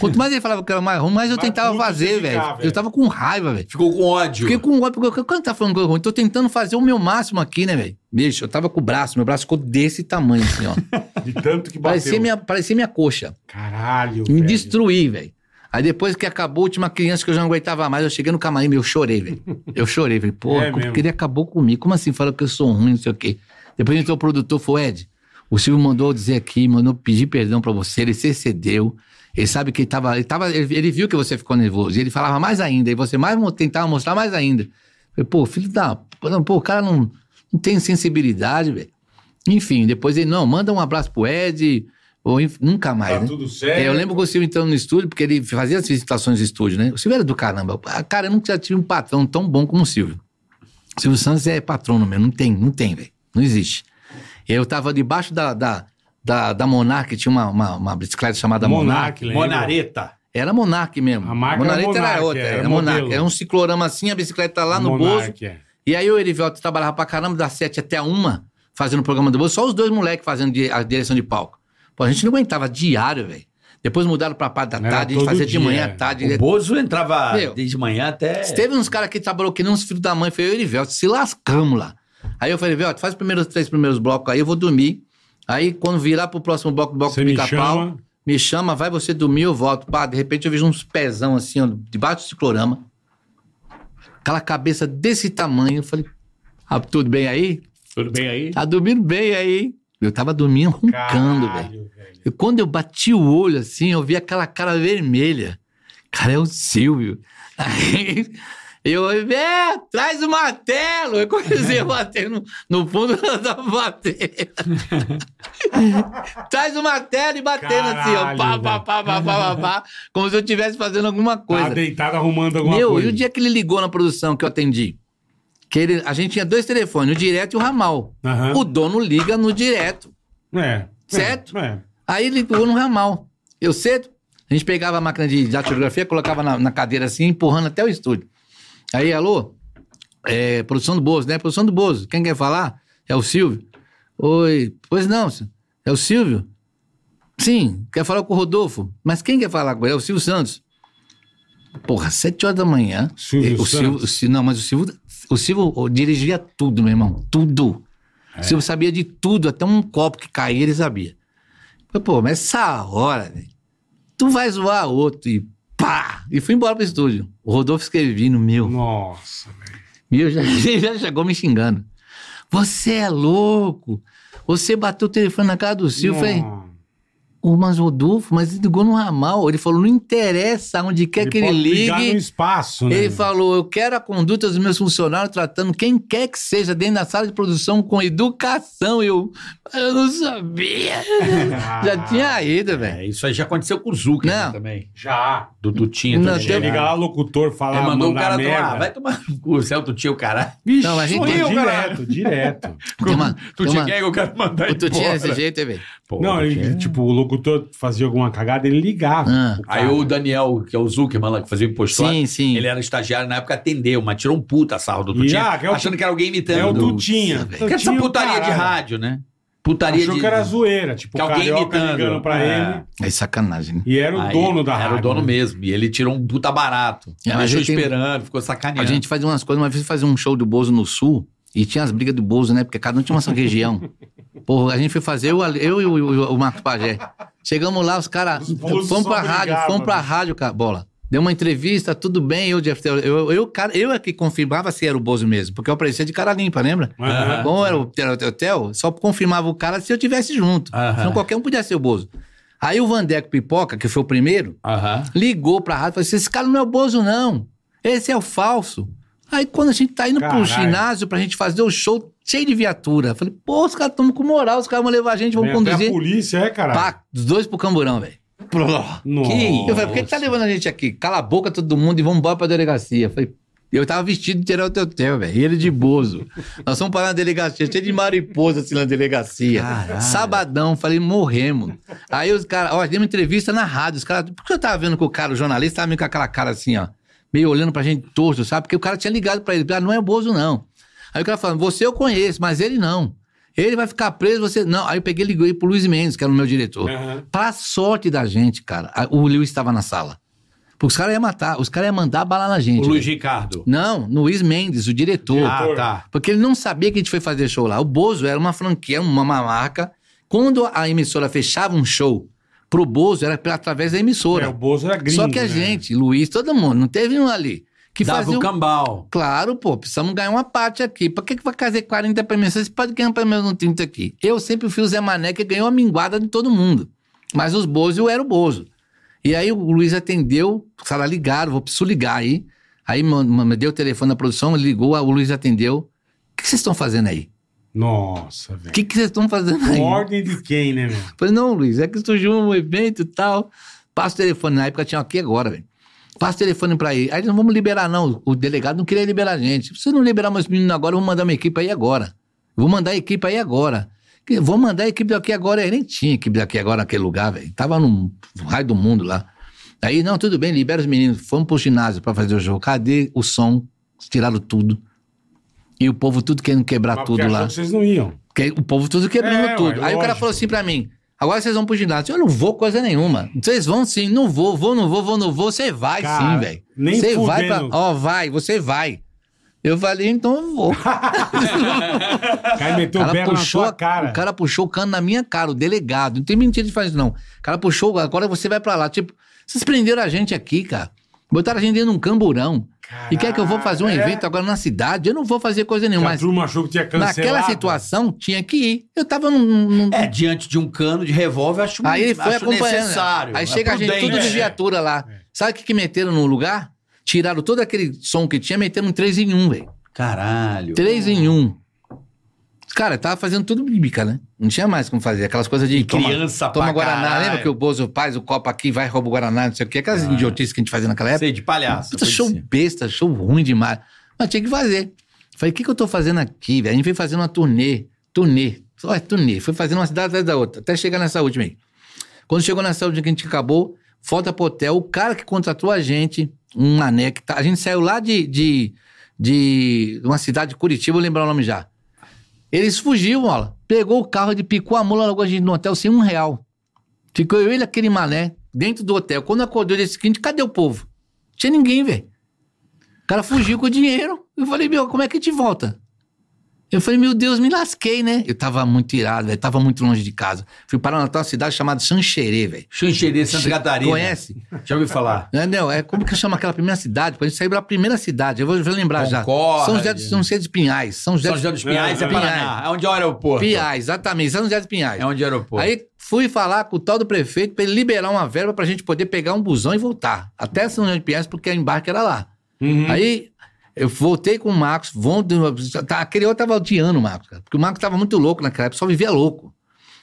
Speaker 4: Quanto mais ele falava que era mais ruim, mais eu
Speaker 2: Mais
Speaker 4: tentava
Speaker 2: puto você
Speaker 4: fazer,
Speaker 2: ficar,
Speaker 4: velho.
Speaker 2: velho.
Speaker 4: Eu tava com raiva, velho.
Speaker 3: Ficou com ódio.
Speaker 4: Fiquei com ódio, porque eu- quando tá falando coisa ruim, tô tentando fazer o meu máximo aqui, né, velho? Bicho, eu tava com o braço, meu braço ficou desse tamanho, assim, ó.
Speaker 2: De tanto que
Speaker 4: parecia,
Speaker 2: bateu.
Speaker 4: minha, parecia minha coxa.
Speaker 2: Caralho,
Speaker 4: Me
Speaker 2: velho.
Speaker 4: destruí, velho. Aí depois que acabou a última criança que eu já não aguentava mais, eu cheguei no camarim, meu, eu chorei, velho. Eu chorei, falei, pô,
Speaker 2: É mesmo.
Speaker 4: porque ele acabou comigo. Como assim? Falou que eu sou ruim, não sei o quê. Depois entrou o produtor, falou, Ed, o Silvio mandou eu dizer aqui, mandou pedir perdão pra você, ele se excedeu. Ele sabe que ele tava, ele tava, ele, ele viu que você ficou nervoso. E ele falava mais ainda, e você mais mo- tentava mostrar mais ainda. Eu Falei, pô, filho da. p- não, Pô, o cara não, não tem sensibilidade, velho. Enfim, depois ele, não, manda um abraço pro Ed, ou inf- nunca mais.
Speaker 2: Tá
Speaker 4: né?
Speaker 2: tudo
Speaker 4: É, eu
Speaker 2: certo.
Speaker 4: lembro que o Silvio entrando no estúdio, porque ele fazia as visitações do estúdio, né? O Silvio era do caramba. Ah, Cara, eu nunca tive um patrão tão bom como o Silvio. O Silvio Santos é patrono mesmo. Não tem, não tem, velho. Não existe. Eu tava debaixo da, da, da, da Monarch, tinha uma, uma, uma bicicleta chamada
Speaker 2: Monark,
Speaker 4: Monarch.
Speaker 2: lembra?
Speaker 3: Monareta.
Speaker 4: Era Monarch mesmo.
Speaker 2: A marca era
Speaker 4: Monarch
Speaker 2: Monarch,
Speaker 4: outra,
Speaker 2: era
Speaker 4: era, Monarch.
Speaker 2: modelo.
Speaker 4: Era um ciclorama assim, a bicicleta lá no bolso.
Speaker 2: Monark, é.
Speaker 4: E aí o Erivelto trabalhava pra caramba, das sete até a uma, fazendo o programa do bolso, só os dois moleques fazendo di- a direção de palco. Pô, a gente não aguentava diário, velho. Depois mudaram pra parte da
Speaker 2: Era
Speaker 4: tarde, a gente
Speaker 2: todo
Speaker 4: fazia de
Speaker 2: dia,
Speaker 4: manhã à
Speaker 2: é.
Speaker 4: tarde.
Speaker 3: O Bozo entrava
Speaker 4: Meu.
Speaker 3: desde manhã até.
Speaker 4: Teve uns caras que trabalhou que nem uns filhos da mãe, foi eu e o Erivelto, se lascamos lá. Aí eu falei, Erivelto, faz os primeiros três primeiros blocos aí, eu vou dormir. Aí quando virar pro próximo bloco, bloco
Speaker 2: Você
Speaker 4: do
Speaker 2: me
Speaker 4: pica-pau,
Speaker 2: chama. né?
Speaker 4: me chama, vai você dormir, eu volto. Pá, de repente eu vejo uns pezão assim, ó, debaixo do ciclorama. Aquela cabeça desse tamanho. Eu falei, ah, tudo bem aí?
Speaker 5: Tudo bem aí?
Speaker 4: Tá dormindo bem aí, hein? Eu tava dormindo roncando, velho.
Speaker 2: Caralho, velho.
Speaker 4: E quando eu bati o olho assim, eu vi aquela cara vermelha. Cara, é o Silvio. Aí eu, é, traz o martelo. Eu comecei a bater no, no fundo da bateria. traz o martelo e batendo assim, ó. Pá,
Speaker 2: Caralho,
Speaker 4: pá, pá, pá, pá, pá, pá, como se eu estivesse fazendo alguma
Speaker 2: Tá
Speaker 4: coisa.
Speaker 2: deitado arrumando alguma
Speaker 4: Meu,
Speaker 2: coisa.
Speaker 4: e o dia que ele ligou na produção que eu atendi? Que ele- a gente tinha dois telefones, o direto e o ramal.
Speaker 2: Aham.
Speaker 4: O dono liga no direto.
Speaker 2: É.
Speaker 4: Certo?
Speaker 2: É.
Speaker 4: Aí ele ligou no ramal. Eu cedo, a gente pegava a máquina de datilografia, colocava na, na cadeira assim, empurrando até o estúdio. Aí, alô? É, produção do Bozo, né? Produção do Bozo. Quem quer falar? É o Silvio. Oi. Pois não, senhor. é o Silvio? Sim, quer falar com o Rodolfo. Mas quem quer falar com ele? É o Silvio Santos. Porra, sete horas da manhã.
Speaker 2: Silvio
Speaker 4: eh, o Silvio,
Speaker 2: Santos.
Speaker 4: o Silvio- Não, mas o Silvio, o Silvio oh, dirigia tudo, meu irmão. Tudo.
Speaker 2: É.
Speaker 4: O Silvio sabia de tudo, até um copo que caía, ele sabia. Falei, pô, mas essa hora, velho, tu vai zoar outro e pá! E fui embora pro estúdio. O Rodolfo Esquevino, meu.
Speaker 2: Nossa, velho.
Speaker 4: Meu, já, ele já chegou me xingando. Você é louco! Você bateu o telefone na cara do Silvio. Eu falei,
Speaker 2: Nossa.
Speaker 4: "Ô, mas Rodolfo, mas ele ligou no ramal. Ele falou, não interessa onde quer que ele
Speaker 2: pode ligar no
Speaker 4: ligue.
Speaker 2: espaço, né?
Speaker 4: Ele falou, eu quero a conduta dos meus funcionários tratando quem quer que seja dentro da sala de produção com educação. Eu, eu não sabia.
Speaker 2: Ah,
Speaker 4: Já tinha ido, velho.
Speaker 3: É, isso aí já aconteceu com o Zucker
Speaker 4: Não.
Speaker 3: né, também.
Speaker 2: Já.
Speaker 3: Do Tutinho
Speaker 4: Não,
Speaker 3: também.
Speaker 2: Você
Speaker 4: teve-
Speaker 2: liga lá, locutor, fala,
Speaker 3: Ele mandou o cara tomar.
Speaker 2: merda.
Speaker 3: Vai tomar no cu, é céu, Tutinho, caralho.
Speaker 4: Não, mas a gente
Speaker 2: Foi
Speaker 4: tem-
Speaker 2: direto, direto.
Speaker 4: Tem uma- tem
Speaker 3: Tutinho,
Speaker 4: uma-
Speaker 3: quem é que eu quero mandar
Speaker 4: O Tutinho é desse
Speaker 3: embora?
Speaker 4: jeito, hein, velho?
Speaker 3: Pô,
Speaker 2: Não,
Speaker 3: Tutinho.
Speaker 2: ele, tipo, o locutor fazia alguma cagada, ele ligava.
Speaker 4: Ah.
Speaker 2: pro cara.
Speaker 3: Aí o Daniel, que é o Zuckerman lá, que fazia o impostor,
Speaker 4: Sim, sim.
Speaker 3: ele era estagiário na época, atendeu, mas tirou um puta sarro do
Speaker 2: E,
Speaker 3: Tutinho,
Speaker 2: ah, que é o-
Speaker 3: achando que era alguém imitando.
Speaker 2: É o Tutinha.
Speaker 4: velho.
Speaker 3: Que é essa
Speaker 2: Tutinha,
Speaker 3: putaria
Speaker 2: caralho.
Speaker 3: de rádio, né? Putaria
Speaker 2: Achou
Speaker 3: de...
Speaker 2: que era zoeira, tipo,
Speaker 3: Que
Speaker 2: o
Speaker 3: alguém
Speaker 2: carioca
Speaker 3: imitando.
Speaker 2: ligando pra
Speaker 3: É.
Speaker 2: ele.
Speaker 4: É sacanagem, né?
Speaker 2: E era o
Speaker 3: Aí,
Speaker 2: dono da rádio.
Speaker 3: Era o dono
Speaker 2: né?
Speaker 3: mesmo. E ele tirou um puta barato.
Speaker 4: É, mas
Speaker 3: deixou
Speaker 4: eu tenho-
Speaker 3: esperando, ficou
Speaker 4: A
Speaker 3: sacaneando.
Speaker 4: gente fazia umas coisas, uma vez fazia um show do Bozo no Sul e tinha as brigas do Bozo, né? Porque cada um tinha uma sua região. Porra, a gente foi fazer, eu, eu e o, o, o Marcos Pajé. Chegamos lá, os caras.
Speaker 2: Os Bozos
Speaker 4: Fomos
Speaker 2: só
Speaker 4: pra rádio,
Speaker 2: brigavam,
Speaker 4: fomos pra
Speaker 2: né?
Speaker 4: rádio, cara. Bola. Deu uma entrevista, tudo bem, eu, Jeff Taylor. Eu, eu, cara, eu é que confirmava se era o Bozo mesmo, porque eu aparecia de cara limpa, lembra?
Speaker 2: Aham.
Speaker 4: Como era o Tera Hotel, só confirmava o cara se eu tivesse junto.
Speaker 3: Aham.
Speaker 4: Senão qualquer um podia ser o Bozo. Aí o Vandeco Pipoca, que foi o primeiro,
Speaker 3: Aham.
Speaker 4: ligou pra rádio e falou assim: esse cara não é o Bozo, não. Esse é o falso. Aí quando a gente tá indo pro
Speaker 2: Caralho.
Speaker 4: ginásio pra gente fazer o show cheio de viatura, eu falei, pô, os caras estão com moral, os caras vão levar a gente, vão
Speaker 2: Vem até a
Speaker 4: conduzir.
Speaker 2: polícia, é, cara.
Speaker 4: Pá, os dois pro camburão, velho.
Speaker 2: Nossa.
Speaker 4: Eu falei, por que que tá levando a gente aqui? Cala a boca todo mundo e vamos embora pra delegacia. Eu falei, eu tava vestido de geral teu velho. E ele de bozo. Nós fomos parar na delegacia, cheio de mariposa assim na delegacia. Sabadão, falei, morremos. Aí os caras, ó, deu uma entrevista na rádio. Os caras, por que eu tava vendo que o cara, o jornalista, tava meio com aquela cara assim, ó, meio olhando pra gente torto, sabe? Porque o cara tinha ligado pra ele, ah, não é bozo não. Aí o cara falando, você eu conheço, mas ele não. Ele vai ficar preso, você não. Aí eu peguei e liguei pro Luiz Mendes, que era o meu diretor.
Speaker 2: Aham.
Speaker 4: Pra sorte da gente, cara, a- o Luiz estava na sala. Porque os caras iam matar, os caras iam mandar bala na gente.
Speaker 3: O Luiz
Speaker 4: velho.
Speaker 3: Ricardo.
Speaker 4: Não, Luiz Mendes, o diretor.
Speaker 3: Ah, tá.
Speaker 4: Porque ele não sabia que a gente foi fazer show lá. O Bozo era uma franquia, uma marca. Quando a emissora fechava um show pro Bozo, era pela- através da emissora.
Speaker 2: É, o Bozo era gringo.
Speaker 4: Só que a
Speaker 2: né?
Speaker 4: gente, Luiz, todo mundo, não teve um ali. Que
Speaker 3: Dava um
Speaker 4: fazia um-
Speaker 3: o
Speaker 4: o-
Speaker 3: cambal.
Speaker 4: Claro, pô, precisamos ganhar uma parte aqui. Pra que, que vai fazer 40 prêmios? Vocês podem ganhar pelo menos um 30 aqui. Eu sempre fui o Zé Mané que ganhou a minguada de todo mundo. Mas os Bozo, eu era o Bozo. E aí o Luiz atendeu, os caras ligaram, vou preciso ligar aí. Aí man- man- me deu o telefone da produção, ele ligou, o Luiz atendeu. O que que vocês estão fazendo aí?
Speaker 2: Nossa,
Speaker 4: O
Speaker 2: velho.
Speaker 4: que que vocês estão fazendo aí?
Speaker 2: Ordem de quem, né, meu?
Speaker 4: Falei, não, Luiz, é que surgiu um evento e tal. Passa o telefone. Na época tinha aqui agora, velho. Passa o telefone pra ele. Aí eles não vamos liberar, não. O delegado não queria liberar a gente. Se você não liberar meus meninos agora, eu vou mandar uma equipe aí agora. Eu Vou mandar a equipe aí agora. Que Vou mandar a equipe daqui agora. Aí nem tinha equipe daqui agora naquele lugar, velho. Tava num raio do mundo lá. Aí, não, tudo bem, libera os meninos. Fomos pro ginásio pra fazer o jogo. Cadê o som? Tiraram tudo. E o povo tudo querendo quebrar
Speaker 2: Mas porque
Speaker 4: Tá tudo
Speaker 2: achou
Speaker 4: lá.
Speaker 2: que vocês não iam.
Speaker 4: Porque o povo tudo quebrando
Speaker 2: É,
Speaker 4: tudo.
Speaker 2: ué,
Speaker 4: Aí
Speaker 2: lógico.
Speaker 4: o cara falou assim pra mim: agora vocês vão pro ginásio. Eu não vou coisa nenhuma. Vocês vão sim, não vou, vou, não vou, vou, não vou. Você vai
Speaker 2: Cara,
Speaker 4: sim, velho.
Speaker 2: nem
Speaker 4: Você vai pra.
Speaker 2: fudendo.
Speaker 4: Ó, vai, você vai. Eu falei, então eu vou.
Speaker 2: O cara meteu o berro na sua cara.
Speaker 4: O cara puxou o cano na minha cara, o delegado. Não tem mentira de fazer isso, não. O cara puxou, agora você vai pra lá. Tipo, vocês prenderam a gente aqui, cara. Botaram a gente dentro de um camburão. e quer que eu vou fazer um
Speaker 2: Caralho, é?
Speaker 4: evento agora na cidade? Eu não vou fazer coisa
Speaker 2: Que
Speaker 4: nenhuma.
Speaker 2: a
Speaker 4: Mas
Speaker 2: turma achou que tinha cancelado.
Speaker 4: naquela situação, tinha que ir. Eu tava num- num
Speaker 3: É, diante de um cano de revólver, acho,
Speaker 4: Aí ele foi
Speaker 3: acho
Speaker 4: acompanhando.
Speaker 3: necessário.
Speaker 4: Aí
Speaker 3: é
Speaker 4: chega a gente
Speaker 3: prudente.
Speaker 4: tudo de viatura lá. Sabe o que, que meteram no lugar? Tiraram todo aquele som que tinha, meteram um 3 em 1, velho.
Speaker 3: Caralho.
Speaker 4: 3 em 1. Cara, tava fazendo tudo bíblica, né? Não tinha mais como fazer. Aquelas coisas de. toma-
Speaker 3: Criança
Speaker 4: Toma
Speaker 3: pra
Speaker 4: Guaraná,
Speaker 3: caralho. É.
Speaker 4: lembra que o Bozo faz o copo aqui, vai, rouba o Guaraná, não sei o quê. Aquelas idiotices que a gente fazia naquela época.
Speaker 3: Sei, de palhaço.
Speaker 4: É Puta,
Speaker 3: foi
Speaker 4: show
Speaker 3: assim.
Speaker 4: besta, show ruim demais. Mas tinha que fazer. Falei, o que, que eu tô fazendo aqui, velho? A gente veio fazendo uma turnê. Turnê. Só é turnê. Foi fazendo uma cidade atrás da outra. Até chegar nessa última aí. Quando chegou nessa última que a gente acabou, volta pro hotel. O cara que contratou a gente, um mané que tá... A gente saiu lá de... de, de uma cidade de Curitiba, vou lembrar o nome já. Eles fugiu, mola. Pegou o carro, ele picou a mula, largou a gente no hotel sem um real. Ficou eu e ele, aquele mané, dentro do hotel. Quando acordou dia seguinte, cadê o povo? Tinha ninguém, velho. O cara fugiu com o dinheiro. Eu falei, meu, como é que te volta? Eu falei, meu Deus, me lasquei, né? Eu tava muito irado, velho. Tava muito longe de casa. Fui parar naquela cidade chamada Xanxerê, velho.
Speaker 3: Xanxerê, Santa Catarina.
Speaker 4: Conhece?
Speaker 3: Já ouvi falar.
Speaker 4: Não, não, é como que chama aquela primeira cidade? Quando a gente saiu da primeira cidade, eu vou, vou lembrar já.
Speaker 3: Concórdia.
Speaker 4: São José, de, São José de Pinhais. São José,
Speaker 3: São José dos Pinhais é,
Speaker 4: Pinhais.
Speaker 3: Paraná. É onde é o aeroporto.
Speaker 4: Pinhais, exatamente. São José de Pinhais.
Speaker 3: É onde é o aeroporto.
Speaker 4: Aí fui falar com o tal do prefeito pra ele liberar uma verba pra gente poder pegar um busão e voltar. Até São José de Pinhais, porque o embarque era lá.
Speaker 2: Uhum.
Speaker 4: Aí eu voltei com o Marcos, von, tá, aquele outro tava odiando o Marcos, cara, porque o Marcos tava muito louco naquela época, só vivia louco.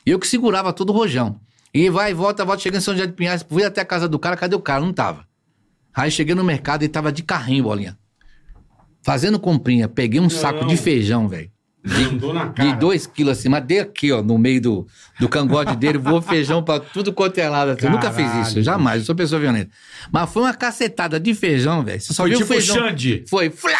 Speaker 4: E eu que segurava todo o rojão. E vai, volta, volta, chegando em São José de Pinhais, fui até a casa do cara, cadê o cara? Não tava. Aí cheguei no mercado e tava de carrinho, bolinha. Fazendo comprinha, peguei um saco de feijão, velho.
Speaker 2: Mandou na cara.
Speaker 4: De dois quilos assim, mas dei aqui, ó, no meio do, do cangote dele, voou feijão pra tudo quanto é lado. Assim. Eu Nunca fiz
Speaker 2: Caralho,
Speaker 4: isso, jamais, eu sou pessoa violenta. Mas foi uma cacetada de feijão, velho. Você só
Speaker 3: Foi
Speaker 4: viu
Speaker 3: tipo
Speaker 4: feijão.
Speaker 3: Xande.
Speaker 4: Foi, flá!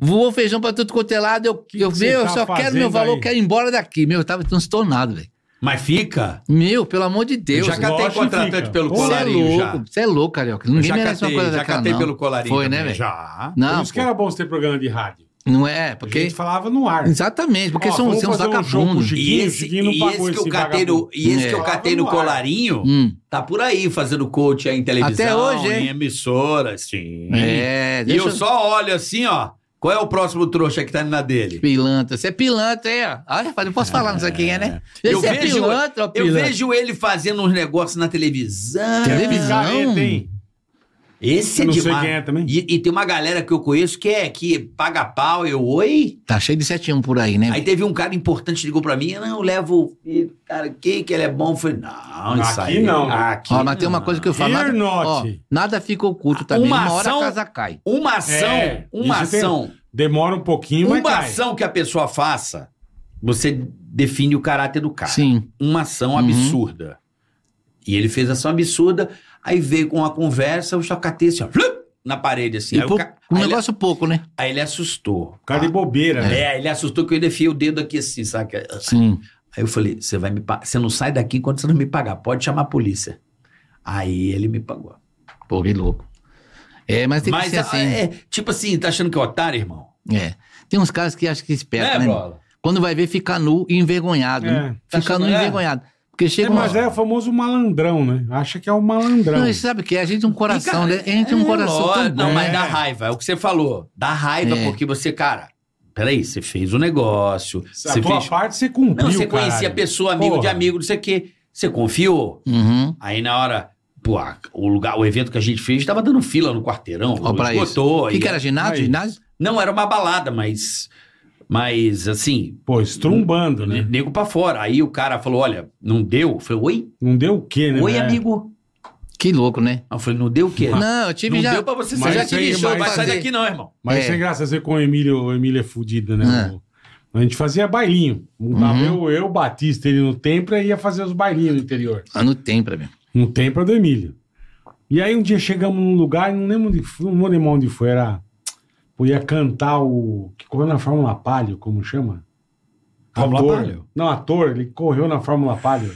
Speaker 4: Voou feijão pra tudo quanto é lado. Eu, eu,
Speaker 2: que você
Speaker 4: eu
Speaker 2: tá
Speaker 4: só quero
Speaker 2: fazendo
Speaker 4: meu valor,
Speaker 2: aí?
Speaker 4: quero ir embora daqui. Meu, eu tava transtornado, velho.
Speaker 3: Mas fica.
Speaker 4: Meu, pelo amor de
Speaker 3: Eu
Speaker 4: Deus.
Speaker 3: já
Speaker 4: velho.
Speaker 3: catei
Speaker 2: lógico que
Speaker 3: contratante
Speaker 2: fica.
Speaker 3: pelo
Speaker 2: Você é
Speaker 4: Você é
Speaker 3: colarinho já.
Speaker 4: louco, você é louco, Carioca. Ninguém
Speaker 3: já
Speaker 4: merece
Speaker 3: catei,
Speaker 4: uma coisa
Speaker 3: já
Speaker 4: daquela,
Speaker 3: catei
Speaker 4: não.
Speaker 3: pelo colarinho
Speaker 4: Foi, né,
Speaker 3: também,
Speaker 4: velho?
Speaker 6: Já.
Speaker 2: Por
Speaker 4: Não,
Speaker 2: isso
Speaker 4: pô,
Speaker 2: que era bom você ter programa de rádio.
Speaker 4: não é,
Speaker 2: Porque... A
Speaker 4: porque...
Speaker 2: gente falava no ar.
Speaker 4: Exatamente, porque
Speaker 2: Ó,
Speaker 4: são,
Speaker 2: vamos
Speaker 4: são uns
Speaker 2: fazer um jogo com o
Speaker 4: vagabundos.
Speaker 2: Chiquinho.
Speaker 3: E esse,
Speaker 2: Chiquinho não
Speaker 3: e
Speaker 2: pagou
Speaker 3: esse que eu
Speaker 2: esse
Speaker 3: catei no, e esse que eu
Speaker 2: É.
Speaker 3: catei no
Speaker 2: Tava no ar.
Speaker 3: colarinho,
Speaker 4: Hum.
Speaker 3: tá por aí fazendo coach aí em televisão,
Speaker 4: Até hoje, hein?
Speaker 3: em emissora, sim.
Speaker 4: É,
Speaker 3: e
Speaker 4: deixa
Speaker 3: eu só olho assim, ó. Qual é o próximo trouxa que tá indo na dele?
Speaker 4: Pilantra, você é pilantra, hein? ó. Ah, eu falei, não posso falar, não sei quem é, né? Esse
Speaker 3: Eu
Speaker 4: é
Speaker 3: vejo-
Speaker 4: pilantra, ó,
Speaker 3: Eu
Speaker 4: pilantra.
Speaker 3: vejo ele fazendo uns negócios na televisão.
Speaker 2: É
Speaker 4: Televisão.
Speaker 2: picareta, hein?
Speaker 3: Esse é
Speaker 2: Eu não sei
Speaker 3: demais.
Speaker 2: quem é também.
Speaker 3: E, e tem uma galera que eu conheço que é que paga pau, eu oi.
Speaker 4: Tá cheio de 7 1 por aí, né?
Speaker 3: Aí teve um cara importante ligou pra mim, não, eu levo, e, cara, quem que ele é bom? Eu falei, não, isso
Speaker 2: Aqui
Speaker 3: aí.
Speaker 2: não.
Speaker 3: Aqui
Speaker 4: ó, mas tem uma
Speaker 3: não.
Speaker 4: coisa que eu falo.
Speaker 2: Here
Speaker 4: Nada, ó,
Speaker 2: not.
Speaker 4: nada fica oculto também.
Speaker 3: Uma
Speaker 4: Uma, hora
Speaker 3: ação-
Speaker 4: a casa cai.
Speaker 3: Uma ação,
Speaker 2: É,
Speaker 3: uma
Speaker 2: isso tem-
Speaker 3: ação,
Speaker 2: Demora um pouquinho, mas
Speaker 3: uma
Speaker 2: cai.
Speaker 3: ação que a pessoa faça, você define o caráter do cara.
Speaker 4: Sim.
Speaker 3: Uma ação
Speaker 4: Uhum.
Speaker 3: absurda. E ele fez ação absurda, aí veio com a conversa, eu só catei assim, ó, flup, na parede assim.
Speaker 4: E
Speaker 3: aí, o
Speaker 4: pou-
Speaker 3: ca-
Speaker 4: um
Speaker 3: aí ele-
Speaker 4: negócio pouco, né?
Speaker 3: aí ele assustou.
Speaker 2: Por causa de bobeira, né?
Speaker 3: É, ele assustou que eu ainda enfiei o dedo aqui assim, saca?
Speaker 4: Sim.
Speaker 3: Aí eu falei, você vai me pa- você não sai daqui enquanto você não me pagar, pode chamar a polícia. Aí ele me pagou.
Speaker 4: Pô, que louco. É, mas tem que
Speaker 3: Mas
Speaker 4: ser assim.
Speaker 3: é, tipo assim, tá achando que é otário, irmão?
Speaker 4: É. Tem uns caras que acham que esperta, né?
Speaker 3: brola?
Speaker 4: Quando vai ver, fica nu e envergonhado.
Speaker 2: É.
Speaker 4: né?
Speaker 3: Tá
Speaker 4: Fica nu
Speaker 3: achando-
Speaker 4: e
Speaker 3: é.
Speaker 4: envergonhado. Porque
Speaker 2: É,
Speaker 4: chega uma
Speaker 2: mas é o famoso malandrão, né? Acha que é o malandrão.
Speaker 4: Não, você sabe o que? é? A gente tem um coração,
Speaker 3: E,
Speaker 4: né?
Speaker 3: cara,
Speaker 4: A gente tem um
Speaker 3: é
Speaker 4: coração
Speaker 3: lógico, Não,
Speaker 4: tão bom.
Speaker 2: né?
Speaker 3: mas dá raiva. É o que você falou. Dá raiva
Speaker 4: É.
Speaker 3: porque você, cara... Peraí, você fez o negócio.
Speaker 2: a
Speaker 3: Você
Speaker 2: tua
Speaker 3: fez...
Speaker 2: parte você cumpriu,
Speaker 3: Não, você
Speaker 2: caralho.
Speaker 3: conhecia a pessoa, amigo de
Speaker 2: Porra.
Speaker 3: amigo, não sei o quê. Você confiou.
Speaker 4: Uhum.
Speaker 3: Aí na hora... Pô, a- o, lugar, o evento que a gente fez tava dando fila no quarteirão.
Speaker 4: Ó, pra isso.
Speaker 3: esgotou.
Speaker 4: O que,
Speaker 3: e-
Speaker 4: que era? Ginásio?
Speaker 2: Aí.
Speaker 4: Ginásio?
Speaker 3: Não, era uma balada, mas... Mas, assim...
Speaker 2: Pô, estrumbando, né?
Speaker 3: Nego pra fora. Aí o cara falou, olha, não deu? Eu falei, oi?
Speaker 2: Não deu o quê, né?
Speaker 3: Oi,
Speaker 2: né?
Speaker 3: amigo.
Speaker 4: Que louco, né?
Speaker 3: Aí eu falei, não deu o quê?
Speaker 4: Não, eu
Speaker 3: Ah.
Speaker 4: tive
Speaker 3: não
Speaker 4: já.
Speaker 3: deu pra você
Speaker 2: Mas
Speaker 3: sair
Speaker 2: isso aí,
Speaker 3: daqui, show.
Speaker 2: mas-
Speaker 3: Vai sair daqui não, irmão.
Speaker 2: Mas
Speaker 4: É.
Speaker 2: sem graça, você com o Emílio, o Emílio é fudido, né?
Speaker 4: É.
Speaker 2: O- A gente fazia bailinho. Montava
Speaker 3: Uhum.
Speaker 2: eu, eu, Batista, ele no Tempra e ia fazer os bailinhos no interior.
Speaker 4: Ah, não tem pra mim.
Speaker 2: No Tempra do Emílio. E aí um dia chegamos num lugar, e não lembro onde foi, não vou lembrar onde foi, era. Pô, ia cantar o. Que correu na Fórmula Palio, como chama?
Speaker 3: Fórmula
Speaker 2: ator.
Speaker 3: Palio?
Speaker 2: Não, ator, ele correu na Fórmula Palio.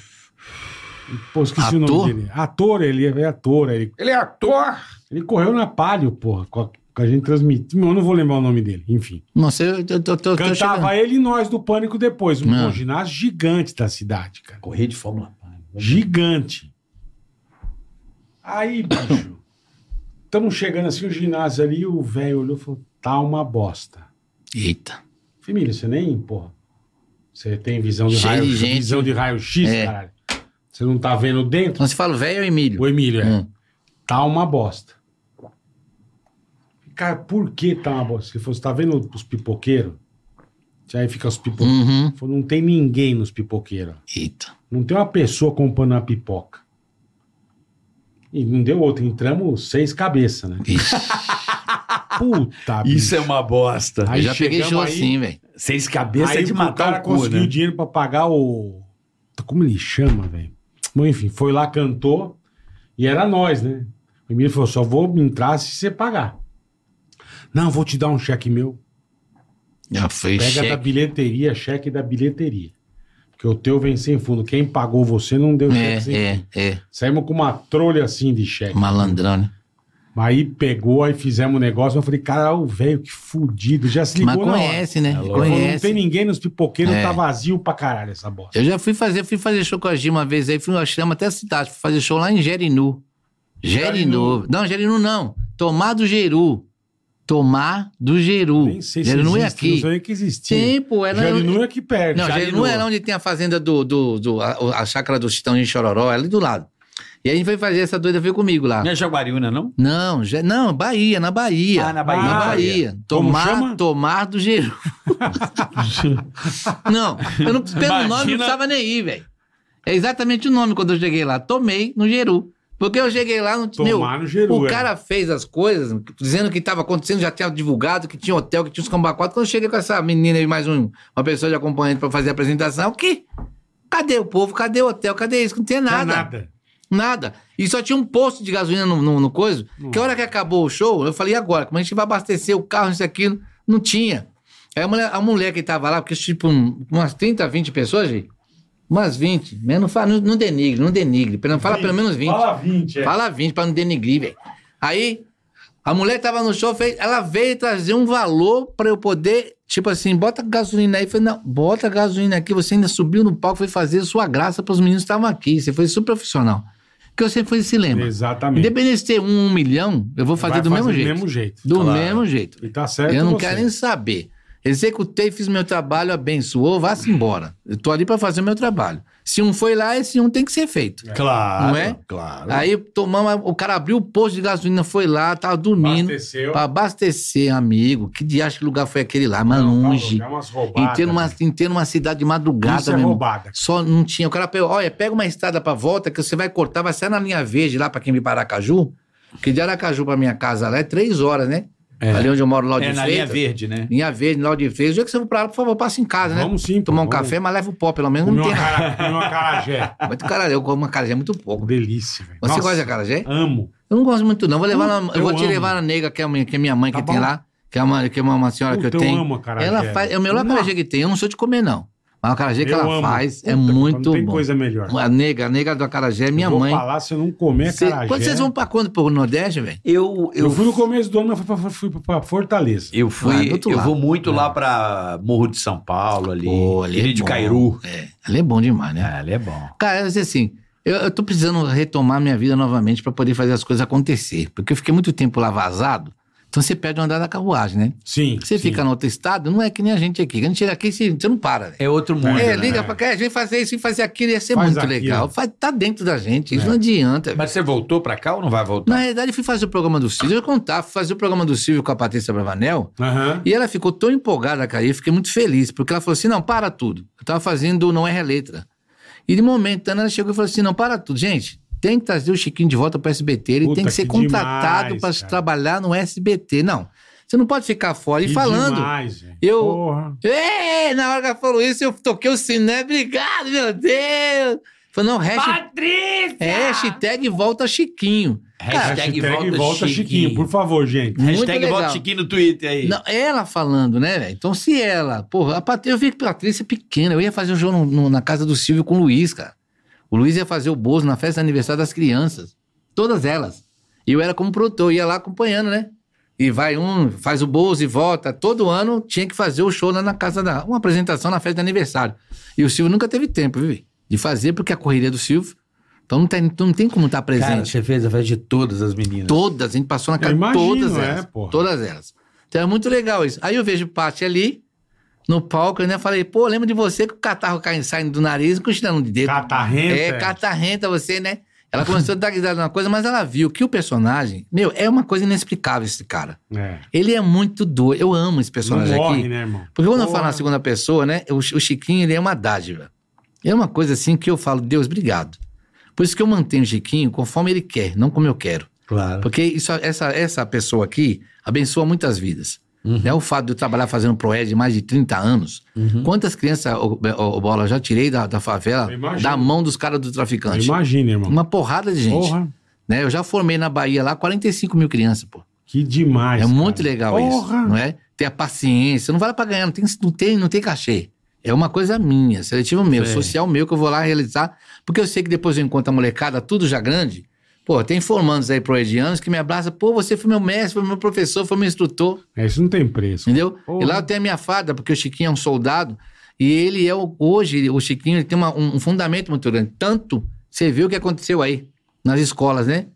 Speaker 2: Pô, esqueci o
Speaker 4: Ator?
Speaker 2: nome dele. Ator, ele é ator, ele
Speaker 3: Ele é ator.
Speaker 2: ele correu na Palio, porra, com a, com a gente transmitiu. Eu não vou lembrar o nome dele, enfim.
Speaker 4: Nossa, eu, eu, eu, eu, eu tô chegando.
Speaker 2: Cantava ele e nós do Pânico depois. Um
Speaker 4: Ah.
Speaker 2: pô, ginásio gigante da cidade, cara.
Speaker 3: Correr de Fórmula
Speaker 2: Gigante. Aí, bicho. Estamos chegando assim, o ginásio ali, o velho olhou e falou: tá uma bosta.
Speaker 4: Eita.
Speaker 2: Família, você nem, porra. Você tem visão de
Speaker 4: Cheio
Speaker 2: raio
Speaker 4: de gente.
Speaker 2: Visão de raio-x,
Speaker 4: É.
Speaker 2: caralho. Você não tá vendo dentro?
Speaker 4: Quando se fala velho, é Emílio.
Speaker 2: O Emílio, é.
Speaker 4: Hum.
Speaker 2: Tá uma bosta. Cara, por que tá uma bosta? Ele falou, você tá vendo os pipoqueiros? Aí fica os pipoqueiros.
Speaker 4: Uhum.
Speaker 2: Ele Falou, não tem ninguém nos pipoqueiros.
Speaker 4: Eita.
Speaker 2: Não tem uma pessoa comprando uma pipoca. E não deu outra. Entramos seis cabeças, né?
Speaker 4: Ixi,
Speaker 2: Puta,
Speaker 3: Isso é uma bosta.
Speaker 2: Aí
Speaker 4: eu já peguei
Speaker 2: chegamos
Speaker 4: show
Speaker 2: aí-
Speaker 4: assim, velho.
Speaker 3: Seis cabeças é de matar
Speaker 2: cara
Speaker 3: o cu,
Speaker 2: conseguiu
Speaker 3: né?
Speaker 2: dinheiro pra pagar o. Tá Como ele chama, velho? Bom, enfim, foi lá, cantou e era nós, né? O Emílio falou: só vou entrar se você pagar. Não, vou te dar um cheque meu.
Speaker 4: Já foi
Speaker 2: Pega da
Speaker 4: cheque.
Speaker 2: bilheteria, cheque da bilheteria. Porque o teu vem sem fundo. Quem pagou você não deu cheque sem fundo.
Speaker 4: É, é, é.
Speaker 2: Saímos com uma trolha assim de cheque.
Speaker 4: Malandrão, né?
Speaker 2: Aí pegou, aí fizemos o negócio. Eu falei, cara, o velho, que fudido. Já se ligou
Speaker 4: Mas
Speaker 2: na hora.
Speaker 4: conhece, né?
Speaker 2: Ele falou, não tem
Speaker 4: conhece.
Speaker 2: ninguém nos pipoqueiros,
Speaker 4: É.
Speaker 2: tá vazio pra caralho essa bosta.
Speaker 4: Eu já fui fazer, fui fazer show com a Gil uma vez aí, fui nós chama até a cidade, fui fazer show lá em Gerinu. Gerinu. Não, Gerinu não. Tomar do Geru. Tomar do Geru.
Speaker 2: Nem sei se
Speaker 4: Gerinu
Speaker 2: existe,
Speaker 4: é
Speaker 2: Não
Speaker 4: aqui.
Speaker 2: sei nem que existia.
Speaker 4: Sim, pô, era.
Speaker 2: Jarinu é aqui perto.
Speaker 4: Não, Jarinu era onde tem a fazenda do. do, do- a, a chácara do Chitão de Chororó, é ali do lado. E aí a gente foi fazer essa doida, veio comigo lá.
Speaker 3: Não é Jaguariúna, não?
Speaker 4: Não, já, não, Bahia, na Bahia.
Speaker 3: Ah, na Bahia.
Speaker 4: Na Bahia. Tomar,
Speaker 2: chama?
Speaker 4: tomar do Geru. não, eu não, pelo nome não
Speaker 5: Imagina-
Speaker 4: precisava nem ir, velho. É exatamente o nome quando eu cheguei lá. Tomei no Geru. Porque eu cheguei lá, não, meu,
Speaker 2: Tomar no Geru,
Speaker 4: o
Speaker 2: é.
Speaker 4: cara fez as coisas, dizendo que estava acontecendo, já tinha divulgado, que tinha hotel, que tinha os cambacotes. Quando eu cheguei com essa menina e mais um, uma pessoa de acompanhante para fazer a apresentação, que cadê o povo, cadê o hotel, cadê isso? Não tinha
Speaker 2: Não é
Speaker 4: nada.
Speaker 2: nada.
Speaker 4: Nada. E só tinha um posto de gasolina no, no, no coisa. Que a hora que acabou o show, eu falei, e agora? Como a gente vai abastecer o carro, isso aqui? Não tinha. Aí a mulher, a mulher que tava lá, porque tipo, um- umas 30, 20 pessoas, gente, umas 20. Mas não, fala, não, não denigre, não denigre. Pelo- Fala pelo menos 20.
Speaker 2: Fala 20, é.
Speaker 4: Fala 20 pra não denigrir, velho. Aí, a mulher tava no show, fez, ela veio trazer um valor pra eu poder, tipo assim, bota gasolina aí. Eu Falei, não, bota gasolina aqui. Você ainda subiu no palco, foi fazer sua graça pros meninos que estavam aqui. Você foi super profissional. Porque você foi se lembra.
Speaker 2: Exatamente.
Speaker 4: Independente de ter um, um milhão, eu vou fazer
Speaker 2: Vai
Speaker 4: do mesmo jeito.
Speaker 2: Do mesmo jeito.
Speaker 4: Do mesmo jeito.
Speaker 2: E tá certo
Speaker 4: eu não
Speaker 2: você.
Speaker 4: quero nem saber. Executei, fiz meu trabalho, abençoou, vá-se embora. Eu tô ali pra fazer o meu trabalho. Se um foi lá, esse um tem que ser feito.
Speaker 3: Claro.
Speaker 4: Não é?
Speaker 3: Claro.
Speaker 4: Aí tomamos, o cara abriu o posto de gasolina, foi lá, tava dormindo.
Speaker 2: Abasteceu.
Speaker 4: Pra abastecer, amigo. Que diacho que lugar foi aquele lá? Mas
Speaker 2: Não, né?
Speaker 4: longe.
Speaker 2: dá tá é umas roubadas.
Speaker 4: Inteiro uma, inteiro uma cidade de madrugada
Speaker 2: Isso é
Speaker 4: mesmo.
Speaker 2: roubada.
Speaker 4: Só não tinha. O cara pegou, olha, pega uma estrada pra volta que você vai cortar, vai sair na linha verde lá pra quem me Aracaju. Que de Aracaju pra minha casa lá é três horas, né? Ali onde eu moro, lá de
Speaker 3: É na linha
Speaker 4: Freitas.
Speaker 3: verde, né?
Speaker 4: Linha verde, lá de Freitas. O dia que você for pra lá, por favor, passe em casa, né?
Speaker 2: Vamos sim, pô,
Speaker 4: Tomar um
Speaker 2: vamos.
Speaker 4: café, mas leva o pó, pelo menos.
Speaker 2: Comi
Speaker 4: Não tem
Speaker 2: uma,
Speaker 4: nada.
Speaker 2: cara, comi uma carajé.
Speaker 4: Muito caralho, eu como uma carajé muito pouco.
Speaker 2: Delícia, velho.
Speaker 4: Você
Speaker 2: Nossa,
Speaker 4: gosta de acarajé?
Speaker 2: Amo.
Speaker 4: Eu não gosto muito, não. Vou levar na- eu,
Speaker 2: eu
Speaker 4: vou te
Speaker 2: amo.
Speaker 4: levar na nega, que é a minha, que é minha mãe
Speaker 2: Tá
Speaker 4: que
Speaker 2: bom.
Speaker 4: tem lá, que é uma, que é uma, uma senhora
Speaker 2: Puta,
Speaker 4: que eu tenho.
Speaker 2: eu amo acarajé.
Speaker 4: Ela faz, é o melhor acarajé que tem. Eu não sou de comer, não. Mas o acarajé que
Speaker 2: Eu
Speaker 4: ela
Speaker 2: amo.
Speaker 4: faz é
Speaker 2: Puta,
Speaker 4: muito
Speaker 2: Não tem
Speaker 4: bom.
Speaker 2: coisa melhor.
Speaker 4: A nega, a nega do acarajé é minha
Speaker 2: Eu vou
Speaker 4: mãe.
Speaker 2: falar se eu não comer
Speaker 4: Cê-
Speaker 2: carajé.
Speaker 4: quando vocês vão pra quando pro Nordeste, velho?
Speaker 3: Eu,
Speaker 2: Eu fui no começo do ano, mas fui pra, fui pra Fortaleza.
Speaker 3: Eu
Speaker 4: Ah, do
Speaker 3: fui.
Speaker 4: outro
Speaker 3: eu
Speaker 4: lado.
Speaker 3: vou muito lá pra Morro de São Paulo, ali.
Speaker 4: Pô, ali é
Speaker 3: Ilha de
Speaker 4: bom.
Speaker 3: Cairu.
Speaker 4: É, ele é bom demais, né?
Speaker 3: É, ali é bom.
Speaker 4: Cara, eu disse assim, eu, eu tô precisando retomar minha vida novamente pra poder fazer as coisas acontecer. Porque eu fiquei muito tempo lá vazado, então você perde o andar da carruagem, né?
Speaker 2: Sim.
Speaker 4: Você
Speaker 2: sim.
Speaker 4: fica no outro estado, não é que nem a gente aqui. Quando a gente chega aqui, você você não para, velho.
Speaker 3: É outro mundo. né?
Speaker 4: É, liga pra cá, a gente fazer isso e fazer aquilo ia ser
Speaker 2: Faz
Speaker 4: muito
Speaker 2: aquilo. É.
Speaker 4: legal. Faz- tá dentro da gente, isso não adianta. velho.
Speaker 3: Mas você voltou pra cá ou não vai voltar?
Speaker 4: Na realidade, eu fui fazer o programa do Silvio, eu vou contar, fui fazer o programa do Silvio com a Patrícia Bravanel,
Speaker 2: Aham.
Speaker 4: e ela ficou tão empolgada, cara, e eu fiquei muito feliz, porque ela falou assim, não, para tudo. Eu tava fazendo o Não Erra a Letra. E de momento, ela chegou e falou assim, não, para tudo. Gente, tem que trazer o Chiquinho de volta pro SBT, ele
Speaker 2: Puta,
Speaker 4: tem que ser
Speaker 2: que
Speaker 4: contratado
Speaker 2: demais,
Speaker 4: para
Speaker 2: cara.
Speaker 4: trabalhar no SBT. Não, Você não pode ficar fora. E
Speaker 2: Que
Speaker 4: falando.
Speaker 2: demais, velho.
Speaker 4: eu-
Speaker 2: Porra.
Speaker 4: Ei, É, na hora que ela falou isso, eu toquei o siné. Obrigado, meu Deus. Falei, não, hashtag,
Speaker 3: Patrícia!
Speaker 4: é, hashtag volta Chiquinho.
Speaker 3: Hashtag, volta, Chiquinho.
Speaker 2: por favor, gente.
Speaker 4: Muito
Speaker 3: Hashtag
Speaker 4: legal.
Speaker 3: volta Chiquinho no Twitter aí.
Speaker 4: Não, ela falando, né, velho? Então, se ela. Porra, a Pat... eu vi que a Patrícia é pequena. Eu ia fazer o jogo no- no- na casa do Silvio com o Luiz, cara. O Luiz ia fazer o Bozo na festa de aniversário das crianças. Todas elas. E eu era como produtor, eu ia lá acompanhando, né? E vai um, faz o Bozo e volta. Todo ano tinha que fazer o show lá na casa da. Uma apresentação na festa de aniversário. E o Silvio nunca teve tempo, viu? velho? De fazer, porque a correria do Silvio. Então não tem, não tem como estar
Speaker 3: Cara,
Speaker 4: presente.
Speaker 3: você fez a festa de todas as meninas.
Speaker 4: Todas, a gente passou na
Speaker 2: Eu
Speaker 4: casa
Speaker 2: imagino,
Speaker 4: todas
Speaker 2: é,
Speaker 4: elas.
Speaker 2: porra.
Speaker 4: todas elas. Então é muito legal isso. Aí eu vejo Paty ali, no palco, eu né, falei, pô, lembro de você que o catarro cai, saindo do nariz, com o chinelo de dedo.
Speaker 2: Catarrenta.
Speaker 4: é, catarrenta você, né? Ela começou a dar risada numa coisa, mas ela viu que o personagem, meu, é uma coisa inexplicável esse cara.
Speaker 2: É.
Speaker 4: Ele é muito doido. Eu amo esse
Speaker 2: Não
Speaker 4: personagem
Speaker 2: morre,
Speaker 4: aqui.
Speaker 2: né, irmão?
Speaker 4: Porque quando eu
Speaker 2: Porra.
Speaker 4: falo na segunda pessoa, né? O, Chi- o Chiquinho, ele é uma dádiva. É uma coisa assim que eu falo, Deus, obrigado. Por isso que eu mantenho o Chiquinho conforme ele quer, não como eu quero.
Speaker 3: Claro.
Speaker 4: Porque isso, essa, essa pessoa aqui abençoa muitas vidas. Né? O fato de eu trabalhar fazendo ProEd mais de 30 anos, quantas crianças, ô, ô, ô, Bola, eu já tirei da, da favela,
Speaker 2: Eu imagino.
Speaker 4: da mão dos caras do traficante.
Speaker 2: Imagina, irmão.
Speaker 4: Uma porrada de gente.
Speaker 2: Porra,
Speaker 4: Né? Eu já formei na Bahia lá 45 mil crianças, pô.
Speaker 2: que demais.
Speaker 4: É muito
Speaker 2: cara.
Speaker 4: legal isso,
Speaker 2: Porra.
Speaker 4: não é? Ter a paciência, não vale pra ganhar, não tem, não tem, não tem cachê. É uma coisa minha, seletivo meu,
Speaker 3: Sei.
Speaker 4: social meu que eu vou lá realizar, porque eu sei que depois eu encontro a molecada, tudo já grande. Pô, tem formandos aí proedianos que me abraçam, pô, você foi meu mestre, foi meu professor, foi meu instrutor,
Speaker 2: É, isso não tem preço.
Speaker 4: entendeu?
Speaker 2: Porra.
Speaker 4: E lá eu tenho a minha fada, porque o Chiquinho é um soldado, e ele é, o- hoje, o Chiquinho ele tem uma- um, um fundamento muito grande. Tanto, você viu o que aconteceu aí, nas escolas, né?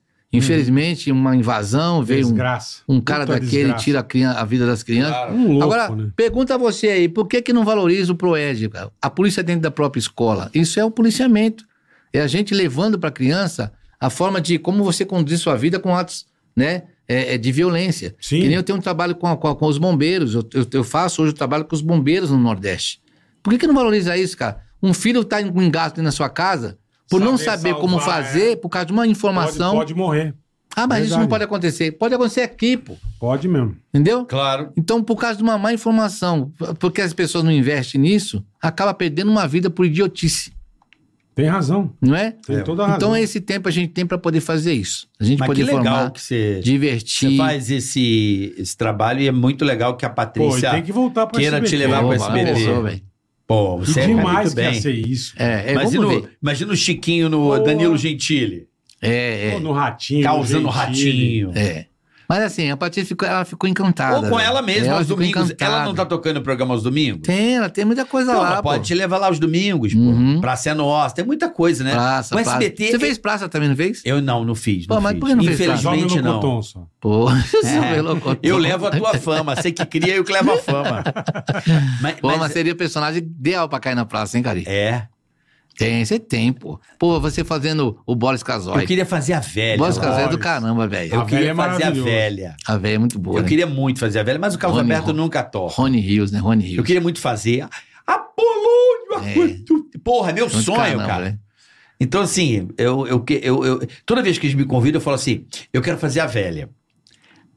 Speaker 4: Infelizmente, uma invasão, veio um,
Speaker 2: Hum. Desgraça.
Speaker 4: um cara
Speaker 2: Puta
Speaker 4: daquele
Speaker 2: desgraça.
Speaker 4: tira a, crian- a vida das crianças.
Speaker 2: Um louco,
Speaker 4: Agora,
Speaker 2: né?
Speaker 4: pergunta a você aí, por que que não valoriza o PROED? cara? A polícia dentro da própria escola. Isso é o policiamento. É a gente levando para a criança a forma de como você conduz sua vida com atos né, é, é, de violência.
Speaker 2: Sim.
Speaker 4: Que nem eu tenho um trabalho com, a- com a- com os bombeiros. Eu, eu- eu faço hoje o trabalho com os bombeiros no Nordeste. Por que, que não valoriza isso, cara? Um filho tá com engasgo dentro na sua casa, por não
Speaker 2: Saber
Speaker 4: saber como
Speaker 2: salvar,
Speaker 4: fazer, por causa de uma
Speaker 2: Pode,
Speaker 4: informação.
Speaker 2: pode morrer.
Speaker 4: Ah, mas isso não
Speaker 2: Verdade.
Speaker 4: pode acontecer. Pode acontecer aqui, pô.
Speaker 2: Pode mesmo.
Speaker 4: Entendeu?
Speaker 3: Claro.
Speaker 4: Então, por causa de uma má informação, porque as pessoas não investem nisso, acaba perdendo uma vida por idiotice,
Speaker 2: Tem razão.
Speaker 4: não é?
Speaker 2: Tem
Speaker 3: É.
Speaker 2: toda a razão.
Speaker 4: Então, é esse tempo a gente tem para poder fazer isso. A gente
Speaker 3: Mas
Speaker 4: poder
Speaker 3: que legal
Speaker 4: formar,
Speaker 3: que você,
Speaker 4: divertir.
Speaker 3: você faz esse, esse trabalho e é muito legal que a
Speaker 2: Pô, e
Speaker 3: Patrícia...
Speaker 2: tem que voltar pra
Speaker 3: Queira te levar
Speaker 2: pra
Speaker 3: pro
Speaker 4: Pô,
Speaker 3: SBT.
Speaker 4: pessoa, velho.
Speaker 3: Pô,
Speaker 2: Que
Speaker 3: você é
Speaker 2: demais
Speaker 3: muito
Speaker 2: que ia
Speaker 3: bem.
Speaker 2: ser isso.
Speaker 4: É, é, vamos
Speaker 3: imagina, o-
Speaker 4: ver.
Speaker 3: imagina o Chiquinho no
Speaker 2: Boa.
Speaker 3: Danilo Gentili,
Speaker 4: É,
Speaker 2: Pô,
Speaker 4: é,
Speaker 2: no ratinho.
Speaker 3: causando
Speaker 2: no jeitinho.
Speaker 3: ratinho.
Speaker 4: é. Mas assim, a Patrícia ficou, ela ficou encantada.
Speaker 3: Ou com
Speaker 4: velho.
Speaker 3: ela mesma aos
Speaker 4: ficou
Speaker 3: domingos.
Speaker 4: encantada.
Speaker 3: Ela não tá tocando o programa aos domingos?
Speaker 4: Tem, ela tem muita coisa
Speaker 3: Pô, mas
Speaker 4: lá,
Speaker 3: pode
Speaker 4: pode,
Speaker 3: te levar lá aos domingos,
Speaker 4: Uhum.
Speaker 3: pô. Praça é nossa, tem muita coisa, né?
Speaker 4: Praça,
Speaker 3: o
Speaker 4: praça.
Speaker 3: SBT
Speaker 4: Você fez praça também, não fez?
Speaker 3: Eu não, não fiz.
Speaker 4: Pô,
Speaker 3: Não
Speaker 4: mas
Speaker 3: fiz.
Speaker 4: por que não fez praça?
Speaker 2: Só
Speaker 3: Infelizmente,
Speaker 2: no
Speaker 3: não.
Speaker 2: Locoton, só.
Speaker 4: Pô, você
Speaker 3: É.
Speaker 4: é louco.
Speaker 3: Eu levo a tua fama. Você que cria, eu que levo a fama. Mas,
Speaker 4: Pô,
Speaker 3: mas-
Speaker 4: mas, seria o personagem ideal pra cair na praça, hein, Cari?
Speaker 3: É.
Speaker 4: Tem, você tem, pô. Pô, você fazendo o Boris
Speaker 3: Eu
Speaker 4: Casoy.
Speaker 3: queria fazer a velha.
Speaker 4: Boris
Speaker 3: mano.
Speaker 4: Casoy é do
Speaker 2: Boris.
Speaker 4: caramba, velho.
Speaker 2: A
Speaker 3: Eu queria
Speaker 2: velha é
Speaker 3: fazer a
Speaker 2: maravilhosa.
Speaker 3: velha.
Speaker 4: A velha é muito boa.
Speaker 3: Ah, Eu
Speaker 4: né?
Speaker 3: queria muito fazer a velha, mas o Carlos
Speaker 4: Rony
Speaker 3: Alberto
Speaker 4: Ro-
Speaker 3: nunca toca.
Speaker 4: Rony Rios, né? Rony Rios.
Speaker 3: Eu queria muito fazer. Apolônio!
Speaker 4: É.
Speaker 3: Aquantu- Porra, meu
Speaker 4: Muito né?
Speaker 3: sonho,
Speaker 4: caramba,
Speaker 3: cara.
Speaker 4: velho.
Speaker 3: Então, assim, eu, eu, que- eu, eu- toda vez que eles me convidam, eu falo assim: eu quero fazer a velha.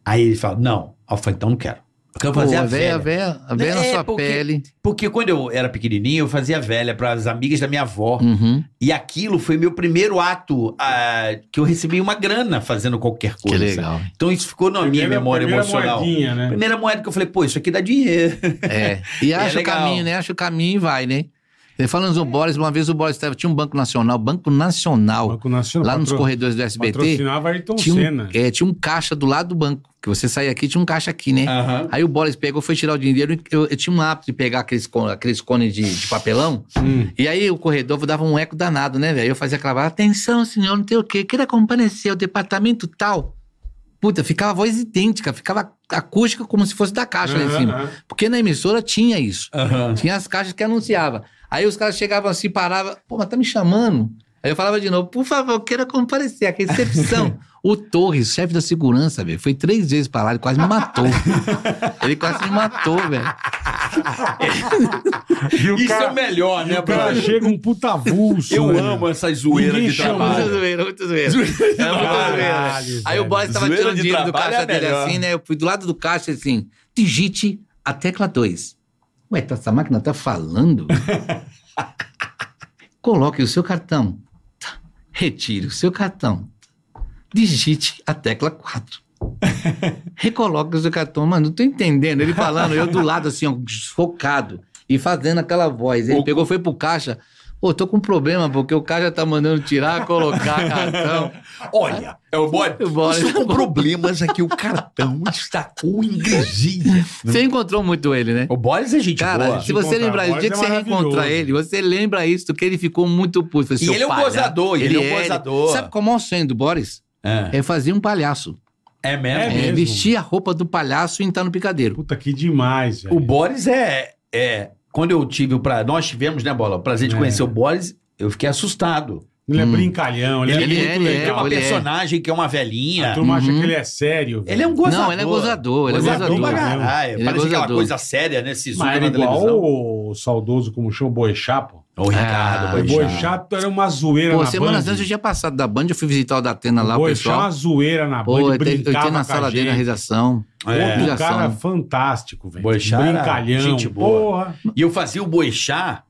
Speaker 3: Aí ele fala: não. Aí eu falo: então não quero. Eu quero
Speaker 4: Pô,
Speaker 3: fazer
Speaker 4: a
Speaker 3: a
Speaker 4: velha, é
Speaker 3: velha.
Speaker 4: a velha, a velha na
Speaker 3: É,
Speaker 4: sua
Speaker 3: porque-
Speaker 4: pele.
Speaker 3: Porque quando eu era pequenininho, eu fazia a velha para as amigas da minha avó.
Speaker 4: Uhum.
Speaker 3: E aquilo foi meu primeiro ato ah, que eu recebi uma grana fazendo qualquer
Speaker 4: Que
Speaker 3: coisa.
Speaker 4: legal.
Speaker 3: Então isso ficou na minha
Speaker 2: Primeira-
Speaker 3: memória
Speaker 2: primeira
Speaker 3: emocional.
Speaker 2: moedinha, né?
Speaker 3: Primeira moeda que eu falei, pô, isso aqui dá dinheiro.
Speaker 4: É. E
Speaker 3: É
Speaker 4: acha o
Speaker 3: legal.
Speaker 4: caminho, né? Acha o caminho e vai, né? E Falando do Boris, uma vez o Boris tava, tinha um Banco Nacional, Banco Nacional,
Speaker 2: Banco Nacional.
Speaker 4: lá nos
Speaker 2: patro-
Speaker 4: corredores do SBT.
Speaker 2: Patrocinava Ayrton
Speaker 4: Tinha
Speaker 2: Senna.
Speaker 4: um, é, tinha um caixa do lado do banco. Que você saía aqui, tinha um caixa aqui, né?
Speaker 3: Aham.
Speaker 4: Aí o Boris pegou, foi tirar o dinheiro. Eu, eu tinha um hábito de pegar aqueles, con- aqueles cones de, de papelão.
Speaker 2: Hum.
Speaker 4: E aí o corredor dava um eco danado, né, velho? Eu fazia cravar, atenção, senhor, não tem o quê. Queira comparecer ao departamento tal. Puta, ficava a voz idêntica, ficava acústica como se fosse da caixa lá em
Speaker 2: Aham,
Speaker 4: cima.
Speaker 2: aham.
Speaker 4: Porque na emissora tinha isso.
Speaker 3: Aham.
Speaker 4: Tinha as caixas que anunciava. Aí os caras chegavam assim, paravam. Pô, mas tá me chamando? Aí eu falava de novo, por favor, eu quero comparecer, aqui recepção. o Torres, chefe da segurança, velho, foi três vezes pra lá, ele quase me matou. ele quase me matou, velho.
Speaker 2: E o
Speaker 3: Isso é o
Speaker 2: cara,
Speaker 3: melhor, né,
Speaker 2: o cara
Speaker 3: brother?
Speaker 2: chega um puta vulso.
Speaker 3: Eu
Speaker 2: né?
Speaker 3: amo essa zoeira
Speaker 2: Ninguém
Speaker 3: de
Speaker 2: chama.
Speaker 4: Muita
Speaker 3: trabalho. É
Speaker 4: zoeira, muita zoeira. Era muita
Speaker 3: Caralho,
Speaker 4: zoeira. Aí o boss tava
Speaker 3: é, né? Zoeira
Speaker 4: tirando
Speaker 3: de
Speaker 4: dinheiro do
Speaker 3: trabalho é
Speaker 4: caixa
Speaker 3: a
Speaker 4: dele
Speaker 3: melhor.
Speaker 4: assim, né? Eu fui do lado do caixa assim, digite a tecla 2. Ué, tá- essa máquina tá falando? Coloque o seu cartão. Tá. Retire o seu cartão. Digite a tecla 4. Recoloque o seu cartão. Mano, não tô entendendo. Ele falando, eu do lado assim, ó, desfocado. E fazendo aquela voz. Ele
Speaker 3: O-
Speaker 4: pegou, foi pro caixa. Pô, tô com um problema, porque o cara já tá mandando tirar, colocar cartão.
Speaker 3: Olha, é o bode.
Speaker 4: O bode.
Speaker 3: Estou com problemas aqui, o cartão está com ingresinha.
Speaker 4: Você encontrou muito ele, né?
Speaker 3: O Boris é gente
Speaker 4: Cara,
Speaker 3: boa.
Speaker 4: se você
Speaker 2: encontrar
Speaker 4: lembrar, o
Speaker 2: voz
Speaker 4: dia
Speaker 2: é
Speaker 4: que você
Speaker 2: maravilhoso.
Speaker 4: reencontrar ele, você lembra isso, que ele ficou muito puto. Falei,
Speaker 3: E
Speaker 4: "Seu
Speaker 3: ele é um
Speaker 4: palhaço."
Speaker 3: gozador, ele é um gozador.
Speaker 4: Sabe qual é o maior sonho do Boris?
Speaker 3: É,
Speaker 4: É fazer um palhaço.
Speaker 3: é mesmo.
Speaker 2: É
Speaker 4: É,
Speaker 2: mesmo?
Speaker 4: vestir a roupa do palhaço e entrar no picadeiro.
Speaker 2: Puta, que demais, velho.
Speaker 3: O Boris é, é. Quando eu tive o pra. Nós tivemos, né, Bola? O prazer de
Speaker 2: É.
Speaker 3: conhecer o Boris, eu fiquei assustado.
Speaker 2: Ele é
Speaker 4: Hum.
Speaker 2: brincalhão, ele,
Speaker 4: Ele
Speaker 2: é muito
Speaker 4: é, ele
Speaker 2: legal.
Speaker 4: é,
Speaker 3: Ele é uma
Speaker 4: olha,
Speaker 3: personagem que é uma
Speaker 2: A
Speaker 3: velhinha.
Speaker 2: turma acha
Speaker 4: Uhum.
Speaker 2: que ele é sério. velho.
Speaker 3: Ele é um gozador.
Speaker 4: Não, ele é gozador, ele é
Speaker 3: pra
Speaker 2: Gozador pra
Speaker 4: gozador.
Speaker 2: caralho.
Speaker 3: caralho.
Speaker 4: Ele é
Speaker 3: Parece aquela
Speaker 4: gozador.
Speaker 3: coisa séria, né? Se
Speaker 2: Mas
Speaker 3: zoa
Speaker 2: era
Speaker 3: na
Speaker 2: igual
Speaker 3: televisão.
Speaker 2: o saudoso como chama o Boi Chapo.
Speaker 3: O Ricardo,
Speaker 4: Ah,
Speaker 3: Boi
Speaker 2: O Boi Chato era uma zoeira
Speaker 4: Pô,
Speaker 2: na
Speaker 4: semana
Speaker 2: Band.
Speaker 4: antes eu tinha passado da Band, eu fui visitar o Datena lá,
Speaker 2: o
Speaker 4: o
Speaker 2: Boi Chato era
Speaker 4: pessoal.
Speaker 2: uma zoeira na Band,
Speaker 4: Pô, eu tenho- eu
Speaker 2: brincava
Speaker 4: tenho
Speaker 2: com
Speaker 4: na
Speaker 2: a
Speaker 4: sala dele na
Speaker 2: gente.
Speaker 4: redação.
Speaker 3: É.
Speaker 2: Outro
Speaker 4: Humilhação.
Speaker 2: cara fantástico, velho.
Speaker 3: Boi Chato era
Speaker 2: Brincalhão,
Speaker 3: gente boa.
Speaker 2: porra.
Speaker 3: E eu fazia o boixá.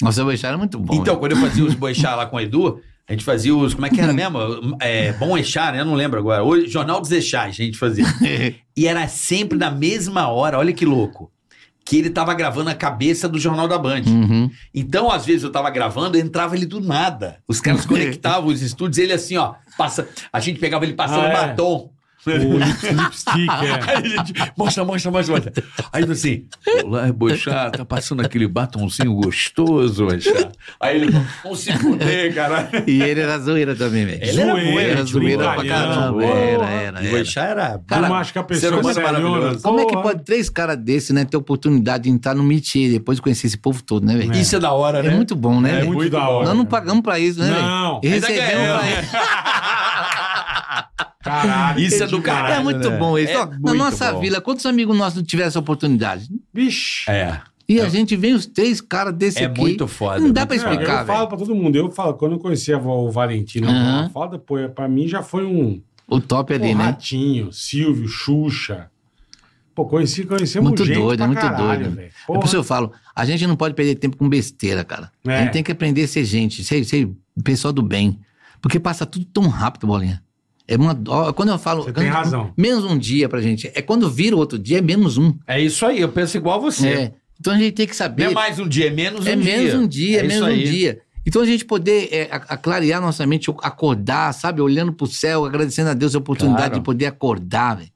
Speaker 4: Nossa, o Boixá era muito bom.
Speaker 3: então,
Speaker 4: né?
Speaker 3: quando eu fazia os boixá lá com o Edu, a gente fazia os. Como é que era mesmo? É, bom Echá, né? Eu não lembro agora. O Jornal dos Echás, a gente fazia.
Speaker 4: né?
Speaker 3: E era sempre na mesma hora, olha que louco. Que ele tava gravando a cabeça do Jornal da Band.
Speaker 4: Uhum.
Speaker 3: Então, às vezes, eu tava gravando, entrava ele do nada. Os
Speaker 4: É.
Speaker 3: caras conectavam os estúdios, ele assim, ó, passa. A gente pegava ele passando
Speaker 2: Ah, é?
Speaker 3: batom.
Speaker 2: O lip- lipstick, é.
Speaker 3: Aí a gente, mostra, mostra, mostra, mostra. Aí ele assim,
Speaker 5: Olá, Boixá, tá passando aquele batonzinho gostoso, Boixá.
Speaker 3: aí ele, vamos se fuder, cara.
Speaker 4: E ele era zoeira também, velho.
Speaker 3: Ele era tipo,
Speaker 2: Zoeira,
Speaker 3: bom,
Speaker 4: Era zoeira pra
Speaker 2: brincalhão,
Speaker 4: caramba.
Speaker 2: porra.
Speaker 4: Era, era,
Speaker 3: E o
Speaker 4: era.
Speaker 3: Boixá era.
Speaker 2: Cara,
Speaker 3: Cara,
Speaker 2: Turma acha que a
Speaker 3: ser
Speaker 2: pessoa é
Speaker 3: humano
Speaker 2: seriona.
Speaker 3: maravilhoso.
Speaker 4: Como é que
Speaker 2: Porra.
Speaker 4: pode três caras desse, né, ter oportunidade de entrar no métier depois de conhecer esse povo todo, né, velho?
Speaker 3: isso é da hora,
Speaker 4: É
Speaker 3: né?
Speaker 4: muito bom, né?
Speaker 2: É
Speaker 4: velho?
Speaker 2: muito da hora.
Speaker 4: Nós não pagamos pra isso, né, velho?
Speaker 2: Não.
Speaker 4: E
Speaker 3: Ainda é né?
Speaker 4: recebemos
Speaker 3: ganhamos.
Speaker 4: pra isso.
Speaker 2: Caralho.
Speaker 3: Isso é
Speaker 2: que
Speaker 3: do
Speaker 2: demais. né?
Speaker 3: caralho.
Speaker 4: É muito bom isso.
Speaker 3: É
Speaker 4: Ó,
Speaker 3: muito
Speaker 4: Na nossa
Speaker 3: bom.
Speaker 4: vila, quantos amigos nossos não tiveram essa oportunidade?
Speaker 2: Vixe.
Speaker 3: É,
Speaker 4: E a gente vem os três caras desse
Speaker 3: é
Speaker 4: aqui.
Speaker 3: muito foda.
Speaker 4: Não dá pra
Speaker 2: Não,
Speaker 4: explicar,
Speaker 2: eu
Speaker 4: velho.
Speaker 2: falo pra todo mundo, eu falo, quando eu conheci a vo- o Valentino,
Speaker 4: Aham.
Speaker 2: uhum. fala depois, pra mim já foi um
Speaker 4: O top ali,
Speaker 2: pô,
Speaker 4: né?
Speaker 2: Ratinho, Silvio, Xuxa. Pô, conheci, conhecemos
Speaker 4: Muito
Speaker 2: gente
Speaker 4: doido,
Speaker 2: pra
Speaker 4: é muito
Speaker 2: caralho,
Speaker 4: doido.
Speaker 2: velho.
Speaker 4: É por
Speaker 2: Porra.
Speaker 4: isso que eu falo, a gente não pode perder tempo com besteira, cara.
Speaker 2: É.
Speaker 4: A gente tem que aprender a ser gente, ser, ser pessoal do bem. Porque passa tudo tão rápido, Bolinha. É uma dó. Quando eu falo.
Speaker 2: Você tem
Speaker 4: quando-
Speaker 2: razão.
Speaker 4: Menos um dia pra gente. É quando vira o outro dia, é menos um.
Speaker 3: É isso aí, eu penso igual você.
Speaker 4: É. Então a gente tem que
Speaker 3: Não
Speaker 4: saber.
Speaker 3: é mais um dia, é menos um
Speaker 4: é
Speaker 3: dia.
Speaker 4: menos um dia, é
Speaker 3: isso
Speaker 4: menos um
Speaker 3: aí.
Speaker 4: dia. Então a gente poder é, a- aclarear nossa mente, acordar, sabe? Olhando pro céu, agradecendo a Deus a oportunidade
Speaker 3: Claro.
Speaker 4: de poder acordar, velho.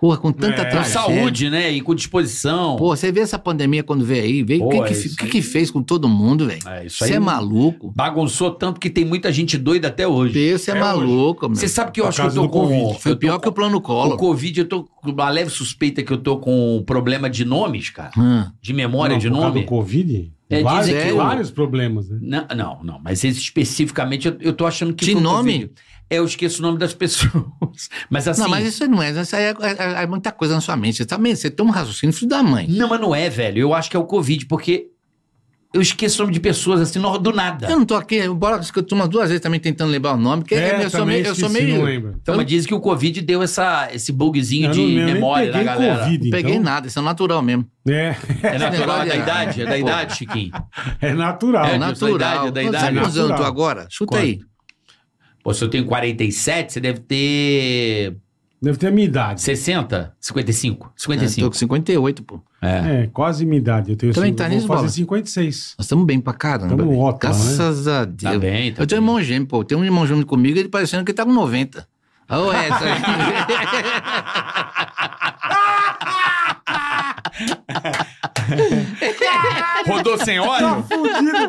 Speaker 4: Porra, com tanta
Speaker 2: É.
Speaker 3: Com
Speaker 4: tragédia.
Speaker 3: saúde, né? E com disposição.
Speaker 4: Pô, você vê essa pandemia quando veio aí, veio o
Speaker 3: Pô, é
Speaker 4: que, que,
Speaker 3: isso
Speaker 4: fi- que,
Speaker 3: aí-
Speaker 4: que fez com todo mundo, velho?
Speaker 3: É, isso aí
Speaker 4: Você é maluco.
Speaker 3: bagunçou tanto que tem muita gente doida até hoje.
Speaker 4: Você é,
Speaker 2: É
Speaker 4: maluco, meu.
Speaker 3: Você sabe que eu
Speaker 2: Por
Speaker 3: acho que eu
Speaker 2: causa
Speaker 3: tô
Speaker 2: do
Speaker 3: com...
Speaker 2: Covid.
Speaker 4: Foi
Speaker 3: eu tô
Speaker 4: pior
Speaker 3: com-
Speaker 4: que o plano
Speaker 3: O
Speaker 4: colo.
Speaker 3: Covid, eu tô com uma leve suspeita que eu tô com um problema de nomes, cara.
Speaker 4: Hum.
Speaker 3: De memória,
Speaker 2: Não,
Speaker 3: de
Speaker 2: por causa
Speaker 3: nome.
Speaker 2: do Covid?
Speaker 3: É,
Speaker 2: vários,
Speaker 3: dizem
Speaker 4: que o-
Speaker 2: vários problemas, né?
Speaker 3: Não, não, não, mas esse especificamente eu, eu tô achando que.
Speaker 4: De
Speaker 3: foi o
Speaker 4: nome?
Speaker 3: Covid. É, eu esqueço o nome das pessoas. Mas assim.
Speaker 4: Não, mas isso não é. Isso aí é, é- é muita coisa na sua mente. Você, tá, meio- você tem um raciocínio filho da mãe.
Speaker 3: não, mas não é, velho. Eu acho que é o Covid, porque eu esqueço o nome de pessoas assim no- do
Speaker 4: Eu
Speaker 3: nada.
Speaker 4: não tô aqui, embora que eu tô umas duas vezes também tentando lembrar o nome, porque
Speaker 3: É,
Speaker 4: eu, sou
Speaker 2: É, também
Speaker 4: meio. Eu sou
Speaker 2: esqueci,
Speaker 4: meio
Speaker 2: Não lembro.
Speaker 3: Então, mas dizem que o Covid deu essa, esse bugzinho de memória da galera.
Speaker 2: Covid,
Speaker 4: não peguei
Speaker 2: então.
Speaker 4: nada, isso é natural mesmo.
Speaker 2: É,
Speaker 3: É natural, é da
Speaker 4: Pô.
Speaker 3: idade, é da idade, Chiquinho.
Speaker 2: é natural.
Speaker 4: É
Speaker 3: Ah, eu sou da
Speaker 4: natural.
Speaker 3: idade, da
Speaker 4: Quanto-
Speaker 3: idade.
Speaker 4: Sabe quantos anos eu tô
Speaker 2: Natural.
Speaker 4: agora? Chuta
Speaker 3: Quanto?
Speaker 4: aí.
Speaker 3: Pô, se eu tenho 47, você deve ter
Speaker 2: Deve ter a minha idade.
Speaker 3: 60, 55,
Speaker 4: Eu É, tô
Speaker 3: 55.
Speaker 4: com 58, pô.
Speaker 3: É.
Speaker 2: É, quase minha idade. Eu tenho
Speaker 4: Também
Speaker 2: cinco-
Speaker 4: tá
Speaker 2: vou
Speaker 4: nisso,
Speaker 2: fazer
Speaker 4: Bola?
Speaker 2: 56.
Speaker 4: Nós estamos bem pra caramba.
Speaker 2: Tamo
Speaker 4: velho.
Speaker 2: ótimo, né?
Speaker 4: Graças a Deus.
Speaker 3: Tá bem, tá
Speaker 4: eu tenho um
Speaker 3: bem.
Speaker 4: irmão gêmeo, pô. Tem um irmão gêmeo comigo, ele parecendo que tá com 90. Ô, essa aí.
Speaker 3: Rodou sem
Speaker 2: Tá
Speaker 3: óleo?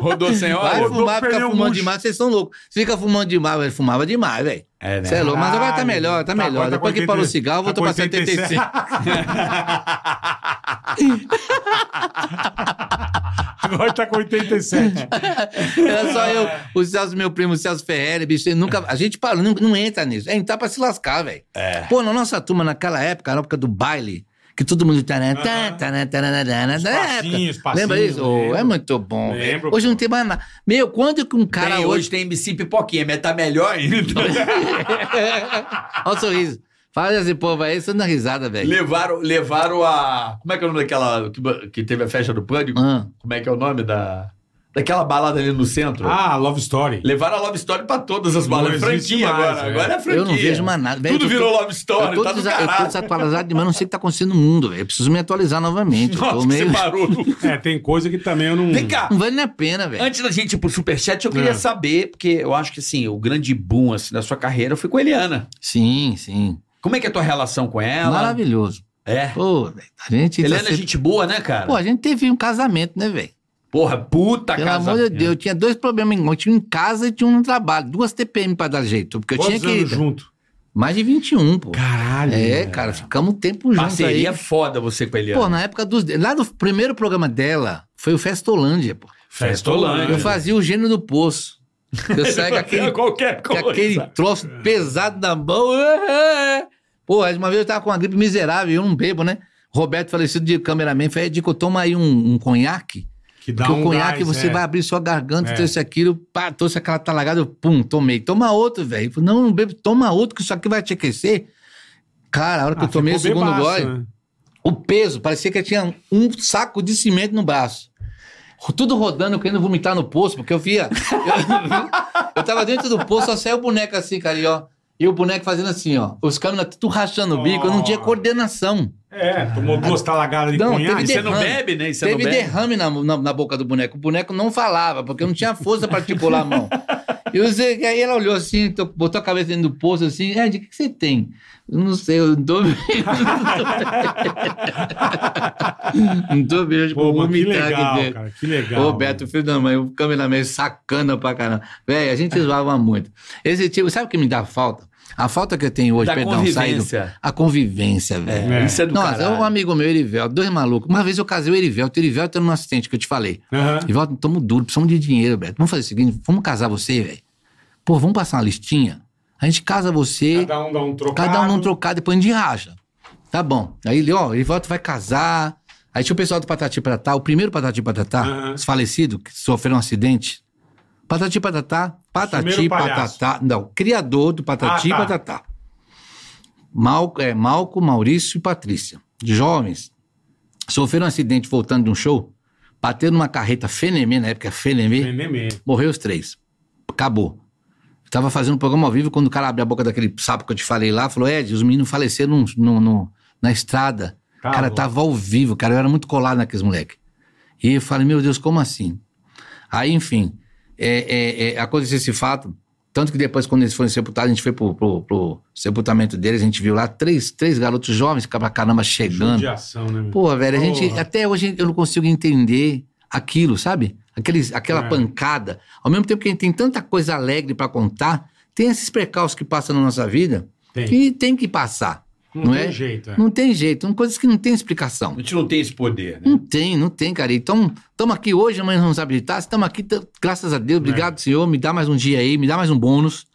Speaker 3: Rodou sem
Speaker 4: Vai
Speaker 2: Rodou
Speaker 4: fumar, fica
Speaker 2: pneu
Speaker 4: fumando
Speaker 2: murcho.
Speaker 4: demais, vocês são loucos. Você fica fumando demais, velho. Fumava demais, velho.
Speaker 3: É, né?
Speaker 4: Você é louco, mas agora tá
Speaker 2: Caralho.
Speaker 4: melhor,
Speaker 2: Tá,
Speaker 4: tá, melhor.
Speaker 2: agora tá
Speaker 4: Depois
Speaker 2: com
Speaker 4: que parou o
Speaker 2: 80,
Speaker 4: cigarro, eu
Speaker 2: tá
Speaker 4: vou
Speaker 2: com
Speaker 4: pra 75.
Speaker 2: Agora tá com 87.
Speaker 4: Era só eu, o Celso, meu primo, o Celso Ferreira, bicho, ele nunca. A gente parou, não, não entra nisso. É entrar pra se lascar, velho.
Speaker 3: É.
Speaker 4: Pô, na nossa turma, naquela época, na época do baile, que todo mundo. tá, né, Taran, tan, taran, taran, taran,
Speaker 2: Os
Speaker 4: né, tá, da época.
Speaker 2: passinhos, passinhos,
Speaker 4: Lembra isso? Ô,
Speaker 2: lembro.
Speaker 4: é muito bom. velho.
Speaker 2: Lembro,
Speaker 4: Hoje
Speaker 2: pô.
Speaker 4: não tem mais nada. Meu, quando que um cara
Speaker 3: Tem,
Speaker 4: hoje.
Speaker 3: hoje tem MC Pipoquinha, mas tá melhor ainda.
Speaker 4: Olha o sorriso. Fala esse povo aí, só dá risada, velho.
Speaker 3: levaram, levaram a... Como é que é o nome daquela... Que, que teve a festa do Pânico?
Speaker 4: Ah.
Speaker 3: Como é que é o nome da... Daquela balada ali no centro?
Speaker 2: Ah, Love Story.
Speaker 3: Levaram a Love Story pra todas as
Speaker 2: Não
Speaker 3: balas. É
Speaker 2: existe
Speaker 3: franquia
Speaker 2: mais,
Speaker 3: agora.
Speaker 2: é.
Speaker 3: Agora é franquia.
Speaker 4: Eu não vejo mais nada. Velho,
Speaker 3: Tudo
Speaker 4: eu tô-
Speaker 3: virou Love
Speaker 4: Eu
Speaker 3: Story,
Speaker 4: tô,
Speaker 3: tá do
Speaker 4: desa- eu tô
Speaker 3: caralho.
Speaker 4: desatualizado demais, não sei o que tá acontecendo no mundo, velho. Eu preciso me atualizar novamente. eu tô
Speaker 3: Nossa,
Speaker 4: meio...
Speaker 3: você parou.
Speaker 2: É, tem coisa que também eu não.
Speaker 3: Vem cá.
Speaker 4: Não vale nem a pena, velho.
Speaker 3: Antes da gente ir pro Superchat, eu queria
Speaker 4: Ah.
Speaker 2: É.
Speaker 3: saber, porque eu acho que assim, o grande boom assim, da sua carreira foi com a Eliana.
Speaker 4: Sim, sim.
Speaker 3: Como é que é a tua relação com ela?
Speaker 4: Maravilhoso.
Speaker 3: É.
Speaker 4: Pô, velho, a gente. tá
Speaker 3: Eliana é
Speaker 4: sempre-
Speaker 3: gente boa, né, cara? Tá
Speaker 4: Pô, a gente teve um casamento, né, velho?
Speaker 3: Porra, puta
Speaker 4: Pelo
Speaker 3: casa.
Speaker 4: amor de Deus, eu tinha dois problemas. em- Eu tinha um em casa e tinha um no trabalho. Duas TPM pra dar jeito. Porque eu
Speaker 2: Quantos
Speaker 4: tinha que.
Speaker 2: anos junto.
Speaker 4: Mais de 21, pô.
Speaker 2: Caralho.
Speaker 4: é, cara, ficamos um tempo juntos
Speaker 3: É.
Speaker 4: aí.
Speaker 3: Parceria foda você com a Eliana.
Speaker 4: Pô, na época dos. Lá do primeiro programa dela foi o Festolândia, pô.
Speaker 2: Festolândia.
Speaker 4: Eu fazia o gênio do poço. Eu saí com aquele
Speaker 5: Qualquer
Speaker 4: com
Speaker 5: coisa.
Speaker 4: aquele troço pesado na mão. é, Pô, aí uma vez eu tava com uma gripe miserável, eu não bebo, né? Roberto, falecido de cameraman, falei, Dico, toma aí um, um conhaque,
Speaker 2: Que dá
Speaker 4: porque o
Speaker 2: um
Speaker 4: conhaque
Speaker 2: gás,
Speaker 4: você
Speaker 2: é.
Speaker 4: vai abrir sua garganta,
Speaker 2: É.
Speaker 4: trouxe aquilo, pá, trouxe aquela talagada, eu, pum, tomei. Toma outro, velho. Falei, Não, não bebo, toma outro, que isso aqui vai te aquecer. Cara, a hora que
Speaker 2: Ah,
Speaker 4: eu tomei o
Speaker 2: ficou
Speaker 4: segundo
Speaker 2: bebaço,
Speaker 4: gole,
Speaker 2: né?
Speaker 4: o peso, parecia que eu tinha um saco de cimento no braço. Tudo rodando, eu querendo vomitar no poço, porque eu via. Eu, eu tava dentro do poço, só saiu o boneco assim, cara, e ó. E o boneco fazendo assim, ó. Os câmeras tudo rachando o bico, eu não tinha coordenação.
Speaker 2: É, tomou duas talagadas de
Speaker 4: Não,
Speaker 2: conhaque.
Speaker 4: teve
Speaker 3: Você não
Speaker 4: derrame.
Speaker 3: bebe, né? E Você
Speaker 4: Teve
Speaker 3: não bebe.
Speaker 4: derrame na, na, na boca do boneco. O boneco não falava, porque eu não tinha força pra articular a mão. E eu sei que aí ela olhou assim, to- botou a cabeça dentro do poço assim, é, de que, que você tem? Eu não sei, eu não tô bem. não tô bem, tipo,
Speaker 2: Pô, mas que
Speaker 4: vomitar aqui
Speaker 2: legal,
Speaker 4: dentro.
Speaker 2: cara. Que legal.
Speaker 4: Ô, Beto, filho da mãe, o cameraman sacana pra caramba. Véi, a gente zoava muito. Esse tipo, sabe o que me dá falta? A falta que eu tenho hoje,
Speaker 3: Da
Speaker 4: perdão, um saído.
Speaker 3: convivência.
Speaker 4: A convivência, velho.
Speaker 2: É.
Speaker 3: Isso é do
Speaker 4: Nossa,
Speaker 3: caralho.
Speaker 4: um amigo meu, Erivelto, dois malucos. Uma vez eu casei o Erivelto, o Erivelto era um assistente que eu te falei.
Speaker 2: Aham.
Speaker 4: Erivelto, tamo duro, precisamos de dinheiro, Beto. Vamos fazer o seguinte, vamos casar você, velho. Pô, vamos passar uma listinha? A gente casa você,
Speaker 2: Cada um dá um trocado.
Speaker 4: cada um não trocar, depois a gente racha. Tá bom. Aí ele, ó, Erivelto vai casar. Aí tinha o pessoal do Patati Patatá, o primeiro Patati Patatá,
Speaker 2: Aham.
Speaker 4: os falecido, que sofreu um acidente. Patati Patatá, Patati
Speaker 2: Primeiro palhaço.
Speaker 4: Patatá. Não, criador do Patati
Speaker 2: Ah, tá.
Speaker 4: Patatá. Mal, é, Malco, Maurício e Patrícia, jovens, sofreram um acidente voltando de um show, bateram numa carreta Fenemê, na época Fenemê,
Speaker 2: Neném.
Speaker 4: morreu os três. Acabou. Eu tava fazendo um programa ao vivo quando o cara abriu a boca daquele sapo que eu te falei lá, falou: Ed, os meninos faleceram no- no- no- na estrada.
Speaker 2: Tá
Speaker 4: cara,
Speaker 2: louco.
Speaker 4: tava ao vivo, cara, eu era muito colado naqueles moleques. E eu falei: Meu Deus, como assim? Aí, enfim, é, é, é, aconteceu esse fato. Tanto que depois, quando eles foram sepultados, a gente foi pro, pro- pro sepultamento deles, a gente viu lá três, três garotos jovens pra caramba chegando.
Speaker 2: Judiação, né? meu?
Speaker 4: Porra, velho, a gente,
Speaker 2: Porra.
Speaker 4: até hoje eu não consigo entender aquilo, sabe? Aqueles, aquela
Speaker 2: É.
Speaker 4: pancada. Ao mesmo tempo que a gente tem tanta coisa alegre pra contar, tem esses percalços que passam na nossa vida
Speaker 2: Tem.
Speaker 4: que tem que passar.
Speaker 2: Não,
Speaker 4: Não,
Speaker 2: tem
Speaker 4: é?
Speaker 2: jeito, é.
Speaker 4: Não tem jeito, são coisas que não tem explicação.
Speaker 3: A gente não tem esse poder,
Speaker 2: É.
Speaker 3: né?
Speaker 4: Não tem, não tem, cara. Então, estamos aqui hoje, amanhã não sabe de taça, estamos aqui, tam- graças a Deus,
Speaker 2: É.
Speaker 4: obrigado, Senhor, me dá mais um dia aí, me dá mais um bônus.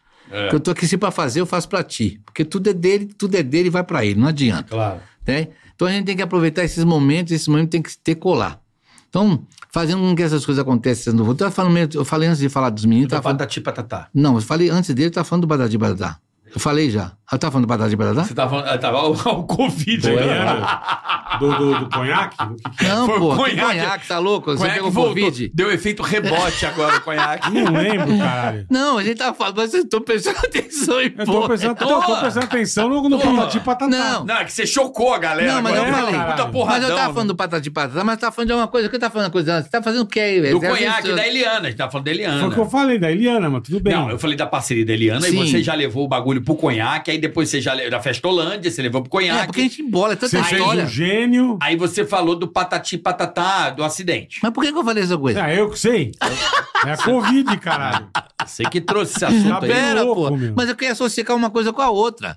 Speaker 4: Que eu tô aqui se pra fazer, eu faço pra ti. Porque tudo é dele, tudo é dele e vai pra ele, não adianta
Speaker 3: Claro.
Speaker 4: né? Então a gente tem que aproveitar esses momentos, esses momentos tem que se decolar. Então, fazendo com que essas coisas aconteçam de novo. Eu, tava falando meio- eu falei antes de falar dos meninos,
Speaker 3: Tá
Speaker 4: tava falando,
Speaker 3: patati patatá.
Speaker 4: não, eu falei antes dele, eu tava falando do Badá de Badá. Eu falei já. Ah, Eu tava falando do Badá de Badá?
Speaker 3: Você tava falando. ah, Tava o, o
Speaker 4: é?
Speaker 3: Covid.
Speaker 2: Você
Speaker 3: né?
Speaker 2: lembra Do, do, do conhaque? O que que
Speaker 4: Não,
Speaker 3: tá Foi o
Speaker 4: pô, que
Speaker 3: conhaque.
Speaker 4: conhaque, tá louco? Você
Speaker 3: Conhaque
Speaker 4: pegou
Speaker 3: voltou.
Speaker 4: Covid?
Speaker 3: Deu efeito rebote agora o conhaque.
Speaker 2: é? Não lembro, caralho.
Speaker 4: Não, a gente tava falando, mas vocês estão prestando atenção em
Speaker 2: Eu tô
Speaker 4: porra.
Speaker 2: prestando, eu tô
Speaker 3: Porra!
Speaker 2: prestando atenção no, no
Speaker 3: Porra!
Speaker 2: patati patatá.
Speaker 4: Não.
Speaker 3: Não, é que você chocou a galera.
Speaker 4: Não, mas
Speaker 3: agora. é
Speaker 2: eu
Speaker 3: Puta
Speaker 2: falei.
Speaker 3: Puta porradão.
Speaker 4: Mas eu tava
Speaker 3: né?
Speaker 4: falando do Patati Patatá, mas eu tava falando de uma coisa. O que eu tava falando uma coisa antes? Você tá fazendo o que aí, velho?
Speaker 3: Do
Speaker 4: Às vezes
Speaker 3: conhaque né?
Speaker 4: eu-
Speaker 3: da Eliana. A gente tava falando da Eliana.
Speaker 2: Foi o que eu falei da Eliana, mas tudo bem.
Speaker 3: Não, eu falei da parceria da Eliana e
Speaker 4: Sim.
Speaker 3: você já levou o bagulho pro conhaque, aí depois você já levou da Festolândia, você levou pro conhaque.
Speaker 4: É, porque a gente embola, é tanta
Speaker 2: Você fez
Speaker 4: história.
Speaker 2: um gênio.
Speaker 3: Aí você falou do patati patatá, do acidente.
Speaker 4: Mas por que que eu falei essa coisa?
Speaker 2: Ah, eu que sei. É a Covid, caralho.
Speaker 3: Você que trouxe
Speaker 4: Tá
Speaker 3: esse assunto Tá aí.
Speaker 2: bem
Speaker 4: Pera,
Speaker 2: louco,
Speaker 4: pô.
Speaker 2: meu.
Speaker 4: Mas eu queria associar uma coisa com a outra.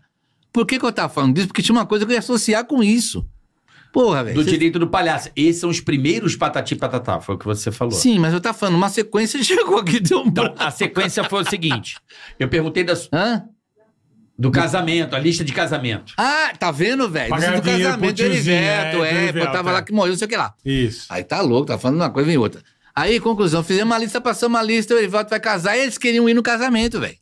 Speaker 4: Por que, que eu tava falando disso? Porque tinha uma coisa que eu ia associar com isso. Porra, velho.
Speaker 3: Do
Speaker 4: cê-
Speaker 3: direito do palhaço. Esses são os primeiros patati e patatá, foi o que você falou.
Speaker 4: Sim, mas eu tava falando, uma sequência chegou aqui, deu um
Speaker 3: Então,
Speaker 4: branco.
Speaker 3: a sequência foi o seguinte: eu perguntei da su-
Speaker 4: Hã?
Speaker 3: do casamento, a lista de casamento.
Speaker 4: Ah, tá vendo, velho?
Speaker 2: Pagar
Speaker 4: Isso do
Speaker 2: dinheiro pro
Speaker 4: casamento do
Speaker 2: tiozinho,
Speaker 4: Erivelto,
Speaker 2: é, do
Speaker 4: é,
Speaker 2: Erivelto,
Speaker 4: botava
Speaker 2: é.
Speaker 4: lá que morreu, não sei o que lá.
Speaker 2: Isso.
Speaker 4: Aí tá louco, tá falando uma coisa vem outra. Aí, conclusão, fizemos uma lista, passamos uma lista, o Erivelto vai casar e eles queriam ir no casamento, velho.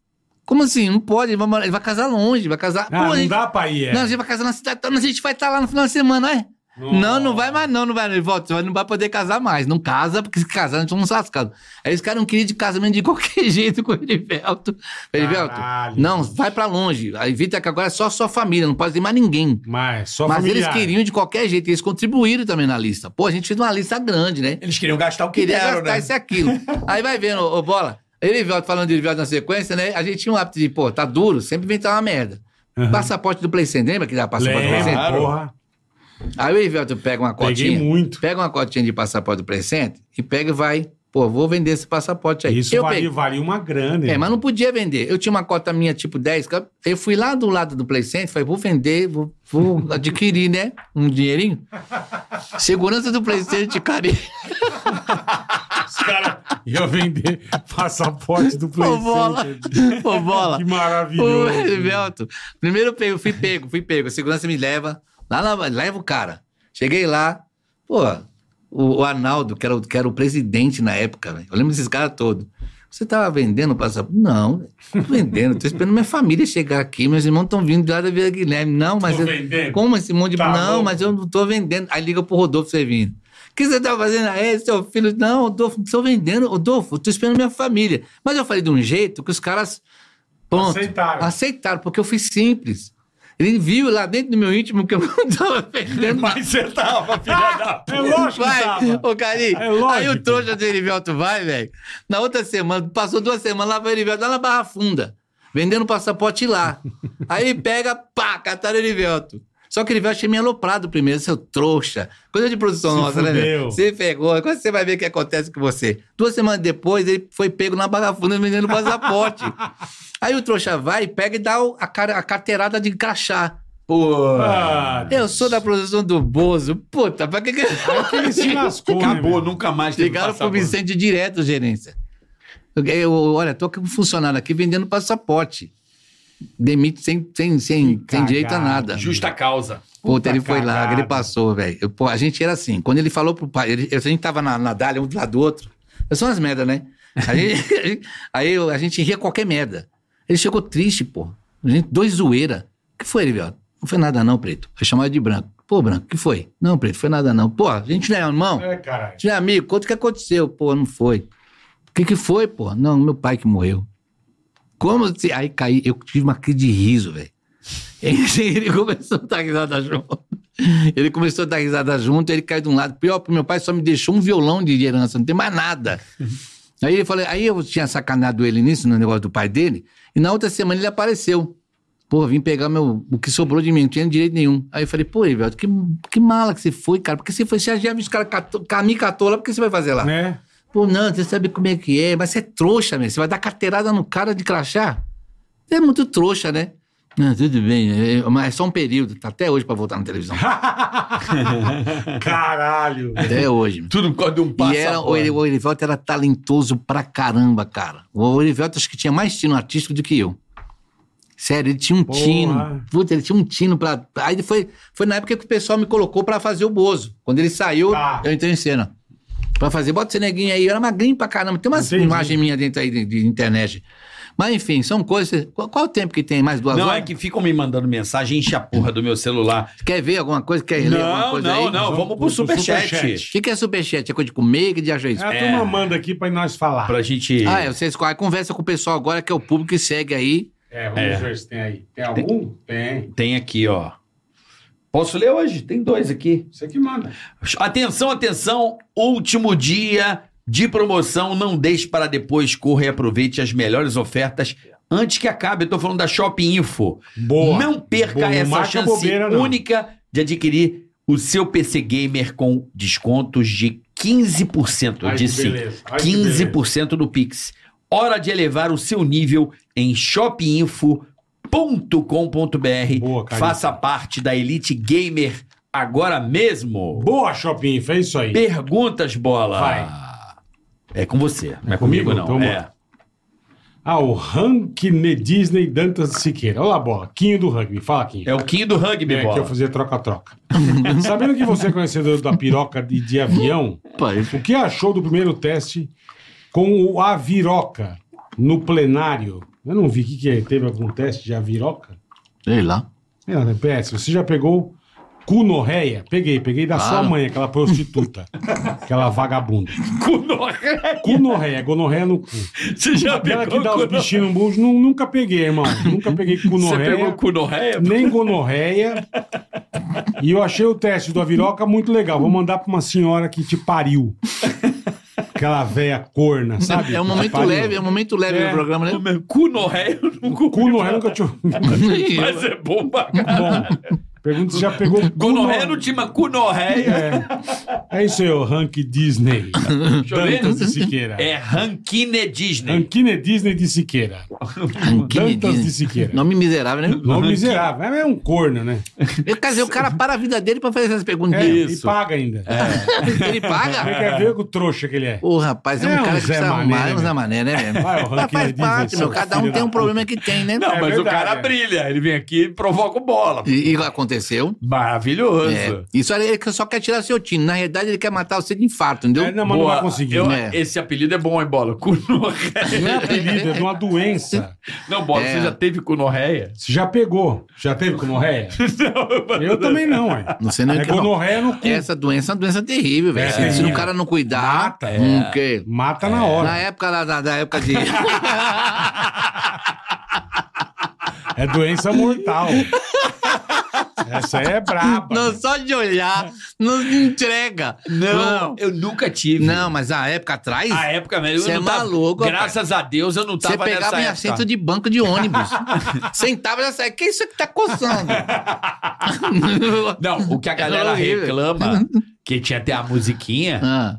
Speaker 4: Como assim? Não pode, ele vai, morar- ele vai casar longe, vai casar.
Speaker 2: Ah,
Speaker 4: a
Speaker 2: não
Speaker 4: gente,
Speaker 2: dá pra ir, é.
Speaker 4: não, a gente vai casar na cidade, então a gente vai estar lá no final de semana, olha. Não, não vai mais, não, não vai, Erivelto, você não vai poder casar mais. Não casa, porque se casar, nós somos lascados. Aí os caras não queriam ir de casamento de qualquer jeito com o Erivelto. Erivelto,
Speaker 2: Caralho.
Speaker 4: não, vai pra longe. Aí, Evita que agora é só sua família, não pode ter mais ninguém.
Speaker 2: Mas é só
Speaker 4: Mas
Speaker 2: familiar.
Speaker 4: eles queriam de qualquer jeito, eles contribuíram também na lista. Pô, a gente fez uma lista grande, né?
Speaker 3: Eles queriam gastar o né?
Speaker 4: Queria gastar isso e aquilo. Aí vai vendo, ô bola, ele volta falando de Erivelto na sequência, né? A gente tinha um hábito de, pô, tá duro, sempre inventar uma merda. Passaporte do Play Center, lembra que dá passaporte do Play Center?
Speaker 2: Lembra, porra.
Speaker 4: Aí o Erivelto pega uma
Speaker 2: Peguei
Speaker 4: cotinha,
Speaker 2: muito.
Speaker 4: pega uma cotinha de passaporte do Play Center e pega e vai, pô, vou vender esse passaporte aí.
Speaker 2: Isso
Speaker 4: Eu
Speaker 2: valia,
Speaker 4: peguei.
Speaker 2: valia uma grana.
Speaker 4: É,
Speaker 2: irmão.
Speaker 4: mas não podia vender. Eu tinha uma cota minha, tipo 10. que eu- Eu fui lá do lado do Play Center, falei, vou vender, vou, vou adquirir, né? Um dinheirinho. Segurança do Play Center, cara.
Speaker 2: Os caras iam vender passaporte do
Speaker 4: Ô,
Speaker 2: PlayStation.
Speaker 4: bola. Ô, bola.
Speaker 2: Que né?
Speaker 4: Ô,
Speaker 2: maravilhoso.
Speaker 4: Erivelto. Primeiro eu pego, fui pego, fui pego. A segurança me leva. Lá na- leva o cara. Cheguei lá, pô, o, o Arnaldo, que era, o- que era o presidente na época, velho. Eu lembro desses caras todos. Você tava vendendo passaporte? Não, velho. tô vendendo. Tô esperando minha família chegar aqui. Meus irmãos estão vindo de lá da Vila Guilherme. Não, mas.
Speaker 2: Tô
Speaker 4: eu-
Speaker 2: vendendo.
Speaker 4: Como esse monte de.
Speaker 2: Tá
Speaker 4: não,
Speaker 2: louco.
Speaker 4: mas eu não tô vendendo. Aí liga pro Rodolfo Servindo. O que você tá fazendo aí, seu filho? Não, Rodolfo, tô vendendo. Rodolfo, eu tô esperando minha família. Mas eu falei de um jeito que os caras. Pronto.
Speaker 2: Aceitaram.
Speaker 4: Aceitaram, porque eu fui simples. Ele viu lá dentro do meu íntimo que eu não tava vendendo.
Speaker 3: Mas você tava, filha da puta.
Speaker 2: É lógico que
Speaker 4: Ah, Vai,
Speaker 2: tava.
Speaker 4: ô Cari,
Speaker 2: É lógico.
Speaker 4: aí o trouxa do Erivelto vai, velho. Na outra semana, passou duas semanas lá pro Erivelto, lá na Barra Funda, vendendo passaporte lá. Aí ele pega, pá, cataram o Erivelto. Só que o Erivelto achei meio aloprado primeiro, seu trouxa. Coisa de produção
Speaker 2: Se
Speaker 4: nossa, né,
Speaker 2: fudeu.
Speaker 4: velho? Você pegou, quando você vai ver o que acontece com você? Duas semanas depois, ele foi pego na Barra Funda vendendo passaporte. aí o trouxa vai, pega e dá o- a, cara, a carteirada de crachá.
Speaker 3: Pô.
Speaker 2: Ah,
Speaker 4: Eu sou da produção do Bozo. Puta, pra que que...
Speaker 2: ele se lascou, né,
Speaker 3: Acabou,
Speaker 2: meu?
Speaker 3: nunca mais teve
Speaker 4: Ligaram pro
Speaker 3: passaporte.
Speaker 4: Vicente direto, gerência. Eu, eu- olha, tô com um funcionário aqui vendendo passaporte. Demite sem, sem, sem, sem
Speaker 2: cagada.
Speaker 4: direito a nada.
Speaker 5: Justa causa.
Speaker 4: Puta, ele
Speaker 2: puta
Speaker 4: foi lá,
Speaker 2: cagada.
Speaker 4: ele passou, velho. Eu- pô, A gente era assim. Quando ele falou pro pai, ele- a gente tava na, na dália um do lado do outro. São umas merda, né? A gente- aí eu- a gente ria qualquer merda. Ele chegou triste, pô. A gente, dois zoeira. O que foi, ele, velho? Não foi nada, não, preto. Eu chamava de branco. Pô, branco, o que foi? Não, preto, foi nada, não. Pô, a gente não é irmão?
Speaker 2: É, caralho.
Speaker 4: Tinha amigo, quanto que aconteceu? Pô, não foi. O que que foi, pô? Não, meu pai que morreu. Como se... Aí caí, eu tive uma crise de riso, velho. Ele começou a dar risada junto. Ele começou a dar risada junto, ele caiu de um lado. Pior, porque meu pai só me deixou um violão de herança, não tem mais nada. Aí ele falou, aí eu tinha sacanado ele nisso, no negócio do pai dele, e na outra semana ele apareceu. Pô, vim pegar meu, o que sobrou de mim, não tinha direito nenhum. Aí eu falei, pô, Ivelto, que, que mala que você foi, cara. Porque você foi, você já viu os caras catou- ca- me catou lá, por que você vai fazer lá?
Speaker 2: Né?
Speaker 4: Pô, não, você sabe como é que é, mas você é trouxa, mesmo. Você vai dar carteirada no cara de crachá? Você é muito trouxa, né? Não, tudo bem, é, mas é só um período, tá até hoje pra voltar na televisão.
Speaker 2: Caralho.
Speaker 4: Até hoje.
Speaker 3: Tudo por causa de um
Speaker 4: E era, o,
Speaker 3: passaporte.
Speaker 4: Eri- o Erivelto era talentoso pra caramba, cara. O Erivelto acho que tinha mais tino artístico do que eu. Sério, ele tinha um
Speaker 2: Porra.
Speaker 4: tino. Puta, ele tinha um tino pra. Aí ele foi, foi na época que o pessoal me colocou pra fazer o Bozo. Quando ele saiu,
Speaker 2: Tá.
Speaker 4: eu entrei em cena. Pra fazer, bota esse neguinho aí. Eu era magrinho pra caramba. Tem umas
Speaker 2: Entendi.
Speaker 4: imagens minhas dentro aí de, de internet. Mas enfim, são coisas. Qual, qual o tempo que tem? Mais duas
Speaker 3: Não,
Speaker 4: horas?
Speaker 3: é que ficam me mandando mensagem, enche a porra do meu celular.
Speaker 4: Quer ver alguma coisa? Quer ler alguma
Speaker 3: Não,
Speaker 4: coisa
Speaker 3: não,
Speaker 4: aí?
Speaker 3: não, vamos pro
Speaker 2: Vamos pro
Speaker 3: superchat.
Speaker 2: superchat.
Speaker 4: O que, que é superchat? É coisa de comer, que de
Speaker 2: É,
Speaker 4: ajuizar?
Speaker 2: a turma manda aqui pra nós falar.
Speaker 3: Pra gente...
Speaker 4: Ah, é, vocês ah, conversa com o pessoal agora, que é o público que segue aí.
Speaker 2: É, vamos
Speaker 3: É.
Speaker 2: ver se tem aí. Tem algum? Tem.
Speaker 3: Tem aqui, ó. Posso ler hoje? Tem dois aqui.
Speaker 2: Você que manda.
Speaker 3: Atenção, atenção! Último dia de promoção. Não deixe para depois. Corra e aproveite as melhores ofertas antes que acabe. Eu tô falando da Shopping Info.
Speaker 2: Boa.
Speaker 3: Não perca
Speaker 2: Boa, não
Speaker 3: essa
Speaker 2: marca
Speaker 3: chance
Speaker 2: bobeira, não.
Speaker 3: única de adquirir o seu PC Gamer com descontos de 15%. Eu
Speaker 2: Ai, que
Speaker 3: disse
Speaker 2: beleza. Ai, que beleza.
Speaker 3: 15% do Pix. Hora de elevar o seu nível em shopinfo.com.br.
Speaker 2: Boa, Carlinhos.
Speaker 3: Faça parte da Elite Gamer
Speaker 7: agora mesmo.
Speaker 2: Boa, Chopin, fez isso aí.
Speaker 7: Perguntas, bola.
Speaker 2: Vai.
Speaker 7: É com você. Não é
Speaker 2: comigo?
Speaker 7: comigo, não.
Speaker 2: Então,
Speaker 7: é.
Speaker 2: Ah, o Rankin Disney Dantas Siqueira. Olha lá, bola. Quinho do rugby. Fala, Quinho.
Speaker 7: é o Kim do rugby,
Speaker 2: É, que eu
Speaker 7: bola.
Speaker 2: fazia troca-troca. Sabendo que você é conhecedor da piroca de, de avião,
Speaker 4: Pai,
Speaker 2: o que achou do primeiro teste com o Aviroca no plenário? Eu não vi o que, que é. Teve algum teste de Aviroca?
Speaker 4: sei lá.
Speaker 2: É, né, PS, você já pegou cunorreia? Peguei, peguei da sua
Speaker 4: Claro.
Speaker 2: mãe, aquela prostituta. aquela vagabunda.
Speaker 3: Gonorreia.
Speaker 2: Cunorreia, gonorreia no cu.
Speaker 3: Você já
Speaker 2: Aquela
Speaker 3: pegou
Speaker 2: é que dá um os
Speaker 3: gonorreia?
Speaker 2: bichinhos no bucho, nu- nunca peguei, irmão. Nunca peguei
Speaker 3: Você
Speaker 2: cunorreia.
Speaker 3: pegou cunorreia?
Speaker 2: Nem gonorreia. E eu achei o teste do Aviroca muito legal. Vou mandar pra uma senhora que te pariu. Aquela véia corna, sabe?
Speaker 4: É um
Speaker 2: Que
Speaker 4: momento
Speaker 2: pariu.
Speaker 4: leve, é um momento leve
Speaker 2: É.
Speaker 4: no programa, né?
Speaker 3: Cunorreia eu nunca ouvi
Speaker 2: Cunorreia
Speaker 3: falar.
Speaker 2: nunca tinha.
Speaker 3: Mas é bom pra caralho.
Speaker 2: Bom, pergunta se já pegou.
Speaker 3: Gonorreia não tinha, mas cunorreia.
Speaker 2: É isso aí, o Rank Disney.
Speaker 4: Tá Hum,
Speaker 3: Deixa eu ver.
Speaker 2: Dantas de Siqueira.
Speaker 3: É Rankine Disney.
Speaker 2: Rankine Disney de Siqueira.
Speaker 4: Quem
Speaker 2: Dantas
Speaker 4: diz?
Speaker 2: de Siqueira.
Speaker 4: Nome miserável, né?
Speaker 2: Nome miserável. É um corno, né?
Speaker 4: Eu, quer dizer, o cara para a vida dele pra fazer essas
Speaker 2: É,
Speaker 4: perguntinhas.
Speaker 2: e paga ainda.
Speaker 4: É. Ele
Speaker 2: Você
Speaker 4: paga?
Speaker 2: quer ver o trouxa que ele é?
Speaker 4: Ô, rapaz, é um
Speaker 2: É um
Speaker 4: cara que
Speaker 2: Zé
Speaker 4: precisa
Speaker 2: Mané,
Speaker 4: arrumar, é um
Speaker 2: né?
Speaker 4: Zé Mané, né, velho?
Speaker 2: Vai, o
Speaker 4: Mas
Speaker 2: ranking
Speaker 4: faz
Speaker 2: Disney,
Speaker 4: parte,
Speaker 2: seu
Speaker 4: meu. Cada um
Speaker 2: filho
Speaker 4: tem
Speaker 2: da
Speaker 4: um problema que tem, né?
Speaker 3: Não,
Speaker 2: É
Speaker 3: mas o
Speaker 2: verdade,
Speaker 3: cara
Speaker 2: é.
Speaker 3: brilha. Ele vem aqui e provoca o bola.
Speaker 4: E, e aconteceu.
Speaker 3: Maravilhoso.
Speaker 4: É. Isso aí, ele só quer tirar seu time. Na realidade, ele quer matar você de infarto, entendeu?
Speaker 2: É, não, mas não
Speaker 3: Boa.
Speaker 2: vai conseguir.
Speaker 3: Eu-
Speaker 4: É.
Speaker 3: Esse apelido é bom, hein, Bola? Cunorreia.
Speaker 2: Não é apelido, é de uma doença.
Speaker 3: Não, Bola,
Speaker 4: É.
Speaker 3: você já teve cunorreia?
Speaker 2: Você já pegou. Já teve gonorreia? Eu também não, ué.
Speaker 4: Não sei nem o
Speaker 2: É
Speaker 4: que não.
Speaker 2: gonorreia no cu.
Speaker 4: Essa doença é uma doença terrível, velho. Assim,
Speaker 2: É,
Speaker 4: Se- Se
Speaker 2: terrível.
Speaker 4: o cara não cuidar.
Speaker 2: Mata.
Speaker 4: Hum, que-
Speaker 2: Mata na hora.
Speaker 4: é. Na época lá da, da época de.
Speaker 2: É doença mortal. Essa aí é braba.
Speaker 4: não, só de olhar, não entrega. Não.
Speaker 3: eu nunca tive.
Speaker 4: Não, mas a época atrás.
Speaker 3: A época mesmo. eu
Speaker 4: Você
Speaker 3: não
Speaker 4: é
Speaker 3: tava-
Speaker 4: maluco, rapaz.
Speaker 3: Graças a Deus eu não
Speaker 4: Você
Speaker 3: tava nessa
Speaker 4: pegava em
Speaker 3: época.
Speaker 4: assento de banco de ônibus. Sentava e já saía. Que isso que tá coçando?
Speaker 3: Não, o que a galera
Speaker 4: Era É horrível.
Speaker 3: reclama, que tinha até a musiquinha.
Speaker 4: Ah,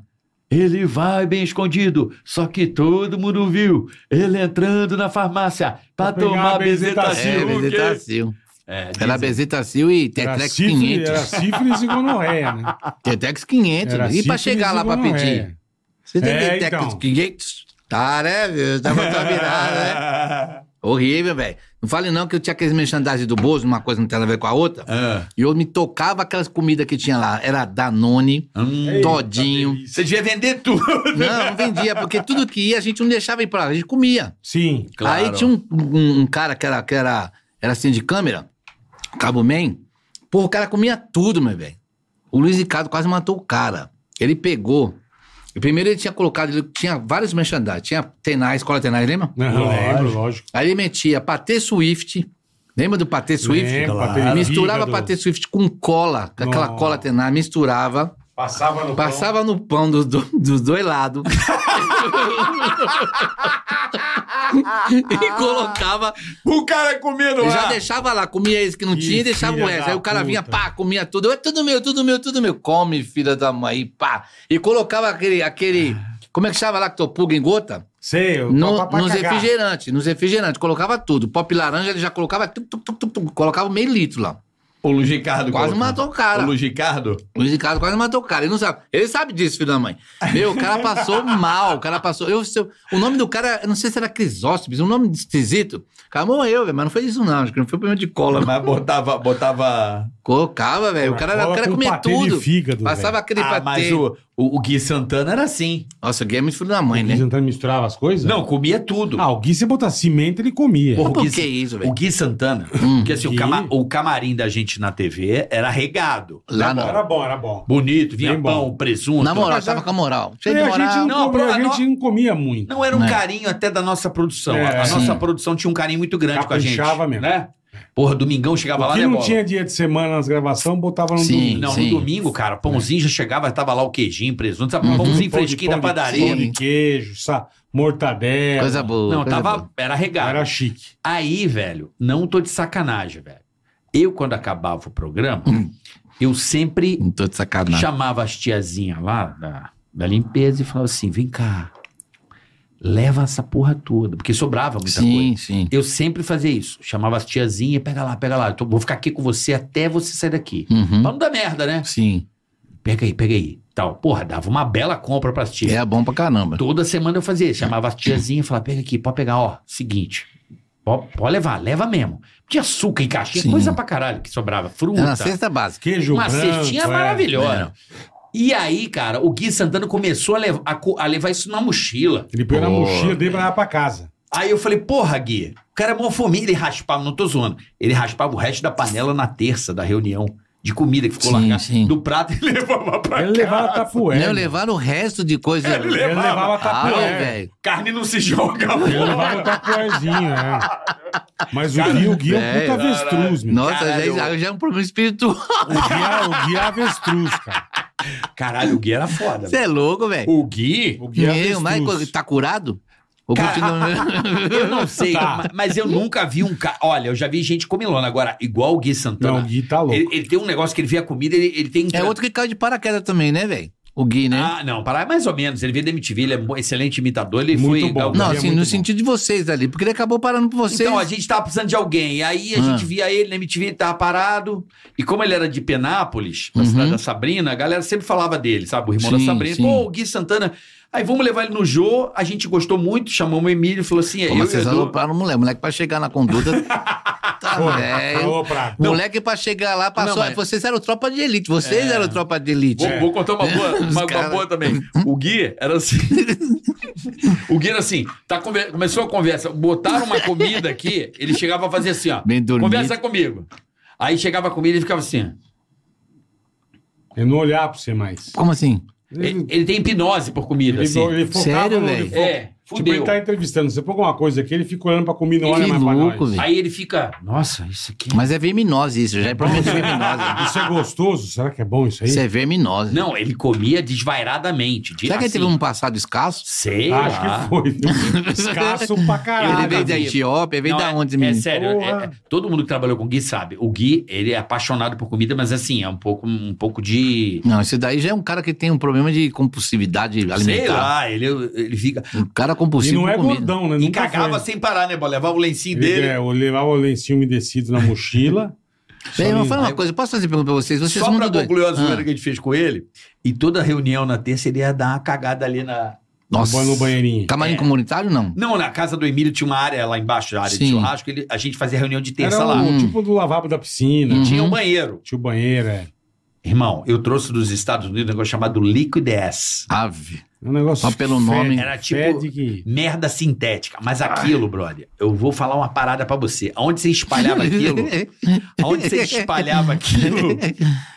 Speaker 3: Ele vai bem escondido, só que todo mundo viu. Ele entrando na farmácia pra
Speaker 2: pegar
Speaker 3: tomar
Speaker 2: a
Speaker 4: é,
Speaker 3: bezetacil.
Speaker 2: Bezetacil,
Speaker 3: que-
Speaker 4: bezetacil.
Speaker 3: É, dizem.
Speaker 4: Era bezetacil e
Speaker 2: Era
Speaker 4: Tetrex
Speaker 2: sífilis,
Speaker 4: 500.
Speaker 2: era sífilis e gonorreia, né?
Speaker 4: Tetex 500.
Speaker 2: Era
Speaker 4: e pra
Speaker 2: sífilis
Speaker 4: chegar lá pra
Speaker 2: gonorreia.
Speaker 4: pedir? Você tem
Speaker 2: É,
Speaker 4: Tetex
Speaker 2: então.
Speaker 4: 500? Tá, né, viu? Tá contaminado, né? Horrível, velho. Não fale não que eu tinha aqueles merchandising do Bozo, uma coisa não tem nada a ver com a outra.
Speaker 3: Ah.
Speaker 4: E eu me tocava aquelas comidas que tinha lá. Era Danone,
Speaker 2: Eita,
Speaker 4: Todinho.
Speaker 2: delícia.
Speaker 3: hum. Você devia vender tudo.
Speaker 4: Não, não vendia, porque tudo que ia a gente não deixava ir pra lá, a gente comia.
Speaker 2: Sim.
Speaker 3: Claro.
Speaker 4: Aí tinha um, um- um cara que era, que era, era assim de câmera, Cabo Man. Porra, o cara comia tudo, meu velho. O Luiz Ricardo quase matou o cara. Ele pegou. E Primeiro ele tinha colocado, ele tinha vários merchandising. Tinha Tenais, escola Tenais, lembra?
Speaker 2: Não, lembro, lógico.
Speaker 4: Aí ele metia Patê Swift. Lembra do Patê Swift?
Speaker 2: Lembro,
Speaker 3: Claro.
Speaker 2: bateria
Speaker 4: Misturava
Speaker 2: fígado.
Speaker 4: Patê Swift com cola, com aquela
Speaker 2: Nossa. Tá
Speaker 4: cola Tenais, misturava.
Speaker 2: Passava no
Speaker 4: Passava no pão dos, do- dos dois lados. e colocava.
Speaker 3: O cara comendo
Speaker 4: Já
Speaker 3: lá.
Speaker 4: deixava lá, comia esse que não
Speaker 2: Ih,
Speaker 4: tinha e deixava
Speaker 2: filha
Speaker 4: o resto.
Speaker 2: da
Speaker 4: Aí o cara vinha,
Speaker 2: puta.
Speaker 4: pá, comia tudo. É tudo meu, tudo meu, tudo meu. Come, filha da mãe, pá. E colocava aquele. aquele
Speaker 2: Ah.
Speaker 4: como é que chama lá que topuga em gota?
Speaker 2: Sei, eu
Speaker 4: No-
Speaker 2: tava pra
Speaker 4: nos
Speaker 2: cagar.
Speaker 4: refrigerantes, nos refrigerantes. Colocava tudo. Pop laranja, ele já colocava. tuc, tuc, tuc, tuc, tuc, colocava meio litro lá.
Speaker 3: O Luiz Ricardo.
Speaker 4: Quase
Speaker 3: colocou.
Speaker 4: matou o cara.
Speaker 3: O Luiz Ricardo.
Speaker 4: O Luiz Ricardo quase matou o cara. Ele não sabe. Ele sabe disso, filho da mãe. Meu, o cara passou mal. O cara passou. Eu, seu- o nome do cara, eu não sei se era Crisóstomes, um nome esquisito. O cara morreu, velho. Mas não foi isso, não. Acho que não foi problema de cola. Mas
Speaker 3: Mas botava. botava...
Speaker 4: colocava, velho. O cara, era- o
Speaker 2: Cola
Speaker 4: cara
Speaker 2: com
Speaker 4: comia
Speaker 2: um patê de
Speaker 4: tudo.
Speaker 2: fígado,
Speaker 4: Passava
Speaker 2: velho.
Speaker 4: aquele
Speaker 3: Ah, mas
Speaker 4: patê.
Speaker 3: o, o, o Gui Santana era assim.
Speaker 4: Nossa, o Gui é muito filho da mãe,
Speaker 2: Eles
Speaker 4: né?
Speaker 2: tentando misturar as coisas?
Speaker 3: Não, comia tudo.
Speaker 2: Ah, o Gui, você botar cimento, ele comia.
Speaker 4: Mas
Speaker 3: Porra,
Speaker 4: por
Speaker 3: o Gui-
Speaker 4: que isso, velho? Hum.
Speaker 3: O Gui Santana, porque assim, o,
Speaker 2: Gui.
Speaker 3: cama- o camarim da gente na TV era regado.
Speaker 4: Lá não.
Speaker 2: Era bom, era bom.
Speaker 3: Bonito, vinha
Speaker 2: Bem
Speaker 3: pão,
Speaker 2: bom.
Speaker 3: presunto.
Speaker 4: Na moral,
Speaker 2: Mas
Speaker 4: tava
Speaker 2: a-
Speaker 4: com a moral. Cheio
Speaker 2: É, a
Speaker 4: de
Speaker 2: gente não,
Speaker 4: moral.
Speaker 3: Não,
Speaker 2: comia,
Speaker 3: a
Speaker 2: a
Speaker 3: pro-
Speaker 2: gente não comia muito.
Speaker 3: Não era um
Speaker 4: É.
Speaker 3: carinho até da nossa produção.
Speaker 2: Né? É,
Speaker 3: a nossa
Speaker 4: sim.
Speaker 3: produção tinha um carinho muito grande com a
Speaker 2: Caprichava
Speaker 3: gente.
Speaker 2: mesmo.
Speaker 3: Né? Porra, domingão chegava lá,
Speaker 2: Porque
Speaker 3: né,
Speaker 2: não
Speaker 3: bola?
Speaker 2: tinha dia de semana nas gravações, botava no
Speaker 4: Sim.
Speaker 2: domingo.
Speaker 3: Não,
Speaker 4: Sim.
Speaker 3: no domingo, cara, pãozinho já chegava, tava lá o queijinho, presunto, sabe? Pãozinho
Speaker 2: Uhum. Pão de-
Speaker 3: fresquinho
Speaker 2: pão
Speaker 3: da
Speaker 2: de-
Speaker 3: padaria.
Speaker 2: Pão de queijo, sa- mortadela.
Speaker 4: Coisa boa.
Speaker 3: Não,
Speaker 4: coisa boa.
Speaker 3: tava. Era regado.
Speaker 2: Era chique.
Speaker 3: Aí, velho, não tô de sacanagem, velho. Eu, quando acabava o programa, eu sempre
Speaker 4: Não tô de
Speaker 2: Né?
Speaker 4: sacanagem.
Speaker 3: chamava as tiazinhas lá da, da limpeza e falava assim: vem cá, Leva essa porra toda, porque sobrava muita coisa.
Speaker 4: Sim, sim.
Speaker 3: Eu sempre fazia isso. Chamava as tiazinhas, pega lá, pega lá. eu tô- vou ficar aqui com você até você sair daqui.
Speaker 4: Uhum.
Speaker 3: Pra não dar merda, né?
Speaker 4: Sim.
Speaker 3: Pega aí, pega aí. Tal. Porra, dava uma bela compra pras tias.
Speaker 4: É bom pra caramba.
Speaker 3: Toda semana eu fazia. isso. Chamava as tiazinhas e falava, pega aqui, pode pegar, ó. Seguinte. Pode, pode levar, leva mesmo. Tinha açúcar em caixinha,
Speaker 4: Sim.
Speaker 3: coisa pra caralho que sobrava. Fruta.
Speaker 4: É É. na cesta básica.
Speaker 2: Queijo
Speaker 3: Uma
Speaker 2: branco.
Speaker 3: cestinha
Speaker 2: é.
Speaker 3: maravilhosa. E aí, cara, o Gui Santana começou a, lev- a co- a levar isso na mochila.
Speaker 2: Ele põe na
Speaker 4: Pô.
Speaker 2: mochila dele pra lá pra casa.
Speaker 3: Aí eu falei, porra, Gui, o cara é mó fominha. Ele raspava, não tô zoando, ele raspava o resto da panela na terça da reunião de comida que ficou
Speaker 4: Sim,
Speaker 3: largada.
Speaker 4: sim.
Speaker 3: Do prato ele levava pra
Speaker 2: Ele levava a tapuera.
Speaker 4: Não, levaram o resto de coisa.
Speaker 3: Ele
Speaker 2: Ele
Speaker 3: levava.
Speaker 2: levava a
Speaker 4: Ah,
Speaker 2: tapuera.
Speaker 4: velho.
Speaker 3: Carne não se joga, mano.
Speaker 2: Ele levava o tapuerzinho, é. Mas o Gui, o Gui é um puta
Speaker 4: Velho.
Speaker 2: avestruz, meu.
Speaker 4: Nossa,
Speaker 3: Caralho.
Speaker 4: já, já é um problema espiritual.
Speaker 2: O Gui, é, o Gui é avestruz, cara.
Speaker 3: Caralho, o Gui era foda.
Speaker 4: Você é louco, velho.
Speaker 3: O Gui,
Speaker 2: O Gui é
Speaker 4: Meu,
Speaker 2: avestruz.
Speaker 4: Michael, tá curado? Ou
Speaker 3: Cara-
Speaker 4: continua...
Speaker 3: eu não sei,
Speaker 2: Tá.
Speaker 3: ma- mas eu nunca vi um cara. Olha, eu já vi gente comilona. Agora, igual o Gui
Speaker 2: Não, o
Speaker 3: Santana.
Speaker 2: Gui tá
Speaker 3: ele,
Speaker 2: louco.
Speaker 3: ele tem um negócio que ele vê a comida, ele, ele tem.
Speaker 4: É outro que caiu de paraquedas também, né, velho? O Gui, né?
Speaker 3: Ah, não, para mais ou menos. Ele veio da MTV, ele é um bom- excelente imitador, ele
Speaker 2: Muito
Speaker 3: foi.
Speaker 2: bom.
Speaker 4: não,
Speaker 2: Gui é
Speaker 4: assim,
Speaker 2: muito
Speaker 4: no
Speaker 2: bom.
Speaker 4: sentido de vocês ali, porque ele acabou parando por vocês.
Speaker 3: Então, a gente tava precisando de alguém. E aí a
Speaker 4: Ah.
Speaker 3: gente via ele na MTV, ele tava parado. E como ele era de Penápolis, da
Speaker 4: Uhum.
Speaker 3: cidade da Sabrina, a galera sempre falava dele, sabe? O irmão
Speaker 4: Sim,
Speaker 3: da Sabrina.
Speaker 4: sim.
Speaker 3: Pô, o Gui Santana. Aí vamos levar ele no Jô. A gente gostou muito, chamamos o Emílio e falou assim: é
Speaker 4: Pô,
Speaker 3: eu
Speaker 4: mas
Speaker 3: e o
Speaker 4: vocês
Speaker 3: Edu.
Speaker 4: alopraram o moleque. Moleque pra chegar na conduta. tá,
Speaker 2: Pô,
Speaker 4: velho.
Speaker 2: Alô, Prado.
Speaker 4: Moleque pra chegar lá passou.
Speaker 3: Não, mas-
Speaker 4: Vocês eram tropa de elite. Vocês eram tropa de elite.
Speaker 5: Vou, vou contar uma boa,
Speaker 4: É. Os
Speaker 5: uma, uma
Speaker 4: cara-
Speaker 5: boa também. O Gui era assim. o Gui era assim, tá conver- começou a conversa, botaram uma comida aqui, ele chegava a fazer assim, ó.
Speaker 4: Bem dormido.
Speaker 5: Conversa comigo. Aí chegava a comida e ficava assim.
Speaker 2: Eu não olhar pra você mais.
Speaker 4: Como assim?
Speaker 5: Ele, ele tem hipnose por comida,
Speaker 2: Ele,
Speaker 5: assim.
Speaker 2: ele focava
Speaker 4: Sério,
Speaker 2: no-
Speaker 4: velho?
Speaker 2: ele fo-
Speaker 5: É,
Speaker 2: Tipo, ele
Speaker 5: fudeu.
Speaker 2: tá entrevistando. Você põe alguma coisa aqui, ele fica olhando pra comida, não olha
Speaker 4: que
Speaker 2: mais pra
Speaker 4: louco,
Speaker 2: nós.
Speaker 4: velho.
Speaker 5: Aí ele fica, nossa, isso aqui.
Speaker 4: Mas é verminose isso. Já é problema de verminose.
Speaker 2: Isso é gostoso? Será que é bom isso aí?
Speaker 4: Isso é verminose.
Speaker 5: Não, ele comia desvairadamente. De,
Speaker 4: Será que ele
Speaker 5: assim,
Speaker 4: teve um passado escasso?
Speaker 5: Sei
Speaker 2: Ah,
Speaker 5: lá.
Speaker 2: Acho que foi. Escasso pra caralho.
Speaker 4: ele veio da
Speaker 5: Gabi.
Speaker 4: Etiópia, veio
Speaker 5: Não,
Speaker 4: da
Speaker 5: é-
Speaker 4: onde,
Speaker 5: É
Speaker 4: menino?
Speaker 5: sério,
Speaker 2: Porra.
Speaker 5: é- é- todo mundo que trabalhou com o Gui sabe. O Gui, ele é apaixonado por comida, mas assim, é um pouco, um pouco de.
Speaker 4: Não, esse daí já é um cara que tem um problema de compulsividade
Speaker 5: Sei
Speaker 4: alimentar.
Speaker 5: lá, ele, ele fica.
Speaker 4: Um cara
Speaker 2: E
Speaker 4: compulsivo
Speaker 2: não é
Speaker 4: com comida.
Speaker 2: gordão, né?
Speaker 3: E
Speaker 2: Nunca
Speaker 3: cagava
Speaker 2: foi.
Speaker 3: sem parar, né, bola? Levava o lencinho
Speaker 2: Ele,
Speaker 3: dele.
Speaker 2: É, eu levava o lencinho umedecido na mochila.
Speaker 4: Bem,
Speaker 2: Só
Speaker 4: eu vou
Speaker 2: lindo.
Speaker 4: falar uma coisa, posso fazer pergunta pra vocês? Vocês
Speaker 3: Só
Speaker 4: são
Speaker 3: pra
Speaker 4: dois.
Speaker 3: concluir a
Speaker 4: Ah,
Speaker 3: zoeira que a gente fez com ele. E toda reunião na terça ele ia dar uma cagada ali na.
Speaker 4: Nossa,
Speaker 2: Vai no banheirinho.
Speaker 4: camarim
Speaker 3: É.
Speaker 4: comunitário não?
Speaker 3: Não, na casa do Emílio tinha uma área lá embaixo, a área de
Speaker 4: Sim.
Speaker 3: churrasco. ele- a gente fazia reunião de terça
Speaker 2: Era
Speaker 3: lá.
Speaker 2: o tipo do lavabo da piscina.
Speaker 4: Hum.
Speaker 3: Tinha um
Speaker 4: Uhum.
Speaker 3: banheiro.
Speaker 2: Tinha o banheiro, é.
Speaker 3: Irmão, eu trouxe dos Estados Unidos um negócio chamado Liquidez.
Speaker 4: Ave.
Speaker 2: É um negócio.
Speaker 4: Só pelo
Speaker 2: que
Speaker 4: nome.
Speaker 2: fede-
Speaker 3: Era tipo-
Speaker 2: fede que-
Speaker 3: Merda sintética. Mas aquilo, brother, eu vou falar uma parada pra você. Aonde você espalhava aquilo? Aonde você espalhava aquilo?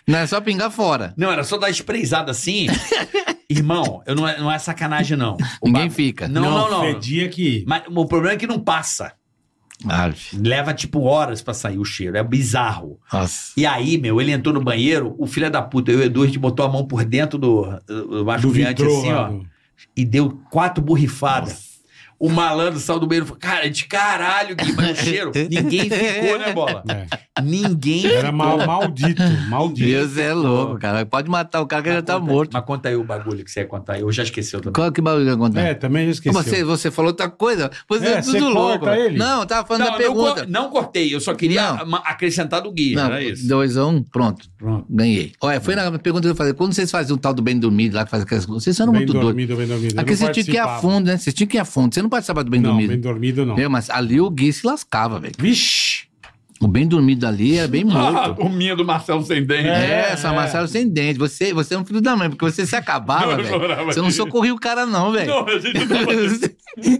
Speaker 4: não é só pingar fora.
Speaker 3: Não, era só dar espreizada assim. Irmão, eu não, é- não é sacanagem, não. O
Speaker 4: Ninguém
Speaker 3: ba-
Speaker 4: fica.
Speaker 3: Não, não, não.
Speaker 2: Fedia que.
Speaker 3: Mas o problema é que não passa.
Speaker 4: Ave.
Speaker 3: Leva, tipo, horas pra sair o cheiro. É bizarro.
Speaker 4: Nossa.
Speaker 3: E aí, meu, ele entrou no banheiro, o filho da puta, eu e o Edu, a gente botou a mão por dentro do, do
Speaker 2: Do
Speaker 3: basculhante,
Speaker 2: vitrô
Speaker 3: assim,
Speaker 2: lá
Speaker 3: ó.
Speaker 2: do-
Speaker 3: e deu quatro borrifadas. O malandro saiu do banheiro e falou: Cara, é de caralho, Gui, mas o cheiro. Ninguém ficou, né, bola?
Speaker 2: É.
Speaker 3: Ninguém.
Speaker 2: Era mal- maldito, maldito.
Speaker 4: Deus é louco, cara. Pode matar o cara que já tá
Speaker 3: Conta-
Speaker 4: morto.
Speaker 3: Mas conta aí o bagulho que você ia contar. Eu já esqueci também.
Speaker 4: Qual que barulho que aconteceu?
Speaker 2: É, também eu esqueci.
Speaker 4: Você, você falou outra coisa. Você
Speaker 2: É,
Speaker 4: é,
Speaker 2: você
Speaker 4: tudo louco.
Speaker 2: corta ele.
Speaker 4: Não, eu tava falando da
Speaker 5: eu não,
Speaker 4: pergunta.
Speaker 5: co- não cortei, eu só queria
Speaker 4: Não.
Speaker 5: ama- acrescentar do Gui.
Speaker 4: Não,
Speaker 5: era isso.
Speaker 4: dois a um, pronto.
Speaker 3: Pronto.
Speaker 4: Ganhei. Olha, foi na pergunta que eu falei. Quando vocês faziam o tal do bem dormido lá, que faz aquelas coisas, vocês eram
Speaker 2: Bem
Speaker 4: muito doidos.
Speaker 2: dormido, bem dormido. Eu
Speaker 4: Aqui
Speaker 2: não
Speaker 4: você tinha que ir a
Speaker 2: participava.
Speaker 4: fundo, né? Você tinha que ir a fundo. Você não participava do bem
Speaker 2: Não,
Speaker 4: dormido.
Speaker 2: bem dormido não.
Speaker 4: Meu, mas ali o Gui se lascava, velho.
Speaker 2: Vixe!
Speaker 4: O bem dormido ali era bem morto.
Speaker 5: o minha do Marcelo sem dente.
Speaker 2: É,
Speaker 4: um É, essa
Speaker 2: é.
Speaker 4: Marcelo sem dente. Você, você é um filho da mãe, porque você se acabava,
Speaker 5: Não, eu
Speaker 4: velho.
Speaker 5: chorava.
Speaker 4: Você não socorria o cara, não, velho.
Speaker 5: Não, a gente não tava-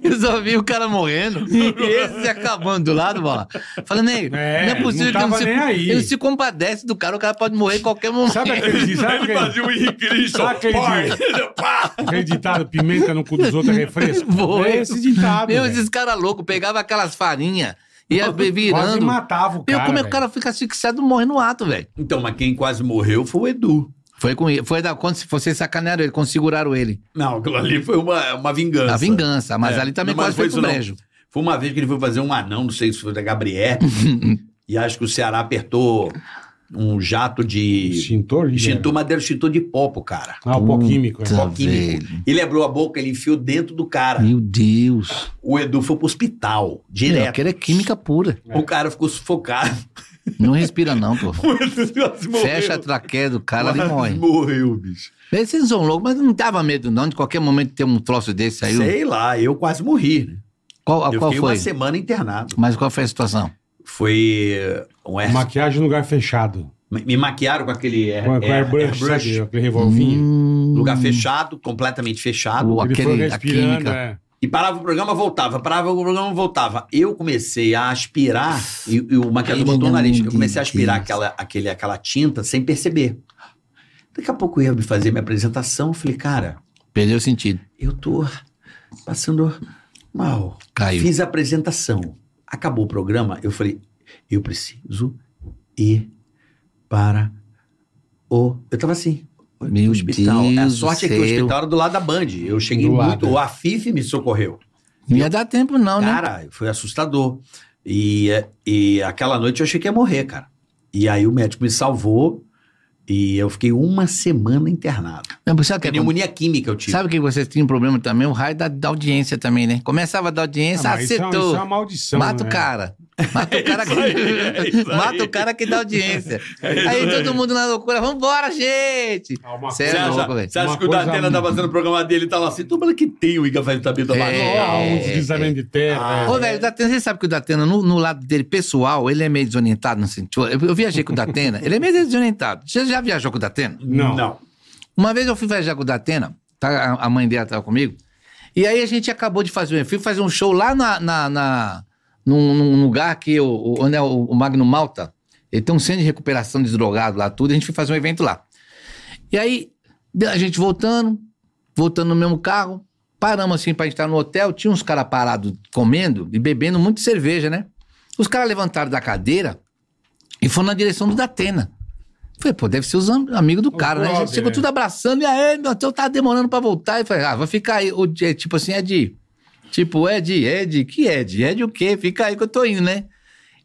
Speaker 4: Eu só vi o cara morrendo e ele se acabando do lado, bola. Falando, Ney,
Speaker 2: É,
Speaker 4: não é possível
Speaker 2: não
Speaker 4: que ele
Speaker 2: tava
Speaker 4: não se,
Speaker 2: nem aí.
Speaker 4: ele se compadece do cara, o cara pode morrer em qualquer momento.
Speaker 2: Sabe aquele,
Speaker 5: Ele
Speaker 2: sabe aquele,
Speaker 3: um
Speaker 5: fazia o Henrique Cristo.
Speaker 2: Sabe aquele
Speaker 5: Pai, pá.
Speaker 2: aquele ditado pimenta no cu dos outros é refresco?
Speaker 4: um- Foi.
Speaker 2: É esse ditado.
Speaker 4: Meu,
Speaker 2: velho.
Speaker 4: esses caras loucos, pegava aquelas farinhas, ia be-
Speaker 2: Quase
Speaker 4: virando.
Speaker 2: matava o cara.
Speaker 4: Meu, como é que
Speaker 2: velho.
Speaker 4: o cara fica asfixiado morre no ato, velho?
Speaker 3: Então, mas quem quase morreu foi o Edu.
Speaker 4: Foi com ele. Foi da, quando se- vocês sacanearam ele, quando seguraram ele.
Speaker 3: Não, aquilo ali foi uma, uma vingança.
Speaker 4: A vingança. Mas
Speaker 3: É,
Speaker 4: ali também
Speaker 3: não, mas
Speaker 4: quase
Speaker 3: foi
Speaker 4: foi
Speaker 3: isso
Speaker 4: pro
Speaker 3: não.
Speaker 4: brejo.
Speaker 3: Foi uma vez que ele foi fazer um anão, não sei se foi da Gabriel. e acho que o Ceará apertou um jato de.
Speaker 2: Extintor? Guilherme?
Speaker 3: Extintor madeira, extintor de popo, cara.
Speaker 2: Ah, o pó químico. é.
Speaker 4: Puta,
Speaker 3: Pó químico.
Speaker 4: velho.
Speaker 3: Ele abriu a boca, ele enfiou dentro do cara.
Speaker 4: Meu Deus.
Speaker 3: O Edu foi pro hospital,
Speaker 4: Meu,
Speaker 3: direto.
Speaker 4: aquele é química pura.
Speaker 3: O cara ficou sufocado.
Speaker 4: Não respira, não, pô.
Speaker 3: O Edu quase morreu.
Speaker 4: Fecha a traqueia do cara e morre.
Speaker 3: Morreu, bicho.
Speaker 4: Eles são loucos, mas não dava medo, não. De qualquer momento ter um troço desse aí.
Speaker 3: Sei lá, eu quase morri. né?
Speaker 4: Qual,
Speaker 3: eu
Speaker 4: qual
Speaker 3: fiquei
Speaker 4: foi?
Speaker 3: uma semana internado.
Speaker 4: Mas qual foi a situação?
Speaker 3: Foi eh, um air...
Speaker 2: Maquiagem em lugar fechado.
Speaker 3: Me maquiaram com aquele air...
Speaker 2: Com, com
Speaker 3: air-
Speaker 2: airbrush,
Speaker 3: airbrush.
Speaker 2: sabe? Aquele revolvinho.
Speaker 4: É, Hum,
Speaker 3: Lugar fechado, completamente fechado.
Speaker 4: Uau.
Speaker 2: Ele foi
Speaker 4: aquele- a
Speaker 2: respirando,
Speaker 4: química.
Speaker 2: é.
Speaker 3: E parava o programa, voltava. Parava o programa, voltava. Eu comecei a aspirar, e, e o maquiador
Speaker 4: Pelo
Speaker 3: botou o nariz.
Speaker 4: amor
Speaker 3: Eu comecei a
Speaker 4: de
Speaker 3: aspirar
Speaker 4: Deus.
Speaker 3: aquela, aquele, aquela tinta sem perceber. Daqui a pouco eu ia me fazer minha apresentação. Eu falei, cara,
Speaker 4: Perdeu o sentido.
Speaker 3: eu tô passando mal.
Speaker 4: Caiu.
Speaker 3: Fiz a apresentação. Acabou o programa, eu falei, eu preciso ir para o... Eu tava assim, o
Speaker 4: Meu
Speaker 3: hospital. a
Speaker 4: Deus
Speaker 3: sorte é
Speaker 4: do
Speaker 3: que o
Speaker 4: céu.
Speaker 3: hospital era do lado da Band. Eu cheguei
Speaker 2: Do
Speaker 3: muito...
Speaker 2: lado.
Speaker 3: O Afif me socorreu.
Speaker 4: Não ia dar tempo, não, né?
Speaker 3: Cara, foi assustador. E, eh, e aquela noite eu achei que ia morrer, cara. E aí o médico me salvou e eu fiquei uma semana internado.
Speaker 4: Não, mas sabe o que é bom?
Speaker 3: Pneumonia química eu tive.
Speaker 4: Sabe que vocês tinham um problema também? O raio da, da audiência também, né? Começava a dar audiência,
Speaker 2: Ah, mas isso, é uma, isso
Speaker 4: acertou.
Speaker 2: é uma maldição.
Speaker 4: Mata
Speaker 2: né?
Speaker 4: o cara. Mata o cara que,
Speaker 5: aí, é isso aí.
Speaker 4: Mata o cara que dá audiência. aí todo mundo na loucura, vambora, gente!
Speaker 2: Ah, uma
Speaker 3: Você
Speaker 2: coisa-
Speaker 4: Cê é
Speaker 3: acha,
Speaker 4: louco, velho.
Speaker 3: você acha
Speaker 2: Uma
Speaker 3: que o
Speaker 2: coisa
Speaker 3: Datena tá
Speaker 2: muito-
Speaker 3: fazendo o programa dele e tá lá assim, toma que tem o Iga Valentino da
Speaker 4: É.
Speaker 2: Ah, um deslizamento de terra.
Speaker 3: Ah,
Speaker 2: é.
Speaker 4: Ô, velho, o Datena, você sabe que o Datena, no, no lado dele pessoal, ele é meio desorientado. Não sei, tipo, eu, eu viajei com o Datena, ele é meio desorientado. Você já viajou com o Datena?
Speaker 2: Não.
Speaker 3: Não.
Speaker 4: Uma vez eu fui viajar com o Datena, tá, a, a mãe dela estava comigo, e aí a gente acabou de fazer, eu fui fazer um show lá na, na, na- num, num lugar que o, o- onde é o, o Magno Malta, ele tem um centro de recuperação de drogado lá, tudo, a gente foi fazer um evento lá. E aí, de- a gente voltando, voltando no mesmo carro, paramos assim pra gente estar no hotel, tinha uns caras parados comendo e bebendo muito cerveja, né? Os caras levantaram da cadeira e foram na direção do Datena. Falei, pô, deve ser os am- amigos do cara, né? A gente
Speaker 2: brother,
Speaker 4: chegou
Speaker 2: né?
Speaker 4: tudo abraçando, e aí, meu, eu tava demorando pra voltar. E falei, ah, vai ficar aí. O, Di- tipo assim, Ed, tipo, Ed, Ed, que Ed? Ed o quê? Fica aí que eu tô indo, né?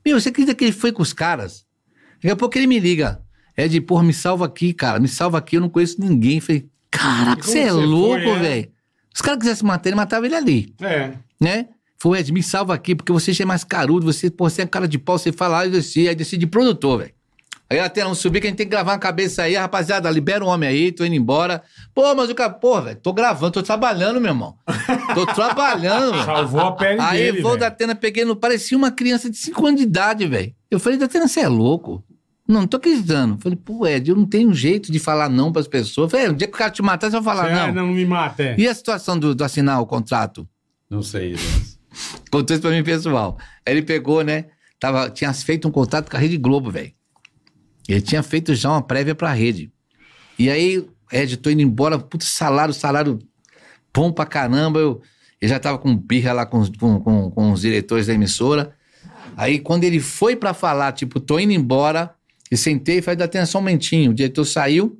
Speaker 4: Meu, você acredita que ele foi com os caras? Daqui a pouco ele me liga. Ed, porra, me salva aqui, cara. Me salva aqui, eu não conheço ninguém. Falei, caraca,
Speaker 2: Como
Speaker 4: você é
Speaker 2: você
Speaker 4: louco,
Speaker 2: foi, é?
Speaker 4: velho. Os caras quisessem matar ele, matava ele ali,
Speaker 2: É.
Speaker 4: né? Foi, Ed, me salva aqui, porque você já é mais carudo, você, porra, você é cara de pau, você fala, aí desci, aí desci de produtor, velho. Aí até não subir que a gente tem que gravar uma cabeça aí, rapaziada, libera o homem aí, tô indo embora. Pô, mas o cara, porra, velho, tô gravando, tô trabalhando, meu irmão. Tô trabalhando, velho.
Speaker 2: Salvou a pele
Speaker 4: Aí
Speaker 2: dele.
Speaker 4: vou
Speaker 2: velho.
Speaker 4: da Atena, peguei no. Parecia uma criança de 5 anos de idade, velho. Eu falei, Datena, você é louco? Não, não tô acreditando. Falei, pô, Ed, eu não tenho um jeito de falar não pras pessoas. Falei, um dia que o cara te matar, você vai falar
Speaker 2: Você, ah,
Speaker 4: não.
Speaker 2: não, não me mata, é.
Speaker 4: E a situação do, do assinar o contrato?
Speaker 3: Não sei. né?
Speaker 4: Contou isso pra mim, pessoal. Aí ele pegou, né? Tava, tinha feito um contrato com a Rede Globo, velho. Ele tinha feito já uma prévia pra rede. E aí, Ed, tô indo embora, puto salário, salário bom pra caramba. Eu, eu já tava com birra lá com, os- com, com, com os diretores da emissora. Aí, quando ele foi pra falar, tipo, tô indo embora, e sentei e falei, dá atenção, um momentinho. O diretor saiu.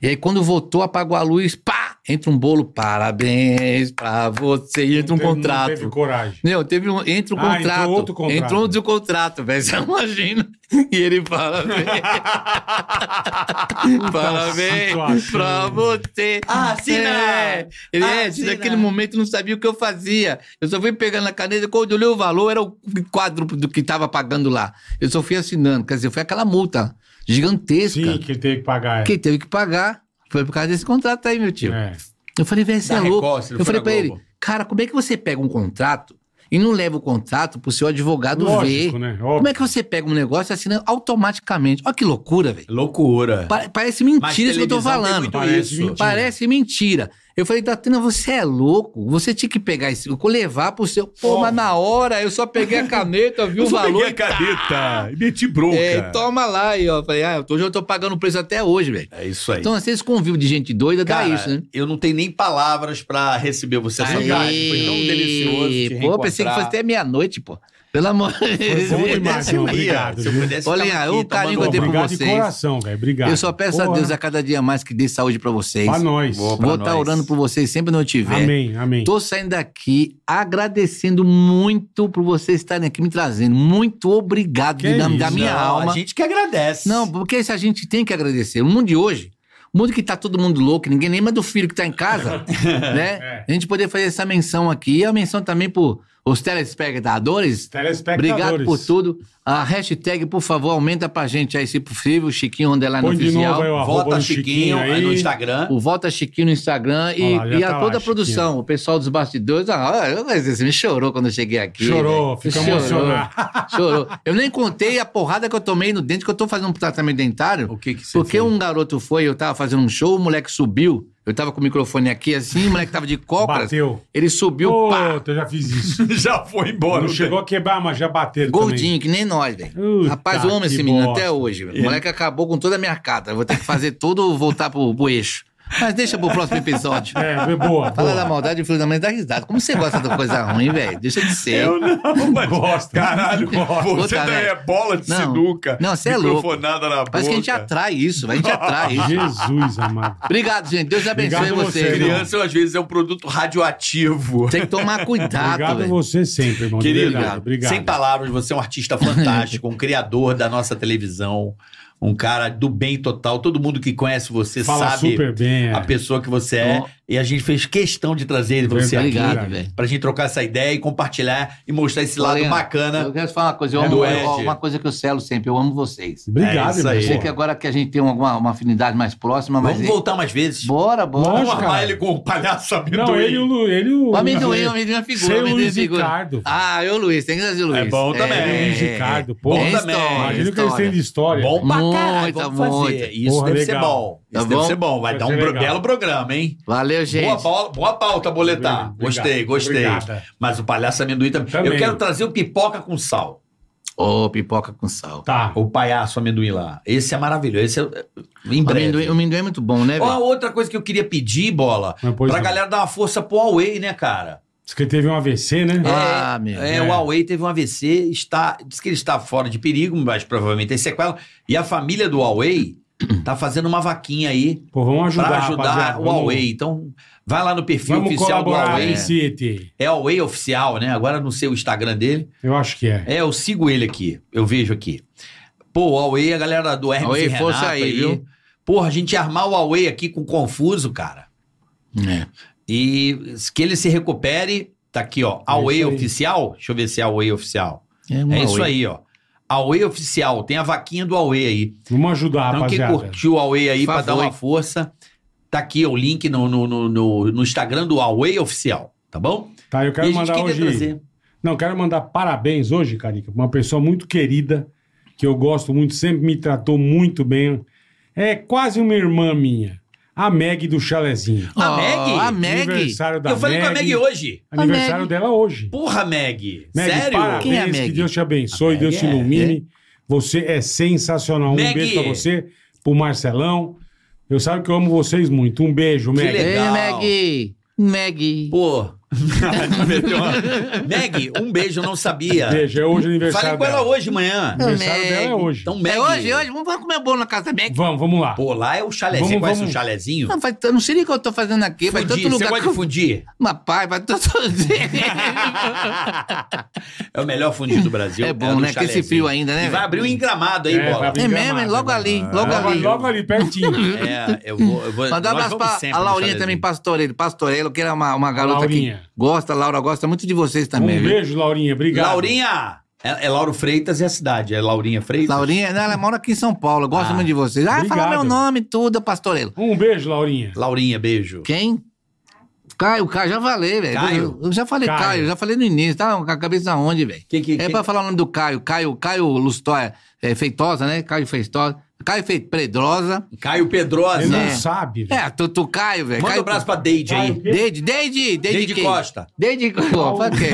Speaker 4: E aí, quando voltou, apagou a luz, pá! Entra um bolo, parabéns pra você. E entra um
Speaker 2: Não teve-
Speaker 4: contrato.
Speaker 2: Não teve coragem.
Speaker 4: Não, teve um. Entra um
Speaker 2: Ah,
Speaker 4: contrato.
Speaker 2: entrou outro contrato.
Speaker 4: Entrou outro contrato, velho. Você imagina. E ele fala. velho, Parabéns
Speaker 2: situação.
Speaker 4: pra você.
Speaker 3: Ah, Assina!
Speaker 4: É. Ele é,
Speaker 3: Assina!
Speaker 4: naquele momento não sabia o que eu fazia. Eu só fui pegando na caneta, quando eu li o valor, era o quadruplo do que tava pagando lá. Eu só fui assinando. Quer dizer, foi aquela multa gigantesca
Speaker 2: Sim, que ele teve que pagar. é.
Speaker 4: que teve que pagar. Foi por causa desse contrato aí, meu tio.
Speaker 2: É.
Speaker 4: Eu falei, velho, você
Speaker 3: Da
Speaker 4: é louco.
Speaker 3: Record, se não
Speaker 4: eu
Speaker 3: for
Speaker 4: falei
Speaker 3: da
Speaker 4: pra ele,
Speaker 3: Globo.
Speaker 4: cara, como é que você pega um contrato e não leva o contrato pro seu advogado
Speaker 2: Lógico,
Speaker 4: ver?
Speaker 2: né?
Speaker 4: Como
Speaker 2: Óbvio.
Speaker 4: é que você pega um negócio e assina automaticamente? Olha que loucura, velho.
Speaker 3: Loucura.
Speaker 4: Pa- parece mentira isso que eu tô
Speaker 3: televisão tem
Speaker 4: falando.
Speaker 3: muito
Speaker 2: Parece
Speaker 3: isso.
Speaker 2: mentira.
Speaker 4: Parece mentira. Eu falei, Datena, você é louco. Você tinha que pegar esse. Eu levar pro seu. Pô, mas na hora eu só peguei a caneta, vi o
Speaker 6: Eu
Speaker 3: é
Speaker 6: só peguei
Speaker 4: valor. tá?"
Speaker 6: a caneta e meti bronca.
Speaker 4: É, toma lá aí, ó. Eu Falei, ah, hoje eu tô pagando o preço até hoje, velho.
Speaker 3: É isso aí.
Speaker 4: Então, assim, esse convívio de gente doida
Speaker 3: Cara,
Speaker 4: dá isso, né?
Speaker 3: eu não tenho nem palavras pra receber você. A
Speaker 4: Aí,
Speaker 3: saudade foi tão delicioso te
Speaker 4: Pô, pensei que
Speaker 3: reencontrar.
Speaker 4: fosse até meia-noite, pô. Pelo amor de
Speaker 2: Foi bom
Speaker 4: Deus.
Speaker 2: demais,
Speaker 3: Pudesse eu
Speaker 2: mano,
Speaker 3: ia.
Speaker 2: obrigado,
Speaker 3: Então, Se eu
Speaker 2: viu?
Speaker 3: pudesse,
Speaker 4: Olha,
Speaker 3: ficava
Speaker 4: o
Speaker 3: aqui tá tomando
Speaker 4: carinho que eu tenho por
Speaker 2: Obrigado de
Speaker 4: vocês.
Speaker 2: coração, velho. Obrigado.
Speaker 4: Eu só peço a
Speaker 2: Porra,
Speaker 4: Deus a cada dia mais que dê saúde pra vocês.
Speaker 2: Pra nós.
Speaker 3: Boa, pra
Speaker 4: Vou estar
Speaker 3: nós.
Speaker 4: orando por vocês sempre onde eu tiver.
Speaker 2: Amém, amém.
Speaker 4: Tô saindo daqui agradecendo muito por vocês estarem aqui me trazendo. Muito obrigado
Speaker 2: Que
Speaker 4: de nome da
Speaker 2: isso,
Speaker 4: minha
Speaker 3: Não,
Speaker 4: alma.
Speaker 3: A gente que agradece.
Speaker 4: Não, porque isso a gente tem que agradecer. O mundo de hoje, o mundo que tá todo mundo louco, ninguém lembra do filho que tá em casa,
Speaker 3: É.
Speaker 4: né? A gente poder fazer essa menção aqui. E a menção também por os telespectadores.
Speaker 2: Telespectadores.
Speaker 4: Obrigado por tudo. A hashtag, por favor, aumenta pra gente aí, se possível. Chiquinho Underline
Speaker 2: Põe de
Speaker 4: Oficial.
Speaker 2: novo aí o arroba
Speaker 3: Vota
Speaker 2: do
Speaker 3: Chiquinho aí no Instagram.
Speaker 4: O Volta Chiquinho no Instagram e,
Speaker 2: Olha lá, já
Speaker 4: e a
Speaker 2: tá
Speaker 4: toda
Speaker 2: lá,
Speaker 4: a produção, o pessoal dos bastidores. Ah, eu- mas você me chorou quando eu cheguei aqui.
Speaker 2: Chorou,
Speaker 4: velho.
Speaker 2: fica
Speaker 4: Chorou,
Speaker 2: emocionado.
Speaker 4: Chorou. Eu nem contei a porrada que eu tomei no dente, que eu tô fazendo um tratamento dentário.
Speaker 3: O que que você
Speaker 4: Porque
Speaker 3: fez?
Speaker 4: um garoto foi, eu tava fazendo um show, o moleque subiu. Eu tava com o microfone aqui assim, o moleque tava de cócoras.
Speaker 2: Bateu.
Speaker 4: Ele subiu, pá,
Speaker 2: Puta, eu já fiz isso.
Speaker 3: já foi embora.
Speaker 2: Não chegou a quebrar, mas já bateram
Speaker 4: gordinho, que nem nós, velho.
Speaker 2: Puta
Speaker 4: Rapaz, eu amo esse
Speaker 2: que
Speaker 4: menino
Speaker 2: bosta.
Speaker 4: até hoje. velho. O moleque acabou com toda a minha carta. Eu vou ter que fazer tudo, voltar pro, pro eixo. Mas deixa pro próximo episódio.
Speaker 2: também. É, foi boa.
Speaker 4: Fala da
Speaker 2: boa.
Speaker 4: maldade e da mãe dá risada. Como você gosta de coisa ruim, velho? Deixa de ser.
Speaker 2: É,
Speaker 3: Eu não, mas...
Speaker 2: Gosta.
Speaker 3: Caralho, você
Speaker 4: Puta,
Speaker 3: daí é
Speaker 4: velho.
Speaker 3: bola de
Speaker 4: Não.
Speaker 3: sinuca.
Speaker 4: Não, você é louco.
Speaker 3: microfonada na boca.
Speaker 4: Parece que a gente atrai isso, velho. a gente atrai isso.
Speaker 2: Jesus amado.
Speaker 4: Obrigado, gente. Deus abençoe
Speaker 2: Obrigado você,
Speaker 4: vocês. irmão.
Speaker 3: Criança, às vezes, é um produto radioativo.
Speaker 4: Tem que tomar cuidado,
Speaker 2: Obrigado a
Speaker 4: velho.
Speaker 2: você sempre, irmão. de
Speaker 3: Querido,
Speaker 2: verdade, obrigado.
Speaker 3: sem palavras, você é um artista fantástico, um criador da nossa televisão, um cara do bem total. Todo mundo que conhece você
Speaker 2: Fala
Speaker 3: sabe
Speaker 2: super bem. é.
Speaker 3: a pessoa que você é.
Speaker 4: Ó.
Speaker 3: E a gente fez questão de trazer você aqui
Speaker 2: Verdade.
Speaker 4: Obrigado, velho.
Speaker 3: pra gente trocar essa ideia e compartilhar e mostrar esse lado
Speaker 4: Olha, Eu
Speaker 3: bacana.
Speaker 4: quero falar uma
Speaker 2: É
Speaker 4: coisa. Eu amo,
Speaker 3: Do Ed.
Speaker 4: ó, uma coisa que eu celo sempre. Eu amo vocês.
Speaker 3: É
Speaker 2: Obrigado,
Speaker 3: isso aí.
Speaker 4: Eu sei
Speaker 2: irmão.
Speaker 4: que
Speaker 2: Porra.
Speaker 4: agora que a gente tem alguma uma afinidade mais próxima, mas... é-
Speaker 3: Vamos voltar mais vezes.
Speaker 4: Bora, bora.
Speaker 2: Lógico.
Speaker 3: Vamos armar
Speaker 2: cara.
Speaker 3: ele com o palhaço amendoim.
Speaker 2: Não, ele e o. Lu- Ele, e o
Speaker 4: O amendoim, o amendoim é uma figura.
Speaker 2: Sem
Speaker 4: o
Speaker 2: o
Speaker 4: amendoim é
Speaker 2: um Luiz
Speaker 4: figura.
Speaker 2: Ricardo.
Speaker 4: Ah, eu, Luiz. Tem que trazer o Luiz.
Speaker 3: É bom também.
Speaker 2: É, Luiz Ricardo, pô.
Speaker 3: Bom
Speaker 4: Tem
Speaker 3: também.
Speaker 4: história,
Speaker 2: Imagina o que eles
Speaker 4: história.
Speaker 2: têm de história.
Speaker 3: Bom pra
Speaker 4: Muita,
Speaker 3: caralho, vamos fazer.
Speaker 4: muita.
Speaker 3: Isso
Speaker 2: Porra,
Speaker 3: deve ser
Speaker 2: legal.
Speaker 3: bom.
Speaker 4: Tá
Speaker 3: Isso deve
Speaker 4: bom?
Speaker 3: ser bom. Vai
Speaker 2: Vai
Speaker 3: dar um
Speaker 2: ser
Speaker 3: pro-
Speaker 2: legal.
Speaker 3: belo programa, hein?
Speaker 4: Valeu,
Speaker 3: Boa,
Speaker 4: gente.
Speaker 3: bola- boa pauta, boletar.
Speaker 2: Obrigado,
Speaker 3: Gostei,
Speaker 2: obrigado.
Speaker 3: gostei.
Speaker 2: Obrigada.
Speaker 3: Mas o palhaço amendoim também.
Speaker 2: Também.
Speaker 3: Eu quero trazer o pipoca com sal.
Speaker 4: Ô, pipoca com sal.
Speaker 2: Tá.
Speaker 3: O palhaço amendoim lá. Esse é maravilhoso. Esse é em
Speaker 4: O
Speaker 3: breve.
Speaker 4: amendoim, o amendoim é muito bom, né,
Speaker 3: Ó,
Speaker 4: velho?
Speaker 3: outra coisa que eu queria pedir, bola,
Speaker 2: Mas, pois é.
Speaker 3: pra
Speaker 2: não.
Speaker 3: galera dar uma força pro Huawei, né, cara?
Speaker 2: Diz que teve um AVC, né?
Speaker 4: Ah, meu.
Speaker 3: É, o Huawei teve um AVC, está, diz que ele está fora de perigo, mas provavelmente tem sequela. E a família do Huawei tá fazendo uma vaquinha aí
Speaker 2: Pô, vamos ajudar,
Speaker 3: É. pra ajudar
Speaker 2: rapaziada.
Speaker 3: o
Speaker 2: Vamos-
Speaker 3: Huawei. Então, vai lá no perfil
Speaker 2: Vamos
Speaker 3: oficial do
Speaker 2: colaborar né?
Speaker 3: Huawei.
Speaker 2: nesse ET.
Speaker 3: É Huawei oficial, né? Agora eu não sei o Instagram dele.
Speaker 2: Eu acho que é.
Speaker 3: É, eu sigo ele aqui, eu vejo aqui. Pô, o Huawei, a galera do Hermes
Speaker 4: Huawei,
Speaker 3: e Renato
Speaker 4: força aí, viu?
Speaker 3: Porra, a gente ia armar o Huawei aqui com o Confuso, cara.
Speaker 4: É.
Speaker 3: E que ele se recupere, tá aqui, ó.
Speaker 2: É
Speaker 3: Huawei
Speaker 2: isso aí.
Speaker 3: oficial, deixa eu ver se é Huawei oficial.
Speaker 4: É,
Speaker 3: é isso aí, ó. Huawei oficial, tem a vaquinha do Huawei aí.
Speaker 2: Vamos ajudar,
Speaker 3: então quem
Speaker 2: rapaziada.
Speaker 3: curtiu o Huawei aí pra
Speaker 4: Favor.
Speaker 3: dar uma força, tá aqui o link no, no, no, no- no Instagram do Huawei oficial, tá bom?
Speaker 2: Tá, eu
Speaker 3: E a
Speaker 2: quero
Speaker 3: gente
Speaker 2: mandar
Speaker 3: queria
Speaker 2: hoje.
Speaker 3: trazer.
Speaker 2: Não, quero mandar parabéns hoje, Carica, pra uma pessoa muito querida, que eu gosto muito, sempre me tratou muito bem. É quase uma irmã minha. A Meg do Chalezinho.
Speaker 4: A
Speaker 3: A Meg?
Speaker 4: A Meg?
Speaker 2: Aniversário da
Speaker 3: Eu falei com a
Speaker 2: Meg
Speaker 3: Meg hoje.
Speaker 2: Aniversário dela hoje.
Speaker 3: Porra, Meg.
Speaker 2: Meg,
Speaker 3: sério?
Speaker 2: parabéns,
Speaker 4: Quem é a Meg?
Speaker 2: que Deus te abençoe,
Speaker 3: A
Speaker 2: Deus
Speaker 3: Meg
Speaker 2: te
Speaker 3: é-
Speaker 2: ilumine. Você é sensacional. Um
Speaker 3: Meg!
Speaker 2: beijo pra você, pro Marcelão. Eu sabe que eu amo vocês muito. Um beijo, Meg.
Speaker 3: legal.
Speaker 4: Ei, Meg. Meg.
Speaker 3: Pô. Meteu uma- Meg, um beijo, eu não sabia.
Speaker 2: Beijo, é hoje o
Speaker 3: Falei
Speaker 2: aniversário
Speaker 3: com ela
Speaker 2: dela.
Speaker 3: hoje de manhã.
Speaker 2: O aniversário
Speaker 4: Meg.
Speaker 2: dela é hoje.
Speaker 3: Então, Meg.
Speaker 4: É hoje, hoje. Vamos vamos comer bolo na casa da Meg.
Speaker 2: Vamos, vamos lá.
Speaker 3: Pô, lá é o chalezinho.
Speaker 2: Vamos,
Speaker 3: Conhece
Speaker 2: vamos.
Speaker 3: o chalezinho?
Speaker 4: Não, faz- eu não sei nem o que eu tô fazendo aqui. Vai todo
Speaker 3: Fundir, você
Speaker 4: lugar.
Speaker 3: gosta de fundir?
Speaker 4: Mas, pai, vai todo
Speaker 3: É o melhor fundir do Brasil.
Speaker 4: É bom,
Speaker 3: o do
Speaker 4: né? Com esse
Speaker 3: chalezinho.
Speaker 4: frio ainda, né,
Speaker 3: E vai
Speaker 4: velho?
Speaker 3: abrir um engramado aí,
Speaker 2: É, vai
Speaker 3: bola.
Speaker 2: abrir. um
Speaker 4: É mesmo, é
Speaker 2: Gramado,
Speaker 4: logo
Speaker 2: né?
Speaker 4: ali. Logo
Speaker 2: Logo,
Speaker 4: ali.
Speaker 2: logo ali, pertinho.
Speaker 3: É, eu vou. Eu vou
Speaker 4: Mandar um
Speaker 3: nós
Speaker 4: abraço
Speaker 3: vamos
Speaker 4: pra
Speaker 3: sempre
Speaker 4: a
Speaker 3: no
Speaker 4: Laurinha
Speaker 3: chalezinho.
Speaker 4: também, Pastorello. Pastorello, que era uma, uma garota
Speaker 2: Laurinha.
Speaker 4: que gosta, a Laura gosta muito de vocês também.
Speaker 2: um
Speaker 4: viu?
Speaker 2: beijo, Laurinha. Obrigado.
Speaker 3: Laurinha! É, é Lauro Freitas e a cidade. É Laurinha Freitas?
Speaker 4: Laurinha, não, ela mora aqui em São Paulo, gosta
Speaker 3: Ah,
Speaker 4: muito de vocês. Ah, fala
Speaker 2: obrigado.
Speaker 4: meu nome, e tudo, Pastorello.
Speaker 2: Um beijo, Laurinha.
Speaker 3: Laurinha, beijo.
Speaker 4: Quem? Caio, Caio, já falei, velho.
Speaker 3: Caio?
Speaker 4: Eu, eu já falei
Speaker 2: Caio.
Speaker 4: Caio. já falei no início, tá com a cabeça onde, velho?
Speaker 3: Quem- quem-
Speaker 4: é
Speaker 3: quem-
Speaker 4: pra falar o nome do Caio, Caio, Caio Lustóia, é, Feitosa, né? Caio Feitosa, Caio Fe- Pedrosa.
Speaker 3: Caio Pedrosa.
Speaker 2: Ele não
Speaker 4: é.
Speaker 2: sabe, velho.
Speaker 4: É, tu, tu Caio, velho.
Speaker 3: Manda um
Speaker 4: Caio,
Speaker 3: abraço pra Deide aí.
Speaker 2: Caio.
Speaker 4: Desde, desde,
Speaker 3: Deide
Speaker 4: desde quem?
Speaker 3: Costa.
Speaker 4: Desde Costa. Pra quê?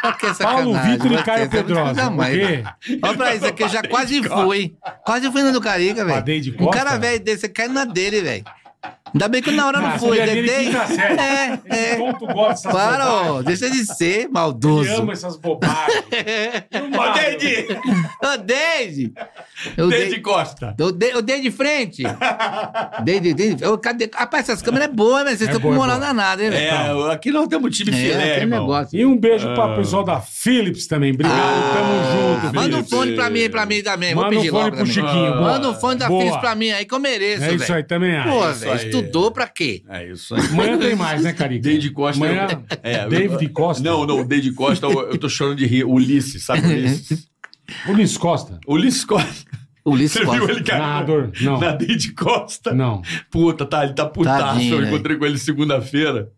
Speaker 4: Pra que é
Speaker 2: Paulo
Speaker 4: sacanagem?
Speaker 2: Ah, Vitor e
Speaker 4: Pra
Speaker 2: Caio
Speaker 4: que essa-
Speaker 2: Pedrosa.
Speaker 4: Jamais, velho.
Speaker 2: Porque
Speaker 4: Olha pra isso aqui, eu já quase fui. Quase fui na do Carica,
Speaker 2: Pra Deide
Speaker 4: velho. Um
Speaker 2: Costa?
Speaker 4: cara velho desse cai na dele, velho. Ainda bem que na hora não
Speaker 2: Ah,
Speaker 4: foi,
Speaker 2: filha dele,
Speaker 4: Dedei.
Speaker 2: quinta série.
Speaker 4: É, é.
Speaker 2: Tonto gosta dessas
Speaker 4: Para,
Speaker 2: bobagens.
Speaker 4: ó, deixa de ser
Speaker 2: Ele
Speaker 4: maldoso.
Speaker 2: ama essas bobagens.
Speaker 3: Ô, Deide!
Speaker 4: Ô, Deide! Eu
Speaker 3: Deide
Speaker 4: dei,
Speaker 3: Costa.
Speaker 4: eu, dei, eu dei de frente. dei de, dei de- eu, cadê? Rapaz, essas câmeras é boa, mas vocês
Speaker 2: É
Speaker 4: estão com
Speaker 2: boa, é
Speaker 4: moral
Speaker 2: boa.
Speaker 4: danada, hein? velho?
Speaker 3: É,
Speaker 2: Então.
Speaker 3: aqui nós temos time filé,
Speaker 4: aquele
Speaker 3: irmão.
Speaker 4: é, negócio.
Speaker 2: E um beijo pra pessoal da Philips também. Obrigado, tamo junto,
Speaker 4: Ah, Manda um
Speaker 2: Philips.
Speaker 4: fone pra mim, pra mim também. Vou
Speaker 2: Manda um
Speaker 4: pedir
Speaker 2: fone
Speaker 4: logo
Speaker 2: pro
Speaker 4: também.
Speaker 2: Chiquinho. boa.
Speaker 4: Manda um fone da
Speaker 2: Boa.
Speaker 4: Philips pra mim aí que eu mereço,
Speaker 2: É
Speaker 4: velho.
Speaker 2: isso aí também,
Speaker 4: Pô,
Speaker 2: acho.
Speaker 4: velho,
Speaker 3: aí.
Speaker 4: estudou pra quê?
Speaker 3: É isso aí.
Speaker 2: Amanhã tem mais, né, Carica?
Speaker 3: David Costa.
Speaker 2: Amanhã,
Speaker 3: é o-
Speaker 2: David Costa.
Speaker 3: Não, não, o David Costa, eu, eu tô chorando de rir. Ulisses, sabe Ulisses?
Speaker 2: O Luiz Costa.
Speaker 3: Ulisses Costa.
Speaker 4: Ulisses
Speaker 3: Você viu
Speaker 4: Costa.
Speaker 3: ele caindo
Speaker 2: Narrador. Não,
Speaker 3: na David Costa?
Speaker 2: não.
Speaker 3: Puta, tá, ele tá putaço.
Speaker 4: Tadinho,
Speaker 3: eu
Speaker 4: né?
Speaker 3: encontrei com ele segunda-feira.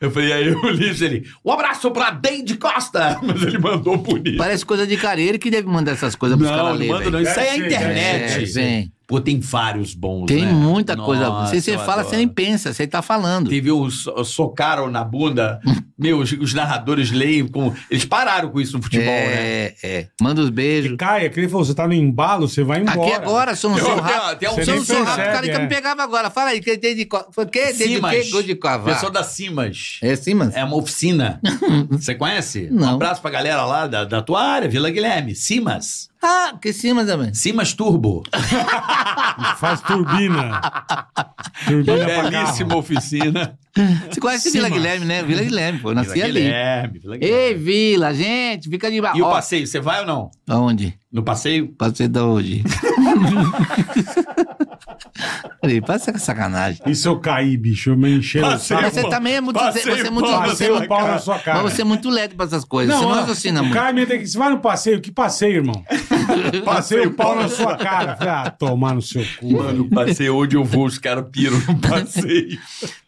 Speaker 3: Eu falei, aí o Ulisses, ele, um abraço pra Deide Costa. Mas ele mandou bonito.
Speaker 4: Parece coisa de cara. Ele que deve mandar essas coisas pros
Speaker 3: Não,
Speaker 4: caras
Speaker 3: não
Speaker 4: lerem.
Speaker 3: manda
Speaker 4: velho.
Speaker 3: não. Isso aí é a
Speaker 2: Deve ser,
Speaker 4: É,
Speaker 3: internet.
Speaker 4: sim.
Speaker 3: Pô, tem vários bons,
Speaker 4: Tem
Speaker 3: né?
Speaker 4: muita coisa.
Speaker 3: Nossa,
Speaker 4: Se você
Speaker 3: eu
Speaker 4: fala,
Speaker 3: adoro.
Speaker 4: você nem pensa, você tá falando.
Speaker 3: Teve um so- socaram na bunda. Meu, os, os narradores leem como. Eles pararam com isso no futebol, né?
Speaker 4: é, é. Manda os beijos.
Speaker 2: Cai, aquele falou, você tá no embalo, você vai embora.
Speaker 4: Aqui é agora, São
Speaker 3: Tem um-
Speaker 4: São Rato.
Speaker 3: tem um-
Speaker 2: Você
Speaker 4: São
Speaker 2: nem
Speaker 4: São Rato,
Speaker 2: percebe,
Speaker 4: cara que eu
Speaker 2: é.
Speaker 4: me pegava agora. Fala aí, que tem de... co- Foi o quê? Tem de quê? Gol de
Speaker 2: é.
Speaker 4: cavalo.
Speaker 3: Pessoal da Simas.
Speaker 4: É sim, mano?
Speaker 3: É uma oficina. Você conhece? Um
Speaker 4: Uhum. Não.
Speaker 3: abraço pra galera lá da, da tua área, Vila Guilherme. Simas.
Speaker 4: Ah, que sim, mas também.
Speaker 3: Simas Turbo.
Speaker 2: Faz turbina. turbina pra
Speaker 3: Belíssima
Speaker 2: carro.
Speaker 3: oficina.
Speaker 4: Você conhece Vila Guilherme, né? Vila Guilherme, pô. eu Nasci
Speaker 3: Vila
Speaker 4: ali.
Speaker 3: Guilherme, Vila
Speaker 4: Ei,
Speaker 3: Guilherme.
Speaker 4: Vila, gente, fica de
Speaker 3: E o
Speaker 4: baixo.
Speaker 3: passeio, você vai ou não?
Speaker 4: Aonde?
Speaker 3: No passeio?
Speaker 4: Passei da onde? Peraí, passa com sacanagem.
Speaker 2: E se eu cair, bicho? Eu me enchei o
Speaker 3: Passeio,
Speaker 2: saco.
Speaker 4: Mas você também é muito. Você é muito. Você
Speaker 2: Passei
Speaker 4: é
Speaker 2: o
Speaker 4: muito
Speaker 2: pau na sua cara.
Speaker 4: mas você é muito lento pra essas coisas. você não
Speaker 2: ó,
Speaker 3: assim, né,
Speaker 4: raciocina
Speaker 2: o
Speaker 4: muito.
Speaker 2: cara me tem que. Você vai no passeio? Que passeio, irmão? Passei o pau na sua cara. Falei, Ah, tomar no seu cu.
Speaker 3: Mano, o passeio onde eu vou, os caras piram no passeio.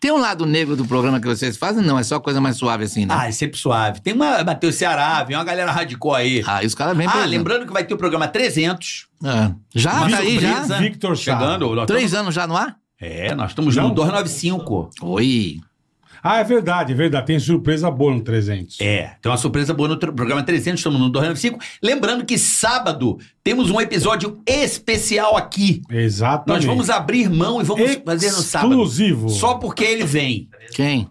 Speaker 4: Tem um lado negro do programa que vocês fazem? Não, é só coisa mais suave assim, né?
Speaker 3: Ah, é sempre suave. Tem uma Matheus Ceará, vem uma galera radical aí.
Speaker 4: Ah, e os caras vêm
Speaker 3: Ah,
Speaker 4: pra-
Speaker 3: lembrando que vai ter o programa 300.
Speaker 4: Ah, já?
Speaker 3: Uma
Speaker 4: Tá aí já?
Speaker 3: surpresa.
Speaker 2: Victor Sá.
Speaker 3: Chegando. nós
Speaker 4: Três
Speaker 3: tamo-
Speaker 4: anos já no ar?
Speaker 3: É, nós estamos no
Speaker 2: Não.
Speaker 3: 295.
Speaker 4: Oi.
Speaker 2: Ah, é verdade, é verdade. Tem surpresa boa no 300.
Speaker 3: É, tem uma surpresa boa no tr- programa 300, estamos no 295. Lembrando que sábado temos um episódio especial aqui. Nós
Speaker 2: Exatamente.
Speaker 3: vamos abrir mão e vamos fazer no sábado.
Speaker 2: Exclusivo.
Speaker 3: Só porque ele vem.
Speaker 4: Quem?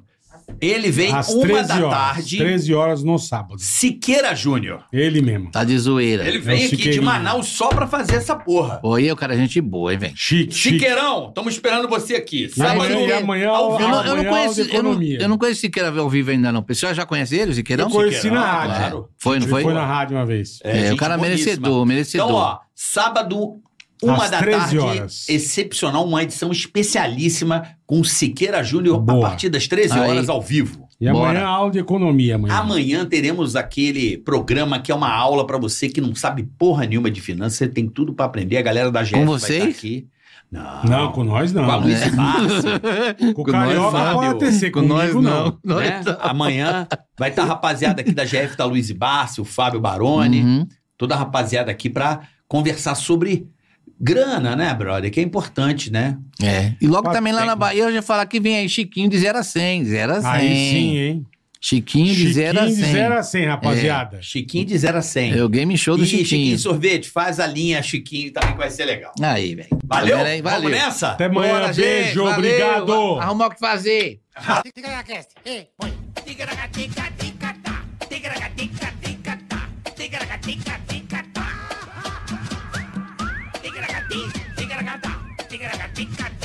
Speaker 3: Ele vem
Speaker 2: às
Speaker 3: uma
Speaker 2: 13
Speaker 3: da
Speaker 2: horas.
Speaker 3: tarde,
Speaker 2: 13 horas no sábado.
Speaker 3: Siqueira Júnior.
Speaker 2: Ele mesmo.
Speaker 4: Tá de zoeira.
Speaker 2: É
Speaker 3: Ele vem aqui de
Speaker 2: Siqueirinha.
Speaker 3: Manaus só pra fazer essa porra.
Speaker 4: Oi, o cara é gente boa, hein, velho?
Speaker 2: Chique, chique.
Speaker 3: Siqueirão, estamos esperando você aqui.
Speaker 2: E amanhã,
Speaker 3: Sábado,
Speaker 2: e amanhã,
Speaker 3: ao
Speaker 4: Eu
Speaker 3: vivo.
Speaker 4: não, eu não
Speaker 2: amanhã
Speaker 4: conheço,
Speaker 2: aula de
Speaker 4: eu não,
Speaker 2: economia.
Speaker 4: eu não conheço Siqueira ao vivo ainda, não. O pessoal já conhece ele, o Siqueirão?
Speaker 2: Eu conheci
Speaker 3: Siqueirão,
Speaker 2: na rádio.
Speaker 3: claro.
Speaker 4: Foi, não
Speaker 2: Ele
Speaker 4: foi?
Speaker 2: na rádio uma vez.
Speaker 3: É,
Speaker 4: É, o
Speaker 3: gente
Speaker 4: cara
Speaker 3: boníssima.
Speaker 4: merecedor, merecedor.
Speaker 3: Então, ó, sábado, uma
Speaker 2: Às
Speaker 3: da
Speaker 2: 13
Speaker 3: tarde,
Speaker 2: horas.
Speaker 3: excepcional, uma edição especialíssima com Siqueira Júnior a
Speaker 2: Boa.
Speaker 3: partir das 13
Speaker 4: Aí.
Speaker 3: horas ao vivo.
Speaker 2: E amanhã
Speaker 4: bora.
Speaker 2: aula de economia, amanhã.
Speaker 3: Amanhã teremos aquele programa que é uma aula pra você que não sabe porra nenhuma de finanças, você tem tudo pra aprender. A galera da GF
Speaker 4: Com
Speaker 3: vai
Speaker 4: vocês?
Speaker 3: tá aqui. Não.
Speaker 2: Não, com nós não. É.
Speaker 3: Com a Luiz Barros,
Speaker 2: Com o
Speaker 4: Com nós
Speaker 2: Carioca
Speaker 4: não,
Speaker 2: pode
Speaker 3: meu.
Speaker 2: acontecer,
Speaker 4: Com
Speaker 2: comigo
Speaker 4: nós não. Nós
Speaker 3: né?
Speaker 4: não.
Speaker 3: Amanhã vai estar a rapaziada aqui da GF, da Luiz Barsi, o Fábio Baroni,
Speaker 4: Uhum.
Speaker 3: toda a rapaziada aqui pra conversar sobre grana, né, brother? Que é importante, né?
Speaker 4: É. E logo
Speaker 2: Ah,
Speaker 4: também lá
Speaker 3: tem
Speaker 4: na
Speaker 3: que-
Speaker 4: Bahia eu já falar que vem aí Chiquinho de 0 a 100. 0 a 100.
Speaker 2: Aí sim, hein?
Speaker 4: Chiquinho de 0 a 100.
Speaker 2: de 0 a É. 100, rapaziada.
Speaker 3: Chiquinho de 0 a 100.
Speaker 4: É o game show do
Speaker 3: Ih,
Speaker 4: Chiquinho.
Speaker 3: Sorvete, faz a linha, Chiquinho, também que vai ser legal.
Speaker 4: Aí, velho.
Speaker 3: Valeu?
Speaker 4: Tá vendo aí?
Speaker 3: Vamos
Speaker 4: Valeu.
Speaker 3: nessa?
Speaker 2: Até amanhã,
Speaker 4: Bora, gente,
Speaker 2: beijo,
Speaker 4: valeu.
Speaker 2: obrigado.
Speaker 4: Arrumar o que fazer.
Speaker 1: Ticaracast. Ei, põe. Ticaracatica, ticatá. Ticaracatica, ticatá. Ticaracatica, ticatá. Ticaracati, ticaracatá. Ticaracatica,